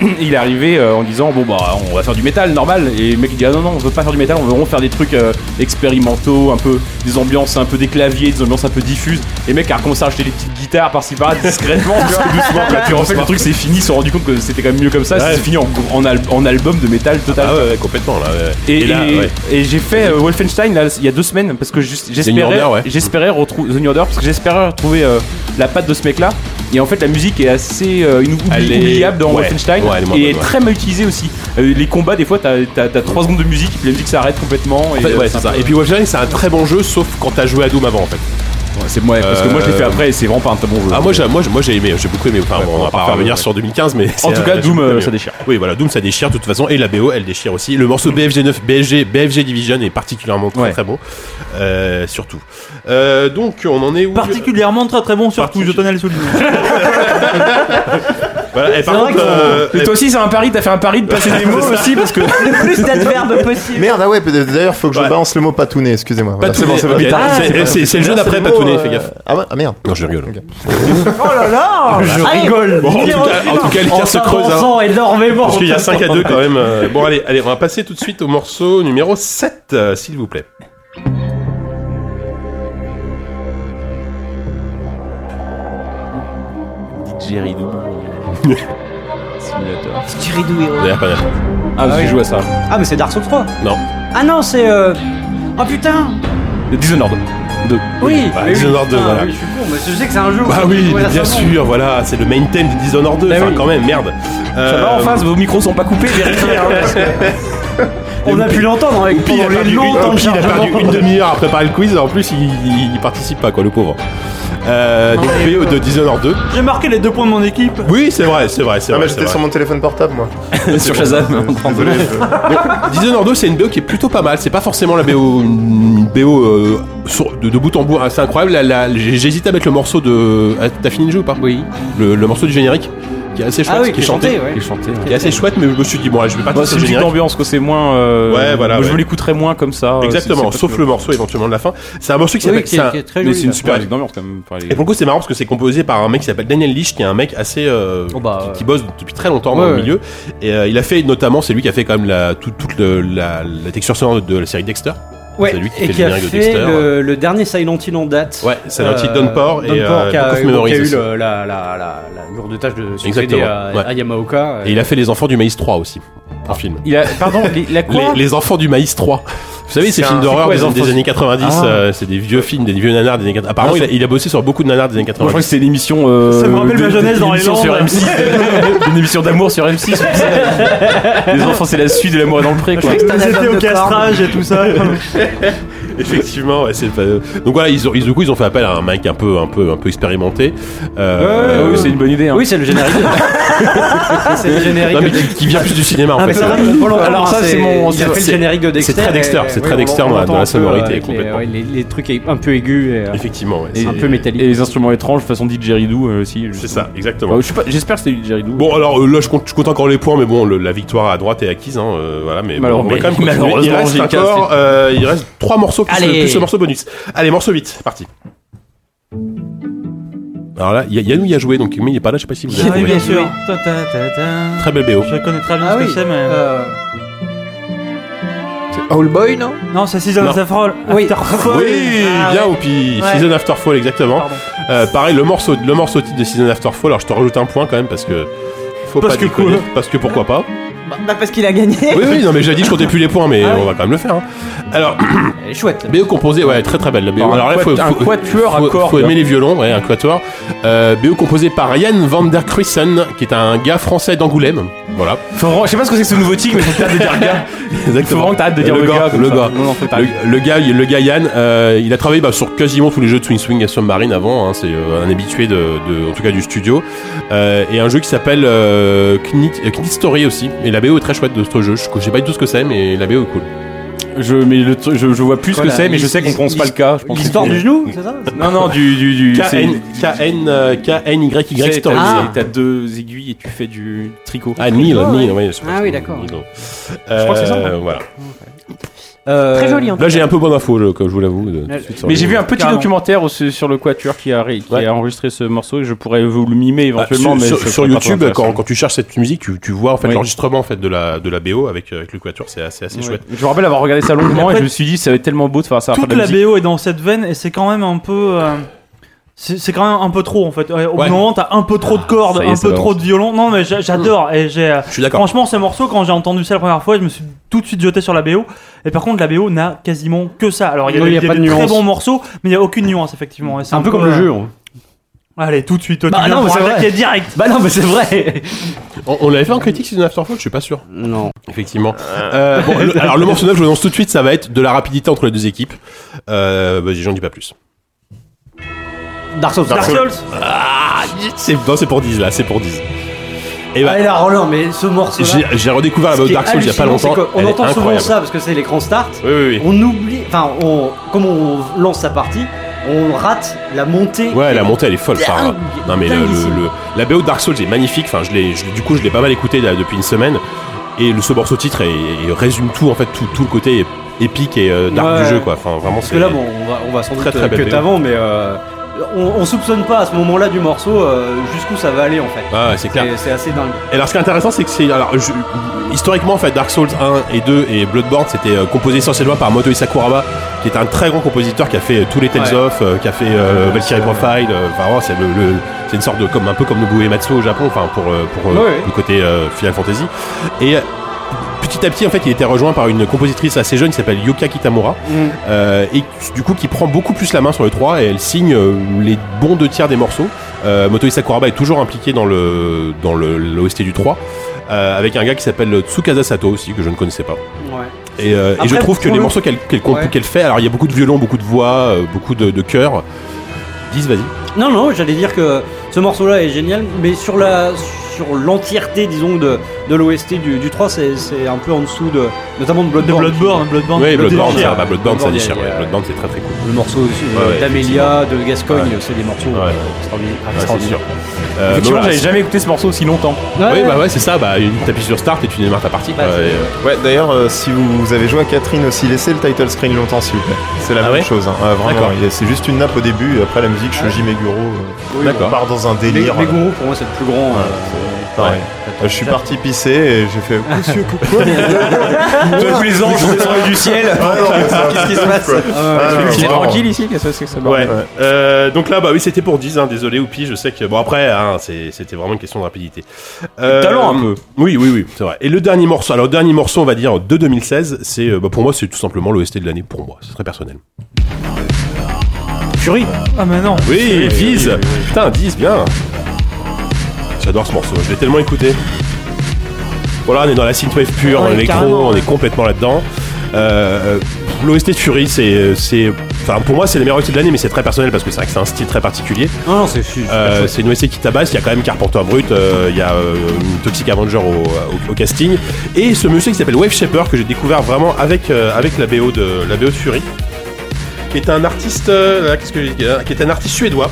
S7: (clears throat) Il est arrivé euh, en disant bon bah on va faire du métal normal et le mec il dit ah non non on veut pas faire du métal on veut vraiment faire des trucs euh, expérimentaux un peu des ambiances un peu des claviers des ambiances un peu diffuses et le mec a recommencé à acheter des petites guitares par-ci par-là discrètement tu vois, (laughs) doucement quoi. puis en fait le truc c'est fini ils se sont rendu compte que c'était quand même mieux comme ça
S3: Ouais.
S7: c'est fini en, en al- en album de métal total
S3: Ah ouais, ouais, complètement là. ouais.
S7: et,
S3: là,
S7: et-
S3: ouais.
S7: et j'ai fait euh, Wolfenstein là, il y a deux semaines parce que juste- j'espérais
S3: Order, ouais.
S7: j'espérais retrouver The New Order parce que j'espérais retrouver euh, la patte de ce mec là et en fait la musique est assez euh, inoubli-
S3: Elle est-
S7: oubliable dans
S3: ouais.
S7: Wolfenstein
S3: Ouais, elle est moins
S7: et est
S3: bonne, ouais.
S7: très mal utilisée aussi Euh, les combats des fois t'as 3 secondes de musique puis la musique s'arrête complètement et,
S3: En fait,
S7: euh,
S3: ouais,
S7: c'est
S3: c'est
S7: un
S3: ça.
S7: peu-
S3: Et puis Wolfenstein, c'est un très bon jeu, sauf quand t'as joué à Doom avant, en fait.
S7: Ouais, c'est moi parce que moi je l'ai fait
S3: Euh,
S7: après et c'est vraiment pas un très bon jeu
S3: Ah, moi, j'ai, moi, j'ai- moi, j'ai aimé, j'ai beaucoup aimé. Enfin,
S7: Ouais,
S3: bon, on va
S7: parfait,
S3: pas revenir
S7: ouais.
S3: sur 2015, mais. c'est,
S7: tout cas,
S3: j'ai
S7: Doom,
S3: beaucoup
S7: euh,
S3: aimé.
S7: ça déchire.
S3: Oui, voilà, Doom, ça déchire de toute façon. Et la BO, elle déchire aussi. Le morceau BFG 9, BFG, BFG Division est particulièrement très
S7: Ouais.
S3: très bon. Euh, surtout. Euh, donc, on en est où
S8: Particulièrement très très bon, surtout, je tenais à le souligner.
S3: Voilà, et par
S10: C'est vrai
S3: contre,
S10: que-
S3: euh,
S7: et
S3: et-
S7: toi aussi c'est un pari t'as fait un pari de passer des mots aussi parce que
S10: Le
S3: (laughs)
S10: plus d'adverbes possible.
S6: Merde, ah ouais, peut- d'ailleurs, faut que je
S3: Ouais.
S6: balance le mot patouné, excusez-moi. Voilà,
S3: euh, Patounet,
S6: c'est bon,
S3: ok,
S6: c'est bon.
S3: c'est- c'est- c'est- c'est le jeu d'après,
S6: C'est le
S3: Patounet,
S6: mot,
S3: fais
S6: euh,
S3: gaffe.
S6: Ah ouais, ah merde.
S3: Non, je rigole.
S10: Oh là là
S8: Je
S10: Allez,
S8: rigole.
S3: Bon, en, tout cas, en tout cas, l'écart se creuse. hein.
S8: énormément.
S3: Parce qu'il y a 5 à 2 quand même. euh, Bon, allez, allez, on va passer tout de suite au morceau numéro 7, euh, s'il vous plaît.
S7: simulateur
S10: Tu ridouilles.
S3: D'ailleurs, pas mal.
S7: ah j'ai joué à ça
S5: Ah, mais c'est Dark Souls 3.
S3: Non.
S5: Ah non, c'est. Euh... Oh putain
S7: Dishonored deux
S5: Oui
S3: Bah,
S5: mais oui.
S3: Dishonored deux,
S5: Ah,
S3: voilà.
S5: oui, je suis con, mais je sais que c'est un jeu. où
S3: Bah
S5: ça-
S3: oui,
S5: ouais,
S3: bien
S5: ça
S3: sûr, voilà, c'est le main theme de Dishonored 2,
S7: Bah
S3: enfin
S7: oui.
S3: quand même, merde.
S7: ça va en
S3: Euh,
S7: face vos micros sont pas
S3: (laughs)
S7: coupés vérifiez hein, parce que-
S5: On a pu l'entendre avec
S3: Pi, il a
S5: pendant les
S3: perdu, une,
S5: longtemps
S3: Pi, il a
S5: de
S3: perdu
S5: chargement.
S3: une demi-heure à préparer le quiz, en plus il, il- il participe pas quoi, le pauvre. Euh, donc BO de Dishonored 2.
S8: J'ai marqué les deux points de mon équipe.
S3: Oui, c'est vrai, c'est vrai, c'est
S6: Non,
S3: vrai.
S6: Ah, mais
S3: c'est
S6: j'étais sur
S3: vrai.
S6: mon téléphone portable, moi.
S7: sur Shazam
S6: Désolé. je-
S3: Dishonored 2, c'est une BO qui est plutôt pas mal. C'est pas forcément la BO, une BO euh, sur- de, de bout en bout assez incroyable. La- la- j'ai- J'hésite à mettre le morceau de. ah, T'as fini le jeu ou pas Oui. Le, le morceau du générique qui est assez chouette,
S5: Ah oui,
S3: qui est chanté.
S5: ouais.
S7: Et chanter, hein.
S3: Qui est assez chouette, mais je me suis dit, bon, là, je vais partir
S7: Bah,
S3: sur
S7: c'est
S3: le
S7: une petite
S3: générique.
S7: ambiance que c'est moins. euh,
S3: Ouais, voilà,
S7: moi, Je
S3: ouais.
S7: me l'écouterais moins comme ça. euh,
S3: Exactement,
S7: c'est- c'est pas
S3: sauf
S7: que-
S3: le morceau éventuellement de la fin. C'est un morceau qui
S5: Oui,
S3: s'appelle.
S5: qui est-
S3: c'est un-
S5: qui est très
S7: Mais
S5: joli,
S7: c'est une
S5: là.
S7: super
S3: Ouais.
S7: petite ambiance quand même. Enfin, les-
S3: Et pour le coup, c'est marrant parce que c'est composé par un mec qui s'appelle Daniel Lish, qui est un mec assez euh,
S5: Oh bah,
S3: qui,
S5: ouais.
S3: qui bosse depuis très longtemps
S5: Ouais,
S3: dans le
S5: ouais.
S3: milieu. Et euh, il a fait notamment, c'est lui qui a fait quand même la, tout- toute le- la, la texture sonore de, de la série Dexter.
S5: Ouais,
S3: C'est lui qui
S5: et
S3: fait
S5: qui
S3: le
S5: a
S3: générique de
S5: fait
S3: Dexter. euh.
S5: le, le dernier Silent Hill en date.
S3: Ouais, c'est un petit
S5: Euh,
S3: Downpour et
S5: Downpour
S3: euh,
S5: qui a,
S3: Book of
S5: qui a
S3: Memories
S5: eu
S3: aussi.
S5: le- la, la, la, la lourde tâche de euh, succéder
S3: Exactement,
S5: à,
S3: ouais.
S5: à Yamaoka.
S3: Et il a fait Les Enfants du Maïs 3 aussi,
S5: Ah,
S3: un film.
S7: Il a, pardon, il a quoi
S3: Les, Les Enfants du Maïs 3. Vous savez, ces
S6: C'est
S3: films
S6: un-
S3: d'horreur
S7: c'est quoi,
S3: des,
S7: Les
S3: des
S7: Enfants-
S3: années 90,
S7: Ah.
S3: euh, c'est des vieux films, des vieux nanars des années 90.
S5: Ah,
S3: Apparemment,
S7: Non,
S3: il a, il a bossé sur beaucoup de nanars des années
S7: Moi, je
S3: 90.
S7: crois que c'est l'émission. euh,
S8: Ça me rappelle ma
S7: de-
S8: jeunesse
S7: de-
S8: dans les
S7: l'émission sur
S8: Landes. (laughs)
S7: M6. Une émission d'amour sur M6. comme ça. Les enfants, c'est la suite de l'amour dans le pré. Quoi.
S10: T'as la
S8: J'étais
S10: femme
S8: au
S10: de
S8: castrage et
S5: (laughs)
S8: tout ça.
S3: Effectivement, ouais, c'est pas- donc voilà, ils ont, ils, du coup, ils ont fait appel à un mec un peu, un peu, un peu expérimenté.
S7: Euh,
S3: Euh,
S7: oui, c'est une bonne idée. hein.
S5: Oui, c'est
S3: (laughs)
S5: le générique. c'est le générique.
S3: Non, mais
S5: de-
S3: qui, qui vient plus du cinéma en
S5: Ah, mais
S3: fait.
S5: c'est vrai, faut l'entendre,
S7: Alors ça,
S5: hein,
S7: c'est mon-
S5: Il a
S7: c'est-
S5: fait le
S3: c'est-
S5: générique de Dexter.
S3: c'est très Dexter,
S5: et-
S3: c'est
S5: ouais,
S3: très
S5: on
S3: Dexter dans la-
S5: l'entend
S3: dans la
S5: un peu
S3: sonorité,
S5: avec les-
S3: complètement.
S5: ouais, Les les trucs un peu aigus. et, euh,
S3: Effectivement, ouais.
S7: Et-
S3: c'est-
S5: un peu métallique.
S7: Et les instruments étranges façon didgeridoo euh, aussi.
S3: C'est
S7: justement.
S3: ça, exactement.
S7: Enfin, je suis pas- J'espère que c'est du didgeridoo.
S3: Bon alors euh, là je compte, je compte encore les points mais bon le- la victoire à droite est acquise hein, euh, voilà mais bon,
S7: Malheureux-
S3: on va quand même
S7: mais-
S3: continuer. il
S7: malheureusement,
S3: reste
S7: j'ai cassé.
S3: encore euh, il reste trois morceaux plus,
S10: Allez.
S3: le, plus le morceau bonus allez morceau 8 c'est parti alors là il y a Yannou y a joué donc mais il est pas là je sais pas si vous avez trouvé.
S8: bien sûr.
S3: très belle BO
S8: Je connais très bien
S5: Ah
S8: ce que
S5: oui.
S8: c'est, mais.
S5: euh,
S9: Old Boy, non
S8: Non, c'est Season of the Fall.
S5: Oui.
S8: After Fall.
S3: oui
S8: Ah,
S3: bien
S8: ouais.
S3: ou puis
S8: Ouais.
S3: Season After Fall exactement
S8: Pardon.
S3: Euh, pareil le morceau le morceau titre de Season After Fall alors je te rajoute un point quand même parce que faut
S8: Parce
S3: pas
S8: que
S3: déconner,
S8: quoi
S3: parce que pourquoi pas
S10: Bah, parce qu'il a gagné.
S3: Oui, oui, non, mais j'ai dit, je comptais plus les points, mais
S7: Ah
S3: on va quand même le faire. hein. Alors, (clears throat)
S5: chouette.
S3: BO composé, ouais, très très belle la BO.
S7: Alors, un
S3: Alors là, faut,
S7: quat- un
S3: faut-
S7: quatuor à
S3: faut-
S7: cordes.
S3: faut aimer les violons, ouais, un quatuor. Euh, BO composé par Yann van der Kruisen, qui est un gars français d'Angoulême. Voilà.
S7: Faut vraiment- Je sais pas ce que c'est que ce nouveau tic, mais faut que t'arrêtes de dire gars. Faut
S3: Exactement.
S7: vraiment que t'arrêtes de dire
S3: le
S7: le
S3: gars,
S7: gars. comme
S3: le
S7: ça.
S3: gars.
S7: Non, non, faut pas.
S3: Le, le gars, le gars Yann, euh, il a travaillé bah, sur quasiment tous les jeux de Swing Swing et Submarine avant. hein, c'est euh, un habitué de, de- en tout cas du studio. Euh, et un jeu qui s'appelle euh, Knit, euh, Knit Story aussi. Et la BO est très chouette de ce jeu. Je je sais pas du tout ce que c'est, mais la BO est cool.
S7: Je, mais le truc- je, je vois plus ce
S5: Voilà,
S7: que c'est, mais je
S5: l'his-
S7: sais qu'on
S5: l'his-
S7: pense pas le cas. je pense que
S5: L'histoire
S7: c'est-
S5: du genou, c'est ça
S7: Non, non, du. du, du c'est-
S3: KN, KN, euh,
S7: tu
S3: KNYY
S7: sais,
S3: Story.
S7: T'as
S5: Ah.
S7: t'as deux aiguilles et tu fais du tricot.
S3: Ah, Neil, Neil, ouais, je
S5: Ah oui, d'accord.
S3: Je
S7: crois que c'est ça, hein.
S3: Voilà.
S5: Euh,
S10: Très joli hein. en tout
S3: Là,
S10: cas.
S3: j'ai un peu bonne info, je, que je vous l'avoue. de- tout de suite sur
S7: Mais
S3: les-
S7: j'ai vu un petit
S8: Carrément.
S7: documentaire au- sur le Quatuor qui a, ré- qui
S3: Ouais.
S7: a enregistré ce morceau et je pourrais vous le mimer
S3: Ah,
S7: éventuellement.
S3: sur,
S7: mais
S3: sur-
S7: ce
S3: sur
S7: serait pas
S3: YouTube,
S7: trop
S3: quand,
S7: intéressant.
S3: quand tu cherches cette musique, tu, tu vois en fait
S7: Oui.
S3: l'enregistrement en fait de la de la BO avec, euh, avec le quatuor, c'est assez assez
S7: Ouais.
S3: chouette.
S7: Je me rappelle avoir regardé ça longuement
S8: Après,
S7: et je me suis dit, ça va être tellement beau de faire ça.
S8: Toute la BO est dans cette veine et c'est quand même un peu. euh, C'est c'est quand même un peu trop en fait. Ouais, Au bout
S3: Ouais.
S8: d'un moment, t'as un peu trop
S5: Ah,
S8: de cordes,
S7: ça y est,
S8: un
S7: ça
S8: peu
S7: balance.
S8: trop de violon. Non, mais j'a- j'adore. Et j'ai. euh,
S3: Je suis d'accord.
S8: Franchement, ce morceau, quand j'ai entendu ça la première fois, je me suis tout de suite jeté sur la BO. Et par contre, la BO n'a quasiment que ça. Alors, il y a,
S5: Oui,
S8: des-
S5: il y a
S8: il y a
S5: pas de
S8: des très
S5: nuance.
S8: bons morceaux, mais il n'y a aucune nuance, effectivement. Et
S5: C'est un peu comme le
S8: euh,
S5: jeu. hein.
S8: Allez, tout de suite,
S5: Bah
S8: tu viens
S5: non, mais
S8: pour
S5: c'est vrai.
S8: attaquer direct.
S5: Bah non, mais c'est vrai.
S3: On, on l'avait fait en critique Season After Fall, je suis pas sûr.
S5: Non.
S3: Effectivement. Euh, bon, le- alors le morceau neuf, je vous annonce tout de suite, ça va être de la rapidité entre les deux équipes. Euh, bah, J'en dis pas plus.
S5: Dark Souls.
S8: Dark Souls
S3: Ah, c'est non, c'est pour 10 là, c'est pour 10. Et bah,
S5: Ah, et là, Roland, mais ce morceau.
S3: j'ai j'ai redécouvert la BO de Dark Souls il y a pas longtemps.
S5: On
S3: Elle est
S5: entend souvent
S3: incroyable.
S5: ça parce que c'est l'écran start.
S3: Oui, oui, oui.
S5: On oublie, enfin, on, comme on lance sa partie, on rate la montée.
S3: Ouais, la montée elle est folle. Enfin,
S5: Dingue,
S3: non mais le,
S5: dinguissime.
S3: le- le- la BO de Dark Souls est magnifique. Enfin, je l'ai, je l'ai- du coup, je l'ai pas mal écouté là, depuis une semaine. Et le ce morceau titre est- il résume tout en fait, tout, tout le côté épique et euh, dark
S5: Ouais.
S3: du jeu quoi. Enfin, vraiment
S5: Parce
S3: c'est.
S5: que là, bon, on va, on va sans doute
S3: Très, très
S5: euh,
S3: belle
S5: que
S3: BO.
S5: t'avant, mais euh, on, on soupçonne pas à ce moment-là du morceau euh, jusqu'où ça va aller en fait.
S3: Ah, ouais, c'est clair.
S5: C'est- C'est assez dingue.
S3: Et alors, ce qui est intéressant, c'est que c'est alors je- historiquement en fait, Dark Souls 1 et 2 et Bloodborne, c'était euh, composé essentiellement par Motoi Sakuraba, qui est un très grand compositeur qui a fait euh, tous les Tales
S5: Ouais.
S3: of, euh, qui a fait euh, Valkyrie Profile. euh, Enfin, vraiment, c'est le, le- c'est une sorte de comme un peu comme Nobuo Ematsu au Japon, enfin pour euh, pour euh,
S5: Ouais, ouais.
S3: le côté euh, Final Fantasy. Et euh, petit à petit, en fait, il était rejoint par une compositrice assez jeune qui s'appelle Yoka Kitamura, euh, et du coup qui prend beaucoup plus la main sur le 3 et elle signe euh, les bons deux tiers des morceaux. Euh, Motoi Sakuraba est toujours impliqué dans le dans le l'OST du 3 euh, avec un gars qui s'appelle Tsukasa Sato aussi que je ne connaissais pas.
S5: Ouais.
S3: Et, euh, et
S5: Après,
S3: je trouve que
S5: pour
S3: les
S5: le-
S3: morceaux qu'elle qu'elle comp-
S5: Ouais.
S3: qu'elle fait, alors il y a beaucoup de violons, beaucoup de voix, euh, beaucoup de, de chœurs. Dis, vas-y.
S5: Non, non, j'allais dire que ce morceau-là est génial, mais sur la sur l'entièreté, disons, de, de l'OST du, du 3, c'est c'est un peu en dessous de, notamment de
S8: De
S5: Bloodborne.
S8: Bloodborne, Bloodborne.
S3: Oui, Bloodborne,
S8: déchire.
S7: hein.
S3: ça, bah, Bloodborne, ça
S5: Bloodborne,
S3: déchire.
S5: il y a-
S3: ouais. Bloodborne, c'est très très cool.
S5: Le morceau aussi
S3: Ouais, ouais,
S5: euh, d'Amelia, de Gascogne, c'est des morceaux
S3: Ouais.
S5: euh, extraordinaires.
S3: Ouais, c'est sûr.
S5: extraordinaires.
S3: Euh, mais
S7: Effectivement,
S3: voilà,
S7: j'avais jamais écouté ce morceau aussi longtemps.
S3: Oui, bah ouais, c'est ça. Bah, une tapis sur start et tu démarres ta partie.
S5: Bah,
S3: quoi,
S5: c'est-
S3: et, euh,
S6: Ouais, d'ailleurs, euh, si vous, vous avez joué à Catherine aussi, laissez le title screen longtemps, s'il vous plaît. C'est la
S3: Ah
S6: même
S3: ouais
S6: chose, hein. Ah,
S3: D'accord.
S6: vraiment. il y a- C'est juste une nappe au début, et après la musique, Shoji Meguro. euh,
S5: Oui,
S6: On
S3: D'accord.
S6: part dans un
S5: Les,
S6: délire.
S5: les
S6: là.
S5: gourous, pour moi, c'est le plus grand.
S6: Ouais,
S7: Ah,
S5: euh,
S6: Pareil.
S5: attends.
S6: Euh, Je suis parti pisser et j'ai fait. Monsieur, pourquoi
S7: Tous les anges descendus du ciel.
S5: Qu'est-ce qui se passe
S6: Ah, non,
S7: C'est
S6: non.
S7: tranquille ici, qu'est-ce que c'est que ce
S3: Ouais.
S7: bordel
S6: Ouais.
S3: Euh, donc là, bah oui, c'était pour 10, hein, désolé, Oupi, je sais que. Bon, après, hein, c'est- c'était vraiment une question de rapidité. Euh,
S7: talent, un peu.
S3: Oui, oui, oui, c'est vrai. Et le dernier morceau, alors, le dernier morceau, on va dire, de 2016, c'est. euh, bah, pour moi, c'est tout simplement l'OST de l'année, pour moi. C'est très personnel.
S5: Fury
S8: Ah, mais non.
S3: Oui, 10 Putain, 10, bien J'adore ce morceau, je l'ai tellement écouté. Voilà, on est dans la synthwave pure,
S10: Ouais,
S3: dans l'électro,
S10: carrément,
S3: on
S10: ouais.
S3: est complètement là-dedans. Euh, L'OST de Fury, c'est, c'est, enfin pour moi c'est la meilleure OST de l'année, mais c'est très personnel parce que c'est vrai que c'est un style très particulier.
S5: Non, non, c'est super
S3: Euh,
S5: chouette.
S3: c'est une OST qui tabasse, il y a quand même Carpenter Brut, euh, il y a euh, Toxic Avenger au, euh, au- au casting. Et ce monsieur qui s'appelle Wave Shaper que j'ai découvert vraiment avec, euh, avec la, BO de, la BO de Fury, qui est un artiste, euh, là, qu'est-ce que j'ai dit, euh, qui est un artiste suédois.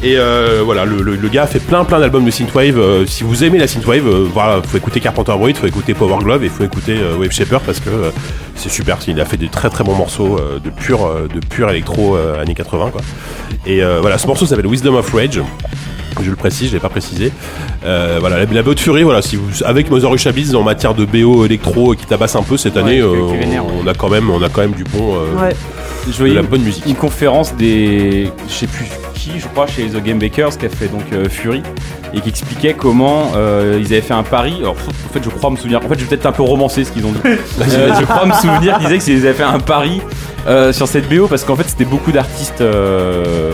S3: Et euh, voilà, le, le- le gars a fait plein plein d'albums de synthwave. euh, si vous aimez la synthwave, euh, voilà, faut écouter Carpenter Brut, faut écouter Power Glove et faut écouter euh, Wave Shaper parce que euh, c'est super. Il a fait des très très bons morceaux euh, de pur euh, de pur électro euh, années 80 quoi. Et euh, voilà, ce morceau s'appelle Wisdom of Rage. Je le précise, je l'ai pas précisé. Euh, voilà, la, la BO de Fury, voilà, si vous, avec Mother Russia Beats en matière de BO électro qui tabasse un peu cette année,
S7: que-
S3: euh,
S7: que vénère,
S3: on, a quand même, on a quand même du bon, euh,
S10: Ouais.
S7: Je
S3: de
S7: voyais
S3: la bonne musique.
S7: une conférence des. Je sais plus qui, je crois, chez The Game Bakers, qui a fait donc euh, Fury, et qui expliquait comment euh, ils avaient fait un pari. Alors, en fait, je crois me souvenir. En fait, j'ai peut-être un peu romancé ce qu'ils ont dit. Euh, je crois me souvenir qu'ils disaient qu'ils avaient fait un pari euh, sur cette BO parce qu'en fait, c'était beaucoup d'artistes euh,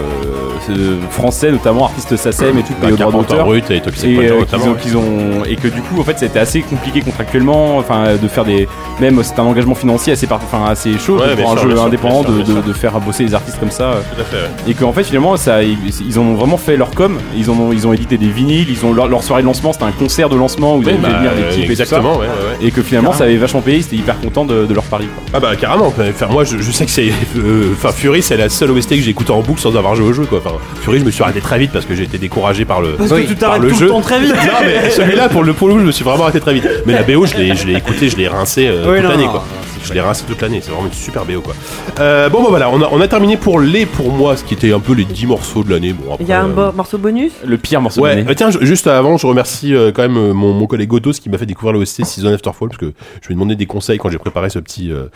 S7: euh, français, notamment artistes SACEM E et tout,
S3: Bah,
S7: payés au droit
S3: Carpenter
S7: d'auteur.
S3: Brut et Toxic
S7: Et,
S3: Avenger,
S7: euh,
S3: notamment,
S7: qu'ils ont-
S3: ouais.
S7: qu'ils ont- et que du coup en fait c'était assez compliqué contractuellement enfin euh, de faire des même c'est un engagement financier assez par- enfin assez chaud
S3: Ouais, bien
S7: pour un
S3: sûr,
S7: jeu
S3: bien sûr,
S7: indépendant
S3: bien sûr,
S7: de-
S3: bien
S7: de,
S3: sûr.
S7: de faire bosser les artistes comme ça euh.
S3: Tout à fait, ouais.
S7: et qu'en fait finalement ça ils, ils en ont vraiment fait leur com ils en ont ils ont édité des vinyles ils ont leur, leur soirée de lancement c'était un concert de lancement où ils
S3: Oui,
S7: avaient fait
S3: bah,
S7: venir des
S3: euh,
S7: types et tout ça.
S3: exactement, ouais, ouais, ouais.
S7: et que finalement
S3: Carrément.
S7: ça avait vachement payé ils étaient hyper contents de, de leur pari quoi.
S3: Ah bah carrément, quoi. enfin, moi je, je sais que c'est... euh, Enfin Fury c'est la seule OST que j'ai écoutée en boucle sans avoir joué au jeu quoi. Enfin, Fury je me suis arrêté très vite parce que j'ai été découragé par le...
S8: Parce que
S3: Oui.
S8: tu
S3: par
S8: t'arrêtes tout le
S3: jeu.
S8: temps
S3: (laughs)
S8: très vite.
S3: Non mais celui-là pour le pour le coup, je me suis vraiment arrêté très vite. Mais la BO je l'ai je l'ai écouté, je l'ai rincé euh,
S8: Oui,
S3: toute
S8: non,
S3: l'année
S8: non,
S3: quoi. Je l'ai rincé toute l'année, c'est vraiment une super BO quoi. Euh, bon bah voilà, on a, on a terminé pour les pour moi ce qui était un peu les 10 morceaux de l'année. Bon, après,
S10: Il y a un
S3: euh,
S10: bo- morceau bonus
S7: le pire morceau de
S3: Ouais,
S7: l'année.
S3: euh, tiens, je- juste avant, je remercie euh, quand même euh, mon, mon collègue Gotos qui m'a fait découvrir l'OST Season After Fall parce que je lui ai demandé des conseils quand j'ai préparé ce petit, euh,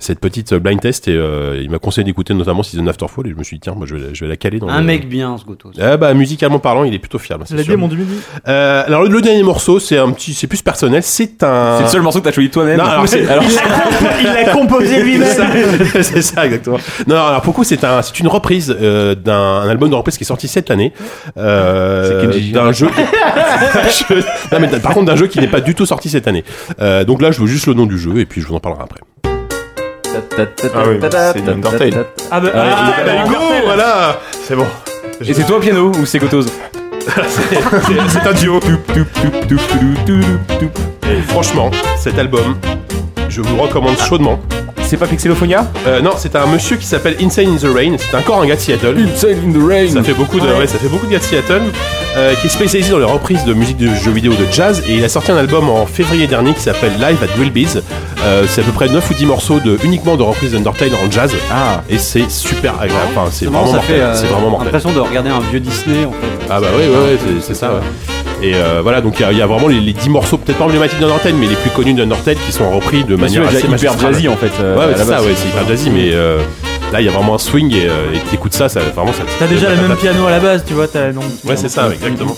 S3: cette petite euh, blind test et euh, il m'a conseillé d'écouter notamment Season After Fall et je me suis dit tiens, moi je vais, la- je vais la caler dans
S5: Un
S3: le-
S5: mec bien, ce goto.
S3: Ah bah musicalement parlant, il est plutôt fiable. hein, c'est
S8: La
S3: sûr.
S8: dit mon demi
S3: Euh, alors le, le dernier morceau, c'est un petit, c'est plus personnel, c'est un.
S7: c'est le
S3: (laughs)
S7: seul morceau que t'as choisi toi-même
S3: Euh, Non, alors, c'est- (laughs) alors,
S8: Il l'a (laughs) composé
S3: c'est ça,
S8: lui-même.
S3: c'est ça, exactement. Non, alors pour le coup, c'est un, c'est une reprise euh, d'un un album de reprise qui est sorti cette année, euh,
S7: C'est Kenji
S3: d'un jeu. (laughs) Je- non, mais par contre d'un jeu qui n'est pas du tout sorti cette année. Euh, donc là, je veux juste le nom du jeu et puis je vous en parlerai après.
S6: Ah oui, c'est Undertale.
S8: Ah bah,
S7: Ah,
S8: ah,
S7: bah,
S8: bah, Undertale.
S3: voilà,
S6: C'est bon.
S7: et c'est toi au piano ou c'est Gotos
S3: c'est un duo. Et franchement, cet album, je vous le recommande chaudement.
S7: c'est pas Pixelophonia
S3: Euh, non, c'est un monsieur qui s'appelle Insane in the Rain. C'est encore un gars de Seattle.
S7: Insane in the Rain
S3: Ça fait beaucoup de, ouais, ça fait beaucoup de gars de Seattle, euh, qui est spécialisé dans les reprises de musique de jeux vidéo de jazz. Et il a sorti un album en février dernier qui s'appelle Live at Wilby's. Euh, c'est à peu près 9 ou 10 morceaux de, uniquement de reprises d'Undertale en jazz.
S7: ah
S3: Et c'est super agréable. Enfin, c'est
S5: Justement,
S3: vraiment
S5: ça fait
S3: mortel.
S5: euh,
S3: C'est vraiment mortel.
S5: l'impression de regarder un vieux Disney en fait.
S3: Ah bah oui, ouais, ouais, c'est- c'est ça, ouais. Et euh, voilà, donc il y a- il y, a vraiment les, les 10 morceaux, peut-être pas emblématiques d'Undertale, mais les plus connus d'Undertale qui sont repris de
S7: Bien
S3: manière
S7: sûr,
S3: assez
S7: hyper
S3: magistrale.
S7: jazzy en fait. euh,
S3: Ouais,
S7: à
S3: ouais,
S7: la
S3: c'est ça,
S7: base.
S3: ouais, c'est hyper jazzy, mais euh, là il y a vraiment un swing et euh, et t'écoutes ça, ça vraiment ça.
S8: T'as déjà
S3: ça-
S8: le
S3: ça-
S8: même piano à la base, tu vois. t'as- Ah, donc-
S3: Ouais, c'est ça, ouais, exactement.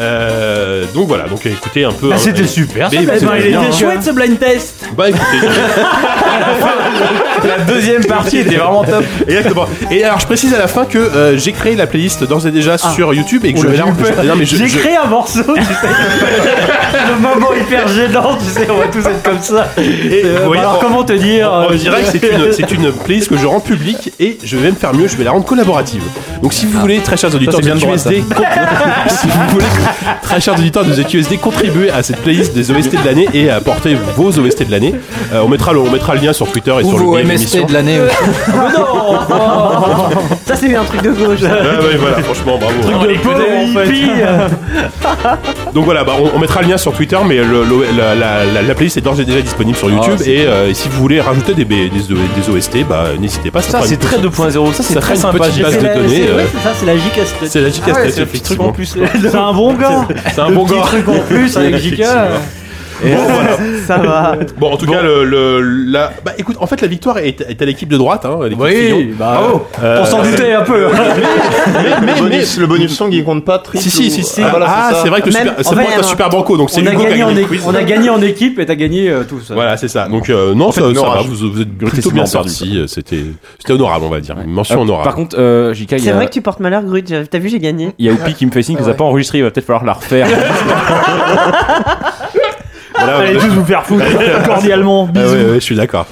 S3: Euh, donc voilà, donc écoutez un peu. hein, euh,
S5: super.
S3: mais-
S8: Eh
S3: c'est-
S8: ben, il
S3: non,
S8: était chouette ce blind test.
S3: Bah écoutez,
S7: La deuxième partie était vraiment top.
S3: exactement. Et alors je précise à la fin que euh, j'ai créé la playlist d'ores et déjà sur YouTube et que (laughs) je vais la je- Non mais je,
S8: Ah. J'ai
S3: je-
S8: créé un morceau, tu sais. (laughs) le moment hyper gênant, tu sais, on va tous être comme ça.
S3: et,
S8: Euh,
S3: vous voyez,
S8: alors,
S3: en-
S8: comment te dire
S3: en- en
S8: euh,
S3: direct, c'est une, c'est une playlist que je rends publique et je vais me faire mieux, je vais la rendre collaborative. Donc si vous voulez, très chers auditeurs
S7: c'est
S3: de
S7: bien de droite,
S3: QSD, con- si vous voulez, très chers auditeurs de The QSD, contribuez à cette playlist des OST de l'année et apportez vos OST de l'année. Euh, on mettra le, on mettra le lien sur Twitter et
S9: Ou
S3: sur le
S9: vos
S3: mail de
S9: MST
S3: l'émission.
S9: de l'année. euh.
S10: Ça, c'est un truc de gauche.
S8: (laughs)
S6: Ah
S10: ça.
S3: Ouais, ouais, (laughs) voilà, franchement, bravo.
S8: de pauvre, en fait.
S3: Donc voilà, bah, on, on mettra le lien sur Twitter, mais le- le- la, la- la- la playlist est d'ores et déjà disponible sur YouTube.
S7: Ah, c'est
S3: et euh, si vous voulez rajouter des, B- des, O- des OST, bah, n'hésitez pas.
S7: Ça,
S3: fera
S7: c'est
S3: une
S7: très
S3: petite-
S7: 2.0. Ça, c'est
S3: ça
S7: très
S3: fera une
S7: sympa.
S3: petite
S7: j'ai
S3: base de
S7: fait-
S3: données. euh,
S5: ça, c'est la JK
S3: C'est la JK
S7: Ah ouais,
S3: Station,
S7: c'est le petit truc en
S3: effectivement.
S7: plus.
S3: (laughs)
S7: quoi.
S8: C'est un bon gars.
S3: C'est un bon gars.
S8: Truc en plus
S3: (laughs)
S8: avec
S3: Effectivement.
S8: JK.
S10: Ça va.
S3: Bon, en tout cas, le, le- la... bah, écoute, en fait, la victoire est, est à l'équipe de droite. Hein, l'équipe Fillon.
S5: bravo.
S3: Euh,
S5: On s'en doutait un peu.
S8: hein.
S6: le, bonus, le bonus song, il compte pas triple
S3: Si, si, si,
S6: ou-
S3: si.
S6: Ah,
S3: Ah,
S6: voilà, c'est ça.
S3: c'est vrai que le
S10: Même-
S3: super,
S10: en
S3: c'est
S10: fait,
S3: bon, t'as
S10: on-
S3: super banco, donc c'est
S5: On a,
S3: Hugo qui a
S5: gagné en
S3: gagné le
S5: équipe-
S3: quiz.
S5: on a gagné en équipe et t'as gagné euh, tout ça.
S3: Voilà, c'est ça. Donc, euh, non,
S6: fait,
S3: ça, ça va,
S6: honorable.
S3: vous, vous êtes plutôt
S6: Critiquement
S3: bien
S6: perdu.
S3: sorti. euh, Ah, C'était c'était honorable, on va dire. Une mention honorable.
S7: Par contre, euh, JK, il y
S10: C'est
S7: a-
S10: vrai que tu portes malheur, Grut. T'as vu, j'ai gagné.
S7: il y a Oupi qui me fait signe que ça n'a pas enregistré. Il va peut-être falloir la refaire.
S3: Voilà,
S8: (laughs) Allez tous vous faire (laughs) foutre hein, cordialement.
S3: Ah
S8: Bisous.
S3: ouais, ouais, je suis d'accord.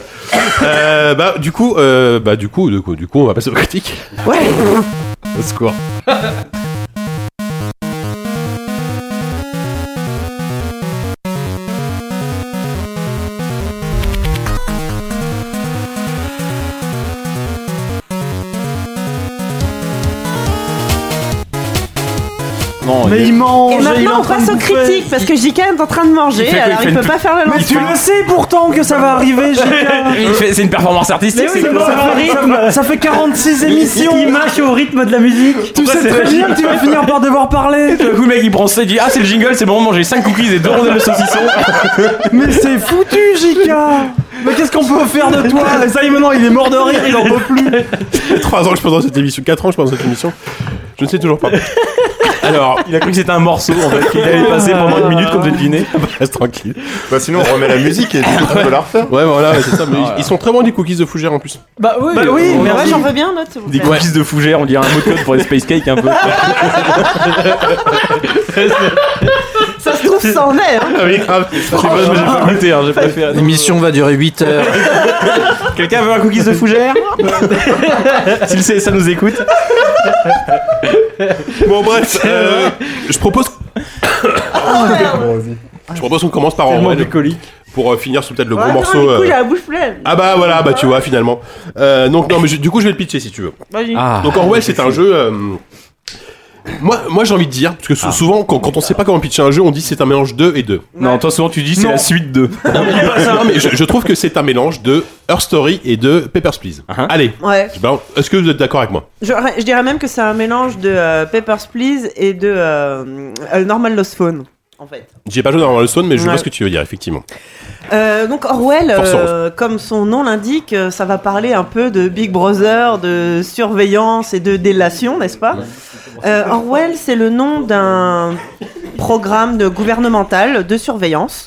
S3: Euh, bah, du coup, euh, bah, du coup, du coup, du coup, on va passer aux critiques. Ouais. Au secours.
S7: maintenant.
S8: Mais il
S3: Oh,
S8: mange,
S10: Et
S8: il est
S10: maintenant,
S8: en
S10: on
S8: train de
S10: passe aux
S8: bouffer.
S10: critiques parce que JK est en train de manger,
S7: Il fait quoi,
S10: alors
S7: il
S10: il
S7: fait
S10: peut
S7: une-
S10: pas faire le
S8: Mais tu
S10: lancement.
S8: le sais pourtant que ça va
S10: (laughs)
S8: arriver, JK
S7: (laughs) Il fait- C'est une performance artistique,
S8: Mais oui,
S7: c'est
S8: mais
S7: quoi
S8: ça, fait, ça- ça fait 46 émissions Il marche au rythme de la musique Tu sais très bien que (laughs) tu vas finir par devoir parler
S7: Tout d'un coup, le mec il prend ça, il dit Ah, c'est le jingle, c'est le moment de manger 5 cookies et 2 rondelles
S3: (laughs)
S7: de saucisson.
S8: Mais c'est foutu, JK Mais qu'est-ce qu'on peut faire de toi (laughs) Ça y est, maintenant, il est mort de rire, il en peut plus (laughs)
S3: 3 ans que je pense dans cette émission, 4 ans que je pense dans cette émission. Je ne sais toujours (laughs) pas.
S7: Alors, il a cru que c'était un morceau en fait, qu'il allait passer pendant une minute comme de dîner.
S3: Reste tranquille.
S6: Bah sinon on remet la musique et du coup, on peut la refaire.
S3: Ouais, voilà, Ah, ouais, c'est ça. Mais ils- ils sont très bons des cookies de fougère en plus.
S5: Bah oui,
S8: Bah oui, mais
S10: Mais ouais,
S8: vas-y.
S10: j'en veux bien, note. s'il vous
S7: Des
S10: plaît.
S7: cookies de fougère, on dirait un mot de code pour les space cakes un peu.
S10: Ça se trouve, ça en
S3: (laughs)
S10: est. hein.
S3: Ah oui, grave.
S7: Moi, j'ai pas goûté, hein, j'ai pas fait.
S11: L'émission va durer 8 heures.
S7: (laughs) Quelqu'un veut un cookies de fougère S'il sait, ça nous écoute.
S3: Bon,
S7: (laughs)
S3: bref, euh, je propose. Je propose qu'on commence par en
S5: tellement
S3: vrai,
S5: bucolique.
S3: pour euh, finir sur peut-être le
S10: Ouais,
S3: gros
S10: non, Du
S3: morceau.
S10: coup,
S3: euh,
S10: j'ai la bouche pleine.
S3: Ah bah voilà, bah tu vois finalement. Euh, donc non, mais je- du coup je vais le pitcher si tu veux.
S10: Vas-y.
S7: Ah,
S3: Donc Orwell, c'est un jeu. euh, Moi, moi j'ai envie de dire, parce que sou-
S7: Ah.
S3: souvent quand, quand on sait pas comment pitcher un jeu, on dit c'est un mélange de et de.
S7: non, toi souvent tu dis c'est
S8: Non.
S7: la suite de.
S3: (laughs) non mais je, je trouve que c'est un mélange de Her Story et de Papers Please.
S7: Ah, hein.
S3: Allez,
S10: Ouais.
S3: Ben, est-ce que vous êtes d'accord avec moi
S10: Je, je dirais même que c'est un mélange de euh, Papers, Please et de euh, euh, Normal Lost Phone, en fait.
S3: J'ai pas joué dans le Stone, mais je
S10: Ouais.
S3: vois ce que tu veux dire effectivement.
S10: Euh, donc Orwell,
S3: Force
S10: euh, comme son nom l'indique, euh, ça va parler un peu de Big Brother, de surveillance et de délation, n'est-ce pas Euh, Orwell, c'est le nom d'un programme de gouvernemental de surveillance.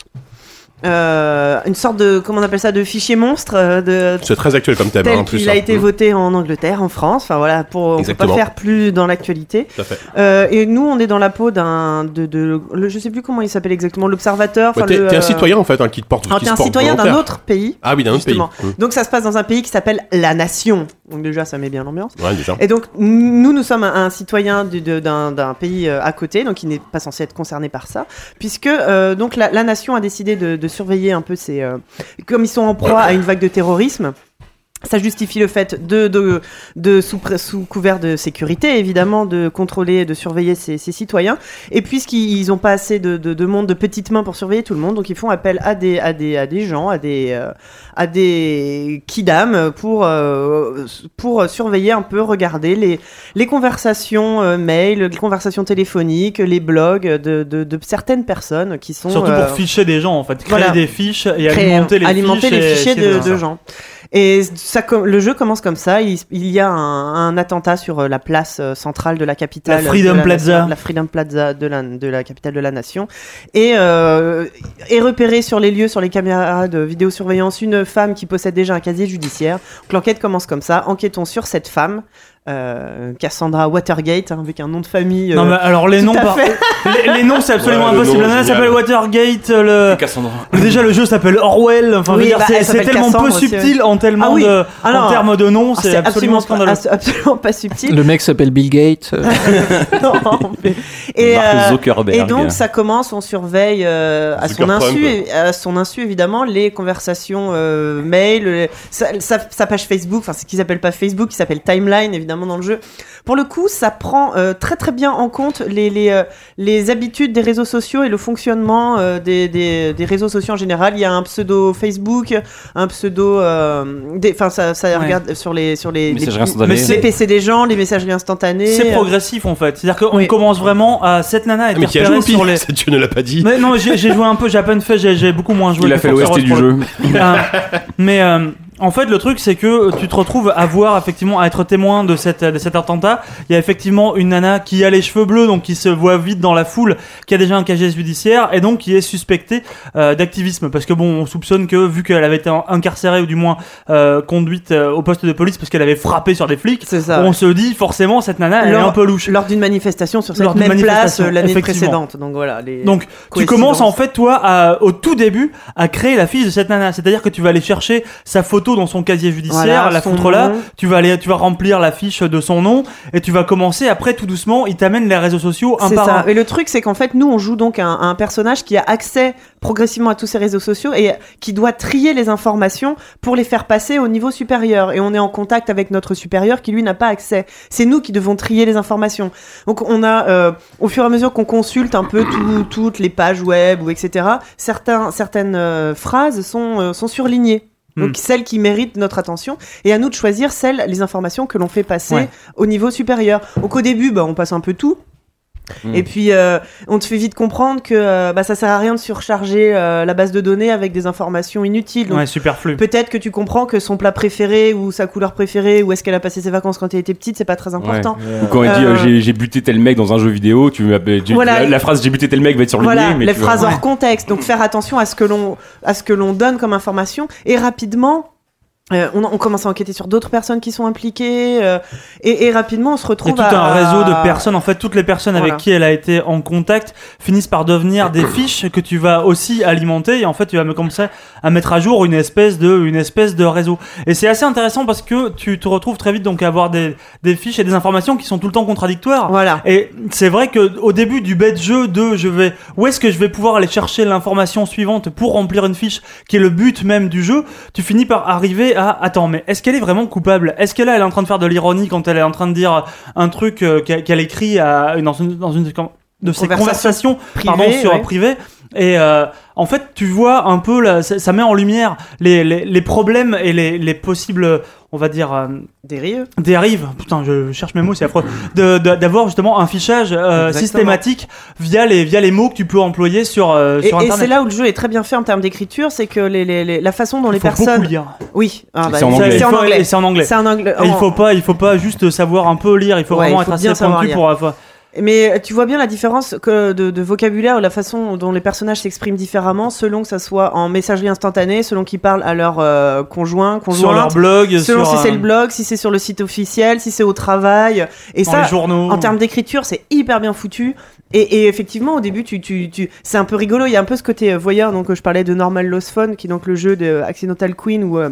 S10: Euh, une sorte de comment on appelle ça de fichier monstre euh, de
S3: C'est très actuel comme thème hein, en
S10: tel
S3: plus.
S10: qu'il a
S3: hein.
S10: été
S3: Mmh,
S10: voté en Angleterre, en France. Enfin voilà, pour on peut pas
S3: Exactement.
S10: faire plus dans l'actualité.
S3: tout à fait.
S10: Euh, et nous, on est dans la peau d'un de, de le, je sais plus comment il s'appelle exactement l'observateur.
S3: Ouais,
S10: enfin,
S3: t'es
S10: le,
S3: t'es un
S10: euh,
S3: citoyen en fait hein, qui te porte.
S10: alors,
S3: qui
S10: t'es
S3: se
S10: un
S3: porte
S10: citoyen d'un
S3: volontaire.
S10: autre pays.
S3: Ah oui, d'un autre pays.
S10: Justement.
S3: Mmh.
S10: Donc ça se passe dans un pays qui s'appelle la nation. Donc déjà ça met bien l'ambiance.
S3: Ouais, déjà.
S10: Et donc nous nous sommes un, un citoyen du- de- d'un d'un pays euh, à côté, donc il n'est pas censé être concerné par ça, puisque euh, donc la, la nation a décidé de, de surveiller un peu ces euh, comme ils sont en proie à une vague de terrorisme. Ça justifie le fait de, de, de sous, pré- sous couvert de sécurité, évidemment, de contrôler et de surveiller ses, ses citoyens. Et puisqu'ils n'ont pas assez de, de, de monde, de petites mains pour surveiller tout le monde, donc ils font appel à des, à des, à des gens, à des, euh, à des kidam pour, euh, pour surveiller un peu, regarder les, les conversations euh, mail, les conversations téléphoniques, les blogs de, de, de certaines personnes qui sont...
S8: Surtout
S10: euh,
S8: pour ficher des gens en fait, créer
S10: voilà.
S8: des fiches et
S10: créer-
S8: alimenter les
S10: alimenter
S8: fiches. et
S10: fichiers
S8: essayer
S10: de, de gens. Et ça, com- le jeu commence comme ça. Il, il y a un, un attentat sur euh, la place euh, centrale de la capitale.
S8: La Freedom
S10: de
S8: Plaza.
S10: nation- la Freedom Plaza de la, de la capitale de la nation. Et euh, est repéré sur les lieux, sur les caméras de vidéosurveillance, une femme qui possède déjà un casier judiciaire. Donc l'enquête commence comme ça. Enquêtons sur cette femme, euh, Cassandra Watergate, hein, avec un nom de famille. euh,
S8: Non mais alors les
S10: tout
S8: noms
S10: à
S8: par...
S10: fait.
S8: (laughs) les, les noms c'est absolument
S3: Ouais, le
S8: impossible.
S3: nom,
S8: La nana
S3: génial.
S8: s'appelle Watergate, euh, le...
S7: Cassandra.
S8: (laughs) déjà le jeu s'appelle Orwell. Enfin, je veux
S10: Oui,
S8: dire,
S10: bah,
S8: c'est-
S10: elle
S8: c'est
S10: s'appelle
S8: tellement peu
S10: Cassandra aussi,
S8: subtil en tellement
S10: Ah oui.
S8: de
S10: Ah non.
S8: en termes de noms,
S10: Ah,
S8: c'est absolument scandaleux.
S10: pas, (laughs) absolument pas
S8: (laughs)
S10: subtil.
S11: Le mec s'appelle Bill Gates. euh,
S10: Non, mais- et,
S7: Mark
S10: euh,
S7: Zuckerberg.
S10: et donc ça commence, on surveille euh, à son
S3: Zucker Trump.
S10: insu, et- à son insu évidemment les conversations euh, mail, euh, sa, sa- sa page Facebook, enfin ce qu'ils appellent pas Facebook, qui s'appelle timeline évidemment dans le jeu. Pour le coup, ça prend euh, très très bien en compte les les, euh, les habitudes des réseaux sociaux et le fonctionnement euh, des, des, des réseaux sociaux en général. Il y a un pseudo Facebook, un pseudo, euh, des- enfin ça, ça
S8: Ouais.
S10: regarde sur les sur les,
S7: Messagerie
S10: les,
S7: instantanée.
S8: mais
S10: les PC des gens, les messageries instantanées.
S8: C'est
S10: euh,
S8: progressif en fait. C'est-à-dire qu'on
S10: Oui.
S8: commence vraiment à cette nana est
S3: Ah, Mais qui a joué
S8: repérée
S3: au
S8: sur les.
S3: pire Tu ne l'as pas dit.
S8: Mais non, j'ai j'ai joué un peu, j'ai à peine fait, j'ai j'ai beaucoup moins joué.
S7: Il a
S8: que
S7: fait
S8: Force
S7: l'OST
S8: Rose
S7: du
S8: pour le
S7: jeu.
S8: Euh, mais euh, en fait, le truc, c'est que tu te retrouves à voir, effectivement, à être témoin de, cette, de cet attentat. Il y a effectivement une nana qui a les cheveux bleus, donc qui se voit vite dans la foule, qui a déjà un casier judiciaire, et donc qui est suspectée euh, d'activisme. Parce que bon, on soupçonne que, vu qu'elle avait été en- incarcérée, ou du moins euh, conduite euh, au poste de police, parce qu'elle avait frappé sur des flics,
S10: C'est ça.
S8: on se dit forcément, cette nana, elle est
S10: Lors-
S8: un peu louche.
S10: lors d'une manifestation sur cette
S8: Lors d'une
S10: même place
S8: manifestation,
S10: euh, l'année
S8: effectivement.
S10: précédente. Donc voilà. les-
S8: Donc tu
S10: coïncidences.
S8: commences en fait toi à- au tout début à créer la fiche de cette nana, c'est-à-dire que tu vas aller chercher sa photo photo dans son casier judiciaire,
S10: Voilà,
S8: la
S10: son
S8: foutre là,
S10: nom.
S8: tu vas aller, tu vas remplir la fiche de son nom et tu vas commencer après tout doucement, il t'amène les réseaux sociaux un
S10: C'est
S8: par
S10: ça.
S8: un.
S10: Et le truc, c'est qu'en fait, nous, on joue donc un, un personnage qui a accès progressivement à tous ces réseaux sociaux et qui doit trier les informations pour les faire passer au niveau supérieur. Et on est en contact avec notre supérieur qui, lui, n'a pas accès. C'est nous qui devons trier les informations. Donc, on a, euh, au fur et à mesure qu'on consulte un peu tout- toutes les pages web ou etc., certains, certaines euh, phrases sont, euh, sont surlignées. Donc
S8: Hmm.
S10: celles qui méritent notre attention et à nous de choisir celles les informations que l'on fait passer
S8: Ouais.
S10: au niveau supérieur. Donc au début bah, on passe un peu tout
S8: Mm.
S10: et puis, euh, on te fait vite comprendre que euh, bah, ça sert à rien de surcharger euh, la base de données avec des informations inutiles. Donc,
S8: Ouais, superflu.
S10: Peut-être que tu comprends que son plat préféré ou sa couleur préférée ou est-ce qu'elle a passé ses vacances quand elle était petite, c'est pas très important.
S7: Ou quand il dit
S10: Euh,
S7: euh, j'ai- j'ai buté tel mec dans un jeu vidéo, tu m'appelles- tu-
S10: Voilà.
S7: la, la phrase j'ai buté tel mec va être surlignée.
S10: voilà,
S7: mais
S10: les
S7: tu vois.
S10: phrases hors contexte. Donc faire attention à ce que l'on à ce que l'on donne comme information et rapidement. euh, on, on commence à enquêter sur d'autres personnes qui sont impliquées euh, et, et rapidement on se retrouve
S8: Et tout
S10: à-
S8: un réseau de personnes, en fait, toutes les personnes
S10: Voilà.
S8: avec qui elle a été en contact finissent par devenir des fiches que tu vas aussi alimenter et en fait tu vas me- commencer à mettre à jour une espèce de, une espèce de réseau. Et c'est assez intéressant parce que tu te retrouves très vite donc à avoir des, des fiches et des informations qui sont tout le temps contradictoires.
S10: Voilà.
S8: Et c'est vrai que au début du bête jeu de je vais, où est-ce que je vais pouvoir aller chercher l'information suivante pour remplir une fiche qui est le but même du jeu, tu finis par arriver à attends mais est-ce qu'elle est vraiment coupable Est-ce que là elle est en train de faire de l'ironie quand elle est en train de dire un truc euh, qu'elle qu'elle écrit à, dans une dans une de ces
S10: Conversation
S8: conversations
S10: privée,
S8: pardon, sur
S10: ouais.
S8: privé et euh, en fait tu vois un peu là, ça, ça met en lumière les, les, les problèmes et les, les possibles on va dire euh,
S10: dérives
S8: dérives putain je cherche mes mots c'est affreux De- de- d'avoir justement un fichage euh,
S10: Exactement.
S8: systématique via les via les mots que tu peux employer sur euh,
S10: Et,
S8: sur
S10: et
S8: internet
S10: c'est là où le jeu est très bien fait en termes d'écriture, c'est que les, les- les- la façon dont les
S8: faut beaucoup
S10: personnes.
S8: lire.
S10: Oui, Ah, bah,
S8: c'est en anglais.
S10: C'est en
S8: Il faut-
S10: anglais.
S8: et c'est en anglais.
S10: C'est en anglais.
S8: Et il
S10: en-
S8: faut pas, il faut pas juste savoir un peu lire. Il faut
S10: Ouais,
S8: vraiment
S10: il faut
S8: être assez
S10: bien savoir
S8: pointu
S10: lire.
S8: pour avoir.
S10: Mais euh, tu vois bien la différence que de, de vocabulaire, la façon dont les personnages s'expriment différemment, selon que ça soit en messagerie instantanée, selon qu'ils parlent à leur euh, conjoint, conjointe,
S8: leur blog,
S10: selon
S8: sur,
S10: si c'est
S8: euh,
S10: le blog, si c'est sur le site officiel, si c'est au travail. Et
S8: Dans
S10: ça,
S8: les journaux.
S10: en termes d'écriture, c'est hyper bien foutu. Et, et effectivement, au début, tu, tu, tu, c'est un peu rigolo. Il y a un peu ce côté euh, voyeur. Donc, euh, je parlais de Normal Lost Phone, qui est donc le jeu de Accidental Queen où euh,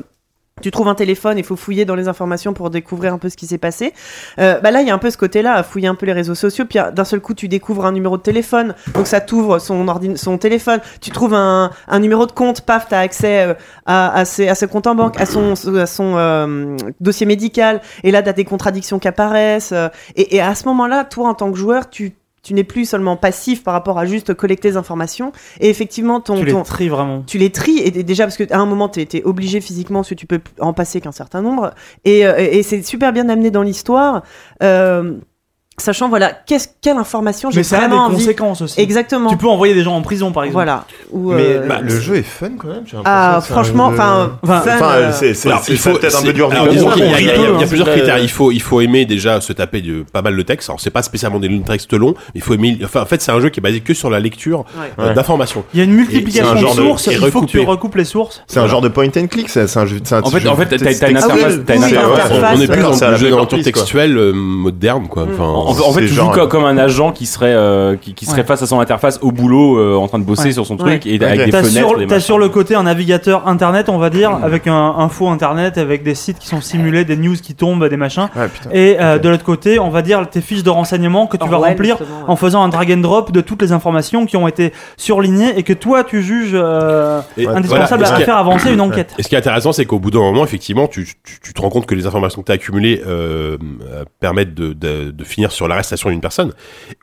S10: tu trouves un téléphone, il faut fouiller dans les informations pour découvrir un peu ce qui s'est passé. Euh, bah là, il y a un peu ce côté-là, à fouiller un peu les réseaux sociaux. Puis d'un seul coup, tu découvres un numéro de téléphone, donc ça t'ouvre son ordine, son téléphone. Tu trouves un, un numéro de compte, paf, t'as accès euh, à, à ses, à ses comptes en banque, à son, à son euh, dossier médical. Et là, t'as des contradictions qui apparaissent. euh, et, et à ce moment-là, toi, en tant que joueur, tu tu n'es plus seulement passif par rapport à juste collecter des informations et effectivement ton
S8: Tu les
S10: ton-
S8: tries vraiment.
S10: tu les tries et et déjà parce que à un moment t'es t'es obligé physiquement parce que tu peux p- en passer qu'un certain nombre et, euh, et- et c'est super bien amené dans l'histoire. euh, Sachant voilà qu'est-ce quelle information j'ai
S8: Mais ça a des
S10: vraiment envie.
S8: conséquences aussi.
S10: Exactement.
S8: Tu peux envoyer des gens en prison, par exemple.
S10: Voilà. Ou,
S6: Mais
S10: euh,
S6: bah, le jeu est fun quand même. j'ai l'impression
S10: Ah,
S6: que c'est un
S10: franchement,
S6: jeu de-
S10: enfin, fun,
S6: enfin,
S10: euh,
S6: c'est c'est-
S3: Alors,
S6: c'est
S3: il faut,
S6: peut-être un
S3: c'est-
S6: peu dur.
S3: alors,
S6: mais
S3: disons
S6: bon,
S3: qu'il y a- il y a, il y a
S6: hein,
S3: plusieurs
S6: c'est-
S3: critères. Il faut, il faut aimer déjà se taper de, pas mal de texte. Alors, c'est pas spécialement des longs textes longs. mais Il faut aimer. Enfin, en fait, c'est un jeu qui est basé que sur la lecture
S10: Ouais.
S3: euh,
S6: Ouais.
S3: d'informations.
S8: Il y a une
S3: Et
S8: multiplication
S3: c'est un
S8: de
S3: genre
S8: sources.
S3: qui est
S8: il faut que tu
S3: recoupé.
S8: recoupes les sources.
S6: C'est un genre de point and click. C'est c'est un jeu. c'est un
S7: En fait-
S6: jeu
S7: en fait, t'as- t'as- t'as une
S6: textuel.
S7: interface- t'as une interface.
S6: Oui, d'accord,
S3: on est plus
S6: d'accord,
S3: dans
S6: c'est à
S3: le
S6: la
S3: jeu
S6: Black
S3: d'aventure
S6: Ortiz, quoi.
S3: textuelle euh, moderne, quoi.
S10: Mmh.
S3: Enfin,
S7: En, en fait,
S6: C'est
S7: tu
S6: genre
S7: joues
S6: un-
S7: co- comme un agent qui serait, euh, qui, qui serait
S8: Ouais.
S7: face à son interface au boulot, euh, en train de bosser
S8: Ouais.
S7: sur son
S8: Ouais.
S7: truc, et avec
S6: Ok.
S7: des
S8: T'as
S7: fenêtres.
S8: sur,
S7: des
S8: t'as
S7: machins.
S8: sur le côté un navigateur internet, on va dire,
S3: Mmh.
S8: avec un, un faux internet, avec des sites qui sont simulés, des news qui tombent, des machins.
S6: Ouais, putain.
S8: Et euh, de l'autre côté, on va dire tes fiches de renseignements que tu vas
S10: Orwell,
S8: remplir
S10: justement,
S3: Ah,
S10: ouais.
S8: en faisant un drag and drop de toutes les informations qui ont été surlignées et que toi tu juges euh,
S3: Et- voilà.
S8: indispensable
S3: Est-ce
S8: à
S3: qu'il y a-
S8: faire avancer une enquête.
S3: Et ce qui est intéressant, c'est qu'au bout d'un moment, effectivement, tu, tu, tu te rends compte que les informations que tu as accumulées euh, euh, permettent de, de, de finir sur l'arrestation d'une personne.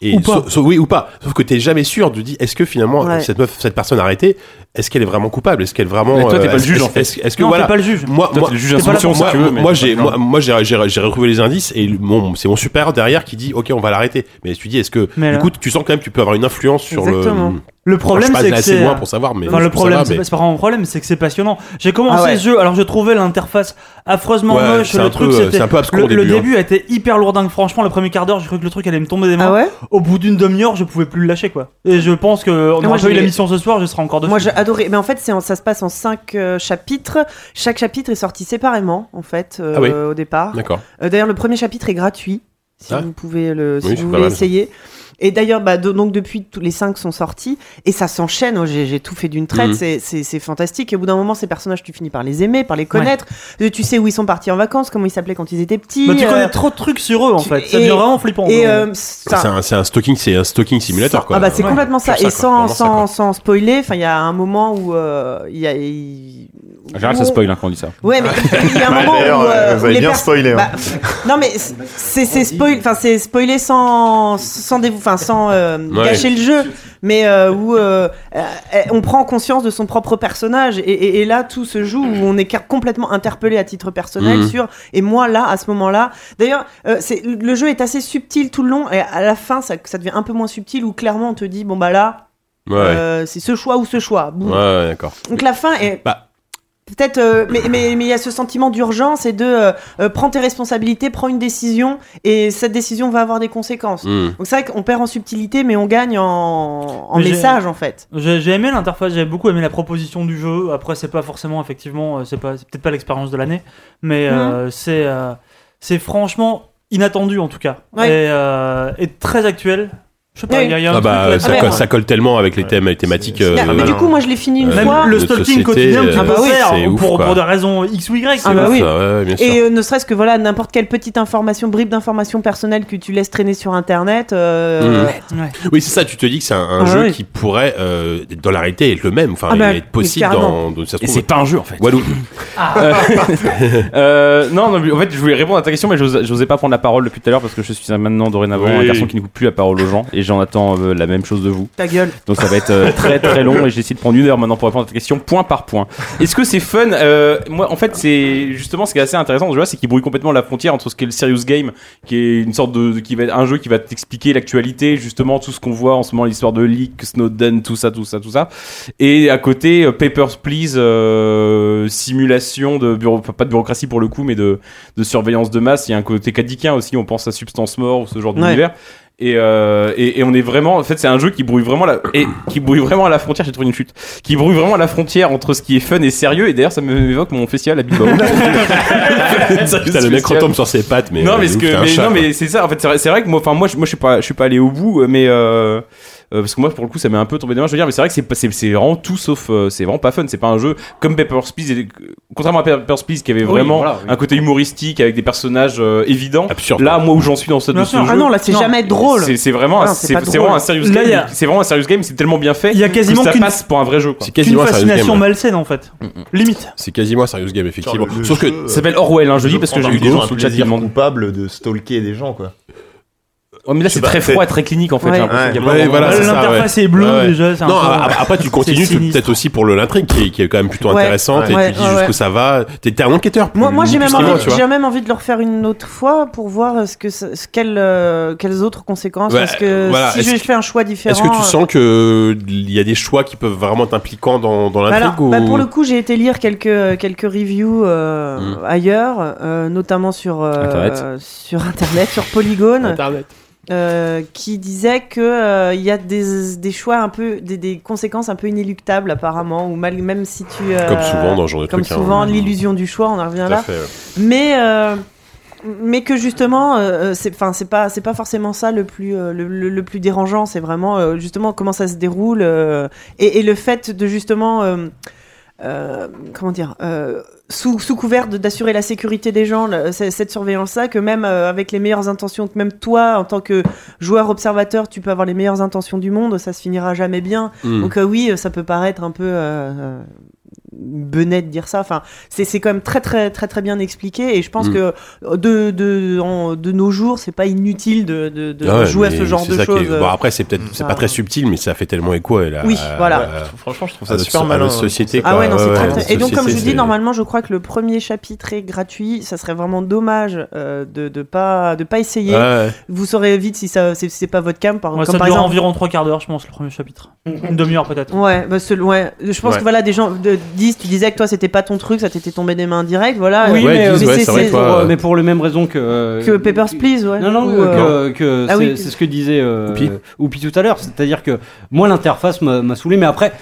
S3: Et
S8: Ou pas.
S3: sauf- sauf- oui, ou pas. Sauf que t'es jamais sûr de dire, est-ce que finalement,
S10: Ouais.
S3: cette, meuf, cette personne arrêtée, est-ce qu'elle est vraiment coupable Est-ce qu'elle vraiment.
S7: Mais toi, t'es
S3: euh,
S7: pas le
S3: est-ce-
S7: juge,
S3: est-ce-
S7: en fait.
S3: Est-ce est-ce que
S8: non,
S3: voilà.
S8: t'es pas le juge.
S3: Moi,
S7: Toi,
S3: moi,
S7: t'es le juge
S8: t'es pas
S7: d'instruction,
S8: là
S7: si
S3: moi,
S7: tu veux. mais-
S3: moi, j'ai, moi, moi, j'ai, j'ai, j'ai retrouvé les indices et mon- c'est mon supérieur derrière qui dit, ok, on va l'arrêter. Mais tu dis, est-ce que,
S8: Mais
S3: du
S8: là-
S3: coup, tu sens quand même, que tu peux avoir une influence sur
S10: Exactement.
S3: le.
S8: Le problème,
S3: Enfin, je passe
S8: c'est que
S3: assez
S8: c'est
S3: loin pour savoir, mais-
S8: Enfin,
S3: pour
S8: le problème,
S3: savoir,
S8: c'est
S3: mais-
S8: c'est pas vraiment un problème, c'est que c'est passionnant. J'ai commencé
S10: Ah ouais.
S8: ce jeu, alors je trouvais l'interface affreusement
S3: Ouais,
S8: moche.
S3: c'est
S8: Le
S3: un
S8: truc,
S3: peu- euh,
S8: c'était-
S3: c'est un peu abscon
S8: le,
S3: au début,
S8: le
S3: hein.
S8: début était hyper lourdingue. Franchement, le premier quart d'heure, j'ai cru que le truc allait me tomber des mains.
S10: Ah ouais
S8: Au bout d'une demi-heure, je pouvais plus le lâcher, quoi. Et je pense que on
S10: moi,
S8: aurait pas
S10: j'ai-
S8: eu la mission ce soir, je serai encore dessus.
S10: Moi j'ai adoré, mais en fait c'est en- ça se passe en cinq euh, chapitres. Chaque chapitre est sorti séparément en fait euh,
S3: Ah oui.
S10: au départ.
S3: D'accord.
S10: Euh, D'ailleurs le premier chapitre est gratuit si
S3: Ah.
S10: vous pouvez le, si
S3: Oui, c'est
S10: vous
S3: pas
S10: voulez
S3: mal, ça.
S10: essayer. Et d'ailleurs, bah, de- donc depuis, tous les cinq sont sortis et ça s'enchaîne. Oh, J'ai j'ai tout fait d'une traite,
S12: Mhm.
S10: c'est- c'est c'est fantastique. Et au bout d'un moment, ces personnages, tu finis par les aimer, par les connaître. Euh, Tu sais où ils sont partis en vacances, comment ils s'appelaient quand ils étaient petits.
S8: Bah, tu
S10: euh,
S8: connais trop de trucs sur eux en
S10: tu-
S8: fait. Ça
S10: et-
S8: devient vraiment flippant.
S10: Et,
S8: genre.
S10: euh, ça-
S3: C'est un, c'est un stalking, c'est un stalking simulator quoi.
S10: ah bah c'est complètement ça.
S3: Pur
S10: Et
S3: quoi.
S10: sans,
S3: Vraiment ça, quoi.
S10: sans, sans spoiler, enfin il y a un moment où euh, il y a. il-
S7: En général, ça
S10: où-
S7: spoil hein, quand on dit ça.
S10: Ouais, mais il y a un
S7: (laughs) Ouais,
S10: moment
S7: d'ailleurs,
S10: où. euh,
S7: vous
S10: où
S7: avez
S10: les
S7: bien
S10: pers-
S7: spoilé, hein.
S10: Bah, non, mais c'est- c'est spoil, enfin c'est spoilé sans sans dévou- enfin sans euh,
S12: Ouais.
S10: gâcher le jeu, mais euh, où euh, euh, on prend conscience de son propre personnage et, et- et là tout se joue où on est car- complètement interpellé à titre personnel
S12: Mhm.
S10: sur et moi là à ce moment-là. D'ailleurs, euh, c'est le jeu est assez subtil tout le long et à la fin ça ça devient un peu moins subtil où clairement on te dit bon bah là
S3: Ouais.
S10: euh, c'est ce choix ou ce choix. Boum.
S3: Ouais, ouais, d'accord.
S10: Donc la fin est
S3: Bah,
S10: peut-être euh, mais mais mais il y a ce sentiment d'urgence et de euh, euh, prends tes responsabilités prends une décision et cette décision va avoir des conséquences
S3: Hmm.
S8: Mm.
S10: donc c'est vrai qu'on perd en subtilité mais on gagne en, en
S8: Mais j'ai-
S10: message en fait
S8: J'ai j'ai aimé l'interface, j'ai beaucoup aimé la proposition du jeu. Après, c'est pas forcément, effectivement, euh, c'est pas, c'est peut-être pas l'expérience de l'année, mais euh,
S10: Mhm.
S8: c'est, euh, c'est franchement inattendu en tout cas,
S10: Ouais.
S8: et, euh, et très actuel. Je sais pas,
S10: Oui.
S8: il y a- il y a un
S3: ah
S8: truc
S3: bah,
S8: là-dedans.
S3: ça, colle, ça colle tellement avec les thèmes, les thématiques.
S10: Ah, Mais-
S3: euh,
S10: mais du coup moi je l'ai fini une
S3: euh,
S10: fois
S3: de
S8: le stalking
S3: société,
S8: quotidien que tu
S3: euh,
S10: bah
S8: peux faire
S3: c'est ouf,
S8: pour,
S3: quoi.
S8: pour des raisons X ou Y.
S10: Ah bah
S3: ouf,
S10: oui.
S3: ça, ouais, ouais, bien
S10: et
S3: sûr.
S10: euh, ne serait-ce que voilà n'importe quelle petite information bribe d'information personnelle que tu laisses traîner sur internet euh,
S3: Mhm. Oui, c'est ça, tu te dis que c'est un, un
S10: Ah
S3: jeu
S10: oui.
S3: qui pourrait, euh, dans la réalité, être le même, enfin,
S10: Ah bah,
S3: être possible
S10: mais carrément.
S3: dans, dans- ça se
S7: Et
S3: trouve-
S7: c'est pas un jeu en fait. (laughs)
S3: Walou.
S7: Euh, (laughs) euh, non, non, mais en fait, je voulais répondre à ta question, mais j'ose- j'osais pas prendre la parole depuis tout à l'heure parce que je suis maintenant dorénavant
S3: Oui.
S7: un garçon qui n'écoute plus la parole aux gens et j'en attends euh, la même chose de vous.
S10: Ta gueule.
S7: Donc ça va être euh, très très long et j'ai essayé de prendre une heure maintenant pour répondre à ta question point par point. Est-ce que c'est fun Euh, Moi, en fait, c'est justement ce qui est assez intéressant dans ce jeu-là, c'est qu'il brouille complètement la frontière entre ce qu'est le serious game, qui est une sorte de, de- qui va être un jeu qui va t'expliquer l'actualité, justement tout ce qu'on voit en ce moment, l'histoire de leak, Snowden, tout ça, tout ça, tout ça, et à côté euh, Papers Please, euh, simulation de bureau, pas de bureaucratie pour le coup, mais de, de surveillance de masse. Il y a un côté cadiquin aussi. On pense à Substance Mort ou ce genre
S10: Ouais.
S7: d'univers. Et, euh, et, et on est vraiment, en fait, c'est un jeu qui brouille vraiment la, et qui brouille vraiment à la frontière. J'ai trouvé une chute, qui brouille vraiment à la frontière entre ce qui est fun et sérieux. Et d'ailleurs, ça m'évoque mon festival à
S10: (laughs)
S7: Bilbao.
S3: Putain, le mec retombe sur ses pattes, mais.
S7: non, mais,
S3: euh,
S7: ce
S3: ouf,
S7: que,
S3: t'es un
S7: mais
S3: chat,
S7: non,
S3: quoi.
S7: mais c'est ça. En fait, c'est vrai, c'est vrai que moi, enfin, moi, je, moi, je suis pas, je suis pas allé au bout, euh, mais euh, euh, parce que moi, pour le coup, ça m'est un peu tombé des mains. Je veux dire, mais c'est vrai que c'est, pas- c'est, c'est vraiment tout sauf, euh, c'est vraiment pas fun. C'est pas un jeu comme Papers Please, et- contrairement à Papers Please, qui avait
S10: Oui,
S7: vraiment
S10: voilà, oui.
S7: un côté humoristique avec des personnages euh, évidents.
S3: Ah,
S7: Là, moi, où j'en suis dans ce,
S10: Bien
S7: de ce
S10: sûr.
S7: jeu,
S10: Ah non, là, c'est jamais drôle.
S7: C'est, c'est vraiment, un-
S10: Non, c'est
S7: c'est,
S10: pas
S7: c'est
S10: drôle.
S7: vraiment un serious
S8: Là, il y
S7: game.
S8: a-
S7: C'est vraiment un serious game. C'est tellement bien fait.
S8: Il y a quasiment
S7: que ça
S8: qu'une-
S7: passe pour un vrai jeu. Quoi.
S3: C'est quasiment
S8: une
S3: un serious
S8: fascination
S3: game, là.
S8: malsaine en fait.
S3: Mm,
S8: Limite.
S3: C'est quasiment un serious game, effectivement.
S6: Genre, le-
S3: Sauf
S6: le jeu,
S3: que.
S6: euh,
S7: Ça s'appelle Orwell, hein, je dis, parce que j'ai
S6: parmi
S7: eu
S6: les gens
S7: Gogo
S6: un
S7: sous le chat qui
S6: plaisir
S7: demande.
S6: coupable de stalker des gens, quoi.
S7: Ouais, Oh, mais là, c'est très froid, très clinique, en fait, j'ai l'impression qu'il y a pas
S3: Ouais,
S7: vraiment-
S3: voilà, Ah, c'est ça,
S8: L'interface
S3: ouais.
S8: est bleue,
S3: Ouais, ouais.
S8: déjà, c'est un
S3: Non, ah,
S8: peu-
S3: a- a- après tu continues
S8: C'est
S3: tu- peut-être aussi pour le l'intrigue qui, est- qui est quand même plutôt
S10: Ouais.
S3: intéressante et
S10: Ouais,
S3: tu dis
S10: ouais, ouais.
S3: jusqu'où ça va. T'es t'es un enquêteur.
S10: Moi, moi j'ai même,
S3: justement,
S10: envie,
S3: tu vois.
S10: j'ai même envie de le refaire une autre fois pour voir ce que, ça- ce, quelles, euh, quelles autres conséquences.
S3: Ouais, euh,
S10: parce que
S3: voilà,
S10: si
S3: est-ce
S10: je
S3: que-
S10: fais un choix différent.
S3: Est-ce que tu
S10: euh,
S3: sens que il y a des choix qui peuvent vraiment être impliquants dans, dans
S10: Bah
S3: l'intrigue
S10: alors,
S3: ou...
S10: bah, pour le coup, j'ai été lire quelques quelques reviews euh,
S3: Hmm.
S10: ailleurs, euh, notamment sur euh,
S12: Internet.
S10: sur internet, sur Polygon.
S12: Internet.
S10: euh, qui disait que euh, il y a des, des choix un peu des, des conséquences un peu inéluctables apparemment ou mal, même si tu euh,
S3: Comme souvent dans ce genre de
S10: comme
S3: truc, hein.
S10: souvent l'illusion du choix on en revient
S3: Tout à
S10: là
S3: fait, ouais.
S10: mais euh, mais que justement, euh, c'est enfin c'est pas c'est pas forcément ça le plus euh, le, le- le plus dérangeant. C'est vraiment euh, justement comment ça se déroule euh, et, et le fait de justement euh, euh, comment dire euh, sous, sous couvert de- d'assurer la sécurité des gens, le- c- cette surveillance-là, que même euh, avec les meilleures intentions, que même toi, en tant que joueur observateur, tu peux avoir les meilleures intentions du monde, ça se finira jamais bien.
S3: Mmh.
S12: Mm.
S10: Donc euh, oui, ça peut paraître un peu euh, euh, benêt de dire ça. Enfin, c'est c'est quand même très très très très bien expliqué et je
S3: Mmh.
S10: pense
S12: Mm.
S10: que euh, de de en- de nos jours, c'est pas inutile de, de,
S3: Ah
S10: de
S3: ouais,
S10: euh, jouer à
S3: mais
S10: ce genre
S3: c'est
S10: de
S3: ça qui
S10: choses.
S3: est- bah, bon, après, c'est peut-être c'est
S10: Ah.
S3: pas très subtil, mais ça fait tellement écho. à la-
S10: Oui, voilà.
S3: à-
S6: Franchement, je trouve
S3: à
S6: ça
S3: notre-
S6: Ah, super
S3: à
S6: malin.
S3: notre société,
S10: Ah
S3: quoi.
S10: ouais, non, c'est
S3: Ouais,
S10: très,
S3: ouais,
S10: très-
S3: notre
S10: Et donc, comme je vous
S3: société,
S10: dis,
S3: c'est-
S10: normalement, je crois que le premier chapitre est gratuit. Ça serait vraiment dommage euh, de de pas de pas essayer.
S3: Ouais.
S10: Vous saurez vite si ça c'est c'est pas votre
S3: ah,
S10: cam. Par,
S8: Ouais,
S10: comme
S8: ça dure
S10: par exemple,
S8: environ trois quarts d'heure, je pense, le premier chapitre.
S3: Mm,
S8: Une demi-heure peut-être.
S10: Ouais, bah, c'est- ouais. je pense
S8: Ouais.
S10: que voilà, des gens de, disent, tu disais que toi c'était pas ton truc, ça t'était tombé des mains direct, voilà.
S5: Oui, mais, euh, mais c'est- c'est pour, euh,
S10: euh,
S5: mais pour les mêmes raisons que. euh,
S10: Que Papers, Please, ouais.
S5: Non, non,
S10: Ou,
S5: que-
S10: euh,
S5: que, que
S10: ah
S5: c'est
S10: oui.
S5: c'est ce que disait euh, Oupi tout à l'heure. C'est-à-dire que moi, l'interface m'a m'a saoulé, mais après.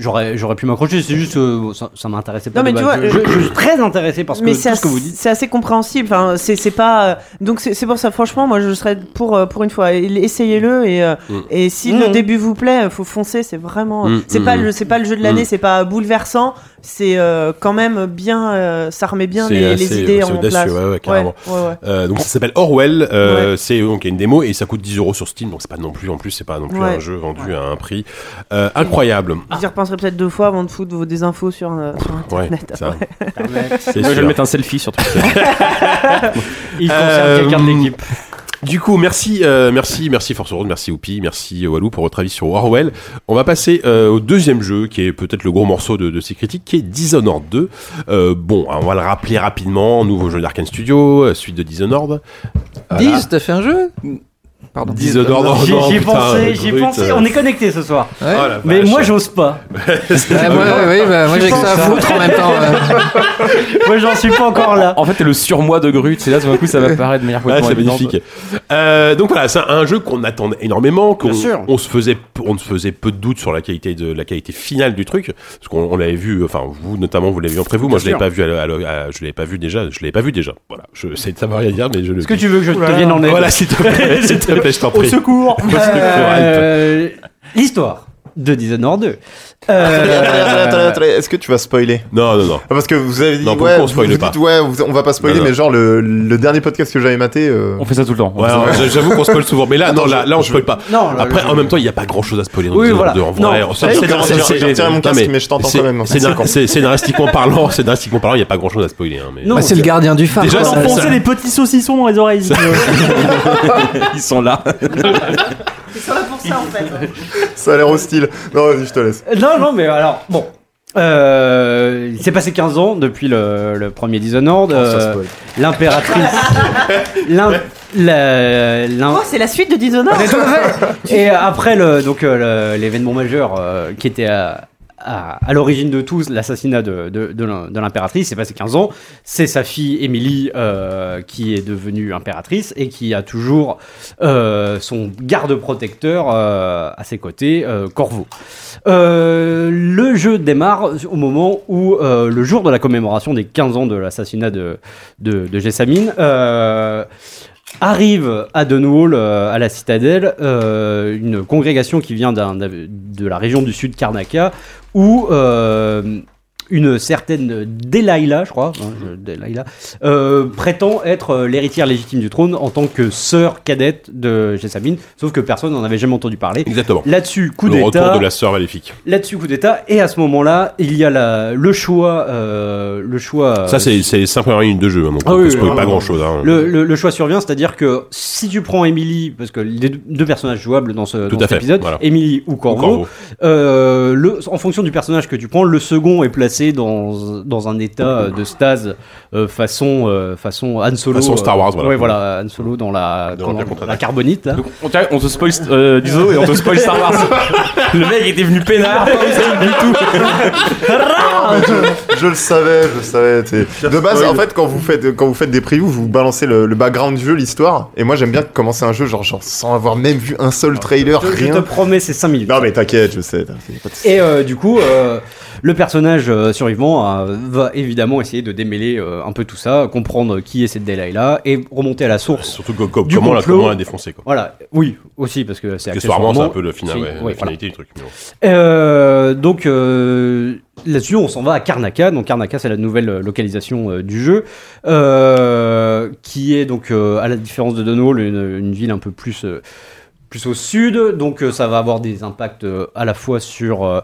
S5: J'aurais, j'aurais pu m'accrocher, c'est juste que ça, ça m'intéressait pas.
S10: Non, mais
S5: de
S10: tu
S5: base.
S10: vois,
S5: je,
S10: euh,
S5: je suis très intéressé parce que
S10: mais
S5: tout
S10: c'est
S5: ce que
S10: assez-
S5: vous dites.
S10: C'est assez compréhensible. Enfin, c'est c'est pas. euh, donc c'est c'est pour ça. Franchement, moi, je serais pour euh, pour une fois. Et- Essayez-le et euh,
S5: Mm.
S10: et si
S5: Mm.
S10: le début vous plaît, faut foncer. C'est vraiment.
S5: Mm,
S10: C'est
S5: mm,
S10: pas
S5: mm.
S10: le c'est pas le jeu de l'année.
S5: Mm.
S10: C'est pas bouleversant. C'est euh, quand même bien. euh, ça remet bien
S3: C'est
S10: les, les
S3: assez-
S10: idées
S3: c'est
S10: en
S3: audacieux,
S10: place.
S3: ouais, ouais, carrément.
S10: Ouais, ouais, ouais.
S3: Euh, donc ça s'appelle Orwell, euh, c'est donc il y a une démo et ça coûte 10 euros sur Steam, donc c'est pas non plus en plus c'est pas non plus
S10: Ouais.
S3: un jeu vendu à un prix euh, incroyable.
S10: Vous y repenserez peut-être deux fois avant de foutre vos, des infos sur, euh, sur internet.
S3: ouais, ça.
S10: après.
S3: C'est
S7: Moi, je
S3: sûr.
S7: vais mettre un selfie
S3: (laughs)
S7: sur Twitter.
S5: Il
S3: Euh,
S5: concerne quelqu'un de l'équipe.
S3: Du coup, merci, euh, merci, merci Force Road, merci Oupi, merci euh, Walou pour votre avis sur Orwell. On va passer euh, au deuxième jeu, qui est peut-être le gros morceau de, de ces critiques, qui est Dishonored 2. Euh, bon, hein, on va le rappeler rapidement, nouveau jeu d'Arkane Studio, euh, suite de Dishonored. Voilà.
S11: 10, t'as fait un jeu Pardon.
S3: Dishonored, oh
S5: J'y
S3: non,
S5: j'y ai
S3: putain,
S5: pensé, j'y ai
S3: brut,
S5: pensé.
S3: euh.
S5: On est connectés ce soir.
S11: Ouais.
S3: Oh, la
S5: Mais
S3: vache.
S5: moi,
S3: (laughs)
S5: j'ose pas.
S11: Ouais, moi, ouais, ouais, bah, moi, j'ai que ça à foutre en même temps. euh.
S9: (laughs)
S11: ouais.
S5: Moi, j'en suis pas encore là.
S7: En fait, t'es le surmoi de Grut, c'est là, tout d'un coup, ça va paraître de manière
S3: Ah,
S7: complètement
S3: c'est
S7: évidente.
S3: magnifique. Euh, donc voilà, c'est un jeu qu'on attendait énormément, qu'on
S5: Bien sûr.
S3: on se faisait, on se faisait peu de doutes sur la qualité de la qualité finale du truc, parce qu'on on l'avait vu, enfin vous notamment, vous l'avez vu en préview. Moi, je
S5: Bien
S3: l'avais pas vu, à, la- à la- à- je l'avais pas vu déjà, je l'avais pas vu déjà. Voilà, je, c'est- ça ne veut rien dire, mais je le.
S5: Est-ce que tu veux que je te
S8: Oula.
S5: vienne en aide
S3: Voilà, s'il te
S5: (laughs)
S3: plaît, s'il te plaît, je t'en
S8: Au
S3: prie.
S8: secours
S5: Euh, L'histoire de Dishonored 2.
S6: Attendez, attendez, attendez,
S5: Euh,
S6: attendez, Est-ce que tu vas spoiler
S3: Non, non, non.
S6: Ah, Parce que vous avez dit,
S3: Non, pour le
S6: ouais,
S3: coup, on
S6: vous
S3: spoile
S6: vous
S3: pas.
S6: dites, ouais, vous- on va pas spoiler,
S3: Non, non.
S6: mais genre le, le dernier podcast que j'avais maté. euh,
S3: (laughs)
S7: On fait ça tout le temps.
S3: Ouais, alors, J'avoue qu'on spoil souvent, mais là, non, là, là, on spoil pas.
S5: Non, Oh là,
S3: Après, en même temps, il n'y a pas grand chose à spoiler. dans
S5: Oui,
S3: Dishonored
S5: voilà.
S3: 2, en vrai.
S5: Non,
S3: Ça,
S5: c'est-
S3: c'est-
S6: j'ai-
S3: c'est-
S6: j'ai retiré mon
S3: non,
S6: casque, mais je t'entends quand
S3: c'est-
S5: hein.
S6: même.
S3: c'est- C'est scénaristiquement parlant, (laughs) scénaristiquement parlant, il n'y a pas grand chose à spoiler. hein, mais-
S5: Non,
S11: Bah, c'est le gardien du phare.
S3: Déjà,
S11: quoi.
S3: ça-
S8: Enfoncer les petits saucissons dans les oreilles.
S7: Ils sont là.
S10: Ils sont là pour ça en fait.
S6: Ça a l'air hostile. Non, vas-y, je te laisse.
S5: Euh, Non, non, mais alors, bon. Euh, il s'est passé 15 ans depuis le, le premier Dishonored. euh,
S6: spoil.
S5: L'impératrice. l'im- la- l'im-
S10: Oh, c'est la suite de
S5: (laughs)
S10: Dishonored.
S5: Et après le, donc euh, le- l'événement majeur euh, qui était à, à, à l'origine de tout, l'assassinat de, de, de l'im- de l'impératrice, c'est passé 15 ans. C'est sa fille Émilie euh, qui est devenue impératrice et qui a toujours euh, son garde protecteur euh, à ses côtés, euh, Corvo. Euh, le jeu démarre au moment où, euh, le jour de la commémoration des 15 ans de l'assassinat de, de, de Jessamine, euh, arrive à Dunwall, euh, à la citadelle, euh, une congrégation qui vient d'un- de la région du sud Karnaka, où euh, une certaine Delilah, je crois, hein, je- Delilah, euh, prétend être euh, l'héritière légitime du trône en tant que sœur cadette de Jessamine, sauf que personne n'en avait jamais entendu parler.
S3: Exactement.
S5: Là-dessus, coup
S3: Le retour
S5: d'état.
S3: de la sœur maléfique.
S5: Là-dessus, coup d'état. Et à ce moment-là, il y a la- le choix, euh, le choix.
S3: Ça, c'est c'est les 5 premières minutes de jeu, hein, donc
S5: Ah
S3: on
S5: oui,
S3: peut spoiler
S5: oui,
S3: pas
S5: oui.
S3: grand chose. Hein.
S5: Le, le- le choix survient, c'est-à-dire que si tu prends Emily, parce que les deux- deux personnages jouables dans, ce,
S3: Tout
S5: dans
S3: à
S5: cet
S3: fait,
S5: épisode,
S3: voilà.
S5: Emily ou
S3: Ou
S5: Corvo,
S3: Corvo.
S5: euh, le, en fonction du personnage que tu prends, le second est placé dans, dans un état de stase euh, façon, euh, façon Han Solo. euh,
S3: Façon Star Wars, voilà.
S5: Ouais, voilà, Han Solo dans la,
S3: Dans l'Empire
S5: comment-
S3: contre-attaque.
S5: la carbonite. là.
S7: Donc, on, t'a- on te spoil euh, Dizo et on te spoil Star
S3: (laughs)
S7: Wars. le mec était venu peinard, pas hostile du tout.
S6: Ah, Je le savais, je le savais. t'es- De base, en fait, quand vous faites, quand vous faites des previews, vous balancez le, le background du jeu, l'histoire. Et moi, j'aime bien commencer un jeu genre, genre sans avoir même vu un
S3: Ah,
S6: seul trailer,
S5: Je, je te
S6: rien.
S5: promets, c'est 5 minutes.
S6: Non, mais t'inquiète, je sais. t'inquiète, pas de soucis.
S5: Et euh, du coup, euh, le personnage euh, survivant euh, va évidemment essayer de démêler euh, un peu tout ça, comprendre qui est cette Delilah et remonter à la source
S3: Surtout que- que-
S5: Du
S3: comment la
S5: complot.
S3: comment la défoncer quoi.
S5: Voilà, oui, aussi parce que c'est
S3: Accessoirement,
S5: accessoirement
S3: c'est un peu le final,
S5: si,
S3: ouais,
S5: ouais,
S3: la finalité du truc. mais bon.
S5: voilà. Euh, donc euh, là-dessus, on s'en va à Karnaka. Donc Karnaka, c'est la nouvelle euh, localisation euh, du jeu, euh, qui est donc euh, à la différence de Dunwall, une, une ville un peu plus euh, plus au sud. Donc euh, ça va avoir des impacts euh, à la fois sur euh,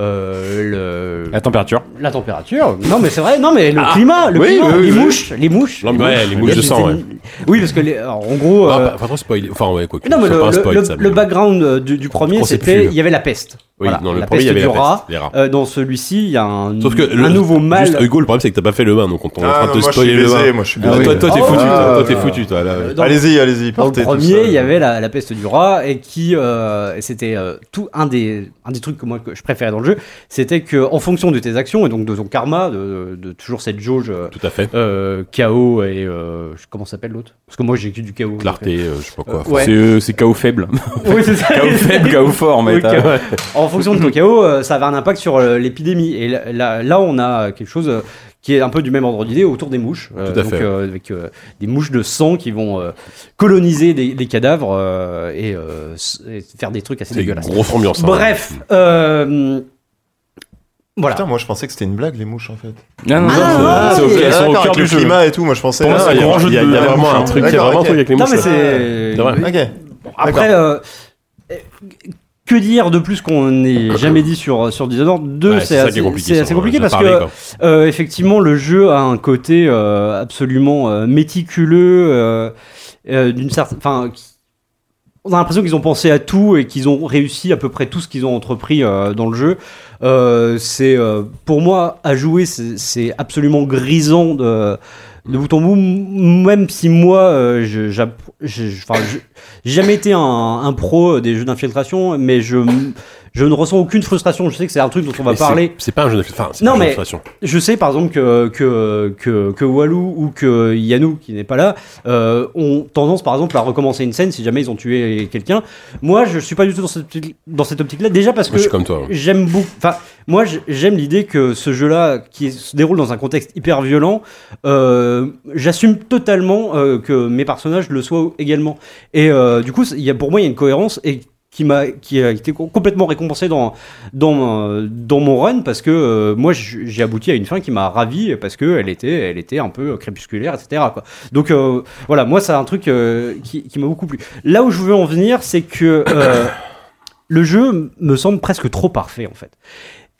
S5: euh, le-
S7: La température.
S5: la température. Non mais c'est vrai. Non mais le climat, le
S3: Ah. oui,
S5: climat,
S3: oui,
S5: les
S3: oui.
S5: mouches, les mouches.
S3: Non, mais ouais, les mouches
S5: Il y a
S3: de
S5: des-
S3: sang, ouais.
S5: Oui, parce que les, alors, en gros.
S3: Ah,
S5: euh,
S3: pas- Enfin, trop spoiler. Enfin, ouais, quoi. que-
S5: non, mais
S3: c'est
S5: le,
S3: pas un
S5: le-
S3: spoil,
S5: le-
S3: ça, mais
S5: le
S3: bon.
S5: background euh, du, du premier,
S3: On sait plus.
S5: c'était il y avait la peste.
S3: Oui, dans le
S5: la
S3: premier, il y
S5: peste
S3: avait
S5: du
S3: la peste,
S5: rat.
S3: les rats.
S5: Euh, dans celui-ci, il y a un,
S3: Sauf que
S5: un
S3: le-
S5: nouveau mâle.
S3: Juste, Hugo, le problème, c'est que t'as pas fait le vin donc on est en
S6: Ah,
S3: train de
S6: non,
S3: te
S6: moi, je
S3: spoiler
S6: suis
S3: le
S6: baisé,
S3: vin
S6: moi, je suis
S3: Ah,
S6: baisé.
S3: Toi, toi, t'es
S5: Ah,
S3: foutu,
S5: ouais.
S3: toi, toi, t'es
S6: Ah.
S3: foutu, toi. là.
S5: Dans-
S6: Allez-y, allez-y,
S5: dans le
S6: partez. tout
S5: premier,
S6: seul.
S5: il y avait
S3: euh,
S5: la, la peste du rat et qui euh, et c'était euh, tout un des un des trucs que moi que je préférais dans le jeu, c'était que en fonction de tes actions et donc de ton karma, de, de- de toujours cette jauge euh,
S3: Tout à fait.
S5: euh, chaos et euh, comment s'appelle l'autre Parce que moi j'ai que du chaos. donc,
S3: Clarté, euh, je sais pas quoi.
S7: (laughs)
S5: Ouais.
S7: C'est, euh, c'est KO faible.
S5: euh. Oui, c'est ça.
S7: KO faible, KO fort, mais
S5: Oui,
S7: t'as-
S5: (laughs) En fonction de Tokyo, euh, ça avait un impact sur euh, l'épidémie. Et là, là, là, on a quelque chose euh, qui est un peu du même ordre d'idée autour des mouches. Euh,
S3: Tout à
S5: donc,
S3: fait.
S5: euh, avec euh, des mouches de sang qui vont euh, coloniser des, des cadavres euh, et, euh, s- et faire des trucs assez
S3: C'est une
S5: dégueulasses.
S3: grosse ambiance, hein.
S5: Bref. euh, voilà.
S6: Putain, moi je pensais que c'était une blague les mouches en fait.
S5: Non, non, non,
S6: Ah,
S5: c'est- c'est
S6: ok,
S5: au- elles sont au
S6: d'accord,
S5: cœur
S6: avec
S5: du
S6: le
S5: jeu.
S6: climat et tout. Moi je pensais.
S5: Pour moi,
S6: ah,
S5: c'est un
S6: il y a-
S5: grand jeu
S6: il y a-
S5: de-
S6: il y a
S5: de
S6: vraiment
S5: mouches,
S6: un
S5: hein.
S6: truc. il y a
S5: D'accord,
S6: vraiment un
S5: ok.
S6: truc avec les
S5: Non,
S6: mouches.
S5: mais
S6: ouais.
S3: euh,
S5: c'est-
S6: Ok.
S5: Bon, après, euh, euh, que dire de plus qu'on n'ait jamais dit sur, sur Dishonored 2
S3: Ouais, c'est
S5: C'est
S3: ça
S5: assez
S3: qui est compliqué,
S5: c'est
S3: ça,
S5: assez
S3: on en a
S5: compliqué
S3: déjà
S5: parce
S3: parlé,
S5: que, euh, effectivement, le jeu a un côté euh, absolument euh, méticuleux, euh, euh, d'une certaine. Enfin, qui- on a l'impression qu'ils ont pensé à tout et qu'ils ont réussi à peu près tout ce qu'ils ont entrepris euh, dans le jeu. Euh, c'est euh, pour moi à jouer, c'est c'est absolument grisant de, de bout en bout. M- Même si moi, euh, je- j'app- je- je- enfin, je- j'ai jamais été un, un pro euh, des jeux d'infiltration, mais je je ne ressens aucune frustration. Je sais que c'est un truc dont on va
S3: Mais c'est-
S5: parler.
S3: C'est pas un jeu d'infiltration. Enfin, c'est pas
S5: Non
S3: un jeu
S5: mais
S3: d'infiltration.
S5: je sais par exemple que que que, que Walou ou que Yanou qui n'est pas là euh, ont tendance par exemple à recommencer une scène si jamais ils ont tué quelqu'un. Moi je suis pas du tout dans cette optique- dans cette optique là déjà parce que
S3: Moi, je suis comme toi, hein. ouais.
S5: j'aime beaucoup enfin moi j- j'aime l'idée que ce jeu là qui se déroule dans un contexte hyper violent euh, j'assume totalement euh, que mes personnages le soient également et euh, du coup c'est- il y a pour moi il y a une cohérence et qui m'a qui a été co- complètement récompensé dans dans mon, dans mon run parce que euh, moi j- j'ai abouti à une fin qui m'a ravi parce que elle était elle était un peu crépusculaire etc quoi. donc euh, voilà moi c'est un truc euh, qui, qui m'a beaucoup plu là où je veux en venir c'est que euh, le jeu me semble presque trop parfait en fait.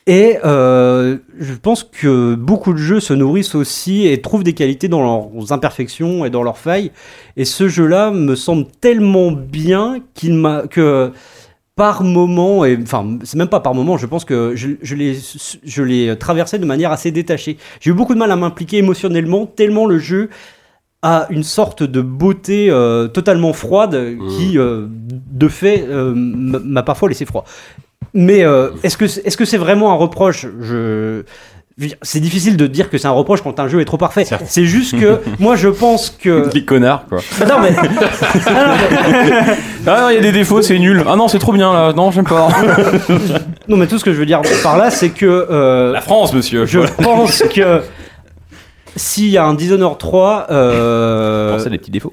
S5: Et euh, je pense que beaucoup de jeux se nourrissent aussi et trouvent des qualités dans leurs imperfections et dans leurs failles. Et ce jeu-là me semble tellement bien qu'il m'a que par moment et enfin c'est même pas par moment je pense que je, je l'ai je l'ai traversé de manière assez détachée j'ai eu beaucoup de mal à m'impliquer émotionnellement tellement le jeu a une sorte de beauté euh, totalement froide qui, euh, de fait, euh, m- m'a parfois laissé froid. Mais euh, est-ce que c'est est -ce c'est vraiment un reproche Je- je veux dire, C'est difficile de dire que c'est un reproche quand un jeu est trop parfait. C'est juste que moi je pense
S3: Ah,
S5: que.
S7: Les connards, quoi.
S5: Non,
S7: (laughs)
S5: mais.
S7: Ah non, il y a des défauts, c'est nul. Ah non, c'est trop bien là. Non,
S3: (laughs)
S7: j'aime pas.
S5: non, mais tout ce que je veux dire par là, c'est que. euh,
S7: La France, monsieur.
S5: Je
S7: Voilà.
S5: pense que s'il y a un Dishonored 3, euh,
S7: Forcer les petits défauts.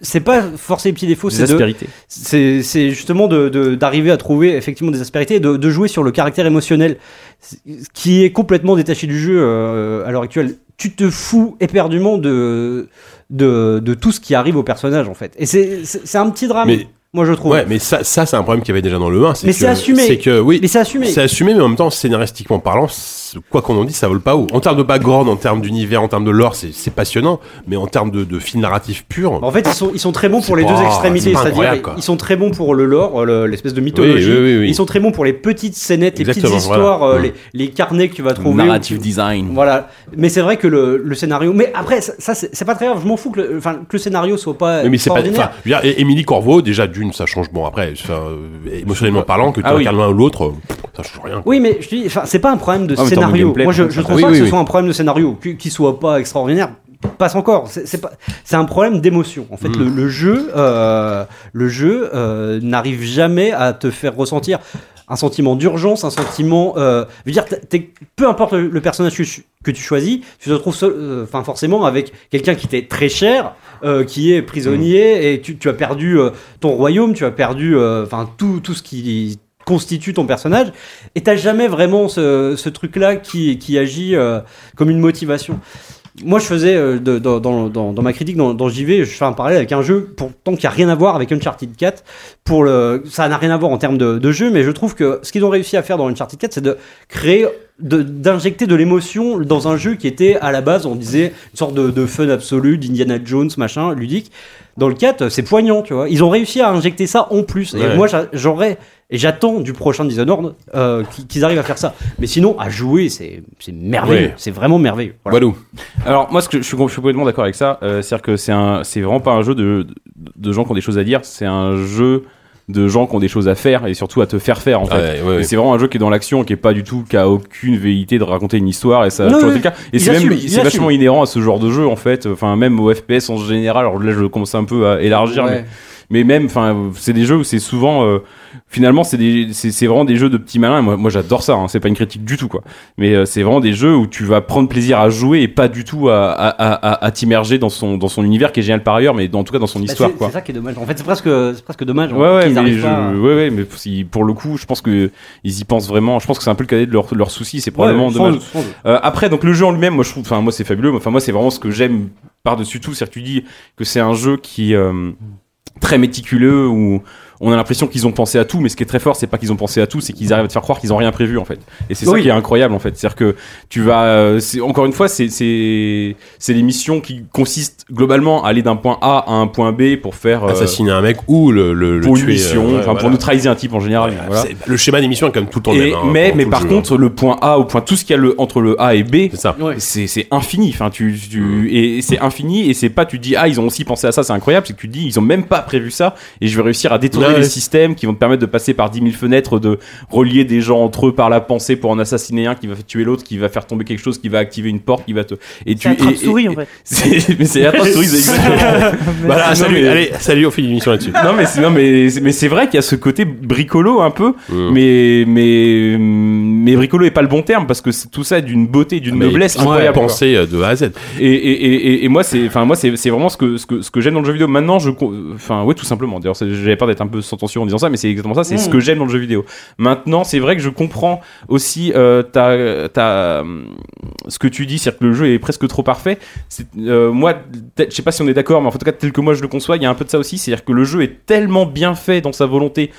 S5: C'est pas forcer les petits défauts,
S7: Des
S5: c'est de-
S7: aspérités.
S5: C'est c'est justement de- de- d'arriver à trouver effectivement des aspérités et de, de jouer sur le caractère émotionnel c- qui est complètement détaché du jeu euh, à l'heure actuelle. Tu te fous éperdument de, de, de tout ce qui arrive au personnage en fait. Et c'est- c'est c'est un petit drame.
S3: Mais-
S5: moi je trouve.
S3: Ouais, mais ça, ça c'est un problème qu'il y avait déjà dans le 1.
S5: Mais
S3: que-
S5: c'est assumé.
S3: C'est que, oui.
S5: Mais c'est assumé.
S3: C'est assumé, mais en même temps, scénaristiquement parlant, c'est- quoi qu'on en dise, ça vole pas haut. En termes de background, en termes d'univers, en termes de lore, c'est c'est passionnant. Mais en termes de, de film narratif pur.
S5: En fait, ils sont, ils sont très bons pour
S3: C'est
S5: les
S3: pas-
S5: deux extrémités,
S3: c'est pas
S5: c'est-à-dire
S3: incroyable,
S5: ils-
S3: quoi.
S5: ils sont très bons pour le lore, euh, le- l'espèce de mythologie.
S3: Oui, oui, oui, oui.
S5: Ils sont très bons pour les petites scénettes, les
S3: Exactement,
S5: petites
S3: voilà.
S5: histoires, euh,
S3: Mm.
S5: les, les carnets que tu vas trouver.
S7: narrative
S5: ou-
S7: design.
S5: Voilà. Mais c'est vrai que le, le scénario. Mais après, ça, ça, c'est c'est pas très grave. Je m'en fous que le, enfin, que le scénario soit pas.
S3: Oui, mais c'est pas. Enfin,
S5: extraordinaire.
S3: je veux dire, é- Émilie Corvo, déjà d'une, ça change. Bon, après, enfin, euh, émotionnellement parlant, que tu
S5: Ah oui.
S3: regardes l'un ou l'autre, euh, ça change rien.
S5: Oui, mais je te dis, enfin, c'est pas un problème de
S3: Ah, mais t'as mon
S5: scénario.
S3: gameplay,
S5: Moi, je,
S3: par
S5: je
S3: contre,
S5: trouve
S3: ça. Oui,
S5: pas que
S3: oui,
S5: ce
S3: oui.
S5: soit un problème de scénario, qui soit pas extraordinaire. Passe encore. C'est c'est pas, c'est un problème d'émotion. En fait,
S3: Mm.
S5: le, le jeu, euh, le jeu euh, n'arrive jamais à te faire ressentir un sentiment d'urgence, un sentiment. Euh, je veux dire, t'es- t'es- peu importe le, le personnage que tu, que tu choisis, tu te retrouves seul- euh, enfin forcément avec quelqu'un qui t'est très cher, euh, qui est
S3: Hmm.
S5: prisonnier, et tu, tu as perdu euh, ton royaume, tu as perdu euh, enfin tout tout ce qui constitue ton personnage, et t'as jamais vraiment ce, ce truc-là qui, qui agit euh, comme une motivation. Moi, je faisais euh, de- dans, dans- dans- dans ma critique, dans, dans JV, je fais un parallèle avec un jeu pourtant qui a rien à voir avec Uncharted 4. Pour le, ça n'a rien à voir en termes de, de jeu, mais je trouve que ce qu'ils ont réussi à faire dans Uncharted 4, c'est de créer, de- d'injecter de, l'émotion dans un jeu qui était à la base, on disait, une sorte de, de fun absolu, d'Indiana Jones, machin, ludique. Dans le 4, c'est poignant, tu vois. Ils ont réussi à injecter ça en plus. Et
S3: Ouais.
S5: moi, j'a- j'aurais. Et j'attends du prochain Dishonored euh, qu'ils- qu'ils arrivent à faire ça. Mais sinon, à jouer, c'est c'est merveilleux.
S7: Ouais.
S5: C'est vraiment merveilleux.
S7: Bah,
S5: Voilà.
S7: Alors moi, ce que je, suis, je suis complètement d'accord avec ça. Euh, C'est-à-dire que c'est un, c'est vraiment pas un jeu de, de, de gens qui ont des choses à dire. C'est un jeu de gens qui ont des choses à faire et surtout à te faire faire en fait.
S3: Ouais, ouais, ouais.
S7: Et C'est vraiment un jeu qui est dans l'action, qui est pas du tout, qui a aucune véhité de raconter une histoire et ça a
S3: Non,
S7: toujours
S3: oui,
S7: été le cas. Et
S3: il
S7: c'est
S3: assume,
S7: même,
S3: il
S7: c'est vachement
S3: assume.
S7: inhérent à ce genre de jeu en fait. Enfin même au FPS en général. Alors là, je commence un peu à élargir.
S5: Ouais.
S7: mais mais même, enfin, c'est des jeux où c'est souvent, euh, finalement, c'est des- c'est c'est vraiment des jeux de petits malins. Moi, moi j'adore ça. hein. c'est pas une critique du tout, quoi. Mais euh, c'est vraiment des jeux où tu vas prendre plaisir à jouer et pas du tout à, à, à- à- à t'immerger dans son dans son univers qui est génial par ailleurs, mais dans- en tout cas dans son
S5: Bah,
S7: histoire,
S5: c'est-
S7: quoi.
S5: C'est ça qui est dommage. En fait, c'est presque, c'est presque dommage. hein,
S7: Ouais, ouais,
S5: qu'ils
S7: mais
S5: arrivent
S7: je-
S5: pas à-
S7: ouais, ouais, mais si- pour le coup, je pense que ils y pensent vraiment. Je pense que c'est un peu le cadet de leur, leur souci. C'est probablement
S5: Ouais, sans
S7: dommage.
S5: doute, sans doute.
S7: Euh, après, donc le jeu en lui-même, moi je trouve, enfin moi c'est fabuleux. Enfin moi c'est vraiment ce que j'aime par-dessus tout, c'est-à-dire que tu dis que c'est un jeu qui euh, très méticuleux où on a l'impression qu'ils ont pensé à tout, mais ce qui est très fort, c'est pas qu'ils ont pensé à tout, c'est qu'ils arrivent à te faire croire qu'ils ont rien prévu en fait. Et c'est ça
S5: Oui.
S7: qui est incroyable en fait, c'est-à-dire que tu vas, euh, c'est- encore une fois, c'est c'est c'est des missions qui consistent globalement à aller d'un point A à un point B pour faire euh,
S3: Assassiner un mec ou le, le, le
S7: pour
S3: tuer,
S7: une mission,
S3: euh, ouais,
S7: enfin, pour
S3: voilà.
S7: neutraliser un type en général. voilà.
S3: C'est- Le schéma d'émission est quand même tout le temps le
S7: Et-
S3: même. hein,
S7: mais
S3: pour
S7: mais
S3: tout le
S7: par
S3: jeu,
S7: contre, le point A au point tout ce qu'il y a le, entre le A et B, c'est c'est infini. Enfin, tu, tu- et c'est infini et c'est pas tu dis ah ils ont aussi pensé à ça, c'est incroyable. C'est que tu dis ils ont même pas prévu ça et je vais réussir à
S3: Ouais,
S7: détourner les
S3: ouais.
S7: systèmes qui vont te permettre de passer par 10 000 fenêtres, de relier des gens entre eux par la pensée pour en assassiner un qui va tuer l'autre, qui va faire tomber quelque chose, qui va activer une porte, qui va te et tu
S10: un
S7: et-
S10: attrape-souris,
S7: et-
S10: en fait.
S7: (laughs) c'est- mais c'est la attrape-souris
S3: (laughs)
S7: (laughs) exactement.
S3: Voilà, salut, allez,
S7: salut, on fait une émission là-dessus. Non, mais c'est, non, mais, c'est- mais c'est vrai qu'il y a ce côté bricolo un peu,
S3: Mm.
S7: mais, mais, mais bricolo est pas le bon terme parce que c'est- tout ça est d'une beauté, d'une
S3: Ah, Mais euh,
S7: noblesse
S3: tout est
S7: incroyable.
S3: pensé
S7: de A à Z. Et, et, et, et- et moi, c'est, enfin, moi, c'est, c'est vraiment ce que, ce que, ce que j'aime dans le jeu vidéo. Maintenant, je, con- enfin, ouais, tout simplement. D'ailleurs, c'est- j'avais peur d'être un peu sentencieux en disant ça, mais c'est exactement ça. C'est
S5: Mm.
S7: ce que j'aime dans le jeu vidéo. Maintenant, c'est vrai que je comprends aussi euh, ta, ta, euh, ce que tu dis, c'est-à-dire que le jeu est presque trop parfait. C'est- euh, moi, peut-être- je sais pas si on est d'accord, mais en tout cas, tel que moi je le conçois, il y a un peu de ça aussi. C'est-à-dire que le jeu est tellement bien fait dans sa volonté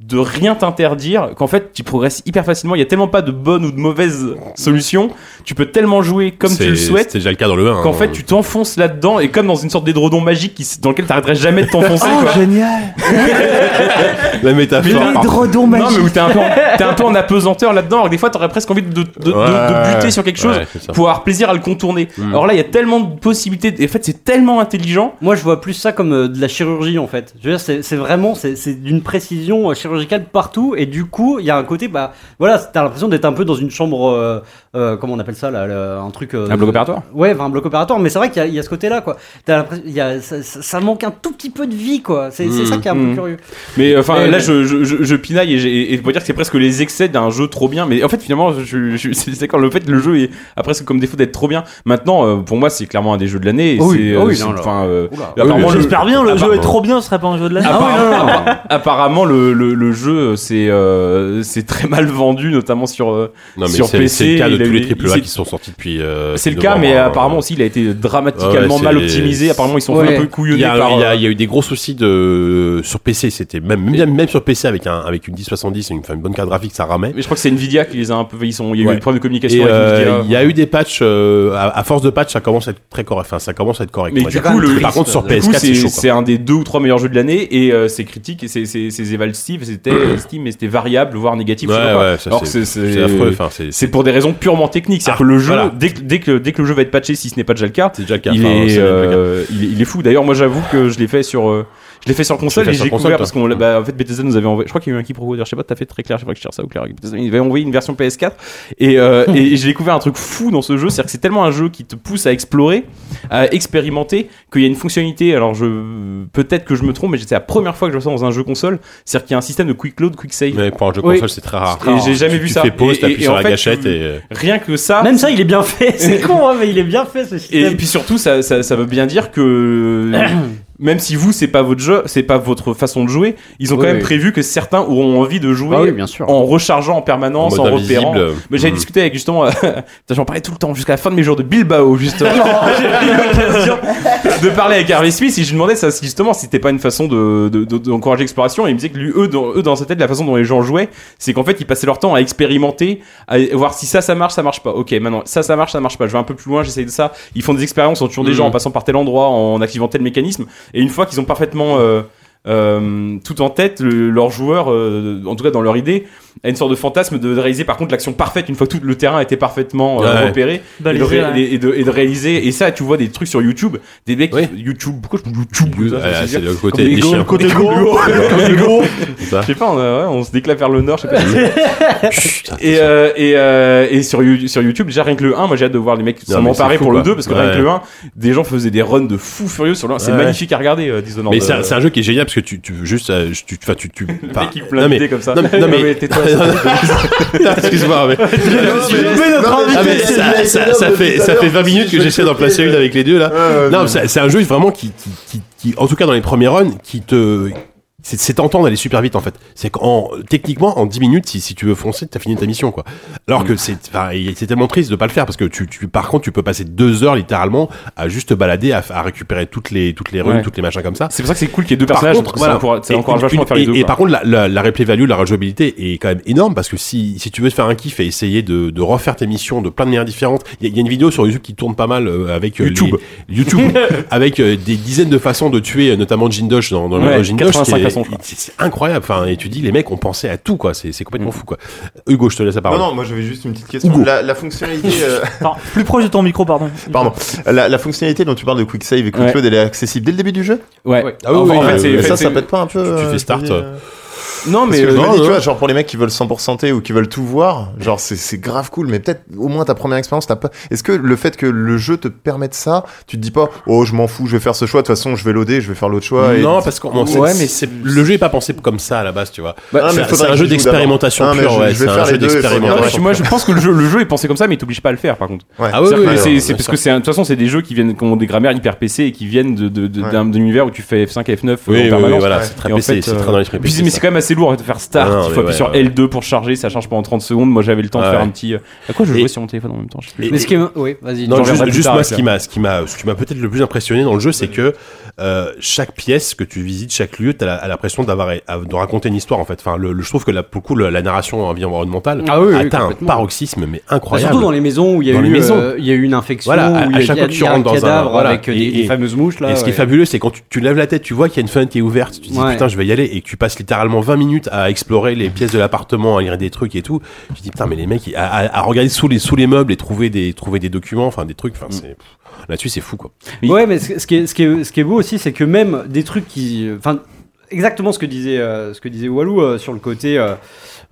S7: de rien t'interdire qu'en fait tu progresses hyper facilement. Il y a tellement pas de bonne ou de mauvaise solution. Tu peux tellement jouer comme tu
S3: C'est-
S7: le souhaites.
S3: c'était déjà le cas dans le 1,
S7: Qu'en
S3: hein.
S7: fait, tu t'enfonces là-dedans et comme dans une sorte d'édredon magique qui, s- dans lequel t'arrêterais jamais de
S5: (laughs)
S7: t'enfoncer.
S10: Oh,
S7: quoi.
S10: génial
S7: La métaphore.
S10: Mais l'édredon
S7: Non, mais où
S10: magique.
S7: t'es un, peu en- t'es un peu
S5: (laughs)
S7: en apesanteur là-dedans. Alors que des fois, t'aurais presque envie de, de- de- de-
S3: Ouais,
S7: de buter sur quelque chose
S3: ouais, c'est ça.
S7: pour avoir plaisir à le contourner.
S5: Mm.
S7: Alors là, il y a tellement de possibilités. Et en fait, c'est tellement intelligent.
S5: Moi, je vois plus ça comme euh, de la chirurgie en fait. Je veux dire, c'est c'est vraiment c'est c'est d'une précision euh, chirurgicale partout et du coup, il y a un côté bah voilà, t'as l'impression d'être un peu dans une chambre, euh, euh, comment on appelle ça là, le- un truc. euh,
S7: Un bloc opératoire
S5: Ouais, enfin, un bloc opératoire. Mais c'est vrai qu'il y, a- il y a ce côté-là quoi. T'as l'impression, il y a ça, ça- ça manque un tout petit peu de vie quoi. C'est c'est ça qui est un peu
S7: Mmh.
S5: curieux.
S7: Mais euh, enfin,
S5: Mais-
S7: là, je, je, je- je pinaille et, j'ai- et je peux dire que c'est presque les excès d'un jeu trop bien. Mais en fait, finalement, je, je, je suis d'accord. Le fait que le jeu est a presque comme défaut d'être trop bien. Maintenant, euh, pour moi, c'est clairement un des jeux de l'année. et
S5: Oh oui,
S7: c'est,
S5: oh
S7: euh,
S5: oui, Ah
S7: c'est-
S5: non, alors.
S7: enfin, euh,
S5: Oula.
S7: apparemment, le-
S8: J'espère bien, le jeu est
S7: apparemment-
S8: trop bien, ce serait pas un jeu de l'année.
S3: Ah
S5: Ah
S7: Apparemment, apparemment, le, le, le jeu c'est euh, c'est très mal vendu, notamment sur euh,
S3: Non, mais
S7: sur
S3: c'est-
S7: PC.
S3: c'est le cas de
S7: il a
S3: tous
S7: eu
S3: les
S7: des-
S3: triple A
S7: c'est-
S3: qui sont sortis depuis, euh,
S7: c'est le
S3: depuis
S7: cas, mais
S3: novembre, hein.
S7: apparemment aussi, il a été dramatiquement
S3: Ouais,
S7: mal
S3: c'est-
S7: optimisé. Apparemment, ils sont fait un peu couillonnés
S3: Il y a-
S7: par. euh,
S3: il y, a, il y a eu des gros soucis de euh, sur PC. C'était même même, même sur PC avec un avec une 1070 et une, enfin, une bonne carte graphique, ça ramait.
S7: Mais je crois que c'est Nvidia qui les a un peu. Ils sont, il y a eu
S3: Ouais.
S7: des problèmes de communication
S3: Et,
S7: avec
S3: euh,
S7: Nvidia.
S3: Il y a eu des patchs euh, à, à force de patch, ça commence à être très correct. Enfin, ça commence à être correct.
S7: Mais
S3: on va
S7: du
S3: dire.
S7: coup, le
S3: par contre sur
S7: du coup,
S3: PS4, c'est
S7: c'est-
S3: chaud. quoi.
S7: c'est un des deux ou trois meilleurs jeux de l'année et euh, c'est critique et c'est c'est- c'est évaluatif,
S3: (coughs)
S7: c'était euh, Steam mais c'était variable voire négatif. je sais
S3: Ouais,
S7: pas quoi.
S3: ouais, ça,
S7: Alors
S3: c'est-
S7: que c'est-
S3: c'est affreux, enfin,
S7: c'est
S3: c'est-
S7: c'est pour des raisons purement techniques, c'est-à-dire
S3: Ah,
S7: que le jeu
S3: voilà.
S7: dès, que- dès que dès que le jeu va être patché si ce n'est pas déjà le cas,
S3: cas,
S7: il
S3: enfin,
S7: est
S3: c'est déjà le
S7: euh, il est- il est fou. D'ailleurs, moi j'avoue que je l'ai fait sur euh, je l'ai fait sur console
S3: l'ai
S7: et
S3: fait sur
S7: j'ai
S3: console, toi.
S7: couvert
S3: Mm.
S7: parce qu'on l'a- bah, en fait Bethesda nous avait envoyé je crois qu'il y a eu un quiproquo d'ailleurs, je sais pas, t'as fait très clair, je sais pas que je tire ça au clair avec Bethesda. Il avait envoyé une version PS4 et euh, et j'ai découvert un truc fou dans ce jeu, c'est-à-dire que c'est tellement un jeu qui te pousse à explorer, à expérimenter qu'il y a une fonctionnalité alors je peut-être que je me trompe mais c'est la première fois que je vois ça dans un jeu console, c'est-à-dire qu'il y a un système de quick load, quick save.
S3: Mais pour un jeu
S7: Oui.
S3: console, c'est très rare.
S7: Et j'ai jamais
S3: Tu-
S7: vu
S3: tu
S7: ça.
S3: fais pause,
S7: Et-
S3: t'appuies
S7: et- et
S3: sur
S7: en
S3: la
S7: fait,
S3: gâchette
S7: tu-
S3: et euh,
S7: Rien que
S3: Ah,
S7: ça.
S5: Même ça, il est bien fait. C'est con, hein, mais il est bien fait ce
S7: Et,
S5: système.
S7: puis surtout, ça, ça, ça veut bien dire
S5: (coughs)
S7: que même si vous, c'est pas votre jeu, c'est pas votre façon de jouer, ils ont quand
S5: Oui,
S7: même
S5: oui.
S7: prévu que certains auront envie de jouer
S5: Ah oui, bien sûr.
S7: en rechargeant en permanence,
S3: En
S7: en,
S3: mode
S7: repérant.
S3: invisible.
S7: Mais j'avais
S3: Mm.
S7: discuté avec justement, (laughs) euh, putain, j'en parlais tout le temps jusqu'à la fin de mes jours de Bilbao, justement.
S5: (laughs)
S7: J'ai eu l'occasion de parler avec Harvey Smith et je lui demandais ça si justement si c'était pas une façon de de- de- d'encourager l'exploration et il me disait que lui eux dans, eux dans sa tête la façon dont les gens jouaient c'est qu'en fait ils passaient leur temps à expérimenter à voir si ça ça marche ça marche pas ok maintenant ça ça marche ça marche pas je vais un peu plus loin j'essaye de ça ils font des expériences en tuant des
S5: Mhm.
S7: gens en passant par tel endroit en activant tel mécanisme et une fois qu'ils ont parfaitement euh, euh, tout en tête, le, leur joueur, euh, en tout cas dans leur idée, a une sorte de fantasme de, de réaliser par contre l'action parfaite une fois que tout le terrain était parfaitement euh,
S3: Ouais.
S7: repéré et de
S8: Balisé,
S7: ré-
S8: Bah, ouais.
S7: et, de, et de réaliser. Et ça, tu vois des trucs sur YouTube, des mecs qui- YouTube. Pourquoi je dis YouTube comme ça,
S3: Ah,
S7: ça,
S3: c'est
S7: dire-
S3: le côté
S7: comme des
S3: des
S7: gros,
S3: chiens.
S7: côté
S3: Des
S7: gros,
S3: gros.
S7: côté gros.
S3: ça.
S7: Je sais pas, on, a- ouais, on se déclare vers le nord, je sais pas.
S3: (laughs)
S7: et euh, et, euh, et sur, You- sur YouTube, déjà rien que le 1, moi j'ai hâte de voir les mecs
S3: Non,
S7: s'en
S3: mais
S7: emparer
S3: c'est fou,
S7: pour le
S3: quoi.
S7: 2, parce que rien
S3: Ouais.
S7: que le 1, des gens faisoient des runs de fous furieux sur le 1. C'est
S3: Ouais.
S7: magnifique à regarder, euh, Dishonored.
S3: Mais c'est un, c'est un jeu qui est génial parce que tu, tu juste, euh, tu, enfin, tu,
S7: (laughs)
S3: tu, enfin,
S7: qu'il plein d'idées comme ça.
S3: Non, mais- non,
S7: (laughs) Ouais,
S3: mais, (laughs)
S7: ouais, tais-toi, ça.
S3: Ah, excuse-moi,
S7: (laughs)
S3: mais,
S7: notre
S3: Non, mais
S7: invité,
S3: ça-
S7: c'est
S3: ça-
S7: Nelson
S3: ça,
S7: depuis
S3: fait,
S7: tout à
S3: ça
S7: l'heure.
S3: fait 20 minutes que j'essaie d'en placer une avec les deux là.
S6: Euh,
S3: non, mais c'est c'est un jeu vraiment qui, qui, qui, qui- en tout cas dans les premiers runs, qui te c'est c'est tentant d'aller super vite en fait. C'est qu'en techniquement en 10 minutes si, si tu veux foncer, t'as fini ta mission quoi. Alors que c'est enfin, il- c'est tellement triste de pas le faire parce que tu, tu par contre tu peux passer deux heures littéralement à juste te balader à, à récupérer toutes les toutes les runes,
S7: Ouais.
S3: toutes les machins comme ça.
S7: C'est pour ça que c'est cool qu'il y ait deux
S3: Par
S7: personnages,
S3: contre,
S7: parce que
S3: voilà.
S7: ça encourage- ça
S3: Et-
S7: encourage
S3: une-
S7: vachement à faire les
S3: et-
S7: deux,
S3: Et
S7: quoi.
S3: par contre, la, la, la replay value, la rejouabilité est quand même énorme parce que si, si tu veux te faire un kiff et essayer de, de refaire tes missions de plein de manières différentes, il y, a- il y a une vidéo sur YouTube qui tourne pas mal euh, avec euh,
S7: YouTube.
S3: les-
S7: (laughs)
S3: YouTube, avec euh, des dizaines de façons de tuer, euh, notamment Jindosh dans, dans le
S7: Ouais,
S3: jeu Jindosh.
S7: 85
S3: qui est-
S7: façons, je crois.
S3: c'est- C'est incroyable. Enfin, et tu dis, les mecs ont pensé à tout, quoi. C'est c'est
S7: Mm.
S3: complètement fou, quoi. Hugo, je te laisse la parole.
S6: Non, non, moi j'avais juste une petite question.
S3: Hugo.
S6: La, la fonctionnalité. euh,
S8: Non, plus proche de ton micro, pardon.
S6: Pardon. La, la fonctionnalité dont tu parles de Quick Save et Quick
S7: Ouais.
S6: Load, elle est accessible dès le début du jeu
S7: Ouais.
S6: Ah oui, oui,
S7: en fait,
S6: euh,
S7: c'est-
S6: mais ça,
S7: c'est-
S6: ça pète pas un peu.
S3: tu
S6: euh,
S3: fais start,
S6: dis, euh,
S3: euh,
S7: Non,
S6: Parce
S7: mais.
S6: que je me
S7: euh,
S6: dis, tu vois, genre pour les mecs qui veulent 100%er ou qui veulent tout voir, genre c'est- c'est grave cool, mais peut-être au moins ta première expérience, t'as pas. Est-ce que le fait que le jeu te permette ça, tu te dis pas, oh je m'en fous, je vais faire ce choix, de toute façon je vais loader, je vais faire l'autre choix. et-
S3: Non, parce que bon, c'est-
S6: Ouais,
S3: c'est-
S6: mais-
S3: c'est- le jeu est pas pensé comme ça à la base, tu vois.
S6: Bah,
S3: C'est-
S6: mais faudrait
S3: c'est un
S6: que
S3: jeu
S6: je joue
S3: d'expérimentation
S6: d'abord. Ah, mais
S3: pure,
S6: je-
S3: ouais.
S6: je vais
S3: C'est un
S6: faire
S3: jeu
S6: les deux et faudrait
S7: Non, mais
S3: d'expérimentation.
S7: moi, je pense que le jeu, le jeu est pensé comme ça, mais il t'oblige pas à le faire, par contre.
S6: Ouais.
S3: Ah oui,
S7: C'est-à-dire
S3: oui,
S7: que c'est-
S3: oui,
S7: c'est
S3: bien
S7: parce
S3: sûr.
S7: que c'est un- de toute façon c'est des jeux qui viennent qui ont des grammaires hyper PC et qui viennent de, de- de-
S6: Ouais.
S7: d'un d'un univers où tu fais F5 et F9
S3: Oui,
S7: euh, en
S3: oui,
S7: permanence.
S3: oui, euh, voilà, c'est très
S7: Et en
S3: PC,
S7: fait,
S3: c'est
S7: euh,
S3: très dans l'esprit
S7: puis
S3: PC,
S7: mais
S3: ça.
S7: c'est quand même assez lourd en fait, de faire start,
S3: Ah non,
S7: il
S3: mais
S7: faut appuyer
S3: ouais,
S7: sur
S3: ouais.
S7: L2 pour charger, ça charge pendant 30 secondes. Moi j'avais le temps
S3: Ah
S7: de faire
S3: ouais.
S7: un petit euh, à quoi je
S3: Et-
S7: jouais sur mon téléphone en même temps, je sais plus.
S3: Et-
S5: Mais ce qui est- Oui, vas-y.
S3: Non,
S7: J'en
S3: juste,
S7: reviendrai plus
S3: juste
S7: tard
S3: moi,
S7: avec
S3: ce qui m'a, ce qui m'a, ce qui m'a peut-être le plus impressionné dans le jeu, c'est que euh, chaque pièce que tu visites, chaque lieu, t'as la- l'impression d'avoir, à- de raconter une histoire en fait. Enfin, le, le- je trouve que là, pour le coup, le- la narration environnementale
S5: Ah oui, oui,
S3: atteint un
S5: complètement.
S3: paroxysme mais
S5: Bah,
S3: incroyable.
S5: surtout dans les maisons où il y a
S3: Dans les
S5: eu
S3: maisons.
S5: euh, il y a eu une infection
S3: Voilà, à,
S5: où il y a-
S3: à chaque
S5: il y a-
S3: fois que tu
S5: il y a
S3: rentres dans un
S5: cadavre
S3: voilà.
S5: avec euh, des,
S3: Et-
S5: des
S3: et-
S5: fameuses mouches là.
S3: et ce qui est
S5: ouais.
S3: fabuleux, c'est quand tu, tu lèves la tête, tu vois qu'il y a une fenêtre qui est ouverte, tu te dis
S5: Ouais.
S3: putain, je vais y aller, et que tu passes littéralement 20 minutes à explorer les pièces de l'appartement, à lire des trucs et tout. Je dis putain, mais les mecs, ils- à, à- à regarder sous les, sous les meubles et trouver des, trouver des documents, enfin des trucs, enfin c'est, pff, là-dessus c'est fou quoi.
S5: Ouais, mais ce, ce qui est, ce, qui est, ce qui est beau aussi, c'est que même des trucs qui. Enfin, exactement ce que disait, euh, ce que disait Walou euh, sur le côté. euh,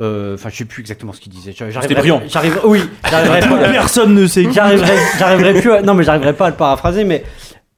S5: euh, Enfin, je sais plus exactement ce qu'il disait. J'a- j'arriverai-
S7: brillant.
S5: J'arriverai, oui,
S3: (laughs)
S5: j'arriverai pas.
S8: Personne ne sait qui.
S5: J'arriverai, j'arriverai plus. à- non, mais j'arriverai pas à le paraphraser. Mais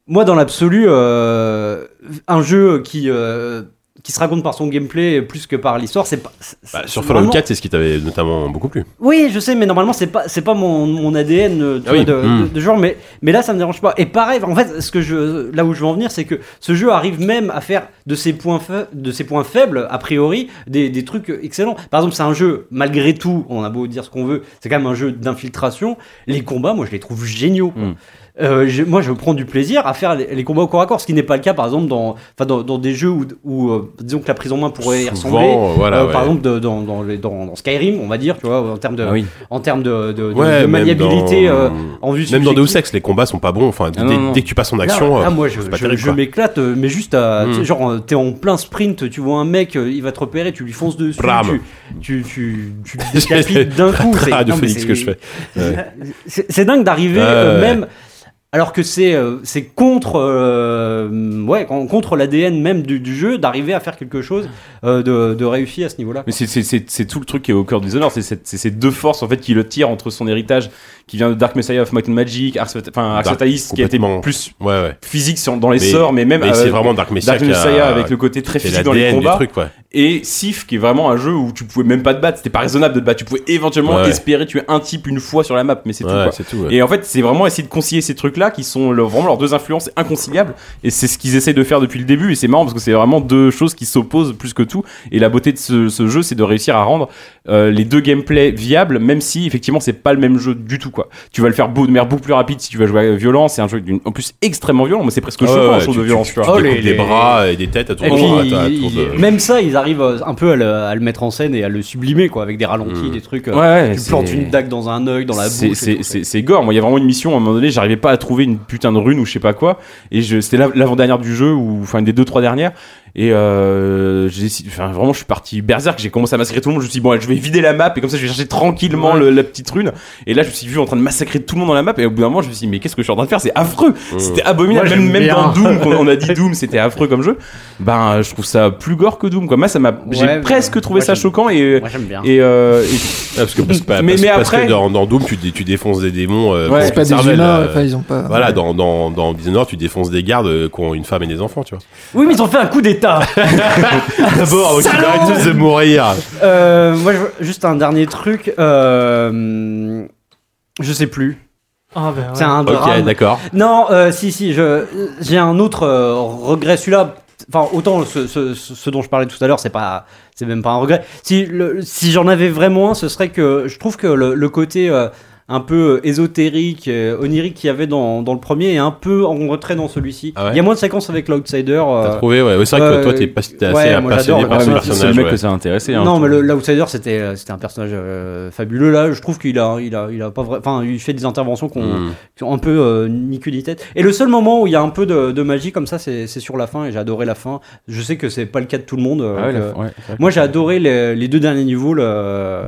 S5: moi, dans l'absolu, euh, un jeu qui euh, qui se raconte par son gameplay plus que par l'histoire, c'est pas. c'est-
S3: Bah,
S5: c'est-
S3: sur
S5: c'est
S3: Fallout
S5: vraiment-
S3: 4, c'est ce qui t'avait notamment beaucoup plu.
S5: Oui, je sais, mais normalement, c'est pas, c'est pas mon, mon ADN euh, tu
S3: Ah oui,
S5: vois, de,
S3: hmm.
S5: de- de joueur, mais, mais là, ça me dérange pas. Et pareil, en fait, ce que je, là où je veux en venir, c'est que ce jeu arrive même à faire de ses points, fa- de ses points faibles, a priori, des, des trucs excellents. Par exemple, c'est un jeu, malgré tout, on a beau dire ce qu'on veut, c'est quand même un jeu d'infiltration. Les combats, moi, je les trouve géniaux. quoi.
S7: Hmm.
S5: Euh, j'ai- moi, je prends du plaisir à faire les, les combats au corps à corps, ce qui n'est pas le cas, par exemple, dans, enfin, dans, dans des jeux où, où, euh, disons que la prise en main pourrait y
S3: Souvent,
S5: ressembler.
S3: euh, voilà,
S5: Euh, Par
S3: ouais.
S5: exemple, de- dans, dans, les- dans- dans Skyrim, on va dire, tu vois, en termes de,
S7: Ah oui.
S5: en termes de, de- de-
S3: Ouais,
S5: de
S3: même
S5: maniabilité
S3: dans-
S5: euh, en vue
S3: Même dans Deus
S5: subjective.
S3: Ex, les combats sont pas bons. Enfin, dès,
S7: Ah non, non.
S3: dès que tu passes en
S5: Là,
S3: action,
S5: là,
S3: euh,
S5: moi, je,
S3: c'est pas
S5: je-
S3: terrible,
S5: je
S3: quoi.
S5: m'éclate, euh, mais juste à, tu sais,
S3: Mm.
S5: genre, euh, t'es en plein sprint, tu vois un mec, euh, il va te repérer, tu lui fonces dessus,
S3: Bram.
S5: tu, tu, tu,
S3: (laughs)
S5: tu le décapites d'un coup. c'est-
S3: Ah, de
S5: non, mais
S3: Phoenix
S5: c'est-
S3: que je fais. Ouais.
S5: (laughs) C'est c'est dingue d'arriver
S3: Ouais,
S5: euh,
S3: ouais.
S5: même. Alors que c'est euh, c'est contre euh, ouais con- contre l'ADN même du, du jeu d'arriver à faire quelque chose euh, de, de réussi à ce niveau-là.
S7: Mais c'est- c'est- c'est c'est tout le truc qui est au cœur de Dishonored, c'est cette- c'est ces deux forces en fait qui le tirent entre son héritage qui vient de Dark Messiah of Might and Magic, Ars Fata- enfin Ars
S3: Dark,
S7: Fatalis, qui a été
S3: Bah, complètement.
S7: plus
S3: Ouais, ouais.
S7: physique sur- dans les
S3: Mais-
S7: sorts, mais même
S3: Mais
S7: euh,
S3: c'est vraiment Dark Messiah
S7: Dark
S3: qui a-
S7: Messiah avec le côté très
S3: C'est
S7: physique dans les
S3: l'ADN du
S7: combats.
S3: truc, ouais.
S7: et Sif qui est vraiment un jeu où tu pouvais même pas te battre c'était pas raisonnable de te battre tu pouvais éventuellement
S3: Ouais.
S7: espérer tuer un type une fois sur la map mais c'est tout
S3: Ouais,
S7: quoi.
S3: c'est tout. ouais.
S7: et en fait c'est vraiment essayer de concilier ces trucs là qui sont le- vraiment leurs deux influences inconciliables et c'est ce qu'ils essaient de faire depuis le début et c'est marrant parce que c'est vraiment deux choses qui s'opposent plus que tout et la beauté de ce, ce jeu c'est de réussir à rendre euh, les deux gameplays viables même si effectivement c'est pas le même jeu du tout quoi tu vas le faire beau- de manière beaucoup plus rapide si tu vas jouer à violence c'est un jeu d'une- en plus extrêmement violent mais c'est presque
S3: Ouais,
S7: choquant
S3: ouais,
S7: en termes de
S3: tu-
S7: violence
S3: tu-
S7: tu vois.
S3: tu
S5: Oh,
S3: découpes
S5: les-
S3: des
S5: les-
S3: bras et des têtes à tour
S5: Et
S3: de
S5: puis,
S3: bras, à- à
S5: il-
S3: tour de-
S5: il- même ça, ils arrivent euh, un peu à le, à le mettre en scène et à le sublimer, quoi, avec des ralentis,
S3: Mm.
S5: des trucs. euh,
S7: Ouais, ouais,
S5: tu
S7: c'est-
S5: plantes une dague dans un œil, dans la
S7: C'est-
S5: bouche. et
S7: C'est
S5: tout,
S7: c'est- c'est gore. Moi, il y a vraiment une mission à un moment donné, j'arrivais pas à trouver une putain de rune ou je sais pas quoi. Et je- c'était la- l'avant-dernière du jeu, ou enfin une des deux, trois dernières. Et euh, j'ai décidé- enfin, vraiment, je suis parti berserk. J'ai commencé à massacrer tout le monde. Je me suis dit, bon, allez, je vais vider la map et comme ça, je vais chercher tranquillement le- la petite rune. Et là, je me suis vu en train de massacrer tout le monde dans la map. Et au bout d'un moment, je me suis dit, mais qu'est-ce que je suis en train de faire C'est affreux. C'était abominable.
S8: Moi,
S7: même
S8: j'aime
S7: même
S8: bien.
S7: dans Doom, qu'on on a dit Doom, c'était affreux comme jeu. Ben, je trouve ça plus gore que Doom. Quoi. Moi, ça m'a. J'ai
S5: Ouais,
S7: presque
S5: moi,
S7: trouvé ça
S5: j'aime-
S7: choquant et.
S5: Moi, j'aime bien.
S7: Et, euh, et-
S3: Ah, parce que, parce, pas-
S7: Mais-
S3: parce-
S7: mais
S3: parce
S7: après-
S3: que dans, dans Doom, tu, dé- tu défonces des démons. euh,
S7: Ouais.
S3: pour
S7: C'est
S11: C'est
S3: qu'ils
S11: pas des
S3: cervellent,
S11: humains,
S3: euh,
S11: enfin, ils ont pas.
S3: Voilà, dans, dans, dans Dishonored, tu défonces des gardes euh, qui ont une femme et des enfants, tu vois.
S5: Oui, mais ils ont fait un coup d'état Vendetta.
S3: D'abord, avant qu'ils arrêtent tous de mourir.
S5: Euh, moi, je veux- juste un dernier truc. Euh, je sais plus.
S8: Ah, ben ouais.
S5: C'est un
S3: Ok,
S5: drame.
S3: d'accord.
S5: Non, euh, si, si, je- j'ai un autre euh, regret, celui-là. Enfin, autant ce, ce- ce- ce dont je parlais tout à l'heure, c'est pas, c'est même pas un regret. Si, le- si j'en avais vraiment un, ce serait que je trouve que le, le côté euh, un peu ésotérique, euh, onirique qu'il y avait dans, dans le premier est un peu en retrait dans celui-ci.
S3: Ah ouais
S5: Il y a moins de séquences avec l'outsider. euh,
S3: T'as trouvé, ouais. Ouais, c'est vrai que toi, t'es pas- t'es assez
S5: ouais, moi,
S3: passionné
S5: j'adore
S3: par
S5: le
S3: ce
S5: personnage.
S3: personnage. ouais.
S7: hein,
S3: hein,
S5: Non, mais le- l'Outsider, c'était euh, c'était un personnage euh, fabuleux. Là, je trouve qu'il a, il a, il a pas vrai. Enfin, il fait des interventions qu'on
S3: Mm.
S5: qui ont un peu euh, ni cul ni tête. Et le seul moment où il y a un peu de, de magie comme ça, c'est c'est sur la fin. Et j'ai adoré la fin. Je sais que c'est pas le cas de tout le monde. euh,
S7: Ah ouais, la
S5: que-
S7: fin, ouais, c'est vrai que-
S5: moi, j'ai adoré les, les deux derniers niveaux. le-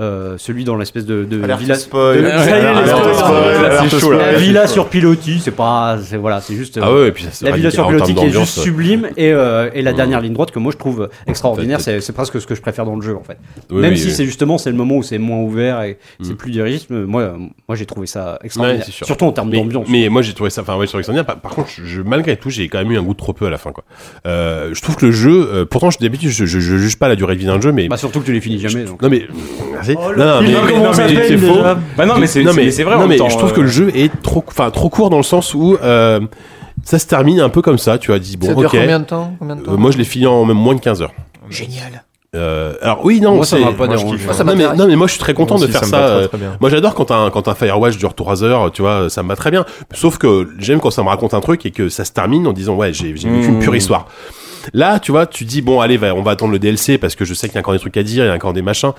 S5: euh, celui dans l'espèce de, de
S6: Alerte
S5: villa
S6: spoil.
S5: de-
S6: Ouais,
S5: Ça y est,
S6: alerte
S5: les spoilers.
S6: spoil,
S5: La
S6: alerte spoil.
S5: la villa sur pilotis c'est pas c'est voilà c'est juste
S3: Ah
S5: euh,
S3: ouais, et puis ça, c'est
S5: la villa
S3: radical
S5: sur
S3: en
S5: pilotis
S3: termes
S5: qui est
S3: d'ambiance.
S5: juste sublime et, euh, et la dernière ligne droite que moi je trouve extraordinaire c'est c'est presque ce que je préfère dans le jeu en fait
S3: Oui,
S5: même
S3: oui,
S5: si
S3: oui. Mm.
S5: c'est justement c'est le moment où c'est moins ouvert et c'est plus dirigiste mais moi euh, moi j'ai trouvé ça
S3: Ouais,
S5: extraordinaire
S3: c'est sûr.
S5: surtout en termes
S3: Mais-
S5: d'ambiance
S3: Mais moi j'ai trouvé ça, enfin ouais, sur Extraordinaire. Par, par contre, je- je- malgré tout, j'ai quand même eu un goût de trop peu à la fin, quoi. Euh, je trouve que le jeu, euh, pourtant, je- d'habitude, je, je, je juge pas la durée de vie d'un jeu, mais.
S5: bah surtout que tu les finis jamais donc.
S3: Non mais merci.
S5: Oh, le
S3: non, non, mais,
S5: film, comment
S3: non,
S5: ça
S3: mais
S5: s'appelle,
S3: c'est faux.
S5: déjà Bah non, mais c'est-
S3: Non,
S5: c'est- mais c'est vrai,
S3: Non
S5: en
S3: mais
S5: même temps,
S3: je trouve que
S5: euh,
S3: le jeu est trop, enfin trop court dans le sens où euh, ça se termine un peu comme ça. Tu as dit bon,
S9: Ça
S3: ok.
S9: dure combien de temps Combien de
S3: Euh, Moi, je l'ai fini en même moins de 15 heures.
S1: Génial.
S3: Euh, alors oui non
S9: Moi, ça
S3: c'est-
S9: m'a pas
S3: moi, je
S9: dérangé.
S3: kiffe.
S9: Moi, ça
S3: non, mais,
S9: m'intéresse.
S3: non mais moi je suis très content
S6: Moi
S3: de
S6: aussi,
S3: faire
S6: ça
S3: ça,
S6: me va très,
S3: euh,
S6: très bien.
S3: moi j'adore quand un quand un Firewatch dure 3 heures tu vois ça me va très bien sauf que j'aime quand ça me raconte un truc et que ça se termine en disant ouais j'ai j'ai vécu une
S7: Mmh.
S3: pure histoire Là, tu vois, tu dis bon, allez, va- on va attendre le DLC parce que je sais qu'il y a encore des trucs à dire, il y a encore des machins.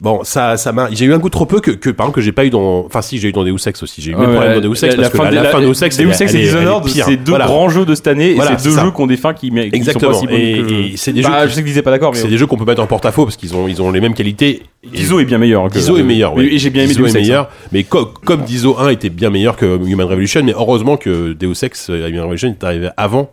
S3: Bon, ça, ça m'a. J'ai eu un goût trop peu que, que par exemple que j'ai pas eu dans. Enfin, si j'ai eu dans Deus Ex aussi. J'ai eu le même
S7: Ouais,
S3: problème dans Deus Ex
S7: la-
S3: parce que
S7: la
S3: la,
S7: fin de-
S3: la fin de Deus Ex, elle est-
S7: Deus Ex et
S3: elle est- elle est
S7: Dishonored,
S3: pire.
S7: c'est deux
S3: Voilà.
S7: grands jeux de cette année et
S3: Voilà,
S7: c'est deux
S3: ça.
S7: jeux qui ont des fins qui, mé- qui sont
S3: Exactement.
S7: pas si bonnes
S3: et,
S7: que-
S3: et c'est des jeux.
S7: Bah,
S3: qui-
S7: je sais que vous n'êtes pas d'accord, mais
S3: C'est des jeux qu'on peut mettre en porte-à-faux parce qu'ils ont, ils ont les mêmes qualités.
S7: Dizo est bien meilleur. que-
S3: Dizo est meilleur. ouais.
S7: Et j'ai bien aimé
S3: Dizo
S7: Deus
S3: est
S7: Ex, hein.
S3: meilleur, mais co- comme Dizo 1 était bien meilleur que Human Revolution, mais heureusement que Deus Ex euh, Human Revolution est arrivé avant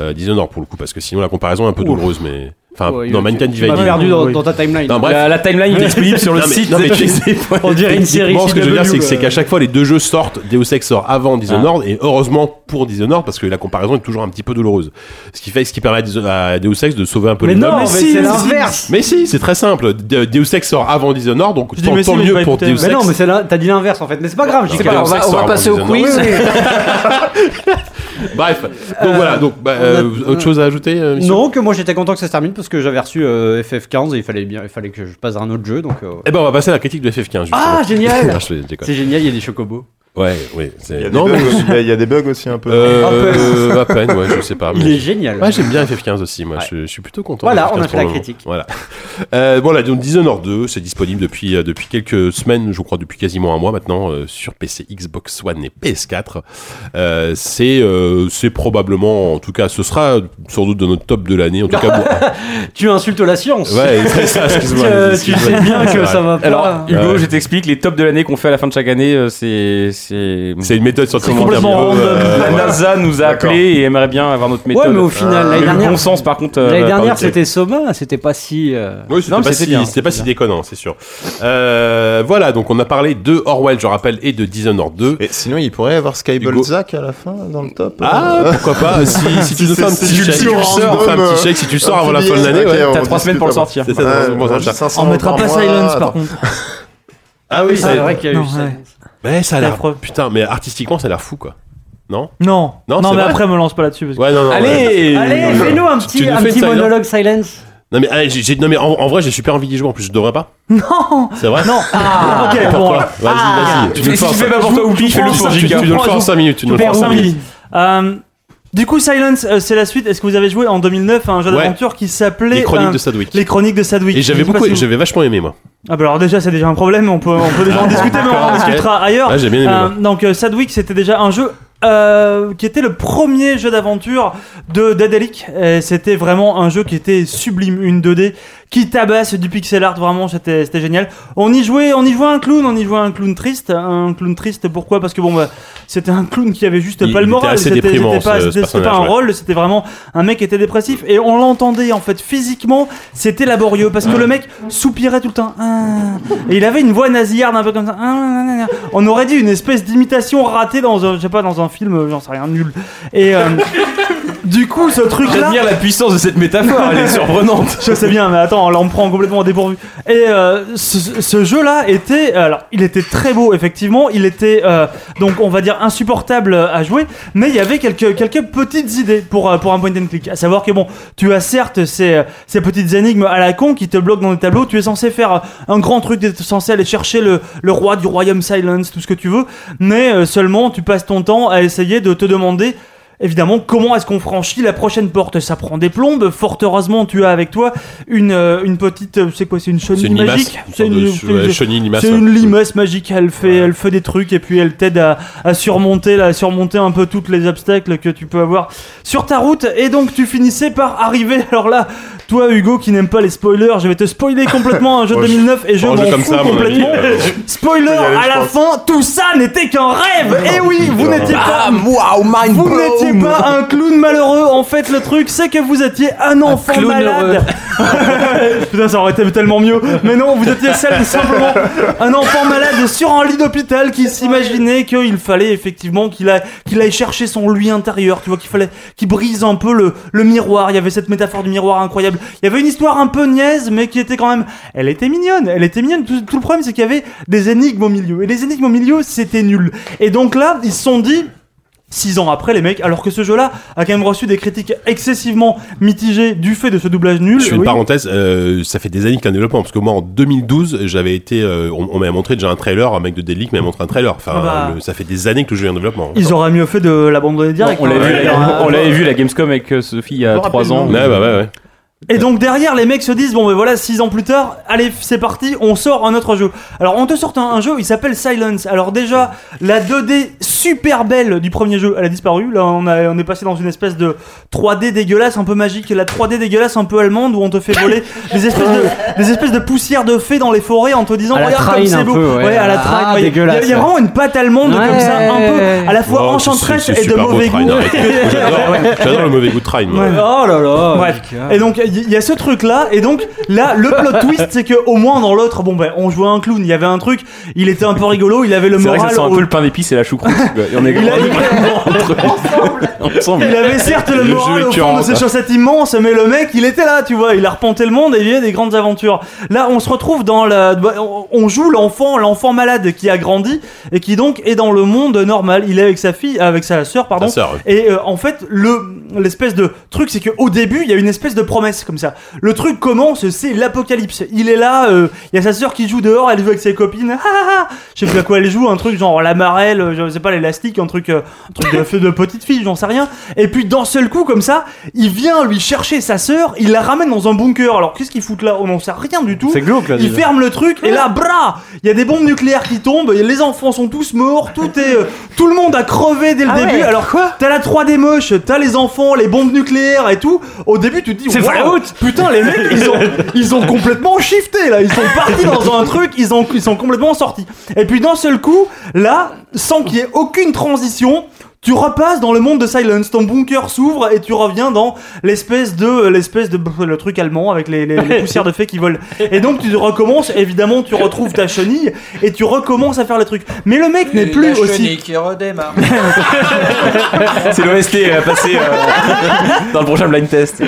S3: euh, Dishonored pour le coup, parce que sinon la comparaison est un peu douloureuse, mais enfin
S5: Ouais,
S3: non,
S5: tu-
S3: Mankind
S5: tu m'as
S3: Divided.
S5: perdu dans- dans ta timeline.
S3: Non, bref.
S5: La- la timeline est disponible sur le
S3: Non, mais-
S5: site,
S3: non, mais
S5: c'est-
S3: tu-
S5: (laughs) c'est-
S3: c'est-
S5: on dirait une série
S3: Techniquement, Ce que je veux dire,
S5: CW,
S3: c'est que c'est qu'à
S5: euh.
S3: chaque fois les deux jeux sortent, Deus Ex sort avant Dishonored et heureusement pour Dishonored parce que la comparaison est toujours un petit peu douloureuse. Ce qui fait, ce qui permet à Diso- à Deus Ex de sauver un peu
S5: Mais
S3: les
S5: non,
S3: meubles.
S5: mais si, c'est l'inverse.
S3: Mais si, c'est très simple. De- Deus Ex sort avant Dishonored, donc
S5: Je dis,
S3: tant,
S5: mais
S3: tant
S5: si, mais
S3: mieux
S5: pas
S3: pour
S5: écouté.
S3: Deus Ex.
S5: Mais non, mais c'est la- t'as dit l'inverse en fait, mais c'est pas grave.
S3: Non,
S5: j'y
S3: c'est
S5: crois.
S3: pas grave, ça, on va prendre des
S5: Oui, oui. (laughs)
S3: Bref, donc voilà, donc bah,
S5: on a-
S3: euh, autre chose à ajouter euh, Michel
S5: Non, que moi j'étais content que ça se termine parce que j'avais reçu euh, FF15 et il fallait bien, il fallait que je passe à un autre jeu donc. euh,
S3: Eh ben on va passer à la critique de FF15. justement.
S5: Ah génial
S3: (laughs) Non, je fais- je déconne.
S5: C'est génial, il y a des chocobos.
S3: Ouais, oui. c'est-
S6: Il y a des
S3: Euh, Non,
S6: bugs
S3: mais-
S6: aussi- bah, il y a des bugs aussi un peu.
S3: Euh, à peine, ouais, je sais pas.
S5: Il
S3: mais-
S5: est génial.
S3: Ouais, j'aime bien FF15 aussi, moi. Je, je suis plutôt content.
S5: Voilà,
S3: de FF15
S5: on a fait
S3: pour
S5: la
S3: le moment.
S5: critique.
S3: Voilà. (laughs) Euh, voilà, donc Dishonored 2, c'est disponible depuis, euh, depuis quelques semaines, je crois, depuis quasiment un mois maintenant, euh, sur PC, Xbox One et PS4. Euh, c'est, euh, c'est probablement, en tout cas, ce sera sans doute dans notre top de l'année. En
S5: (laughs)
S3: tout cas, moi-
S5: Tu insultes la science.
S3: Ouais, c'est ça, excuse-moi.
S5: Euh, tu sais bien
S3: C'est
S5: que
S3: vrai.
S5: ça va pas.
S7: Alors, Hugo,
S3: Ouais.
S7: je t'explique, les tops de l'année qu'on fait à la fin de chaque année, euh, c'est. C'est
S3: c'est une méthode scientifique un
S7: complètement
S3: petit peu,
S7: random.
S3: euh,
S7: La
S3: voilà.
S7: NASA nous a
S3: D'accord.
S7: appelés et aimerait bien avoir notre méthode.
S5: Ouais, mais au final,
S7: Euh,
S3: Ah,
S5: l'année
S7: le
S5: dernière-
S7: bon sens, par contre. euh,
S5: L'année
S7: par
S5: dernière
S7: lequel-
S5: c'était Soma, c'était pas si. euh,
S3: Oui, c'était
S7: Non, mais
S3: pas,
S7: c'était
S3: si,
S7: bien.
S3: c'était pas si déconnant, c'est sûr. Euh, voilà, donc on a parlé de Orwell, je rappelle, et de Dishonored 2.
S6: Et sinon, il pourrait y avoir
S3: Hugo.
S6: Skybolzak à la fin dans le top.
S3: Ah,
S6: euh.
S3: pourquoi
S6: (laughs)
S3: pas Si, si tu nous fais un
S6: c'est-
S3: petit
S6: si tu le
S3: chèque, si tu
S6: sors
S3: le sors,
S6: random,
S3: fais un
S6: euh,
S3: petit chèque si tu le sors avant la
S6: petit
S3: fin de
S6: billet,
S3: l'année.
S6: ok,
S3: ouais.
S6: on
S7: T'as trois
S6: discute
S7: semaines pour le
S6: après.
S7: sortir.
S3: C'est ça,
S6: Ouais,
S3: on va sortir.
S6: 500
S8: On mettra
S6: par
S8: pas
S6: mois,
S8: Silence par
S6: attends.
S8: contre.
S3: Ah oui,
S5: C'est
S3: c'est
S5: vrai qu'il y a eu
S8: Non,
S5: ça.
S8: ouais.
S3: Mais ça a
S8: La
S3: l'air.
S8: preuve.
S3: Putain, mais artistiquement, ça a l'air fou, quoi. Non
S8: Non,
S3: Non,
S8: non,
S3: c'est
S8: mais
S3: vrai.
S8: après me lance pas là-dessus parce que
S3: Ouais, non, non. ouais.
S7: Allez
S5: Allez, fais-nous un
S3: tu
S5: petit,
S3: nous
S5: un
S3: fais
S5: petit
S3: une silence.
S5: monologue silence.
S3: Non, mais, allez, j'ai- j'ai- non, mais en, en vrai, j'ai super envie d'y jouer en plus, je devrais pas
S8: (laughs) non.
S3: C'est vrai Non
S8: Ah, ok, bon.
S3: Pourquoi
S8: alors. Ah,
S3: Vas-y, vas-y. Tu nous le fais
S7: Et si
S3: en
S7: tu fais
S3: cinq-
S7: pas pour toi, hein. oublie,
S3: tu nous
S7: fais-le
S3: le fais
S7: pour
S3: en- tu-
S7: Giga.
S3: tu nous le fais en 5 minutes. Tu nous le fais en
S8: Super
S3: 5 minutes.
S8: Wii. Euh, du coup, Silence, euh, c'est la suite. Est-ce que vous avez joué en 2009 à un jeu
S3: Ouais.
S8: d'aventure qui s'appelait
S3: Les chroniques
S8: euh,
S3: de Sadwick.
S8: Les Chroniques de Sadwick
S3: Et j'avais
S8: Je sais pas
S3: beaucoup,
S8: si vous-
S3: j'avais vachement aimé, moi.
S8: Ah bah alors déjà c'est déjà un problème, on peut, on peut déjà en discuter, mais on en
S3: ok.
S8: discutera ailleurs.
S3: Ah, j'ai bien aimé,
S8: Euh, donc euh, Sadwick c'était déjà un jeu euh, qui était le premier jeu d'aventure de Daedalic. Et C'était vraiment un jeu qui était sublime, une 2D qui tabasse du pixel art, vraiment c'était c'était génial. On y jouait, on y jouait un clown, on y jouait un clown triste, un clown triste pourquoi Parce que bon bah, c'était un clown qui avait juste
S3: Il-
S8: pas le
S3: il était
S8: moral,
S3: assez
S8: c'était c'était
S3: déprimant,
S8: pas,
S3: ce- ce
S8: c'était- c'était pas un
S3: personnage, ouais.
S8: rôle, c'était vraiment un mec qui était dépressif et on l'entendait en fait physiquement, c'était laborieux parce que le mec soupirait tout le temps. Ah. Et il avait une voix nasillarde un peu comme ça. Ah, nan, nan, nan. On aurait dit une espèce d'imitation ratée dans un, je sais pas, dans un film, euh, j'en sais rien, nul. Et euh, Du coup, ce truc-là.
S7: J'admire la puissance de cette métaphore, elle est surprenante.
S8: Je sais bien, mais attends, là on me prend complètement au dépourvu. Et euh, ce, ce jeu-là était, alors il était très beau effectivement, il était euh, donc on va dire insupportable à jouer, mais il y avait quelques quelques petites idées pour euh, pour un point and click. À savoir que bon, tu as certes ces ces petites énigmes à la con qui te bloquent dans le tableau, tu es censé faire un grand truc, tu es censé aller chercher le le roi du royaume silence, tout ce que tu veux, mais euh, seulement tu passes ton temps à essayer de te demander évidemment comment est-ce qu'on franchit la prochaine porte ça prend des plombes fort heureusement tu as avec toi une, euh, une petite euh, c'est quoi c'est une
S3: C'est
S8: chenille
S3: une limace,
S8: magique
S3: une sorte de ch- ouais, chenille limace,
S8: c'est
S3: ouais.
S8: une limace magique elle fait elle fait des trucs et puis elle t'aide à, à surmonter là, à surmonter un peu toutes les obstacles que tu peux avoir sur ta route et donc tu finissais par arriver (laughs) alors là toi Hugo qui n'aime pas les spoilers je vais te spoiler
S3: (laughs)
S8: complètement un jeu de
S3: Oh, je-
S8: 2009 et je
S3: oh, un jeu
S8: m'en
S3: comme
S8: fous
S3: ça, à mon avis,
S8: complètement
S3: euh,
S8: (laughs)
S3: (laughs)
S8: spoiler
S3: on peut y aller,
S8: à
S3: je
S8: la
S3: pense.
S8: fin tout ça n'était qu'un rêve et oui vous
S3: Putain.
S8: n'étiez pas
S1: Bam, wow, mind
S8: vous
S1: blown.
S8: n'étiez pas un clown malheureux. En fait, le truc, c'est que vous étiez un enfant
S1: clown
S8: malade. (laughs) Putain, ça aurait été tellement mieux. Mais non, vous étiez seul, simplement un enfant malade sur un lit d'hôpital qui s'imaginait qu'il fallait effectivement qu'il a- qu'il aille chercher son lui intérieur. Tu vois, qu'il fallait qu'il brise un peu le, le miroir. Il y avait cette métaphore du miroir incroyable. Il y avait une histoire un peu niaise, mais qui était quand même. Elle était mignonne. Elle était mignonne. Tout, tout le problème, c'est qu'il y avait des énigmes au milieu. Et les énigmes au milieu, c'était nul. Et donc là, ils se sont dit. Six ans après, les mecs, alors que ce jeu-là a quand même reçu des critiques excessivement mitigées du fait de ce doublage nul.
S3: Je fais une
S8: Oui.
S3: parenthèse, euh, ça fait des années qu'il y a un développement, parce que moi en 2012, j'avais été, euh, on, on m'avait montré déjà un trailer, un mec de Delic m'avait montré un trailer. Enfin,
S8: Ah bah.
S3: le- ça fait des années que le jeu est en développement.
S8: Ils auraient mieux fait de l'abandonner direct.
S7: on
S8: hein.
S7: l'avait vu,
S8: Euh,
S7: la- on l'avait vu la Gamescom avec euh, Sophie il y a 3 ans.
S3: Ouais, bah ouais, ouais.
S8: Et donc derrière, les mecs se disent bon, ben voilà, 6 ans plus tard, allez, c'est parti, on sort un autre jeu. Alors on te sort un, un jeu, il s'appelle Silence. Alors déjà, la 2D super belle du premier jeu, elle a disparu. Là, on, a- on est passé dans une espèce de 3D dégueulasse, un peu magique, la 3D dégueulasse, un peu allemande, où on te fait
S5: (laughs)
S8: voler des espèces de, des espèces de poussière de fées dans les forêts en te disant
S5: À la
S8: regarde comme
S5: Train,
S8: c'est
S5: un
S8: beau.
S5: peu, ouais.
S8: à la
S5: Ah,
S8: train, il y a- il y, a-
S5: dégueulasse,
S8: il y a vraiment
S5: ouais.
S8: une patte allemande comme ça, un peu à la fois
S3: Wow, Oh, c'est-
S8: enchanteresse
S3: c'est- c'est
S8: et de
S3: super beau, hein.
S8: mauvais
S3: Train,
S8: goût.
S3: arrête.
S8: (laughs)
S3: J'adore j'adore le mauvais goût de Train. moi.
S8: Ouais.
S5: Oh là là.
S8: Bref. Et donc il y, y a ce truc là et donc là
S7: (laughs)
S8: le plot twist c'est que au moins dans l'autre bon ben on jouait un clown, il y avait un truc, il était un peu rigolo, il avait le
S7: C'est vrai que ça
S8: moral
S7: sent un
S8: au-
S7: peu le pain d'épices et la choucroute. quoi. Et on est
S8: (laughs) Il a-
S7: vraiment entre ensemble.
S8: il avait certes le,
S7: jeu
S8: moral
S7: est
S8: au fond
S7: curant,
S8: de ses
S7: quoi.
S8: chaussettes immenses, mais le mec, il était là, tu vois, il a repenté le monde et il y a des grandes aventures. Là, on se retrouve dans la, on- on joue l'enfant, l'enfant malade qui a grandi et qui donc est dans le monde normal. Il est avec sa fille, avec sa sœur, pardon.
S3: Ta sœur, ouais.
S8: Et euh, en fait, le l'espèce de truc, c'est que au début, il y a une espèce de promesse comme ça. Le truc commence, c'est l'apocalypse. Il est là, euh, il y a sa sœur qui joue dehors, elle joue avec ses copines. (laughs) Ah, ah, ah. je sais plus à quoi elle joue, un truc genre la marelle, euh, je sais pas l'élastique, un truc, euh, un truc de, de petite fille, j'en sais rien. Et puis d'un seul coup, comme ça, il vient lui chercher sa sœur, il la ramène dans un bunker. Alors qu'est-ce qu'il fout là On n'en sait rien du tout.
S5: C'est glauque, là,
S8: Il
S5: déjà.
S8: ferme le truc et là, bra Il y a des bombes nucléaires qui tombent, et les enfants sont tous morts, tout est, euh, tout le monde a crevé dès le
S10: Ah
S8: début.
S10: ouais.
S8: Alors quoi T'as la 3D moche, t'as les enfants, les bombes nucléaires et tout. Au début, tu te dis
S7: C'est
S8: waouh,
S7: Fallout
S8: Putain, les mecs, ils ont, ils ont complètement shifté là. Ils sont partis dans un truc, ils ont, ils sont complètement sortis. Et puis d'un seul coup, là, sans qu'il y ait aucune transition. Tu repasses dans le monde de Silence, ton bunker s'ouvre et tu reviens dans l'espèce de l'espèce de le truc allemand avec les, les- les poussières de fées qui volent. Et donc tu recommences, évidemment, tu retrouves ta chenille et tu recommences à faire les trucs. Mais le mec n'est plus aussi
S11: qui redémarre.
S7: C'est l'OST à passer euh, (laughs) dans le prochain blind test.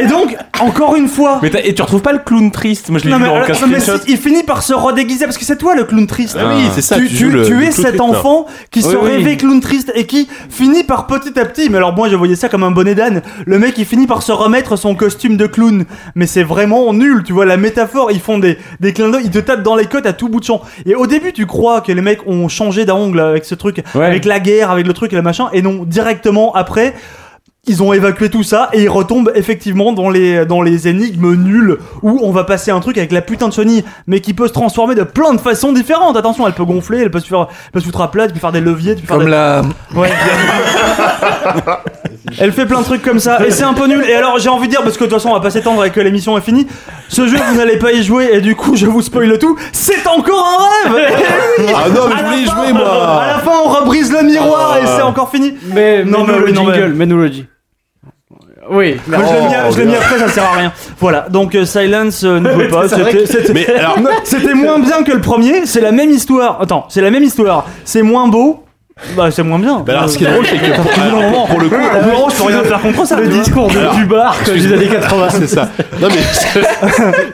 S8: Et donc encore une fois,
S7: Mais t'as- et tu retrouves pas le clown triste Moi je l'ai
S8: Non
S7: vu
S8: mais,
S7: dans le
S8: alors,
S7: casse
S8: non, mais si, il finit par se redéguiser parce que c'est toi le clown triste.
S3: Ah oui, c'est ça,
S8: Tu,
S3: tu
S8: tu-
S3: joues le-
S8: tu
S3: le
S8: es
S3: clown
S8: cet
S3: triste,
S8: enfant qui se
S7: Oui, oui.
S8: rêvait clown triste et qui finit par petit à petit. Mais alors moi je voyais ça comme un bonnet d'âne. Le mec il finit par se remettre son costume de clown. Mais c'est vraiment nul. Tu vois la métaphore. Ils font des des clins d'œil. Ils te tapent dans les côtes à tout bout de champ. Et au début tu crois que les mecs ont changé d'angle avec ce truc,
S7: Ouais.
S8: avec la guerre, avec le truc et le machin. Et non directement après ils ont évacué tout ça et ils retombent effectivement dans les, dans les énigmes nulles où on va passer un truc avec la putain de chenille mais qui peut se transformer de plein de façons différentes. Attention, elle peut gonfler, elle peut se faire, elle peut se foutre à plat, tu peux faire des leviers, tu peux
S11: Comme la.
S8: faire des... Ouais. elle fait plein de trucs comme ça et c'est un peu nul. Et alors j'ai envie de dire, parce que de toute façon on va pas s'étendre et que l'émission est finie, ce jeu vous n'allez pas y jouer et du coup je vous spoil le tout, c'est encore un rêve
S3: Ah non, mais je voulais y jouer moi
S8: À la fin on rebrise le miroir et c'est encore fini
S5: Mais
S8: Non,
S5: non,
S8: mais
S5: mais le
S8: oui, non, mais-
S5: jingle, mets-nous le jingle. Oui.
S6: Ah,
S8: Moi, je l'ai mis,
S3: Oh,
S8: à- je l'ai mis après, ça sert à rien. Voilà, donc euh, Silence euh, ne veut pas. C'était- (laughs) C'était
S3: Mais alors,
S8: c'était moins bien que le premier, c'est la même histoire. Attends, c'est la même histoire. C'est moins beau. Bah, c'est moins bien.
S3: Bah alors, ce qui est drôle, c'est que
S8: (laughs)
S3: pour-
S8: Au bout d'un
S3: alors,
S8: moment,
S3: pour le coup-
S8: au bout d'un moment, je peux rien faire contre ça.
S3: Le
S8: tu vois.
S3: discours de Alors, Dubar, quoi, des années
S5: 80.
S3: C'est ça.
S8: (laughs)
S3: Non mais,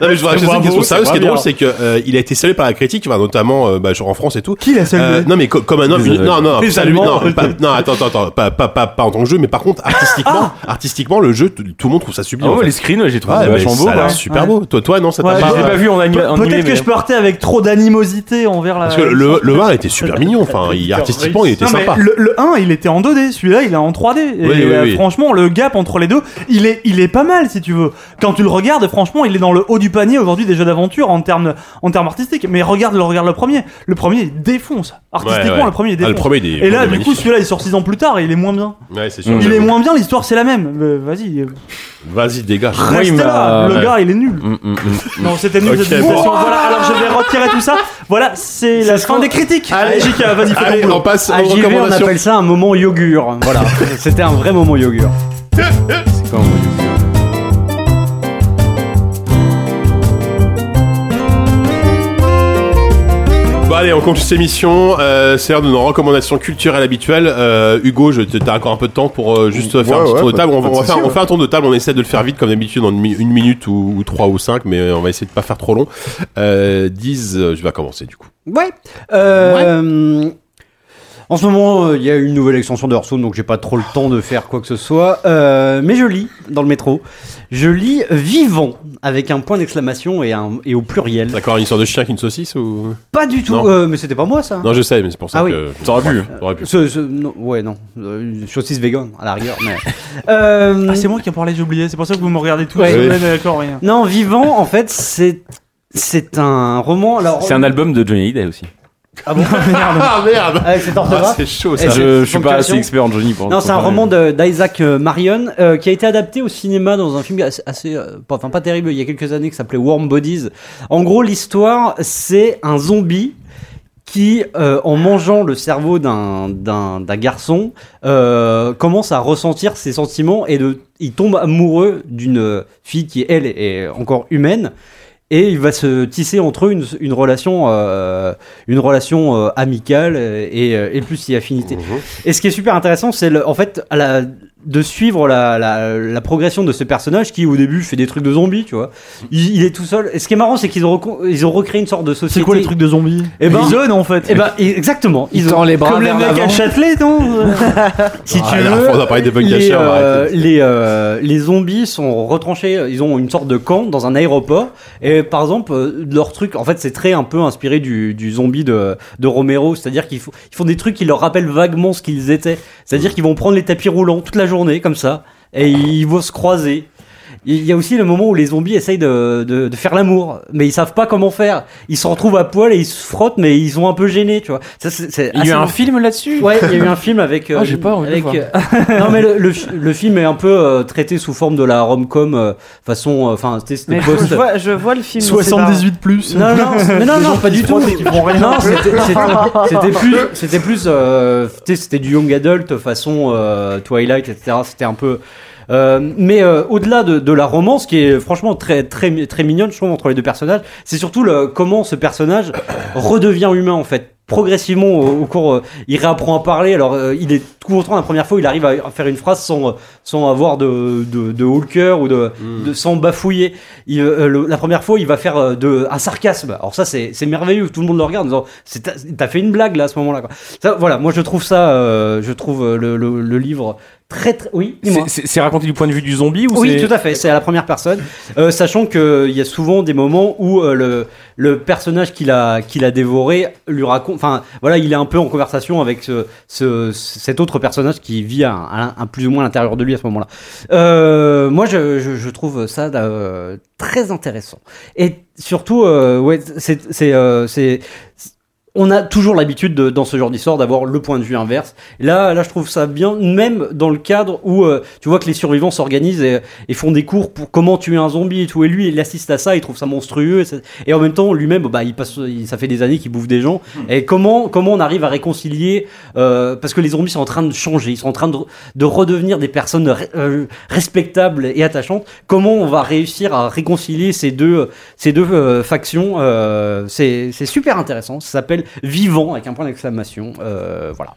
S3: non, mais je vous raconte
S4: Bravo,
S3: une question
S4: c'est
S3: sérieuse. Ce qui est
S4: bravo.
S3: drôle, c'est que euh, il a été salué par la critique, enfin, notamment euh, bah, genre en France et tout.
S4: Qui l'a salué
S3: Euh, Non mais co- comme un homme.
S4: Les
S3: une- Non non.
S4: Allemands.
S3: salué-
S4: Les
S3: non,
S4: Allemands.
S3: pas- non, attends attends attends. Pas, pas, pas, pas en tant que jeu, mais par contre artistiquement, artistiquement le jeu, tout tout le monde trouve ça sublime.
S7: Ah
S3: en
S7: ouais,
S3: fait.
S7: les screens, ouais, j'ai trouvé ça
S3: mais
S7: vachement beau,
S3: Ça a l'air
S7: ouais.
S3: super
S7: hein. Ouais.
S3: beau. Toi toi non, ça t'a
S7: Ouais,
S3: pas.
S7: je l'ai pas vu en anime- hein. en
S8: Pe-
S7: animé,
S8: bah, Peut-être que
S7: mais-
S8: je partais avec trop d'animosité envers la.
S3: Parce que le le var était super mignon.
S7: (laughs)
S3: Enfin, il- artistiquement, il était
S8: Non, mais
S3: sympa.
S8: Le, le 1, il était en 2D, celui-là, il est en 3D. Et
S3: Oui, oui,
S8: euh,
S3: oui.
S8: franchement, le gap entre les deux, il est, il est pas mal si tu veux. Quand tu le regardes, franchement, il est dans le haut du panier aujourd'hui des jeux d'aventure en termes, en termes artistiques. Mais regarde le, regarde le premier. Le premier, il défonce. Artistiquement,
S3: Ouais, ouais.
S8: le premier, il
S3: Ah,
S8: défonce.
S3: le premier, il est-
S8: et
S3: il est
S8: là, du coup,
S3: magnifique.
S8: celui-là, il sort 6 ans plus tard et il est moins bien.
S3: Ouais, c'est sûr.
S8: il est moins bien, l'histoire, c'est la même. Mais Vas-y. euh,
S3: Vas-y dégage.
S8: Reste là, le gars il est nul.
S3: Mm,
S8: Non, c'était nul
S3: Ok,
S8: cette
S3: bon.
S8: discussion. Voilà, alors je vais retirer tout ça. Voilà, c'est la fin des critiques. Allez, JK, vas-y, fais ton boulot.
S5: À JV, on appelle ça un moment yogurt. Voilà, c'était un vrai moment yogurt.
S7: C'est quoi un moment yogurt
S3: Bon allez, on conclut cette émission. Euh, c'est l'heure de nos recommandations culturelles habituelles. Euh, Hugo, je te- t'as encore un peu de temps pour euh, juste faire un petit
S6: ouais,
S3: tour de
S6: pas-
S3: table. On, va-
S6: pas de
S3: on va faire,
S6: souci,
S3: on
S6: ouais.
S3: fait un tour de table. On essaie de le faire vite comme d'habitude en une, mi- une minute ou, ou trois ou cinq, mais euh, on va essayer de pas faire trop long. Euh, 10, euh, je vais commencer du coup.
S5: Ouais. Euh, En ce moment, euh, il y a une nouvelle extension de Hearthstone, donc j'ai pas trop le temps de faire quoi que ce soit. Euh, mais je lis dans le métro. Je lis vivant avec un point d'exclamation et, un- et au pluriel.
S3: D'accord, une histoire de chien qui une saucisse ou
S5: Pas du tout.
S3: Non.
S5: euh, mais c'était pas moi ça.
S3: Non, je sais, mais c'est pour ça
S5: Ah oui.
S3: que
S7: T'aurais pu.
S3: T'aurais pu.
S5: Ce- ce- non, ouais, non. Euh, Une saucisse vegan à la rigueur. Mais... Euh,
S8: Ah, c'est moi qui en parlais, j'ai oublié. C'est pour ça que vous me regardez tout.
S5: Ouais.
S8: Ouais,
S5: Oui.
S8: ouais, d'accord, rien.
S5: Non, vivant, en fait, c'est c'est un roman. Alors, euh,
S7: C'est un album de Johnny Hallyday aussi.
S8: (laughs)
S5: Ah bon
S3: Ah merde.
S5: Avec cette
S3: Ah,
S5: orthographe.
S3: c'est
S8: Eh,
S3: chaud
S5: Et
S3: ça.
S5: c'est-
S7: Je, je suis pas
S5: ponctuation.
S7: assez expert en Johnny pour. hein,
S5: Non, c'est un
S7: comparer.
S5: roman de- d'Isaac euh, Marion euh, qui a été adapté au cinéma dans un film assez, assez, euh, pas- enfin pas terrible, il y a quelques années qui s'appelait Warm Bodies. En gros, l'histoire, c'est un zombie qui, euh, en mangeant le cerveau d'un- d'un d'un garçon, euh, commence à ressentir ses sentiments et de, il tombe amoureux d'une euh, fille qui, elle, est encore humaine. Et il va se tisser entre eux une, une relation, euh, une relation euh, amicale et, euh, et plus si affinité. Et ce qui est super intéressant, c'est le- en fait à la- de suivre la, la- la progression de ce personnage qui au début fait des trucs de zombies, tu vois. Il, il est tout seul. Et ce qui est marrant, c'est qu'ils ont, reco- ils ont recréé une sorte de société.
S8: C'est quoi les trucs de zombies
S5: Eh ben-
S8: Zone en fait.
S5: Eh ben, et- exactement.
S11: Il
S5: Ils ont,
S11: tend les bras
S8: Comme les
S11: vers
S8: mecs
S11: l'avant.
S8: à Châtelet,
S11: (laughs)
S3: (laughs)
S8: non
S5: Euh, si tu
S3: Ah, là,
S5: veux,
S3: on a parlé des bugs
S5: les,
S3: cachés, on va
S5: euh,
S3: arrêter.
S5: les, euh, les zombies sont retranchés. euh, Ils ont une sorte de camp dans un aéroport. Et par exemple, euh, leur truc, en fait, c'est très un peu inspiré du, du zombie de, de Romero. C'est-à-dire qu'ils font, ils font des trucs qui leur rappellent vaguement ce qu'ils étaient.
S3: Mm.
S5: C'est-à-dire qu'ils vont prendre les tapis roulants toute la journée, comme ça. Et ils vont se croiser. Il y a aussi le moment où les zombies essayent de, de, de faire l'amour, mais ils savent pas comment faire. Ils se retrouvent à poil et ils se frottent, mais ils sont un peu gênés, tu vois. Ça, c'est- c'est
S7: Il y a eu
S5: assez
S7: un film là-dessus
S5: Ouais, il y a eu un film avec. euh,
S7: Ah, j'ai pas envie de
S5: avec,
S7: voir. (laughs)
S5: euh, non, mais le, le, fi- le film est un peu euh, traité sous forme de la rom-com, euh, façon. Enfin, c'était c'était
S10: Mais je,
S5: post.
S10: je vois, je vois le film. c'est
S8: plus.
S5: Non,
S8: (laughs)
S5: non, mais non,
S8: Les
S5: non,
S8: gens
S5: pas
S8: qui
S5: du
S8: se
S5: tout.
S8: frottent et qui font rien.
S5: Non,
S8: (laughs)
S5: c'était- c'était c'était plus, c'était plus, euh, tu sais, c'était du young adult façon euh, Twilight, etc. C'était un peu. euh, mais euh, au-delà de, de la romance, qui est franchement très très mi- très mignonne, je trouve entre les deux personnages, c'est surtout le, comment ce personnage (coughs) redevient humain en fait. Progressivement au, au cours, euh, il réapprend à parler. Alors euh, il est tout autant la première fois, il arrive à faire une phrase sans euh, sans avoir de de, de haut le cœur ou de, de sans bafouiller. Il, euh, le- la première fois, il va faire euh, de, un sarcasme. Alors ça, c'est c'est merveilleux. Tout le monde le regarde en disant, C'est ta- t'as fait une blague là à ce moment-là. quoi. Ça, voilà, moi je trouve ça, euh, je trouve euh, le, le- le livre très très. Oui, dis-moi.
S7: C'est- C'est c'est raconté du point de vue du zombie ou
S5: Oui,
S7: c'est-
S5: tout à fait. C'est à la première personne, Euh, sachant que il y a souvent des moments où euh, le le personnage qu'il a qu'il a dévoré lui raconte. Enfin, voilà, il est un peu en conversation avec ce, ce- cet autre personnage qui vit à, à- à plus ou moins à l'intérieur de lui à ce moment-là. Euh, moi, je, je, je trouve ça euh, très intéressant. Et surtout, euh, ouais, c'est c'est euh, c'est on a toujours l'habitude de- dans ce genre d'histoire d'avoir le point de vue inverse. Là, là, je trouve ça bien, même dans le cadre où euh, tu vois que les survivants s'organisent et, et font des cours pour comment tuer un zombie et tout. Et lui, il assiste à ça, il trouve ça monstrueux. Et, ça- et en même temps, lui-même, bah, il passe, il- ça fait des années qu'il bouffe des gens. Et comment, comment on arrive à réconcilier euh, Parce que les zombies sont en train de changer, ils sont en train de, de redevenir des personnes re- euh, respectables et attachantes. Comment on va réussir à réconcilier ces deux, ces deux euh, factions euh, C'est c'est super intéressant. Ça s'appelle Vivant avec un point d'exclamation. Euh, voilà.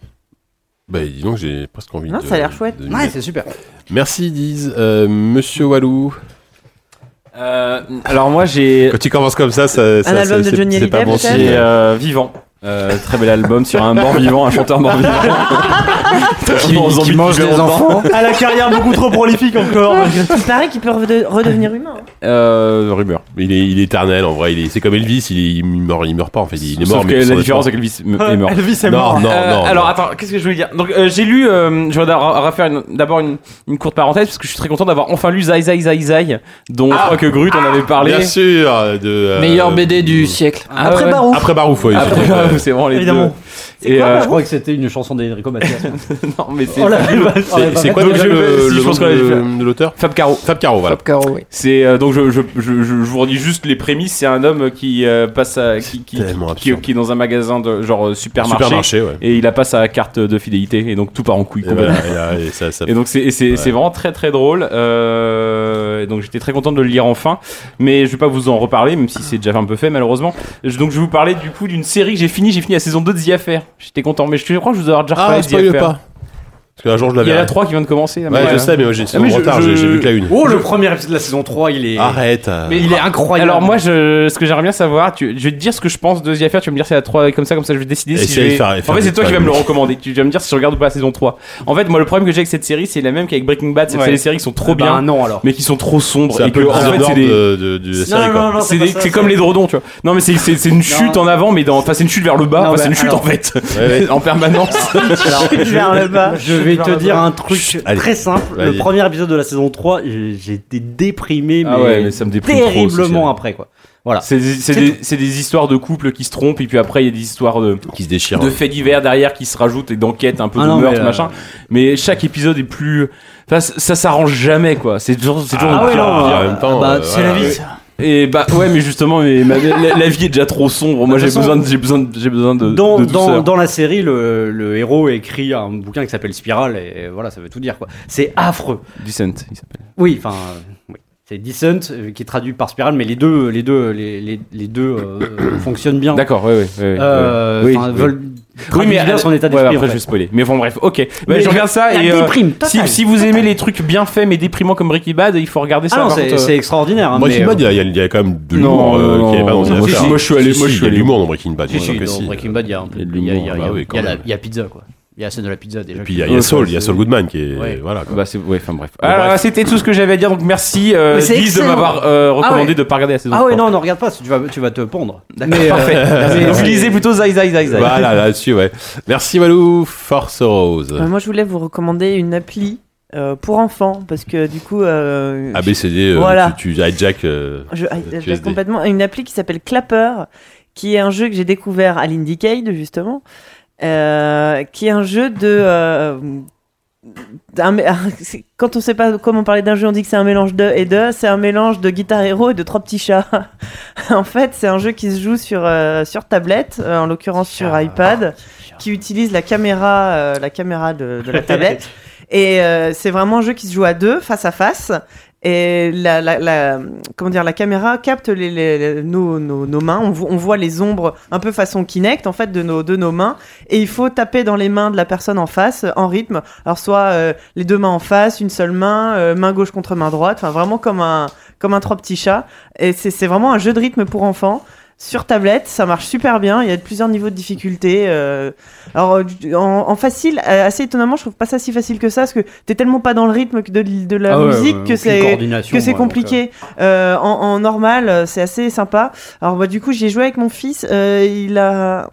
S3: Bah, dis donc, j'ai presque envie
S10: Non,
S3: de.
S10: ça a l'air chouette.
S3: de-
S10: Ouais, c'est super.
S3: Merci, Diz. Euh, Monsieur Walou.
S7: Euh, alors, moi, j'ai.
S3: Quand tu commences comme ça, ça, ça-
S10: album
S3: ça-
S10: de
S3: c'est-
S10: Johnny
S3: c'est pas
S10: Hallyday,
S3: bon
S10: peut-être
S3: signe.
S7: Et euh, Vivant. Euh, très bel album sur un mort-vivant, un chanteur mort-vivant.
S3: (laughs)
S11: Qui-
S7: Vraiment
S11: qui
S7: zombie
S11: mange
S7: depuis
S11: des
S7: longtemps.
S5: (laughs)
S11: enfants.
S8: À la carrière beaucoup trop prolifique encore.
S10: Il paraît qu'il peut rede- redevenir humain. hein.
S7: Euh, rumeur.
S3: Il est, il est éternel en vrai. Il est, c'est comme Elvis. Il, est- il meurt, il meurt pas en fait. Il est
S7: Sauf
S3: mort.
S7: que
S3: mais
S7: la
S3: son
S7: différence, c'est
S3: esprit-
S7: qu'Elvis m- est mort. Elvis est
S3: non, (laughs)
S7: mort.
S3: Non,
S7: Euh,
S3: non,
S7: alors, attends, qu'est-ce que je voulais dire Donc, euh, j'ai lu. euh, je vais d'abord refaire une- d'abord une, une courte parenthèse parce que je suis très content d'avoir enfin lu Zai Zai Zai Zai, dont je crois que Grut en avait parlé.
S3: Bien sûr. De, euh,
S11: Meilleur BD du siècle.
S7: Ah ouais.
S3: Après Barouf, ouais,
S7: Après
S3: surtout,
S7: Barouf,
S3: ouais.
S7: c'est vraiment les
S5: Évidemment.
S7: deux. Et, euh,
S5: Je crois que c'était une chanson d'Enrico (laughs) Macias.
S7: (laughs) non, mais c'est.
S5: Oh là, elle va-
S7: C'est-
S3: bah,
S5: elle va-
S7: C'est quoi
S5: Donc,
S7: déjà
S5: je
S7: le,
S5: vais-
S7: le
S5: si, je
S7: nom
S5: pense qu'on l'a
S7: de-
S5: déjà
S3: de l'auteur
S7: Fab Caro.
S3: Fab Caro, voilà.
S11: Caro, oui.
S7: C'est euh, donc je, je, je, je- je vous redis juste les prémices. C'est un homme qui euh, passe à, qui, qui,
S3: tellement
S7: qui- qui est dans un magasin de genre euh, supermarché,
S3: Supermarché, ouais.
S7: et il a pas sa carte de fidélité et donc tout part en couille.
S3: Et
S7: complètement.
S3: voilà, et là, et ça- ça-
S7: Et donc c'est et c'est- c'est vraiment très très drôle. Euh, et donc j'étais très content de le lire enfin, mais je vais pas vous en reparler, même si c'est déjà un peu fait malheureusement. Je- donc je vais vous parler du coup d'une série que j'ai fini. J'ai fini la saison 2 de The Affair. J'étais content, mais je crois que je vous aurais déjà
S3: Ah,
S7: reparlé de The
S3: spoil
S7: Affair.
S3: pas. Parce qu'un jour je
S7: Il
S3: l'avais.
S7: y en a la 3 qui vient de commencer. là,
S3: Ouais,
S7: mais-
S3: je sais, mais moi, j'ai-
S7: Ah,
S3: c'est en
S7: je-
S3: retard,
S7: je-
S3: j'ai- j'ai vu que la une.
S5: Oh, le premier épisode de la saison 3, il est.
S3: Arrête. euh.
S7: Mais
S5: il est incroyable.
S7: Alors moi, je, ce que j'aimerais bien savoir, tu, je vais te dire ce que je pense de The Affair, tu vas me dire c'est la 3 comme ça, comme ça je vais décider si je
S3: Essaye
S7: vais...
S3: de faire- faire
S7: En fait,
S3: des
S7: c'est toi qui vas me le
S3: trucs.
S7: recommander, tu vas me dire si je regarde ou pas la saison 3. En fait, moi, le problème que j'ai avec cette série, c'est la même qu'avec Breaking Bad, c'est que
S5: Ouais.
S7: c'est des séries qui sont trop
S5: Ah bah,
S7: bien,
S5: non, alors.
S7: mais qui sont trop sombres,
S3: C'est un
S7: et
S3: peu
S7: que
S3: le
S7: en fait,
S3: Dishonored
S7: c'est des...
S3: de, de, de la
S5: Non,
S3: série,
S5: non,
S3: quoi.
S5: non, non,
S7: C'est
S5: pas
S7: des-
S5: ça,
S7: c'est comme les Drodons, tu vois. Non, mais c'est- c'est c'est une chute en avant, mais dans, enfin, c'est une chute vers le bas.
S5: Non,
S7: Enfin,
S5: bah,
S7: c'est une chute
S5: alors-
S7: en fait,
S3: Ouais, ouais.
S7: (laughs) en permanence.
S5: Alors, je,
S10: vers le bas.
S5: je vais te dire un truc
S3: Chut, allez.
S5: très simple. Le
S3: Vas-y.
S5: premier épisode de la saison 3, j'ai j'ai été déprimé, mais,
S7: Ah ouais, mais ça me déprime trop, ce
S5: terriblement
S7: série.
S5: après, quoi. Voilà.
S7: Ah. C'est des, c'est des- c'est des histoires de couples qui se trompent, et puis après, il y a des histoires de.
S3: Qui se déchire.
S7: de faits divers derrière qui se rajoutent et d'enquêtes un peu
S5: Ah
S7: de
S5: non,
S7: meurtre
S5: mais, euh,
S7: machin mais chaque épisode est plus enfin, ça, ça s'arrange jamais quoi c'est toujours c'est toujours
S3: Ah
S7: le
S3: ouais,
S7: pire.
S3: non,
S5: euh,
S3: en même temps,
S5: bah,
S3: euh,
S5: c'est la
S3: voilà,
S5: vie.
S3: ouais.
S5: ça.
S7: et bah ouais mais justement mais ma- la, la vie est déjà trop
S5: Bah,
S7: sombre moi j'ai besoin de- j'ai besoin de- j'ai besoin de,
S5: Dans,
S7: de
S5: dans,
S7: douceur.
S5: dans la série, le, le héros écrit un bouquin qui s'appelle Spirale, et voilà, ça veut tout dire, quoi. C'est affreux.
S7: Descent, il s'appelle
S5: Oui, enfin, euh, oui. c'est Decent euh, qui est traduit par Spirale, mais les deux, les deux, les, les, les deux
S7: (coughs)
S5: euh, fonctionnent bien.
S7: d'accord ouais ouais, ouais, ouais.
S5: Euh,
S7: oui,
S5: enfin,
S7: oui.
S5: veulent
S7: Oui, euh,
S5: traduisent bien son état
S7: ouais,
S5: d'esprit.
S7: après,
S5: en fait.
S7: je vais spoiler. Mais bon, bref, ok. Bah,
S5: Mais
S7: je regarde ça
S5: la
S7: et. euh,
S5: déprime
S7: si,
S5: totale.
S7: si vous aimez les trucs bien faits mais déprimants comme Breaking Bad, il faut regarder ça.
S5: Ah non,
S7: par
S5: c'est
S7: contre, euh,
S5: c'est extraordinaire. hein,
S3: Breaking
S5: mais,
S3: Bad, il y a- il y, a- il y a quand même de l'humour
S7: Non,
S3: euh,
S7: non,
S3: qu'il n'y avait pas dans
S7: non,
S3: The
S7: moi,
S3: Affair.
S7: je- moi, je suis allé-
S3: Si,
S7: moi, je
S3: si,
S7: suis
S3: Il y a
S7: allé.
S3: de l'humour dans Breaking Bad.
S5: Si,
S3: je crois
S5: si,
S3: que
S5: dans
S3: si.
S5: Breaking Bad, il y a un peu.
S7: euh, il y a de
S5: Il y a- il y a-
S7: l'humour,
S5: il y a-
S3: bah oui,
S5: il
S3: quand
S5: y a la-
S3: même.
S5: il y a pizza, quoi. Il y a la scène de la pizza déjà.
S3: Et puis il y a- il y
S7: Ouais,
S3: a Saul, il y a
S7: c'est-
S3: Saul Goodman qui est.
S5: Ouais.
S3: Voilà quoi.
S7: Bah c'est ouais, enfin bref.
S3: Bon, bref.
S7: Ah, C'était tout ce que j'avais à dire, donc merci euh,
S5: Mais c'est
S7: Guise de
S5: excellent.
S7: m'avoir euh, recommandé
S5: Ah ouais.
S7: de pas regarder la saison.
S5: Ah ouais,
S7: 3.
S5: non, non, regarde pas, tu vas, tu vas te pondre. euh,
S7: Mais,
S5: (laughs)
S7: Parfait. Donc lisez plutôt Zai Zai Zai Zai.
S3: Voilà, là-dessus, ouais. Merci Malou, Force Rose.
S10: Euh, moi, je voulais vous recommander une appli euh, pour enfants parce que du coup, euh,
S3: ABCD, euh,
S10: Voilà.
S3: tu, tu hijack. euh,
S10: je, ah,
S3: tu
S10: j'ai
S3: SD.
S10: complètement une appli qui s'appelle Clapper, qui est un jeu que j'ai découvert à l'Indiecade justement, euh, qui est un jeu de euh, (laughs) d'un- c'est- quand on sait pas comment parler d'un jeu, on dit que c'est un mélange de et de. C'est un mélange de Guitar Hero et de trois petits chats. (laughs) en fait, c'est un jeu qui se joue sur euh, sur tablette, euh, en l'occurrence sur iPad, qui utilise la caméra euh, la caméra de, de la tablette. Et euh, c'est vraiment un jeu qui se joue à deux, face à face. Et la, la, la- comment dire, la caméra capte les, les- les- nos, nos, nos mains. On, vo- on voit les ombres un peu façon Kinect en fait de nos, de nos mains. Et il faut taper dans les mains de la personne en face euh, en rythme. Alors soit euh, les deux mains en face, une seule main, euh, main gauche contre main droite. Enfin vraiment comme un comme un trois petits chats. Et c'est c'est vraiment un jeu de rythme pour enfants. Sur tablette, ça marche super bien. Il y a plusieurs niveaux de difficulté. euh, alors, euh, du- en, en facile, euh, assez étonnamment, je trouve pas ça si facile que ça, parce que t'es tellement pas dans le rythme que de, de la
S5: Ah
S10: musique que c'est que c'est compliqué. Euh, en, en normal, euh, c'est assez sympa. Alors bah, du coup, j'ai joué avec mon fils. euh, il a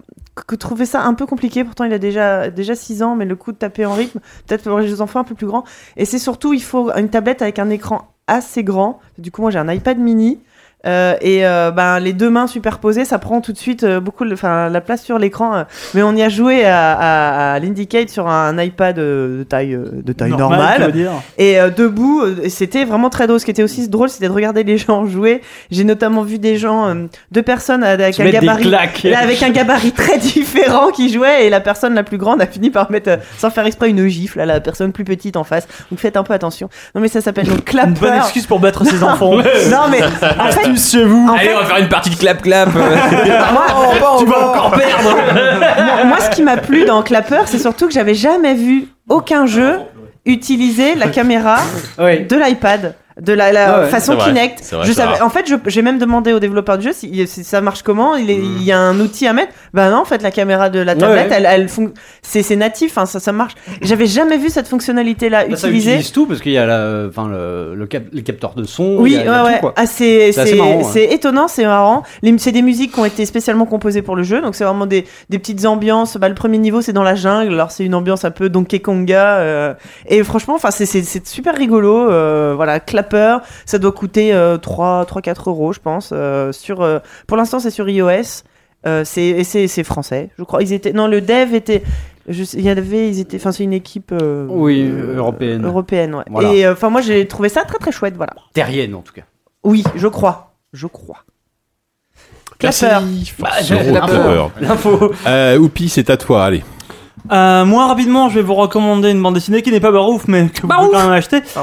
S10: c- trouvé ça un peu compliqué. Pourtant, il a déjà déjà 6 ans, mais le coup de taper en rythme, peut-être pour les enfants un peu plus grands. Et c'est surtout, il faut une tablette avec un écran assez grand. Du coup, moi, j'ai un iPad mini. euh, et euh, ben, les deux mains superposées, ça prend tout de suite euh, beaucoup, le- enfin la place sur l'écran. euh. mais on y a joué à, à, à l'Indicate sur un iPad euh, de taille euh, de taille normale.
S8: tu veux dire.
S10: Et euh, debout, euh, c'était vraiment très drôle. Ce qui était aussi drôle, c'était de regarder les gens jouer. J'ai notamment vu des gens, euh, deux personnes avec un gabarit. Là, avec un gabarit très différent qui jouait et la personne la plus grande a fini par mettre, euh, sans faire exprès, une gifle à la personne plus petite en face. Donc faites un peu attention. Non mais ça s'appelle donc
S8: Une bonne
S10: clapper.
S8: (laughs) excuse pour battre ses enfants.
S10: Non mais en fait
S7: plus chez vous. Allez, on va faire une partie de clap (laughs) clap.
S10: tu vas encore perdre. moi, moi, ce qui m'a plu dans Clapper, c'est surtout que j'avais jamais vu aucun jeu utiliser la caméra de l'iPad. De la, la
S12: Ouais, ouais.
S10: façon
S12: C'est vrai,
S10: Kinect.
S12: c'est vrai,
S10: je
S12: c'est
S10: savais,
S12: rare.
S10: en fait, je- j'ai même demandé au développeur du jeu si, si ça marche comment. Il, est-
S12: Hmm.
S10: il y a un outil à mettre. Bah non, en fait, la caméra de la tablette,
S5: Ouais, ouais.
S10: elle, elle fon- c'est c'est natif, hein, ça, ça marche. J'avais jamais vu cette fonctionnalité-là
S5: Bah, ça
S10: utilisée.
S5: utilise tout parce qu'il y a la, euh, enfin, le, le cap- les capteurs de son.
S10: Oui,
S5: il y a- il y a
S10: ouais,
S5: tout,
S10: ouais.
S5: quoi.
S10: Ah, c'est
S5: C'est assez
S10: c'est-
S5: marrant, ouais.
S10: c'est étonnant, c'est marrant. Les- C'est des musiques qui ont été spécialement composées pour le jeu, donc c'est vraiment des, des petites ambiances. Bah, le premier niveau, c'est dans la jungle, alors c'est une ambiance un peu Donkey Konga. euh, et franchement, enfin, c'est- c'est c'est super rigolo. euh, voilà, Clapper, ça doit coûter euh, 3-4 euros, je pense. euh, sur, euh, pour l'instant, c'est sur iOS. euh, c'est et c'est c'est français, je crois. Ils étaient non, le dev était. Je sais- il y avait, ils étaient. Enfin, c'est une équipe. euh,
S5: Oui,
S10: euh,
S5: européenne.
S10: Européenne, ouais.
S5: Voilà.
S10: Et euh, enfin, moi, j'ai trouvé ça très très chouette, voilà.
S5: Terrienne en tout cas.
S10: Oui, je crois. Je crois.
S3: Clapper.
S8: L'info.
S3: Euh, Oupi, c'est à toi, allez.
S8: Euh, moi, rapidement, je vais vous recommander une bande dessinée qui n'est pas barouf, mais que vous pouvez quand même acheter.
S3: Ah,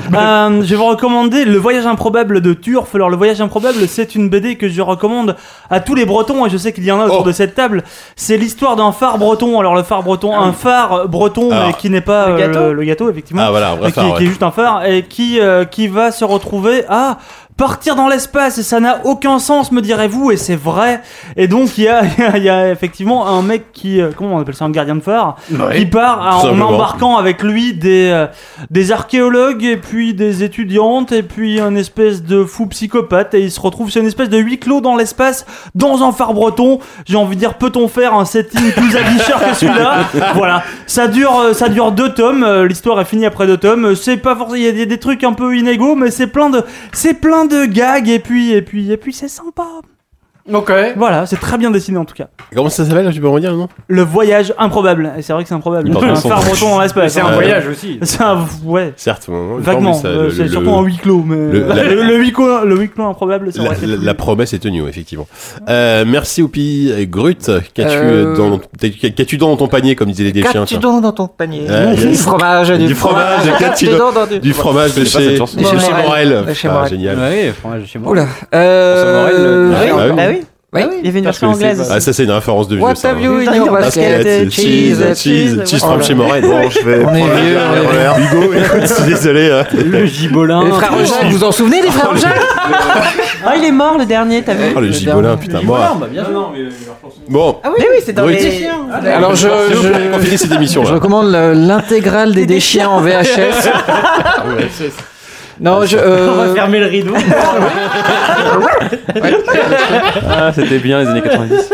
S8: Euh, je vais vous recommander Le Voyage Improbable de Turf. Alors, Le Voyage Improbable, c'est une BD que je recommande à tous les Bretons, et je sais qu'il y en a
S3: Oh.
S8: autour de cette table. C'est l'histoire d'un phare breton. Alors, le phare breton, un phare breton,
S3: Ah.
S8: mais qui n'est pas
S3: Le
S8: euh,
S3: gâteau
S8: le, le gâteau, effectivement.
S3: Ah, voilà, un vrai
S8: Euh, qui,
S3: phare,
S8: qui
S3: ouais.
S8: est juste un phare, et qui, euh, qui va se retrouver à partir dans l'espace et ça n'a aucun sens me direz-vous et c'est vrai et donc il y a, (laughs) il y a effectivement un mec qui euh, comment on appelle ça un gardien de phare
S5: Ouais.
S8: qui part à-
S5: Tout
S8: en
S5: simplement.
S8: embarquant avec lui des, euh, des archéologues et puis des étudiantes et puis un espèce de fou psychopathe et il se retrouve c'est une espèce de huis clos dans l'espace dans un phare breton j'ai envie de dire peut-on faire un setting plus aguicheur
S5: (laughs)
S8: que celui-là voilà ça dure euh, ça dure deux tomes euh, l'histoire est finie après deux tomes Euh, c'est pas forcément il y a des- des trucs un peu inégaux mais c'est plein de c'est plein de gags et puis et puis et puis c'est sympa
S5: Ok.
S8: Voilà, c'est très bien dessiné en tout cas.
S3: Comment ça s'appelle Tu peux me redire le nom
S8: Le voyage improbable. Et c'est vrai que c'est improbable.
S3: Il parle de
S8: Un
S3: son-
S8: phare breton dans l'espace.
S3: C'est un
S7: Euh,
S8: hein.
S3: voyage aussi.
S8: C'est un ouais.
S3: Certes, on- on-
S8: Vaguement,
S3: mais ça,
S8: euh,
S3: le-
S8: c'est
S3: le-
S8: surtout en huis clos, mais
S3: le-
S8: le,
S3: la-
S8: (laughs) le huis clos, le huis clos improbable, c'est
S3: La,
S8: vrai.
S3: la- la promesse est tenue, effectivement. Euh, merci Oupi Et Grut. Qu'as-tu
S9: Euh,
S3: dans, tu dans ton panier, comme disaient les des chiens
S9: Quatre dents dans ton panier.
S3: Ah,
S9: du
S3: yes.
S9: fromage, du,
S3: Du fromage, quatre
S9: des
S3: dents.
S9: dents dans du-
S3: Du fromage de
S9: Je sais pas
S3: chez,
S9: cette
S3: de
S9: chanson.
S3: chez
S9: Chez
S3: Morel.
S9: Morel. Chez
S3: Ah,
S9: Morel.
S3: génial.
S5: Ouais, fromage chez moi.
S9: Oula. Euh,
S3: Morel,
S9: oui,
S3: ah,
S9: encore.
S3: bah oui.
S9: Oui.
S10: Il y avait une
S3: Ah, je
S10: version
S3: connaissais
S10: anglaise.
S3: pas. Ah, ça, c'est une référence de vieux.
S9: What
S3: ça,
S9: have
S3: hein.
S9: you in your basket?
S3: cheese,
S9: Cheese,
S3: cheese,
S9: cheese.
S3: cheese from
S9: Voilà.
S3: chez Morel.
S9: Bon,
S3: je vais
S9: On est prendre vieux,
S3: le Hugo, écoute, je suis désolé.
S5: Le gibolin.
S9: Les frères Jacques, vous en souvenez, les frères Jacques
S10: Ah, il est mort le dernier, t'as vu
S3: Oh, le gibolin, putain, moi.
S5: bah,
S3: Bon.
S10: Ah oui, mais oui, c'est dans
S3: Brut.
S9: (laughs)
S10: les.
S9: Alors je,
S3: S'il vous plaît,
S9: je-
S3: on finit cette émission, là.
S9: je recommande le- l'intégrale des déchiens en VHS. (laughs)
S5: Ah
S9: Non, je.
S5: On va
S9: euh,
S5: fermer le rideau.
S7: Ah, c'était bien les années 90.
S5: (laughs)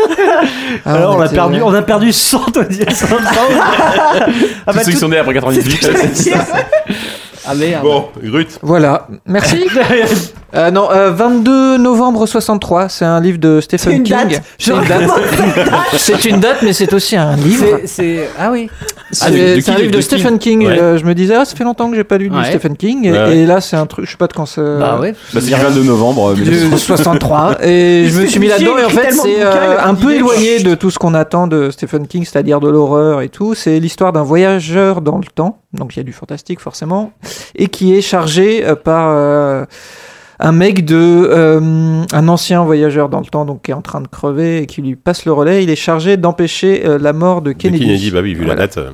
S9: Ah,
S5: Alors on a
S9: était-
S5: perdu, on a perdu 100
S8: (laughs)
S5: audiences.
S7: Tous
S5: bah
S7: ceux qui sont nés après euh, 98.
S5: Ah merde.
S3: Bon, Grut.
S9: Voilà,
S5: (laughs)
S9: merci. Euh, non, euh, 22 novembre 63, c'est un livre de Stephen
S10: C'est une
S9: King.
S10: date.
S9: C'est une
S10: Je
S9: date.
S10: recommande cette date.
S9: C'est une date, mais c'est aussi un livre.
S5: C'est ah oui.
S9: C'est
S5: Ah, de- de
S9: c'est
S5: qui,
S9: un
S5: de-
S9: livre de,
S5: de
S9: Stephen
S5: King
S9: King.
S5: Ouais.
S9: euh, je me disais, ah, ça fait longtemps que j'ai pas lu du
S5: Ouais.
S9: Stephen King. Et,
S7: Ouais, ouais.
S9: et là, c'est un truc, je sais pas de quand ça.
S5: Bah ouais.
S7: Bah, c'est le 22
S6: euh,
S7: novembre.
S9: Du (laughs)
S7: 1963.
S9: 63 et
S10: Il
S9: je
S10: se
S9: me
S10: fait
S9: suis mis
S10: chier,
S9: là-dedans
S10: il
S9: et en
S10: écrit
S9: fait
S10: tellement de
S9: c'est
S10: bouquins, il
S9: euh,
S10: a
S9: un
S10: plus
S9: peu
S10: d'idées.
S9: éloigné de tout ce qu'on attend de Stephen King c'est-à-dire de l'horreur et tout c'est l'histoire d'un voyageur dans le temps donc il y a du fantastique forcément et qui est chargé euh, par euh, un mec de euh, un ancien voyageur dans le temps donc qui est en train de crever et qui lui passe le relais il est chargé d'empêcher euh, la mort de
S3: Kennedy.
S9: Kennedy,
S3: Kennedy, bah oui, vu la date. euh,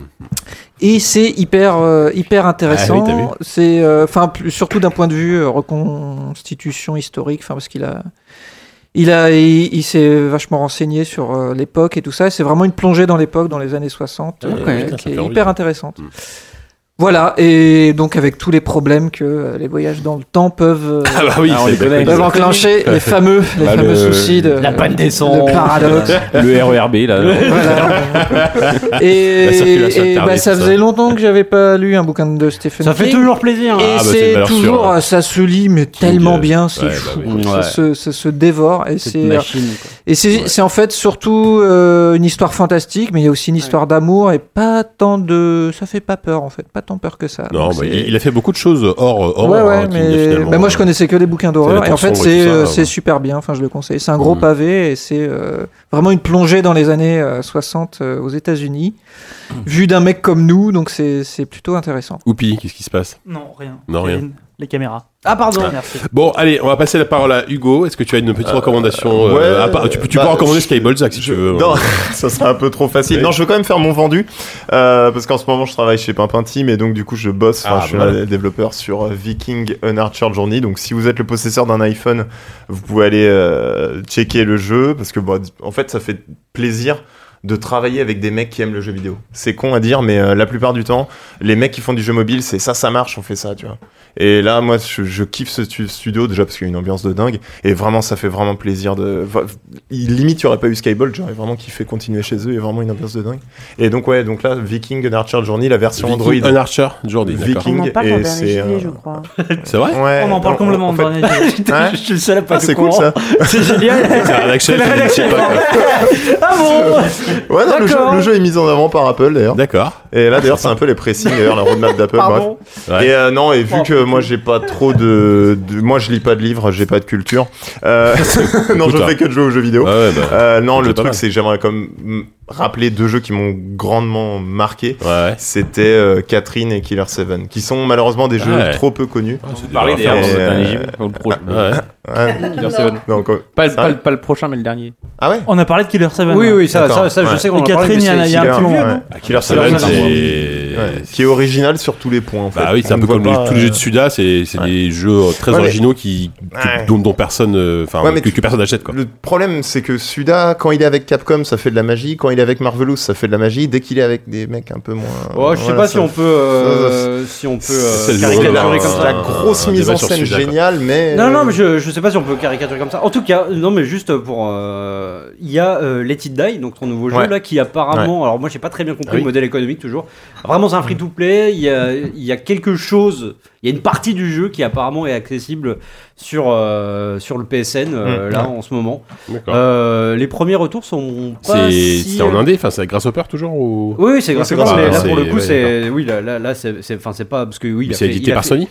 S9: et c'est hyper euh, hyper
S3: Ah
S9: intéressant.
S3: oui, t'as vu.
S9: c'est euh, enfin plus- surtout d'un point de vue euh, reconstitution historique, enfin parce qu'il a il a il, il s'est vachement renseigné sur euh, l'époque et tout ça. Et C'est vraiment une plongée dans l'époque, dans les années 60,
S3: Ah ouais,
S9: euh,
S3: putain, ça
S9: qui est
S3: fait envie, Hmm.
S9: hyper
S3: ça.
S9: intéressante. Voilà, et donc avec tous les problèmes que euh, les voyages dans le temps peuvent, euh,
S3: Ah bah oui,
S7: Ah, on
S3: c'est
S7: les connaît.
S9: peuvent enclencher, les fameux, les
S7: Bah,
S9: fameux
S7: le-
S9: soucis de
S5: La panne des sons.
S9: le
S3: (laughs)
S9: paradoxe.
S7: Le
S3: E
S7: RERB, là. non.
S9: Et,
S3: La circulation
S9: et,
S3: alternée,
S9: bah, ça
S3: tout ça.
S9: faisait longtemps que j'avais pas lu un bouquin de Stephen
S5: Ça
S9: King.
S5: fait toujours plaisir.
S9: Et
S3: Ah, bah, c'est une
S9: c'est
S3: valeur sûre,
S9: toujours,
S3: hein.
S9: euh, ça se lit mais tellement
S3: euh,
S9: bien, c'est
S3: ouais, bah
S9: fou.
S3: oui.
S9: Ça,
S5: Ouais.
S9: se, ça se dévore et
S5: Cette
S9: c'est
S5: machine. quoi.
S9: et c'est c'est en fait surtout euh, une histoire fantastique, mais il y a aussi une histoire d'amour et pas tant de, ça fait pas peur en fait, pas tant peur que ça.
S3: Non,
S9: Donc,
S3: bah,
S9: c'est-
S3: il il a fait beaucoup de choses hors hors.
S9: ouais,
S3: hein,
S9: ouais,
S3: King,
S9: mais
S3: finalement.
S9: bah, moi je connaissais que les bouquins d'horreur
S3: C'est
S9: et en
S3: la
S9: fait
S3: torsion, ouais,
S9: c'est
S3: tout ça,
S9: euh,
S3: ouais.
S9: c'est super bien. Enfin, je le conseille. C'est un gros
S3: Mm.
S9: pavé et c'est euh, vraiment une plongée dans les années euh, 60 euh, aux États-Unis,
S3: Mm.
S9: vu d'un mec comme nous. Donc c'est c'est plutôt intéressant.
S3: Oupi, qu'est-ce qui se passe
S8: Non, rien.
S3: Non, rien.
S8: Kevin. les caméras.
S10: Ah, pardon.
S5: (laughs)
S8: Merci.
S3: Bon, allez, on va passer la parole à Hugo. Est-ce que tu as une petite recommandation euh,
S6: ouais,
S3: à part- Tu, peux- tu
S6: bah,
S3: peux recommander
S6: je-
S3: Skybalzac si tu veux.
S6: Non, (laughs) ça serait un peu trop facile. Non, je veux quand même faire mon vendu euh, parce qu'en ce moment je travaille chez Pimpin Team et donc du coup je bosse. enfin,
S3: Ah,
S6: je suis
S3: voilà.
S6: un développeur sur euh, Viking Unarcher Journey. Donc si vous êtes le possesseur d'un iPhone, vous pouvez aller euh, checker le jeu parce que bon, en fait ça fait plaisir de travailler avec des mecs qui aiment le jeu vidéo. C'est con à dire, mais euh, la plupart du temps, les mecs qui font du jeu mobile, c'est ça, ça marche, on fait ça, tu vois. Et là, moi, je, je kiffe ce stu- studio déjà parce qu'il y a une ambiance de dingue. Et vraiment, ça fait vraiment plaisir de. va- il- Limite, il n'y aurait pas eu Skyball, j'aurais vraiment kiffé continuer chez eux. Il y a vraiment une ambiance de dingue. Et donc, ouais, donc là, Viking and Archer Journey, la version
S3: Viking
S6: Android.
S3: and Archer Journey, d'accord.
S10: On
S6: Viking,
S10: en parle dans le
S6: et
S10: dernier
S6: c'est.
S10: gilet,
S6: euh,
S10: je crois.
S3: C'est vrai
S6: Ouais,
S8: on en parle
S6: non,
S8: complètement
S6: en
S8: dans
S6: fait-
S8: le dernier gilet.
S6: Ouais.
S5: (laughs) Je suis le seul à pas
S6: Ah,
S5: être
S6: c'est
S5: au
S6: cool
S5: courant.
S6: ça.
S5: C'est génial.
S3: C'est la rédaction,
S8: C'est la
S3: elle ne sait
S8: rédaction.
S3: pas, quoi.
S8: Ah bon
S6: Ouais, non, le jeu,
S8: D'accord.
S6: le jeu est mis en avant par Apple d'ailleurs.
S3: D'accord.
S6: Et là, d'ailleurs, c'est un peu les pressings, d'ailleurs, la roadmap d'Apple. bref.
S8: Pardon.
S3: Ouais.
S6: Et euh, non, et vu
S8: Oh.
S6: que moi j'ai pas trop de, de- moi je lis pas de livres, j'ai pas de culture.
S3: (laughs)
S6: Euh, (laughs) non, je
S3: Écoute,
S6: fais que de jouer aux jeux vidéo.
S3: Ouais, ouais, bah.
S6: Euh, non,
S3: C'est
S6: le
S3: pas
S6: truc
S3: mal.
S6: c'est que j'aimerais quand même mm, rappeler deux jeux qui m'ont grandement marqué.
S3: Ouais, ouais.
S6: C'était euh, Catherine et Killer 7 qui sont malheureusement des jeux
S3: Ouais.
S6: trop peu connus.
S3: c'est
S7: Parler
S3: déjà
S7: d'ailleurs
S6: Et,
S7: dans
S3: parfait.
S7: le dernier
S6: euh,
S7: JV, dans le pro-
S3: Ouais.
S6: Ouais.
S7: Killer Seven.
S6: Non, quoi-
S7: Pas,
S6: Ça
S7: pas le- pas le prochain, mais le dernier.
S6: Ah ouais.
S8: (laughs) On a parlé de Killer hein. 7.
S5: Oui, oui, ça,
S6: D'accord.
S5: ça, ça, je
S6: Ouais.
S5: sais qu'on en
S8: Et
S5: parle.
S8: Catherine, il y en a- il y a un petit
S6: Killer,
S8: moment.
S6: ouais.
S3: Ah, Killer Seven,
S6: Seven,
S3: c'est.
S6: Ouais. Qui est original sur tous les points en fait.
S3: Bah oui, c'est un
S6: On
S3: peu
S6: voit
S3: comme
S6: pas,
S3: les- tous les
S6: euh,
S3: jeux de Suda, c'est c'est
S6: ouais.
S3: des jeux euh, très
S6: Ouais, mais-
S3: originaux qui, que-
S6: Ouais.
S3: dont, dont personne, euh, enfin,
S6: Ouais, mais
S3: que,
S6: tu-
S3: que personne n'achète quoi.
S6: Le problème, c'est que Suda, quand il est avec Capcom, ça fait de la magie. Quand il est avec Marvelous, ça fait de la magie. Dès qu'il est avec des mecs un peu moins.
S5: Oh, je sais
S6: voilà,
S5: pas
S6: ça-
S5: si on peut, euh, si on peut
S3: C'est
S5: euh,
S3: le
S5: caricaturer
S3: jour-là,
S5: comme
S3: hein.
S5: ça.
S6: La grosse
S3: un
S6: mise
S3: débat
S6: en
S3: sur
S6: scène
S3: Suda, quoi.
S6: géniale, mais. euh,
S5: Non, non, mais
S3: Euh,
S5: je, je sais pas si on peut caricaturer comme ça. En tout cas, non, mais juste pour. euh, Il y a euh, Let It Die, donc ton nouveau jeu
S6: Ouais.
S5: là, qui apparemment. Alors, moi, j'ai pas très bien compris
S3: Ah oui.
S5: le modèle économique toujours. Vraiment, c'est un free to play. Il y a, il y a quelque chose. Il y a une partie du jeu qui apparemment est accessible sur, euh, sur le PSN euh,
S6: Mm.
S5: là
S6: Ouais.
S5: en ce moment.
S3: D'accord.
S5: Euh, les premiers retours sont pas.
S3: C'est
S5: si,
S3: c'est en indé, enfin, c'est à Grasshopper toujours ou.
S5: Oui, oui, c'est grâce
S6: c'est
S5: à Grasshopper,
S3: grâce à-
S5: mais
S3: c'est-
S5: là pour le coup,
S3: ouais,
S5: c'est. Oui, là, là, là, c'est. c'est- Enfin, c'est pas. Parce que oui, il a
S3: C'est
S5: fait- il
S3: édité
S5: a
S3: par
S5: fait-
S3: Sony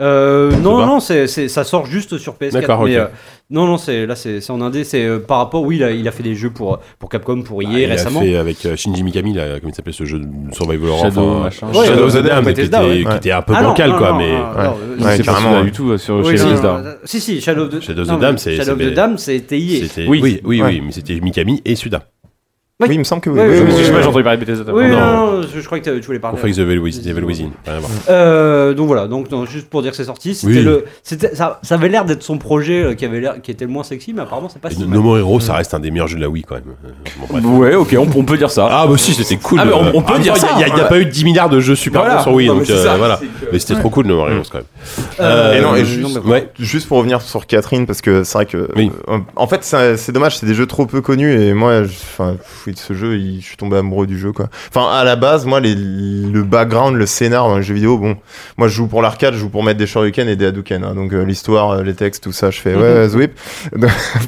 S5: euh, non,
S3: pas.
S5: non, c'est, c'est- ça sort juste sur PS4.
S3: D'accord,
S5: mais,
S3: ok.
S5: euh, non, non, c'est, là, c'est, c'est en indé. C'est euh, par rapport, oui, il a, il a fait des jeux pour, pour Capcom, pour EA
S3: Ah, il a
S5: récemment.
S3: fait avec euh, Shinji Mikami, là, comment il s'appelait ce jeu de Survival Horror
S7: Shadow,
S3: enfin,
S7: machin.
S3: Shadow
S5: Ouais,
S3: of the
S6: Shadow
S3: Damned,
S6: of
S3: qui,
S5: Bethesda,
S3: était,
S5: ouais.
S3: qui
S6: Ouais.
S3: était un peu
S5: Ah, non,
S3: bancal,
S5: non,
S3: quoi,
S5: non,
S3: mais.
S5: non, non, euh,
S6: Ouais,
S7: C'est pas
S6: carrément,
S7: Suda
S6: ouais.
S7: du tout euh, sur
S5: oui,
S7: chez
S5: non,
S7: Bethesda.
S5: non, si, si, Shadow of the,
S3: Shadow of
S5: non,
S3: the
S5: mais
S3: Dame, c'est-
S5: Shadow of
S3: c'est-
S5: the E Dame, c'était EA.
S3: C'était-
S7: Oui.
S3: Oui, oui, oui,
S6: Ouais.
S3: mais c'était Mikami et Suda.
S5: Oui.
S6: Oui, il me semble que oui.
S5: Oui, oui,
S6: Oui,
S5: oui,
S6: oui,
S7: Je sais pas,
S6: oui.
S7: j'ai entendu parler de Bethesda.
S5: Oui,
S3: Non.
S5: non, non, je, je crois que t'avais- tu voulais
S3: On
S5: parler.
S3: fait avec The Evil Within- The Evil Within, rien à voir.
S5: Euh, donc voilà, donc non, juste pour dire que c'est sorti, c'était
S3: Oui.
S5: le, c'était, ça, ça avait l'air d'être son projet euh, qui avait l'air, qui était le moins sexy, mais apparemment c'est pas
S3: Et
S5: si
S3: No
S5: mal.
S3: No More Hero, ça reste un des meilleurs jeux de la Wii quand même. Euh, bon, bref.
S7: Ouais, ok, on, on peut dire ça.
S3: Ah bah si, c'était cool.
S7: Ah, mais on- on peut
S3: en même
S7: dire
S3: temps,
S7: ça,
S3: Il n'y a,
S7: hein.
S3: il y a pas eu 10 milliards de jeux super
S7: Voilà.
S3: bons sur Wii,
S7: Non, mais
S3: donc
S7: c'est
S3: euh,
S7: ça,
S3: voilà.
S7: c'est que-
S3: Mais c'était trop cool, No More Heroes quand même.
S6: Et non, et
S5: Euh,
S6: juste-
S5: non, mais-
S3: Ouais.
S6: Juste pour revenir sur Catherine, parce que c'est vrai que.
S3: Oui.
S6: euh, en fait, ça- c'est dommage, c'est des jeux trop peu connus, et moi, je- enfin, pff, ce jeu, il- je suis tombé amoureux du jeu, quoi. Enfin, à la base, moi, les- le background, le scénar dans les jeux vidéo, bon, moi, je joue pour l'arcade, je joue pour mettre des shurikens et des hadouken, hein, donc euh, l'histoire, euh, les textes, tout ça, je fais,
S3: Mhm.
S6: ouais, Zwip. (laughs)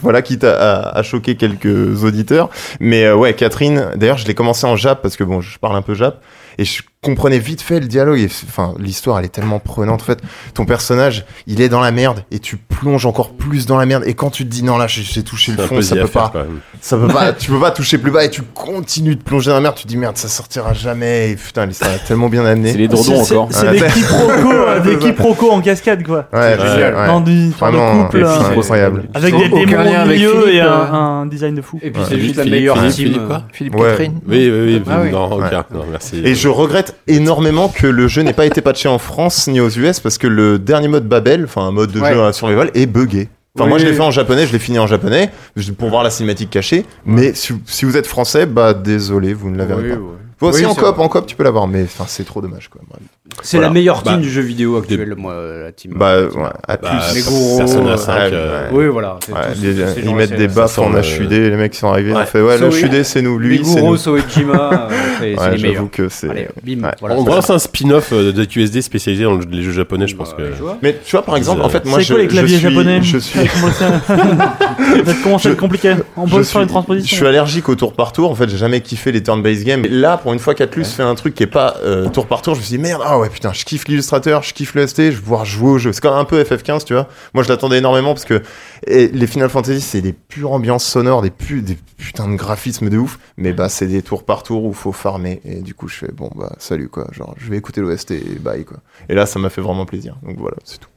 S6: voilà, quitte à, à- à choquer quelques auditeurs. Mais euh, ouais, Catherine, d'ailleurs, je l'ai commencé en Jap, parce que bon, je parle un peu Jap, et je comprenais vite fait le dialogue, et c'est- enfin, l'histoire, elle est tellement prenante, en fait ton personnage, il est dans la merde et tu plonges encore plus dans la merde. Et quand tu te dis non là, j'ai- j'ai touché le
S3: C'est un
S6: fond,
S3: peu
S6: ça
S3: The
S6: peut
S3: Affair,
S6: pas,
S3: quand même.
S6: ça peut pas, tu peux pas toucher plus bas et tu continues de plonger dans la merde. Tu te dis merde, ça sortira jamais. Et putain, l'histoire est tellement bien amenée.
S7: C'est les dordons
S8: C'est-
S7: encore.
S8: C'est c'est
S6: Ouais.
S8: des quiproquos, euh, des quiproquos en cascade, quoi.
S6: Ouais,
S3: C'est
S6: ouais,
S3: génial.
S6: ouais.
S8: Dans du dans le
S6: Vraiment, c'est
S8: couple, euh,
S6: incroyable.
S8: avec
S11: Sans
S8: des
S11: aucun
S8: démons
S11: lien
S8: au
S11: avec
S8: milieu
S11: Philippe,
S8: et un,
S11: euh.
S8: un design de fou.
S5: Et puis
S6: Ouais.
S5: c'est juste la
S3: Philippe,
S11: meilleure
S3: Philippe,
S11: team.
S3: Philippe, quoi
S11: Philippe
S6: Ouais.
S11: Catherine.
S3: Oui, oui,
S11: Ah
S3: oui.
S11: oui.
S3: Non,
S6: Ouais.
S3: ok. Non, merci.
S6: Et je regrette énormément que le jeu n'ait pas été patché en France ni aux US parce que le dernier mode Babel, enfin un mode de
S11: Ouais.
S6: jeu à survival, est buggé. Enfin, moi,
S11: Oui.
S6: je l'ai fait en japonais, je l'ai fini en japonais je- pour voir la cinématique cachée. Mais si, si vous êtes français, bah désolé, vous ne la verrez pas. Bon, si
S11: Oui,
S6: en
S11: c'est
S6: coop,
S11: vrai.
S6: en coop, tu peux l'avoir, mais enfin, c'est trop dommage quoi. Bref.
S5: C'est
S3: Voilà.
S5: la meilleure team
S3: Bah,
S5: du jeu vidéo actuel, moi, euh, la team.
S6: Bah ouais, à
S3: Bah,
S6: plus.
S5: les gros,
S3: Persona
S5: euh,
S3: 5. euh,
S5: oui, voilà. c'est
S6: Ouais,
S5: tous-
S6: les-
S5: tous ces
S6: ils
S5: gens-là,
S6: mettent
S5: c'est-
S6: des baffes,
S3: sent
S6: on a
S3: le-
S6: chudé, les mecs qui sont arrivés,
S3: Ouais.
S6: on fait ouais, le
S5: Sorry.
S6: chudé c'est nous,
S5: Les
S6: lui c'est
S5: Guro,
S6: nous.
S5: Soejima, euh, c'est c'est
S6: Ouais,
S5: les meilleurs.
S6: j'avoue que c'est.
S5: Allez, bim,
S6: Ouais.
S5: voilà.
S3: on
S5: c'est
S3: lance un spin-off euh, de QSD spécialisé dans le- les jeux japonais, je pense
S5: Bah,
S3: que.
S5: tu vois.
S6: Mais tu vois, par exemple, en fait, moi
S8: C'est
S6: je.
S8: quoi les claviers
S6: je suis-
S8: japonais
S6: Je suis.
S8: Ça
S3: (laughs)
S8: commence à- Ça commence à être compliqué. On
S6: Je
S8: peut faire
S6: suis,
S8: une transposition.
S6: je suis allergique au tour par tour. En fait, j'ai jamais kiffé les turn-based games. Et là, pour une fois qu'Atlus fait un truc qui est pas euh, tour par tour, je me suis dit merde, ah ouais putain, je kiffe l'illustrateur, je kiffe le ST, je vais pouvoir jouer au jeu. C'est quand même un peu FF15, tu vois. Moi je l'attendais énormément parce que et les Final Fantasy c'est des pures ambiances sonores, des, pu- des putains de graphismes de ouf, mais bah c'est des tours par tour où faut farmer et du coup je fais bon bah salut quoi, genre je vais écouter l'OST et bye quoi. Et là ça m'a fait vraiment plaisir. Donc voilà, c'est tout.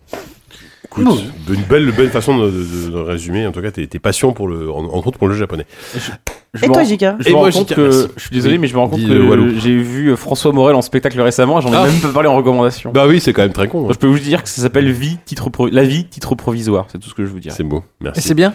S3: Écoute, une belle, belle façon de, de- de résumer, en tout cas, tes, tes passions pour le, en- entre autres pour le jeu japonais.
S7: Je me
S10: toi,
S7: rends-
S10: Jika
S7: Je
S3: Et
S7: me
S3: moi,
S7: rends compte
S3: Jika,
S7: que.
S3: merci.
S7: Je suis désolé,
S3: Oui.
S7: mais je me rends compte
S3: Dis,
S7: que
S3: euh, Walou.
S7: j'ai vu euh, François Morel en spectacle récemment. J'en ai
S3: Ah.
S7: même pas parlé en recommandation.
S3: Bah oui, c'est quand même très con. hein.
S7: Je peux vous dire que ça s'appelle Vie, titre pro- La vie, titre provisoire. C'est tout ce que je vous dirais.
S3: C'est beau,
S11: Et
S3: merci.
S11: c'est bien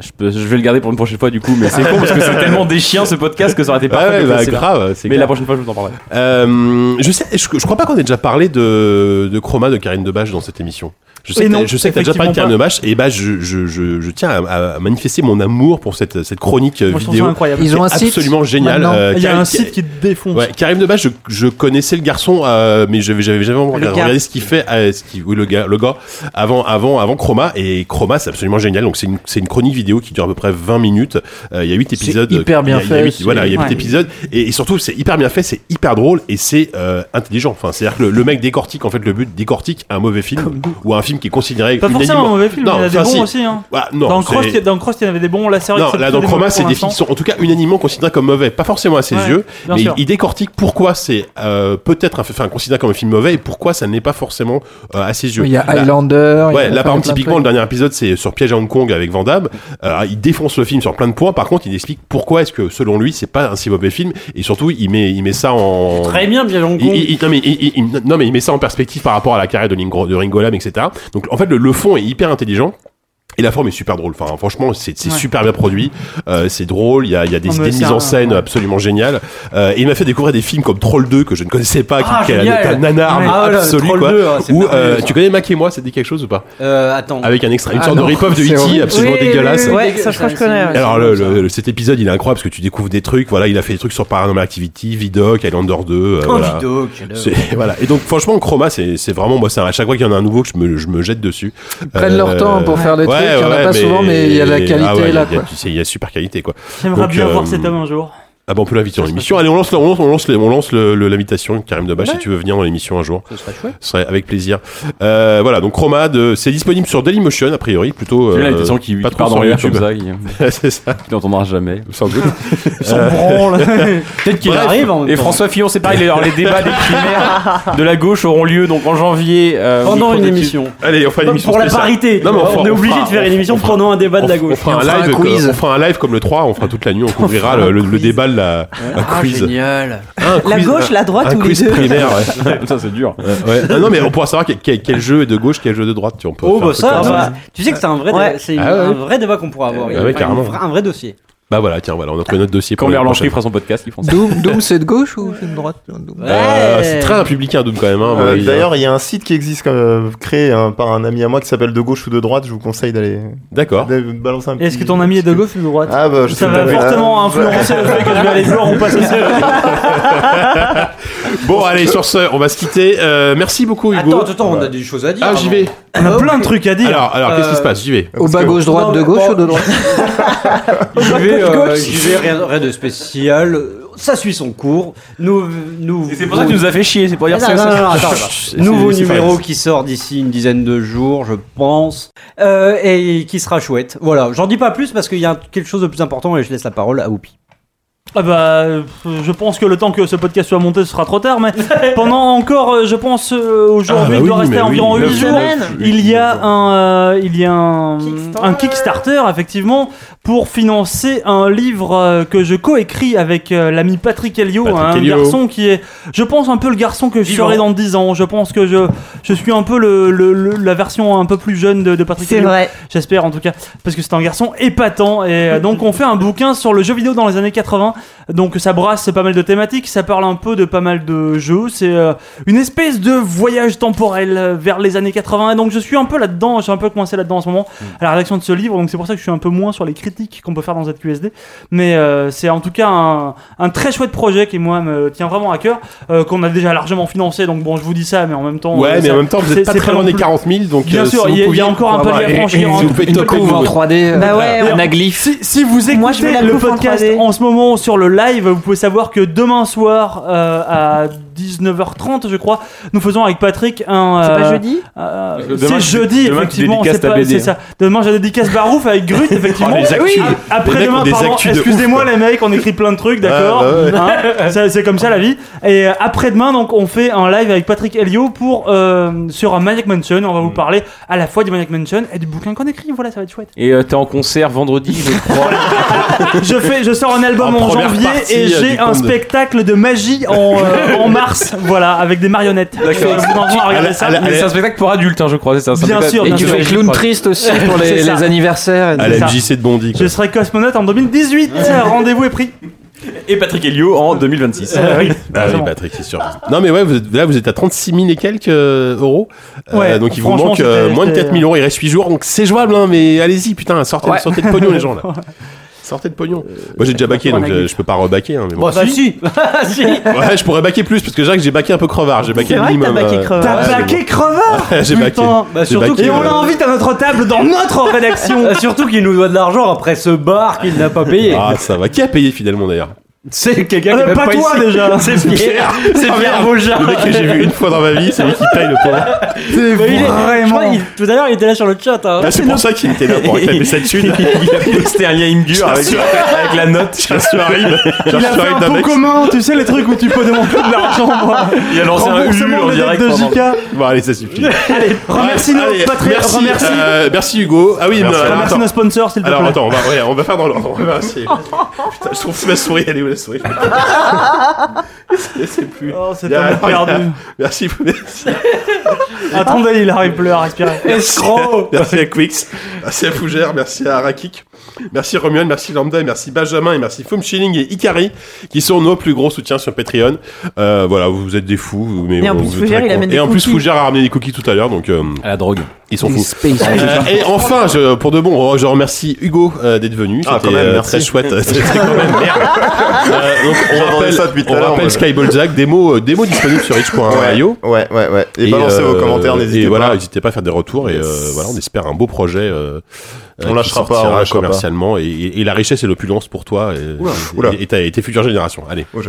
S7: Je, peux- je vais le garder pour une prochaine fois du coup, mais c'est con parce (laughs) que c'est tellement des chiens ce podcast que ça aurait été
S3: Ouais,
S7: parfait.
S3: ouais,
S7: de
S3: bah,
S7: passer là.
S3: grave, c'est
S7: Mais la
S3: grave.
S7: prochaine fois, je vous en parlerai.
S3: Euh, je sais, je, je crois pas qu'on ait déjà parlé de, de Chroma de Karine Debache dans cette émission. Je sais,
S8: Et
S3: que-
S8: non,
S3: je sais que t'as déjà parlé de
S8: effectivement
S3: Karine Debache, et bah je, je, je, je tiens à, à manifester mon amour pour cette, cette chronique euh,
S8: Moi, je trouve ça
S3: vidéo.
S8: incroyable.
S11: Ils ont un
S3: C'est
S11: site
S3: absolument génial.
S11: maintenant.
S3: Euh,
S8: Il y a
S3: Karine-
S8: un site qui te défonce.
S3: Ouais, Karim Debache, je, je connaissais le garçon, euh, mais j'avais j'avais jamais vraiment
S10: Le
S3: regardé,
S10: gars.
S3: regardé ce qu'il fait, euh, ce qu'il- oui le gars, le gars, avant, avant, avant Chroma et Chroma, c'est absolument génial. Donc c'est une, c'est une chronique vidéo qui dure à peu près 20 minutes. Euh, Il y a 8 épisodes,
S11: hyper bien
S3: Il y a- il y a
S11: fait
S3: huit-
S11: aussi.
S3: voilà, il y a 8
S8: Ouais.
S3: épisodes et, et surtout c'est hyper bien fait, c'est hyper drôle et c'est euh, intelligent. Enfin, c'est-à-dire que le, le mec décortique en fait le but décortique un mauvais film ou un film qui est considéré
S8: Pas forcément un
S3: unanimement-
S8: mauvais film,
S3: Non,
S8: mais il y a des
S3: enfin,
S8: bons
S3: si.
S8: aussi. Hein.
S3: Ouais, non,
S8: dans,
S3: c'est-
S8: Cross, il y a- dans Cross, il y en avait des bons. Là, c'est vrai
S3: non,
S8: que c'est
S3: là
S8: plutôt
S3: dans Chroma,
S8: mauvais
S3: c'est
S8: pour
S3: des
S8: l'instant.
S3: films qui sont en tout cas unanimement considérés comme mauvais. Pas forcément à ses
S8: Ouais,
S3: yeux,
S8: bien
S3: mais il,
S8: sûr.
S3: il décortique pourquoi c'est euh, peut-être un- enfin, considéré comme un film mauvais et pourquoi ça n'est pas forcément euh, à ses yeux.
S11: Il y a
S3: Là-
S11: Highlander. il y a-
S3: Ouais, là par
S11: enfin, plein
S3: exemple,
S11: de
S3: typiquement, le
S11: trucs.
S3: dernier épisode, c'est sur Piège à Hong Kong avec Van Damme. Euh, il défonce le film sur plein de points. Par contre, il explique pourquoi est-ce que, selon lui, c'est pas un si mauvais film. Et surtout, il met, il met ça en.
S5: Très bien, bien Hong
S3: Il-
S5: Kong.
S3: il- il- non, mais, il- il- il- non, mais il met ça en perspective par rapport à la carrière de, Lingro- de Ringolam, etc. Donc en fait le, le fond est hyper intelligent. Et la forme est super drôle. Enfin, franchement, c'est c'est
S8: Ouais.
S3: super bien produit. Euh, c'est drôle. Il y a, il y a des,
S8: Non, mais
S3: des
S8: c'est
S3: mises
S8: un-
S3: en scène absolument géniales. Euh, et il m'a fait découvrir des films comme Troll 2 que je ne connaissais pas,
S5: Ah,
S3: qui, qui est un-
S5: génial.
S3: un nanar
S5: Ouais.
S3: mais
S5: Ah, voilà,
S3: absolu.
S5: Troll
S3: quoi.
S5: 2, ah, c'est
S3: Ou,
S5: merveilleux,
S3: euh,
S5: ça.
S3: tu connais Mac et moi, ça te dit quelque chose ou pas
S5: Euh, attends.
S3: Avec un extra, une
S11: Ah,
S3: sorte
S11: non,
S3: de rip-off de
S11: c'est
S3: E.T.
S11: horrible.
S3: absolument
S5: Oui, oui,
S3: dégueulasse.
S5: oui, oui,
S10: Ouais,
S5: dégueu-
S10: ça, je crois que je
S5: c'est-
S10: connais, ouais.
S5: c'est
S3: Alors le,
S5: bon, ça.
S3: le- cet épisode, il est incroyable parce que tu découvres des trucs. Voilà, il a fait des trucs sur Paranormal Activity, Vidoc, Highlander 2. euh,
S5: Oh,
S3: voilà.
S5: Vidoc, j'adore.
S3: C'est- voilà. Et donc, franchement, Chroma, c'est c'est vraiment moi. c'est un- À chaque fois qu'il y en a un nouveau, que je me, je me jette dessus. Euh, Ils
S11: prennent leur temps pour faire des trucs, il y en a pas souvent, mais il y a la qualité là, quoi.
S3: ah Il y a super qualité, quoi.
S8: J'aimerais
S3: Donc,
S8: bien
S3: euh,
S8: voir cet homme
S3: (laughs)
S8: un jour.
S3: Ah bon, on peut l'inviter dans l'émission. Allez, on lance, le- on lance, on lance, les- on lance le- le- l'invitation. Karim Debache, si tu veux venir dans l'émission un jour,
S5: Ce serait chouette.
S3: ce serait avec plaisir. Euh, voilà, donc Chroma, de- c'est disponible sur Dailymotion a priori, plutôt.
S7: C'est
S3: euh,
S7: bien l'invitation qui,
S3: pas
S7: qui
S3: trop
S7: part dans
S3: sur
S7: l'air
S3: YouTube.
S7: comme ça, qui,
S3: (laughs) c'est ça,
S7: qui n'entendra jamais.
S3: sans
S7: (laughs)
S3: doute.
S7: Peut-être qu'il
S3: Bref.
S7: arrive.
S5: en même
S7: et
S5: temps.
S7: François Fillon, c'est pareil. Alors les débats des (laughs) primaires de la gauche auront lieu donc en janvier. euh,
S5: Pendant
S7: micro
S5: une
S7: d'études.
S5: émission.
S3: Allez, on fera une émission
S5: Pour la
S3: spéciale.
S5: parité.
S3: Non, mais on fera-
S5: on est
S3: on
S5: obligé
S3: fera-
S5: de faire une
S3: on
S5: émission
S3: fera-
S5: pendant un débat de la gauche.
S3: On fera,
S11: Et on
S3: un
S11: fera
S3: live,
S11: un quiz.
S3: que- on fera un live comme le 3, on fera toute la nuit, on couvrira le, le- le débat de la un
S11: Ah,
S3: quiz.
S11: Génial.
S3: Un
S10: La
S3: quiz-
S10: gauche, la droite
S3: un
S10: ou les
S3: quiz
S10: deux
S3: primaire, ouais.
S7: (laughs) Ça c'est dur.
S3: Ouais. Ah non, mais on pourra savoir quel, quel- quel jeu est de gauche, quel jeu de droite. Tu, on peut
S5: Oh
S3: faire
S5: bah
S3: un truc
S5: ça,
S3: comme
S5: bah, tu sais que c'est un vrai,
S10: Ouais.
S5: débat- c'est
S3: Ah ouais.
S5: un vrai débat qu'on pourra avoir.
S3: Ouais,
S5: Il y a
S3: ouais,
S5: pas
S3: carrément.
S5: une vra- un vrai dossier.
S3: Bah voilà, tiens, voilà, on a trouvé notre dossier.
S7: Quand
S3: pour le
S7: Merlin
S3: prochain.
S7: fera son podcast,
S3: (laughs)
S7: (laughs) ils font ça.
S11: Doom, Doom, c'est de gauche ou c'est de droite Doom
S3: Euh, c'est très républicain, Doom, quand même. hein, à mon
S6: Euh,
S3: avis, hein.
S6: D'ailleurs, il y a un site qui existe euh, créé hein, par un ami à moi qui s'appelle de gauche ou de droite. Je vous conseille d'aller
S3: D'accord.
S6: d'aller balancer un
S8: Et (laughs) Est-ce que
S6: petit-
S8: ton ami est de gauche ou de droite
S6: Ah bah je
S8: Ça
S6: sais
S8: va
S6: pas.
S8: fortement
S6: Ah,
S8: influencer le fait que je vais aller voir ou pas
S3: (laughs)
S8: social.
S3: Bon, allez, sur ce, on va se quitter. Euh, merci beaucoup, Hugo.
S5: Attends, attends, on a des choses à dire.
S3: Ah,
S5: avant.
S3: j'y vais.
S8: On a plein de trucs à dire. Euh,
S3: Alors, alors qu'est-ce qui se passe J'y vais.
S11: Au bas gauche droite,
S5: Non,
S11: de
S5: mais
S11: gauche
S5: bon.
S11: ou de droite
S5: J'y vais, euh, j'y vais, rien, rien de spécial. Ça suit son cours. Nous, nous. Ah,
S7: Et c'est pour ça que tu nous as fait chier. C'est pour dire
S5: Non,
S7: ça.
S5: non, non,
S7: ça-
S5: non,
S7: (laughs)
S5: attends,
S3: C'est-
S5: Nouveau
S3: c'est- c'est
S5: numéro
S3: pareil.
S5: qui sort d'ici une dizaine de jours, je pense, euh, et qui sera chouette. Voilà, j'en dis pas plus parce qu'il y a un- quelque chose de plus important et je laisse la parole à Oupi.
S8: Ah bah, euh, je pense que le temps que ce podcast soit monté, ce sera trop tard, mais pendant encore, euh, je pense, euh, aujourd'hui,
S3: Ah bah
S8: il doit
S3: oui,
S8: rester
S3: mais
S8: environ
S3: oui,
S8: 8
S3: neuf
S8: jours.
S3: semaines.
S8: Il y a un, euh, il y a un
S10: Kickstarter.
S8: un Kickstarter, effectivement, pour financer un livre euh, que je coécris avec euh, l'ami Patrick Helio,
S3: Patrick
S8: un
S3: Helio.
S8: garçon qui est, je pense, un peu le garçon que je
S7: Vivant.
S8: serai dans 10 ans. Je pense que je, je suis un peu le, le- le- la version un peu plus jeune de, de Patrick
S10: C'est
S8: Helio.
S10: vrai.
S8: J'espère en tout cas, parce que c'est un garçon épatant. Et euh, donc on fait un bouquin sur le jeu vidéo dans les années 80. Donc ça brasse pas mal de thématiques, ça parle un peu de pas mal de jeux. C'est euh, une espèce de voyage temporel euh, vers les années 80. Et donc je suis un peu là-dedans, je suis un peu coincé là-dedans en ce moment,
S3: Mm.
S8: à la rédaction de ce livre. Donc c'est pour ça que je suis un peu moins sur les critiques qu'on peut faire dans ZQSD. Mais euh, c'est en tout cas un, un très chouette projet qui moi me tient vraiment à cœur, euh, qu'on a déjà largement financé. Donc bon, je vous dis ça, mais en même temps... euh,
S3: Ouais, mais
S8: ça-
S3: en même temps, vous
S8: c'est-
S3: êtes pas
S8: c'est
S3: très loin
S8: non
S3: des
S8: plus-
S3: 40 000, donc.
S8: Bien
S3: euh,
S8: sûr,
S3: si
S8: il y a-
S3: vous
S8: il y a
S3: pouviez-
S8: encore un peu à
S3: Et- et-
S8: franchir
S3: et
S8: en-
S3: si vous faites
S11: Une
S3: toc-
S11: couve en 3D, euh,
S10: Bah ouais,
S11: un aglyphe.
S8: Si, si vous
S10: Moi,
S8: écoutez
S10: je veux la
S8: le
S10: coupe en
S8: podcast
S10: 3D.
S8: en ce moment sur le live. Vous pouvez savoir que demain soir euh, à 19h30, je crois, nous faisons avec Patrick un.
S10: C'est pas
S8: euh,
S10: jeudi
S8: euh,
S7: Demain,
S8: C'est
S7: tu-
S8: jeudi,
S7: demain, tu
S8: effectivement.
S7: dédicaces
S8: c'est
S7: ta
S8: pas-
S7: BD.
S8: C'est ça. Demain, j'ai dédicace Barouf avec Grut, effectivement.
S3: hein. Oh, les actus.
S8: Ah, Après
S3: Les mecs
S8: demain,
S3: ont des
S8: pardon.
S3: actus de ouf,
S8: Excusez-moi, les mecs, on écrit plein de trucs, d'accord
S6: Ah, bah
S10: (laughs)
S8: Hein, ça- C'est comme ça la vie. Et euh, après-demain, donc, on fait un live avec Patrick Helio pour, euh, sur un Maniac Mansion. On va
S3: Mm.
S8: vous parler à la fois du Maniac Mansion et du bouquin qu'on écrit. Voilà, ça va être chouette.
S7: Et euh, t'es en concert vendredi, je (laughs) crois.
S8: je fais, je sors un album
S3: En
S8: en,
S3: première
S8: janvier
S3: partie,
S8: et
S3: euh,
S8: j'ai
S3: du
S8: un
S3: conte de-
S8: spectacle de magie
S3: (laughs)
S8: en, euh, en mars, voilà, avec des marionnettes.
S7: D'accord.
S8: Je vous envoie à regarder ça.
S7: Mais c'est un spectacle pour adultes, hein, je crois. c'est ça, c'est un
S8: Bien
S7: spectacle-
S8: sûr,
S11: Et
S8: bien
S11: tu
S8: sûr.
S11: fais clown triste (laughs) aussi pour les,
S8: C'est ça.
S11: les anniversaires.
S3: À
S11: et-
S8: C'est
S3: la
S8: ça.
S3: MJC de Bondy. quoi.
S8: Je serai cosmonaute en 2018. Rendez-vous est pris.
S7: Et Patrick Helio en 2026.
S8: Oui,
S3: Ah Ah oui,
S8: forcément.
S3: Patrick, c'est sûr. Non, mais ouais, vous êtes- là, vous êtes à 36 000 et quelques euh, euros. Euh,
S8: Ouais,
S3: donc, il vous
S8: franchement,
S3: manque euh,
S8: c'était-
S3: moins de
S8: c'était-
S3: 4 000 euros. Il reste 8 jours, donc c'est jouable, hein, mais allez-y, putain, sortez,
S11: Ouais.
S3: sortez de pognon, les gens, là. Sortez de pognon. Moi, j'ai déjà baqué, donc euh, je peux pas rebaquer. Hein, mais bon.
S5: Bah, (laughs) si.
S3: Ouais, je pourrais baquer plus, parce que Jacques, j'ai baqué un peu crevard. J'ai baqué
S10: C'est
S3: le
S10: vrai que t'as
S3: minimum.
S10: baqué
S3: euh,
S10: crevard.
S8: T'as
S3: ouais,
S8: plaqué crevard
S3: (laughs) J'ai baqué.
S8: Putain,
S3: J'ai
S5: Bah, surtout
S3: baqué,
S5: qu'il-
S8: Et on
S3: euh,
S8: l'invite à notre table dans notre rédaction.
S5: Ah, (laughs) Surtout qu'il nous doit de l'argent après ce bar qu'il n'a pas payé. Ah,
S3: Ah, ça va. Qui a payé finalement d'ailleurs
S5: C'est quelqu'un qui
S8: Euh,
S5: n'est
S8: pas toi, déjà.
S5: (laughs) C'est Pierre. Ah, C'est Pierre Beaujean.
S3: Le mec que j'ai vu une fois dans ma vie, c'est lui qui paye le pauvre.
S5: Bah, il est- je crois qu'il- Tout à l'heure, il était là sur le chat. hein.
S3: Ah, c'est pour ça qu'il était là pour réclamer
S5: (laughs)
S3: cette thune.
S7: Il a posté un lien Imgur avec, avec la note.
S3: Je suis arrivé. Je
S8: Il a
S3: suis
S8: fait
S3: arrivé
S8: un
S3: d'un
S8: pot
S3: mec.
S8: commun, tu sais, les trucs où tu peux demander
S3: (laughs)
S8: de l'argent. moi.
S7: Il a lancé un Ulule
S8: Remboursement
S7: en
S8: des dettes
S7: direct.
S8: de
S7: pendant-
S8: JK.
S3: Bon, allez, ça suffit.
S8: Allez, remercie
S3: Allez,
S8: nos Patrick,
S3: Merci,
S8: remercie,
S3: euh, merci Hugo. Ah oui, mais, euh,
S8: remercie
S3: attends.
S8: nos sponsors, s'il te plaît.
S3: Alors attends, on va, ouais, on va faire dans l'ordre. On va
S10: (laughs)
S3: essayer. Putain, je trouve que ma souris, elle est où la souris Je sais plus.
S8: Oh, c'est
S3: Il y a-
S8: un
S3: (laughs)
S8: perdu.
S3: Merci, merci,
S8: Attendez, il arrive plus à respirer. Escroc
S3: merci à Quix, merci à Fougère, merci à Rakik, merci Romuald, merci Lambda, et merci Benjamin, et merci Foam Chilling et Ikari, qui sont nos plus gros soutiens sur Patreon. Euh, voilà, vous êtes des fous, vous- mais
S10: Et en
S3: on
S10: plus,
S3: vous est très
S10: Fougère, il
S3: contents.
S10: amène des
S3: Et en plus,
S10: cookies.
S3: Fougère a ramené des cookies tout à l'heure, donc euh,
S7: À la drogue.
S3: ils sont fous.
S1: Ah,
S11: Space Jam.
S3: Euh, et enfin, je, pour de bon, oh, je remercie Hugo euh, d'être venu.
S6: Ah,
S3: C'était
S6: quand même,
S3: euh,
S6: merci.
S3: très
S6: (laughs)
S3: chouette. C'était quand même merde. Euh, donc, on
S6: J'attendais
S3: rappelle,
S6: ça depuis tout
S3: on
S6: à l'heure,
S3: rappelle
S6: moi.
S3: Skybolzac, démo, euh, démo disponible sur itch.io.
S6: Ouais, ouais, ouais. Et, balancez
S3: euh,
S6: vos commentaires,
S3: et
S6: n'hésitez pas.
S3: voilà, n'hésitez pas à faire des retours. Et
S6: Yes.
S3: euh, voilà, on espère un beau projet. euh,
S6: On
S3: qui
S6: lâchera pas,
S3: sortira
S6: on lâchera pas.
S3: commercialement. Et, et- et la richesse et l'opulence pour toi et, et-
S6: Oula.
S3: et ta- et tes futures générations. Allez.
S6: Oh, je-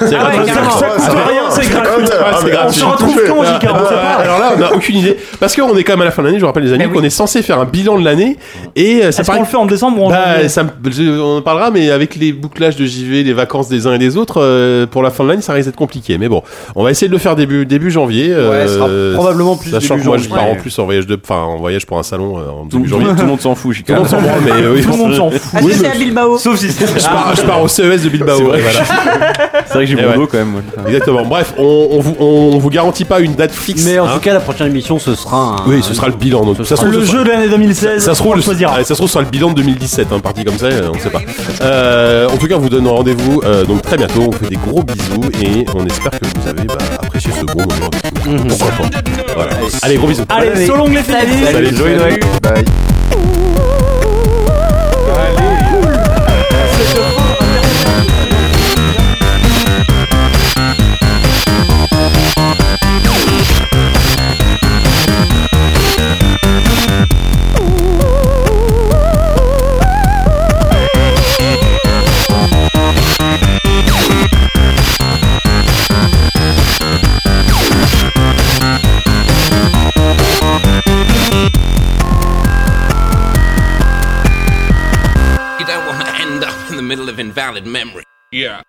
S3: C'est gratuit.
S6: carrément.
S3: C'est-
S6: Ça va.
S8: rien, Ah, c'est gratuit.
S6: Ah,
S3: Ah, c'est
S6: mais
S3: grave,
S8: On
S3: c'est
S8: se retrouve
S3: touché.
S8: quand,
S3: Ah,
S8: JK On
S3: ah,
S8: sait pas. Eh
S3: Alors là, on n'a aucune idée. Parce qu'on est quand même à la fin de l'année, je vous rappelle les amis, qu'on est censé faire un bilan de l'année. Et euh, ça
S8: Est-ce qu'on
S3: paraît.
S8: le fait en décembre ou en
S3: Bah,
S8: janvier
S3: ça me- je- on en parlera, mais avec les bouclages de JV, les vacances des uns et des autres, euh, pour la fin de l'année, ça risque d'être compliqué. Mais bon, on va essayer de le faire début, début janvier. euh,
S5: Ouais, ce sera probablement plus
S3: Sachant
S5: début
S3: que moi, je
S5: janvier.
S3: pars en
S5: Ouais.
S3: plus en voyage, de, enfin, en voyage pour un salon euh, en
S7: Tout,
S3: début janvier.
S7: tout le monde s'en (laughs) fout,
S3: Tout le
S7: Chica.
S3: monde s'en branle,
S5: (laughs)
S3: mais euh, oui,
S8: Tout le monde s'en
S10: Ah,
S3: Oui,
S10: si, c'est
S3: mais
S10: à Bilbao.
S5: Sauf si c'est
S3: je pars, je pars au CES de Bilbao.
S7: C'est vrai.
S3: ouais, voilà.
S7: C'est vrai que j'ai
S3: Eh
S7: mon
S3: ouais.
S7: dos quand même. moi.
S3: Exactement. Bref, on, on vous, on, vous garantit pas une date fixe.
S5: Mais en
S3: hein.
S5: tout cas, la prochaine émission, ce sera. un-
S3: oui, ce sera le bilan. Donc,
S5: Ce
S3: ça se trouve,
S8: Le
S3: ce sera-
S8: jeu de l'année 2016,
S3: Ça se
S8: on
S3: trouve,
S8: le
S3: le-
S8: choisira.
S3: ouais, ça se trouve, ce sera le bilan de 2017, hein, parti comme ça, euh, on ne sait pas. Euh, en tout cas, on vous donne rendez-vous euh, donc très bientôt. On vous fait des gros bisous et on espère que vous avez bah, apprécié ce bon moment. Pourquoi pas Voilà. Mhm. Allez, gros bisous.
S8: Allez, selon les féministes
S3: Salut, joyeux Noël.
S6: (laughs) Bye.
S2: You don't want to end up in the middle of invalid memory.
S7: Yeah.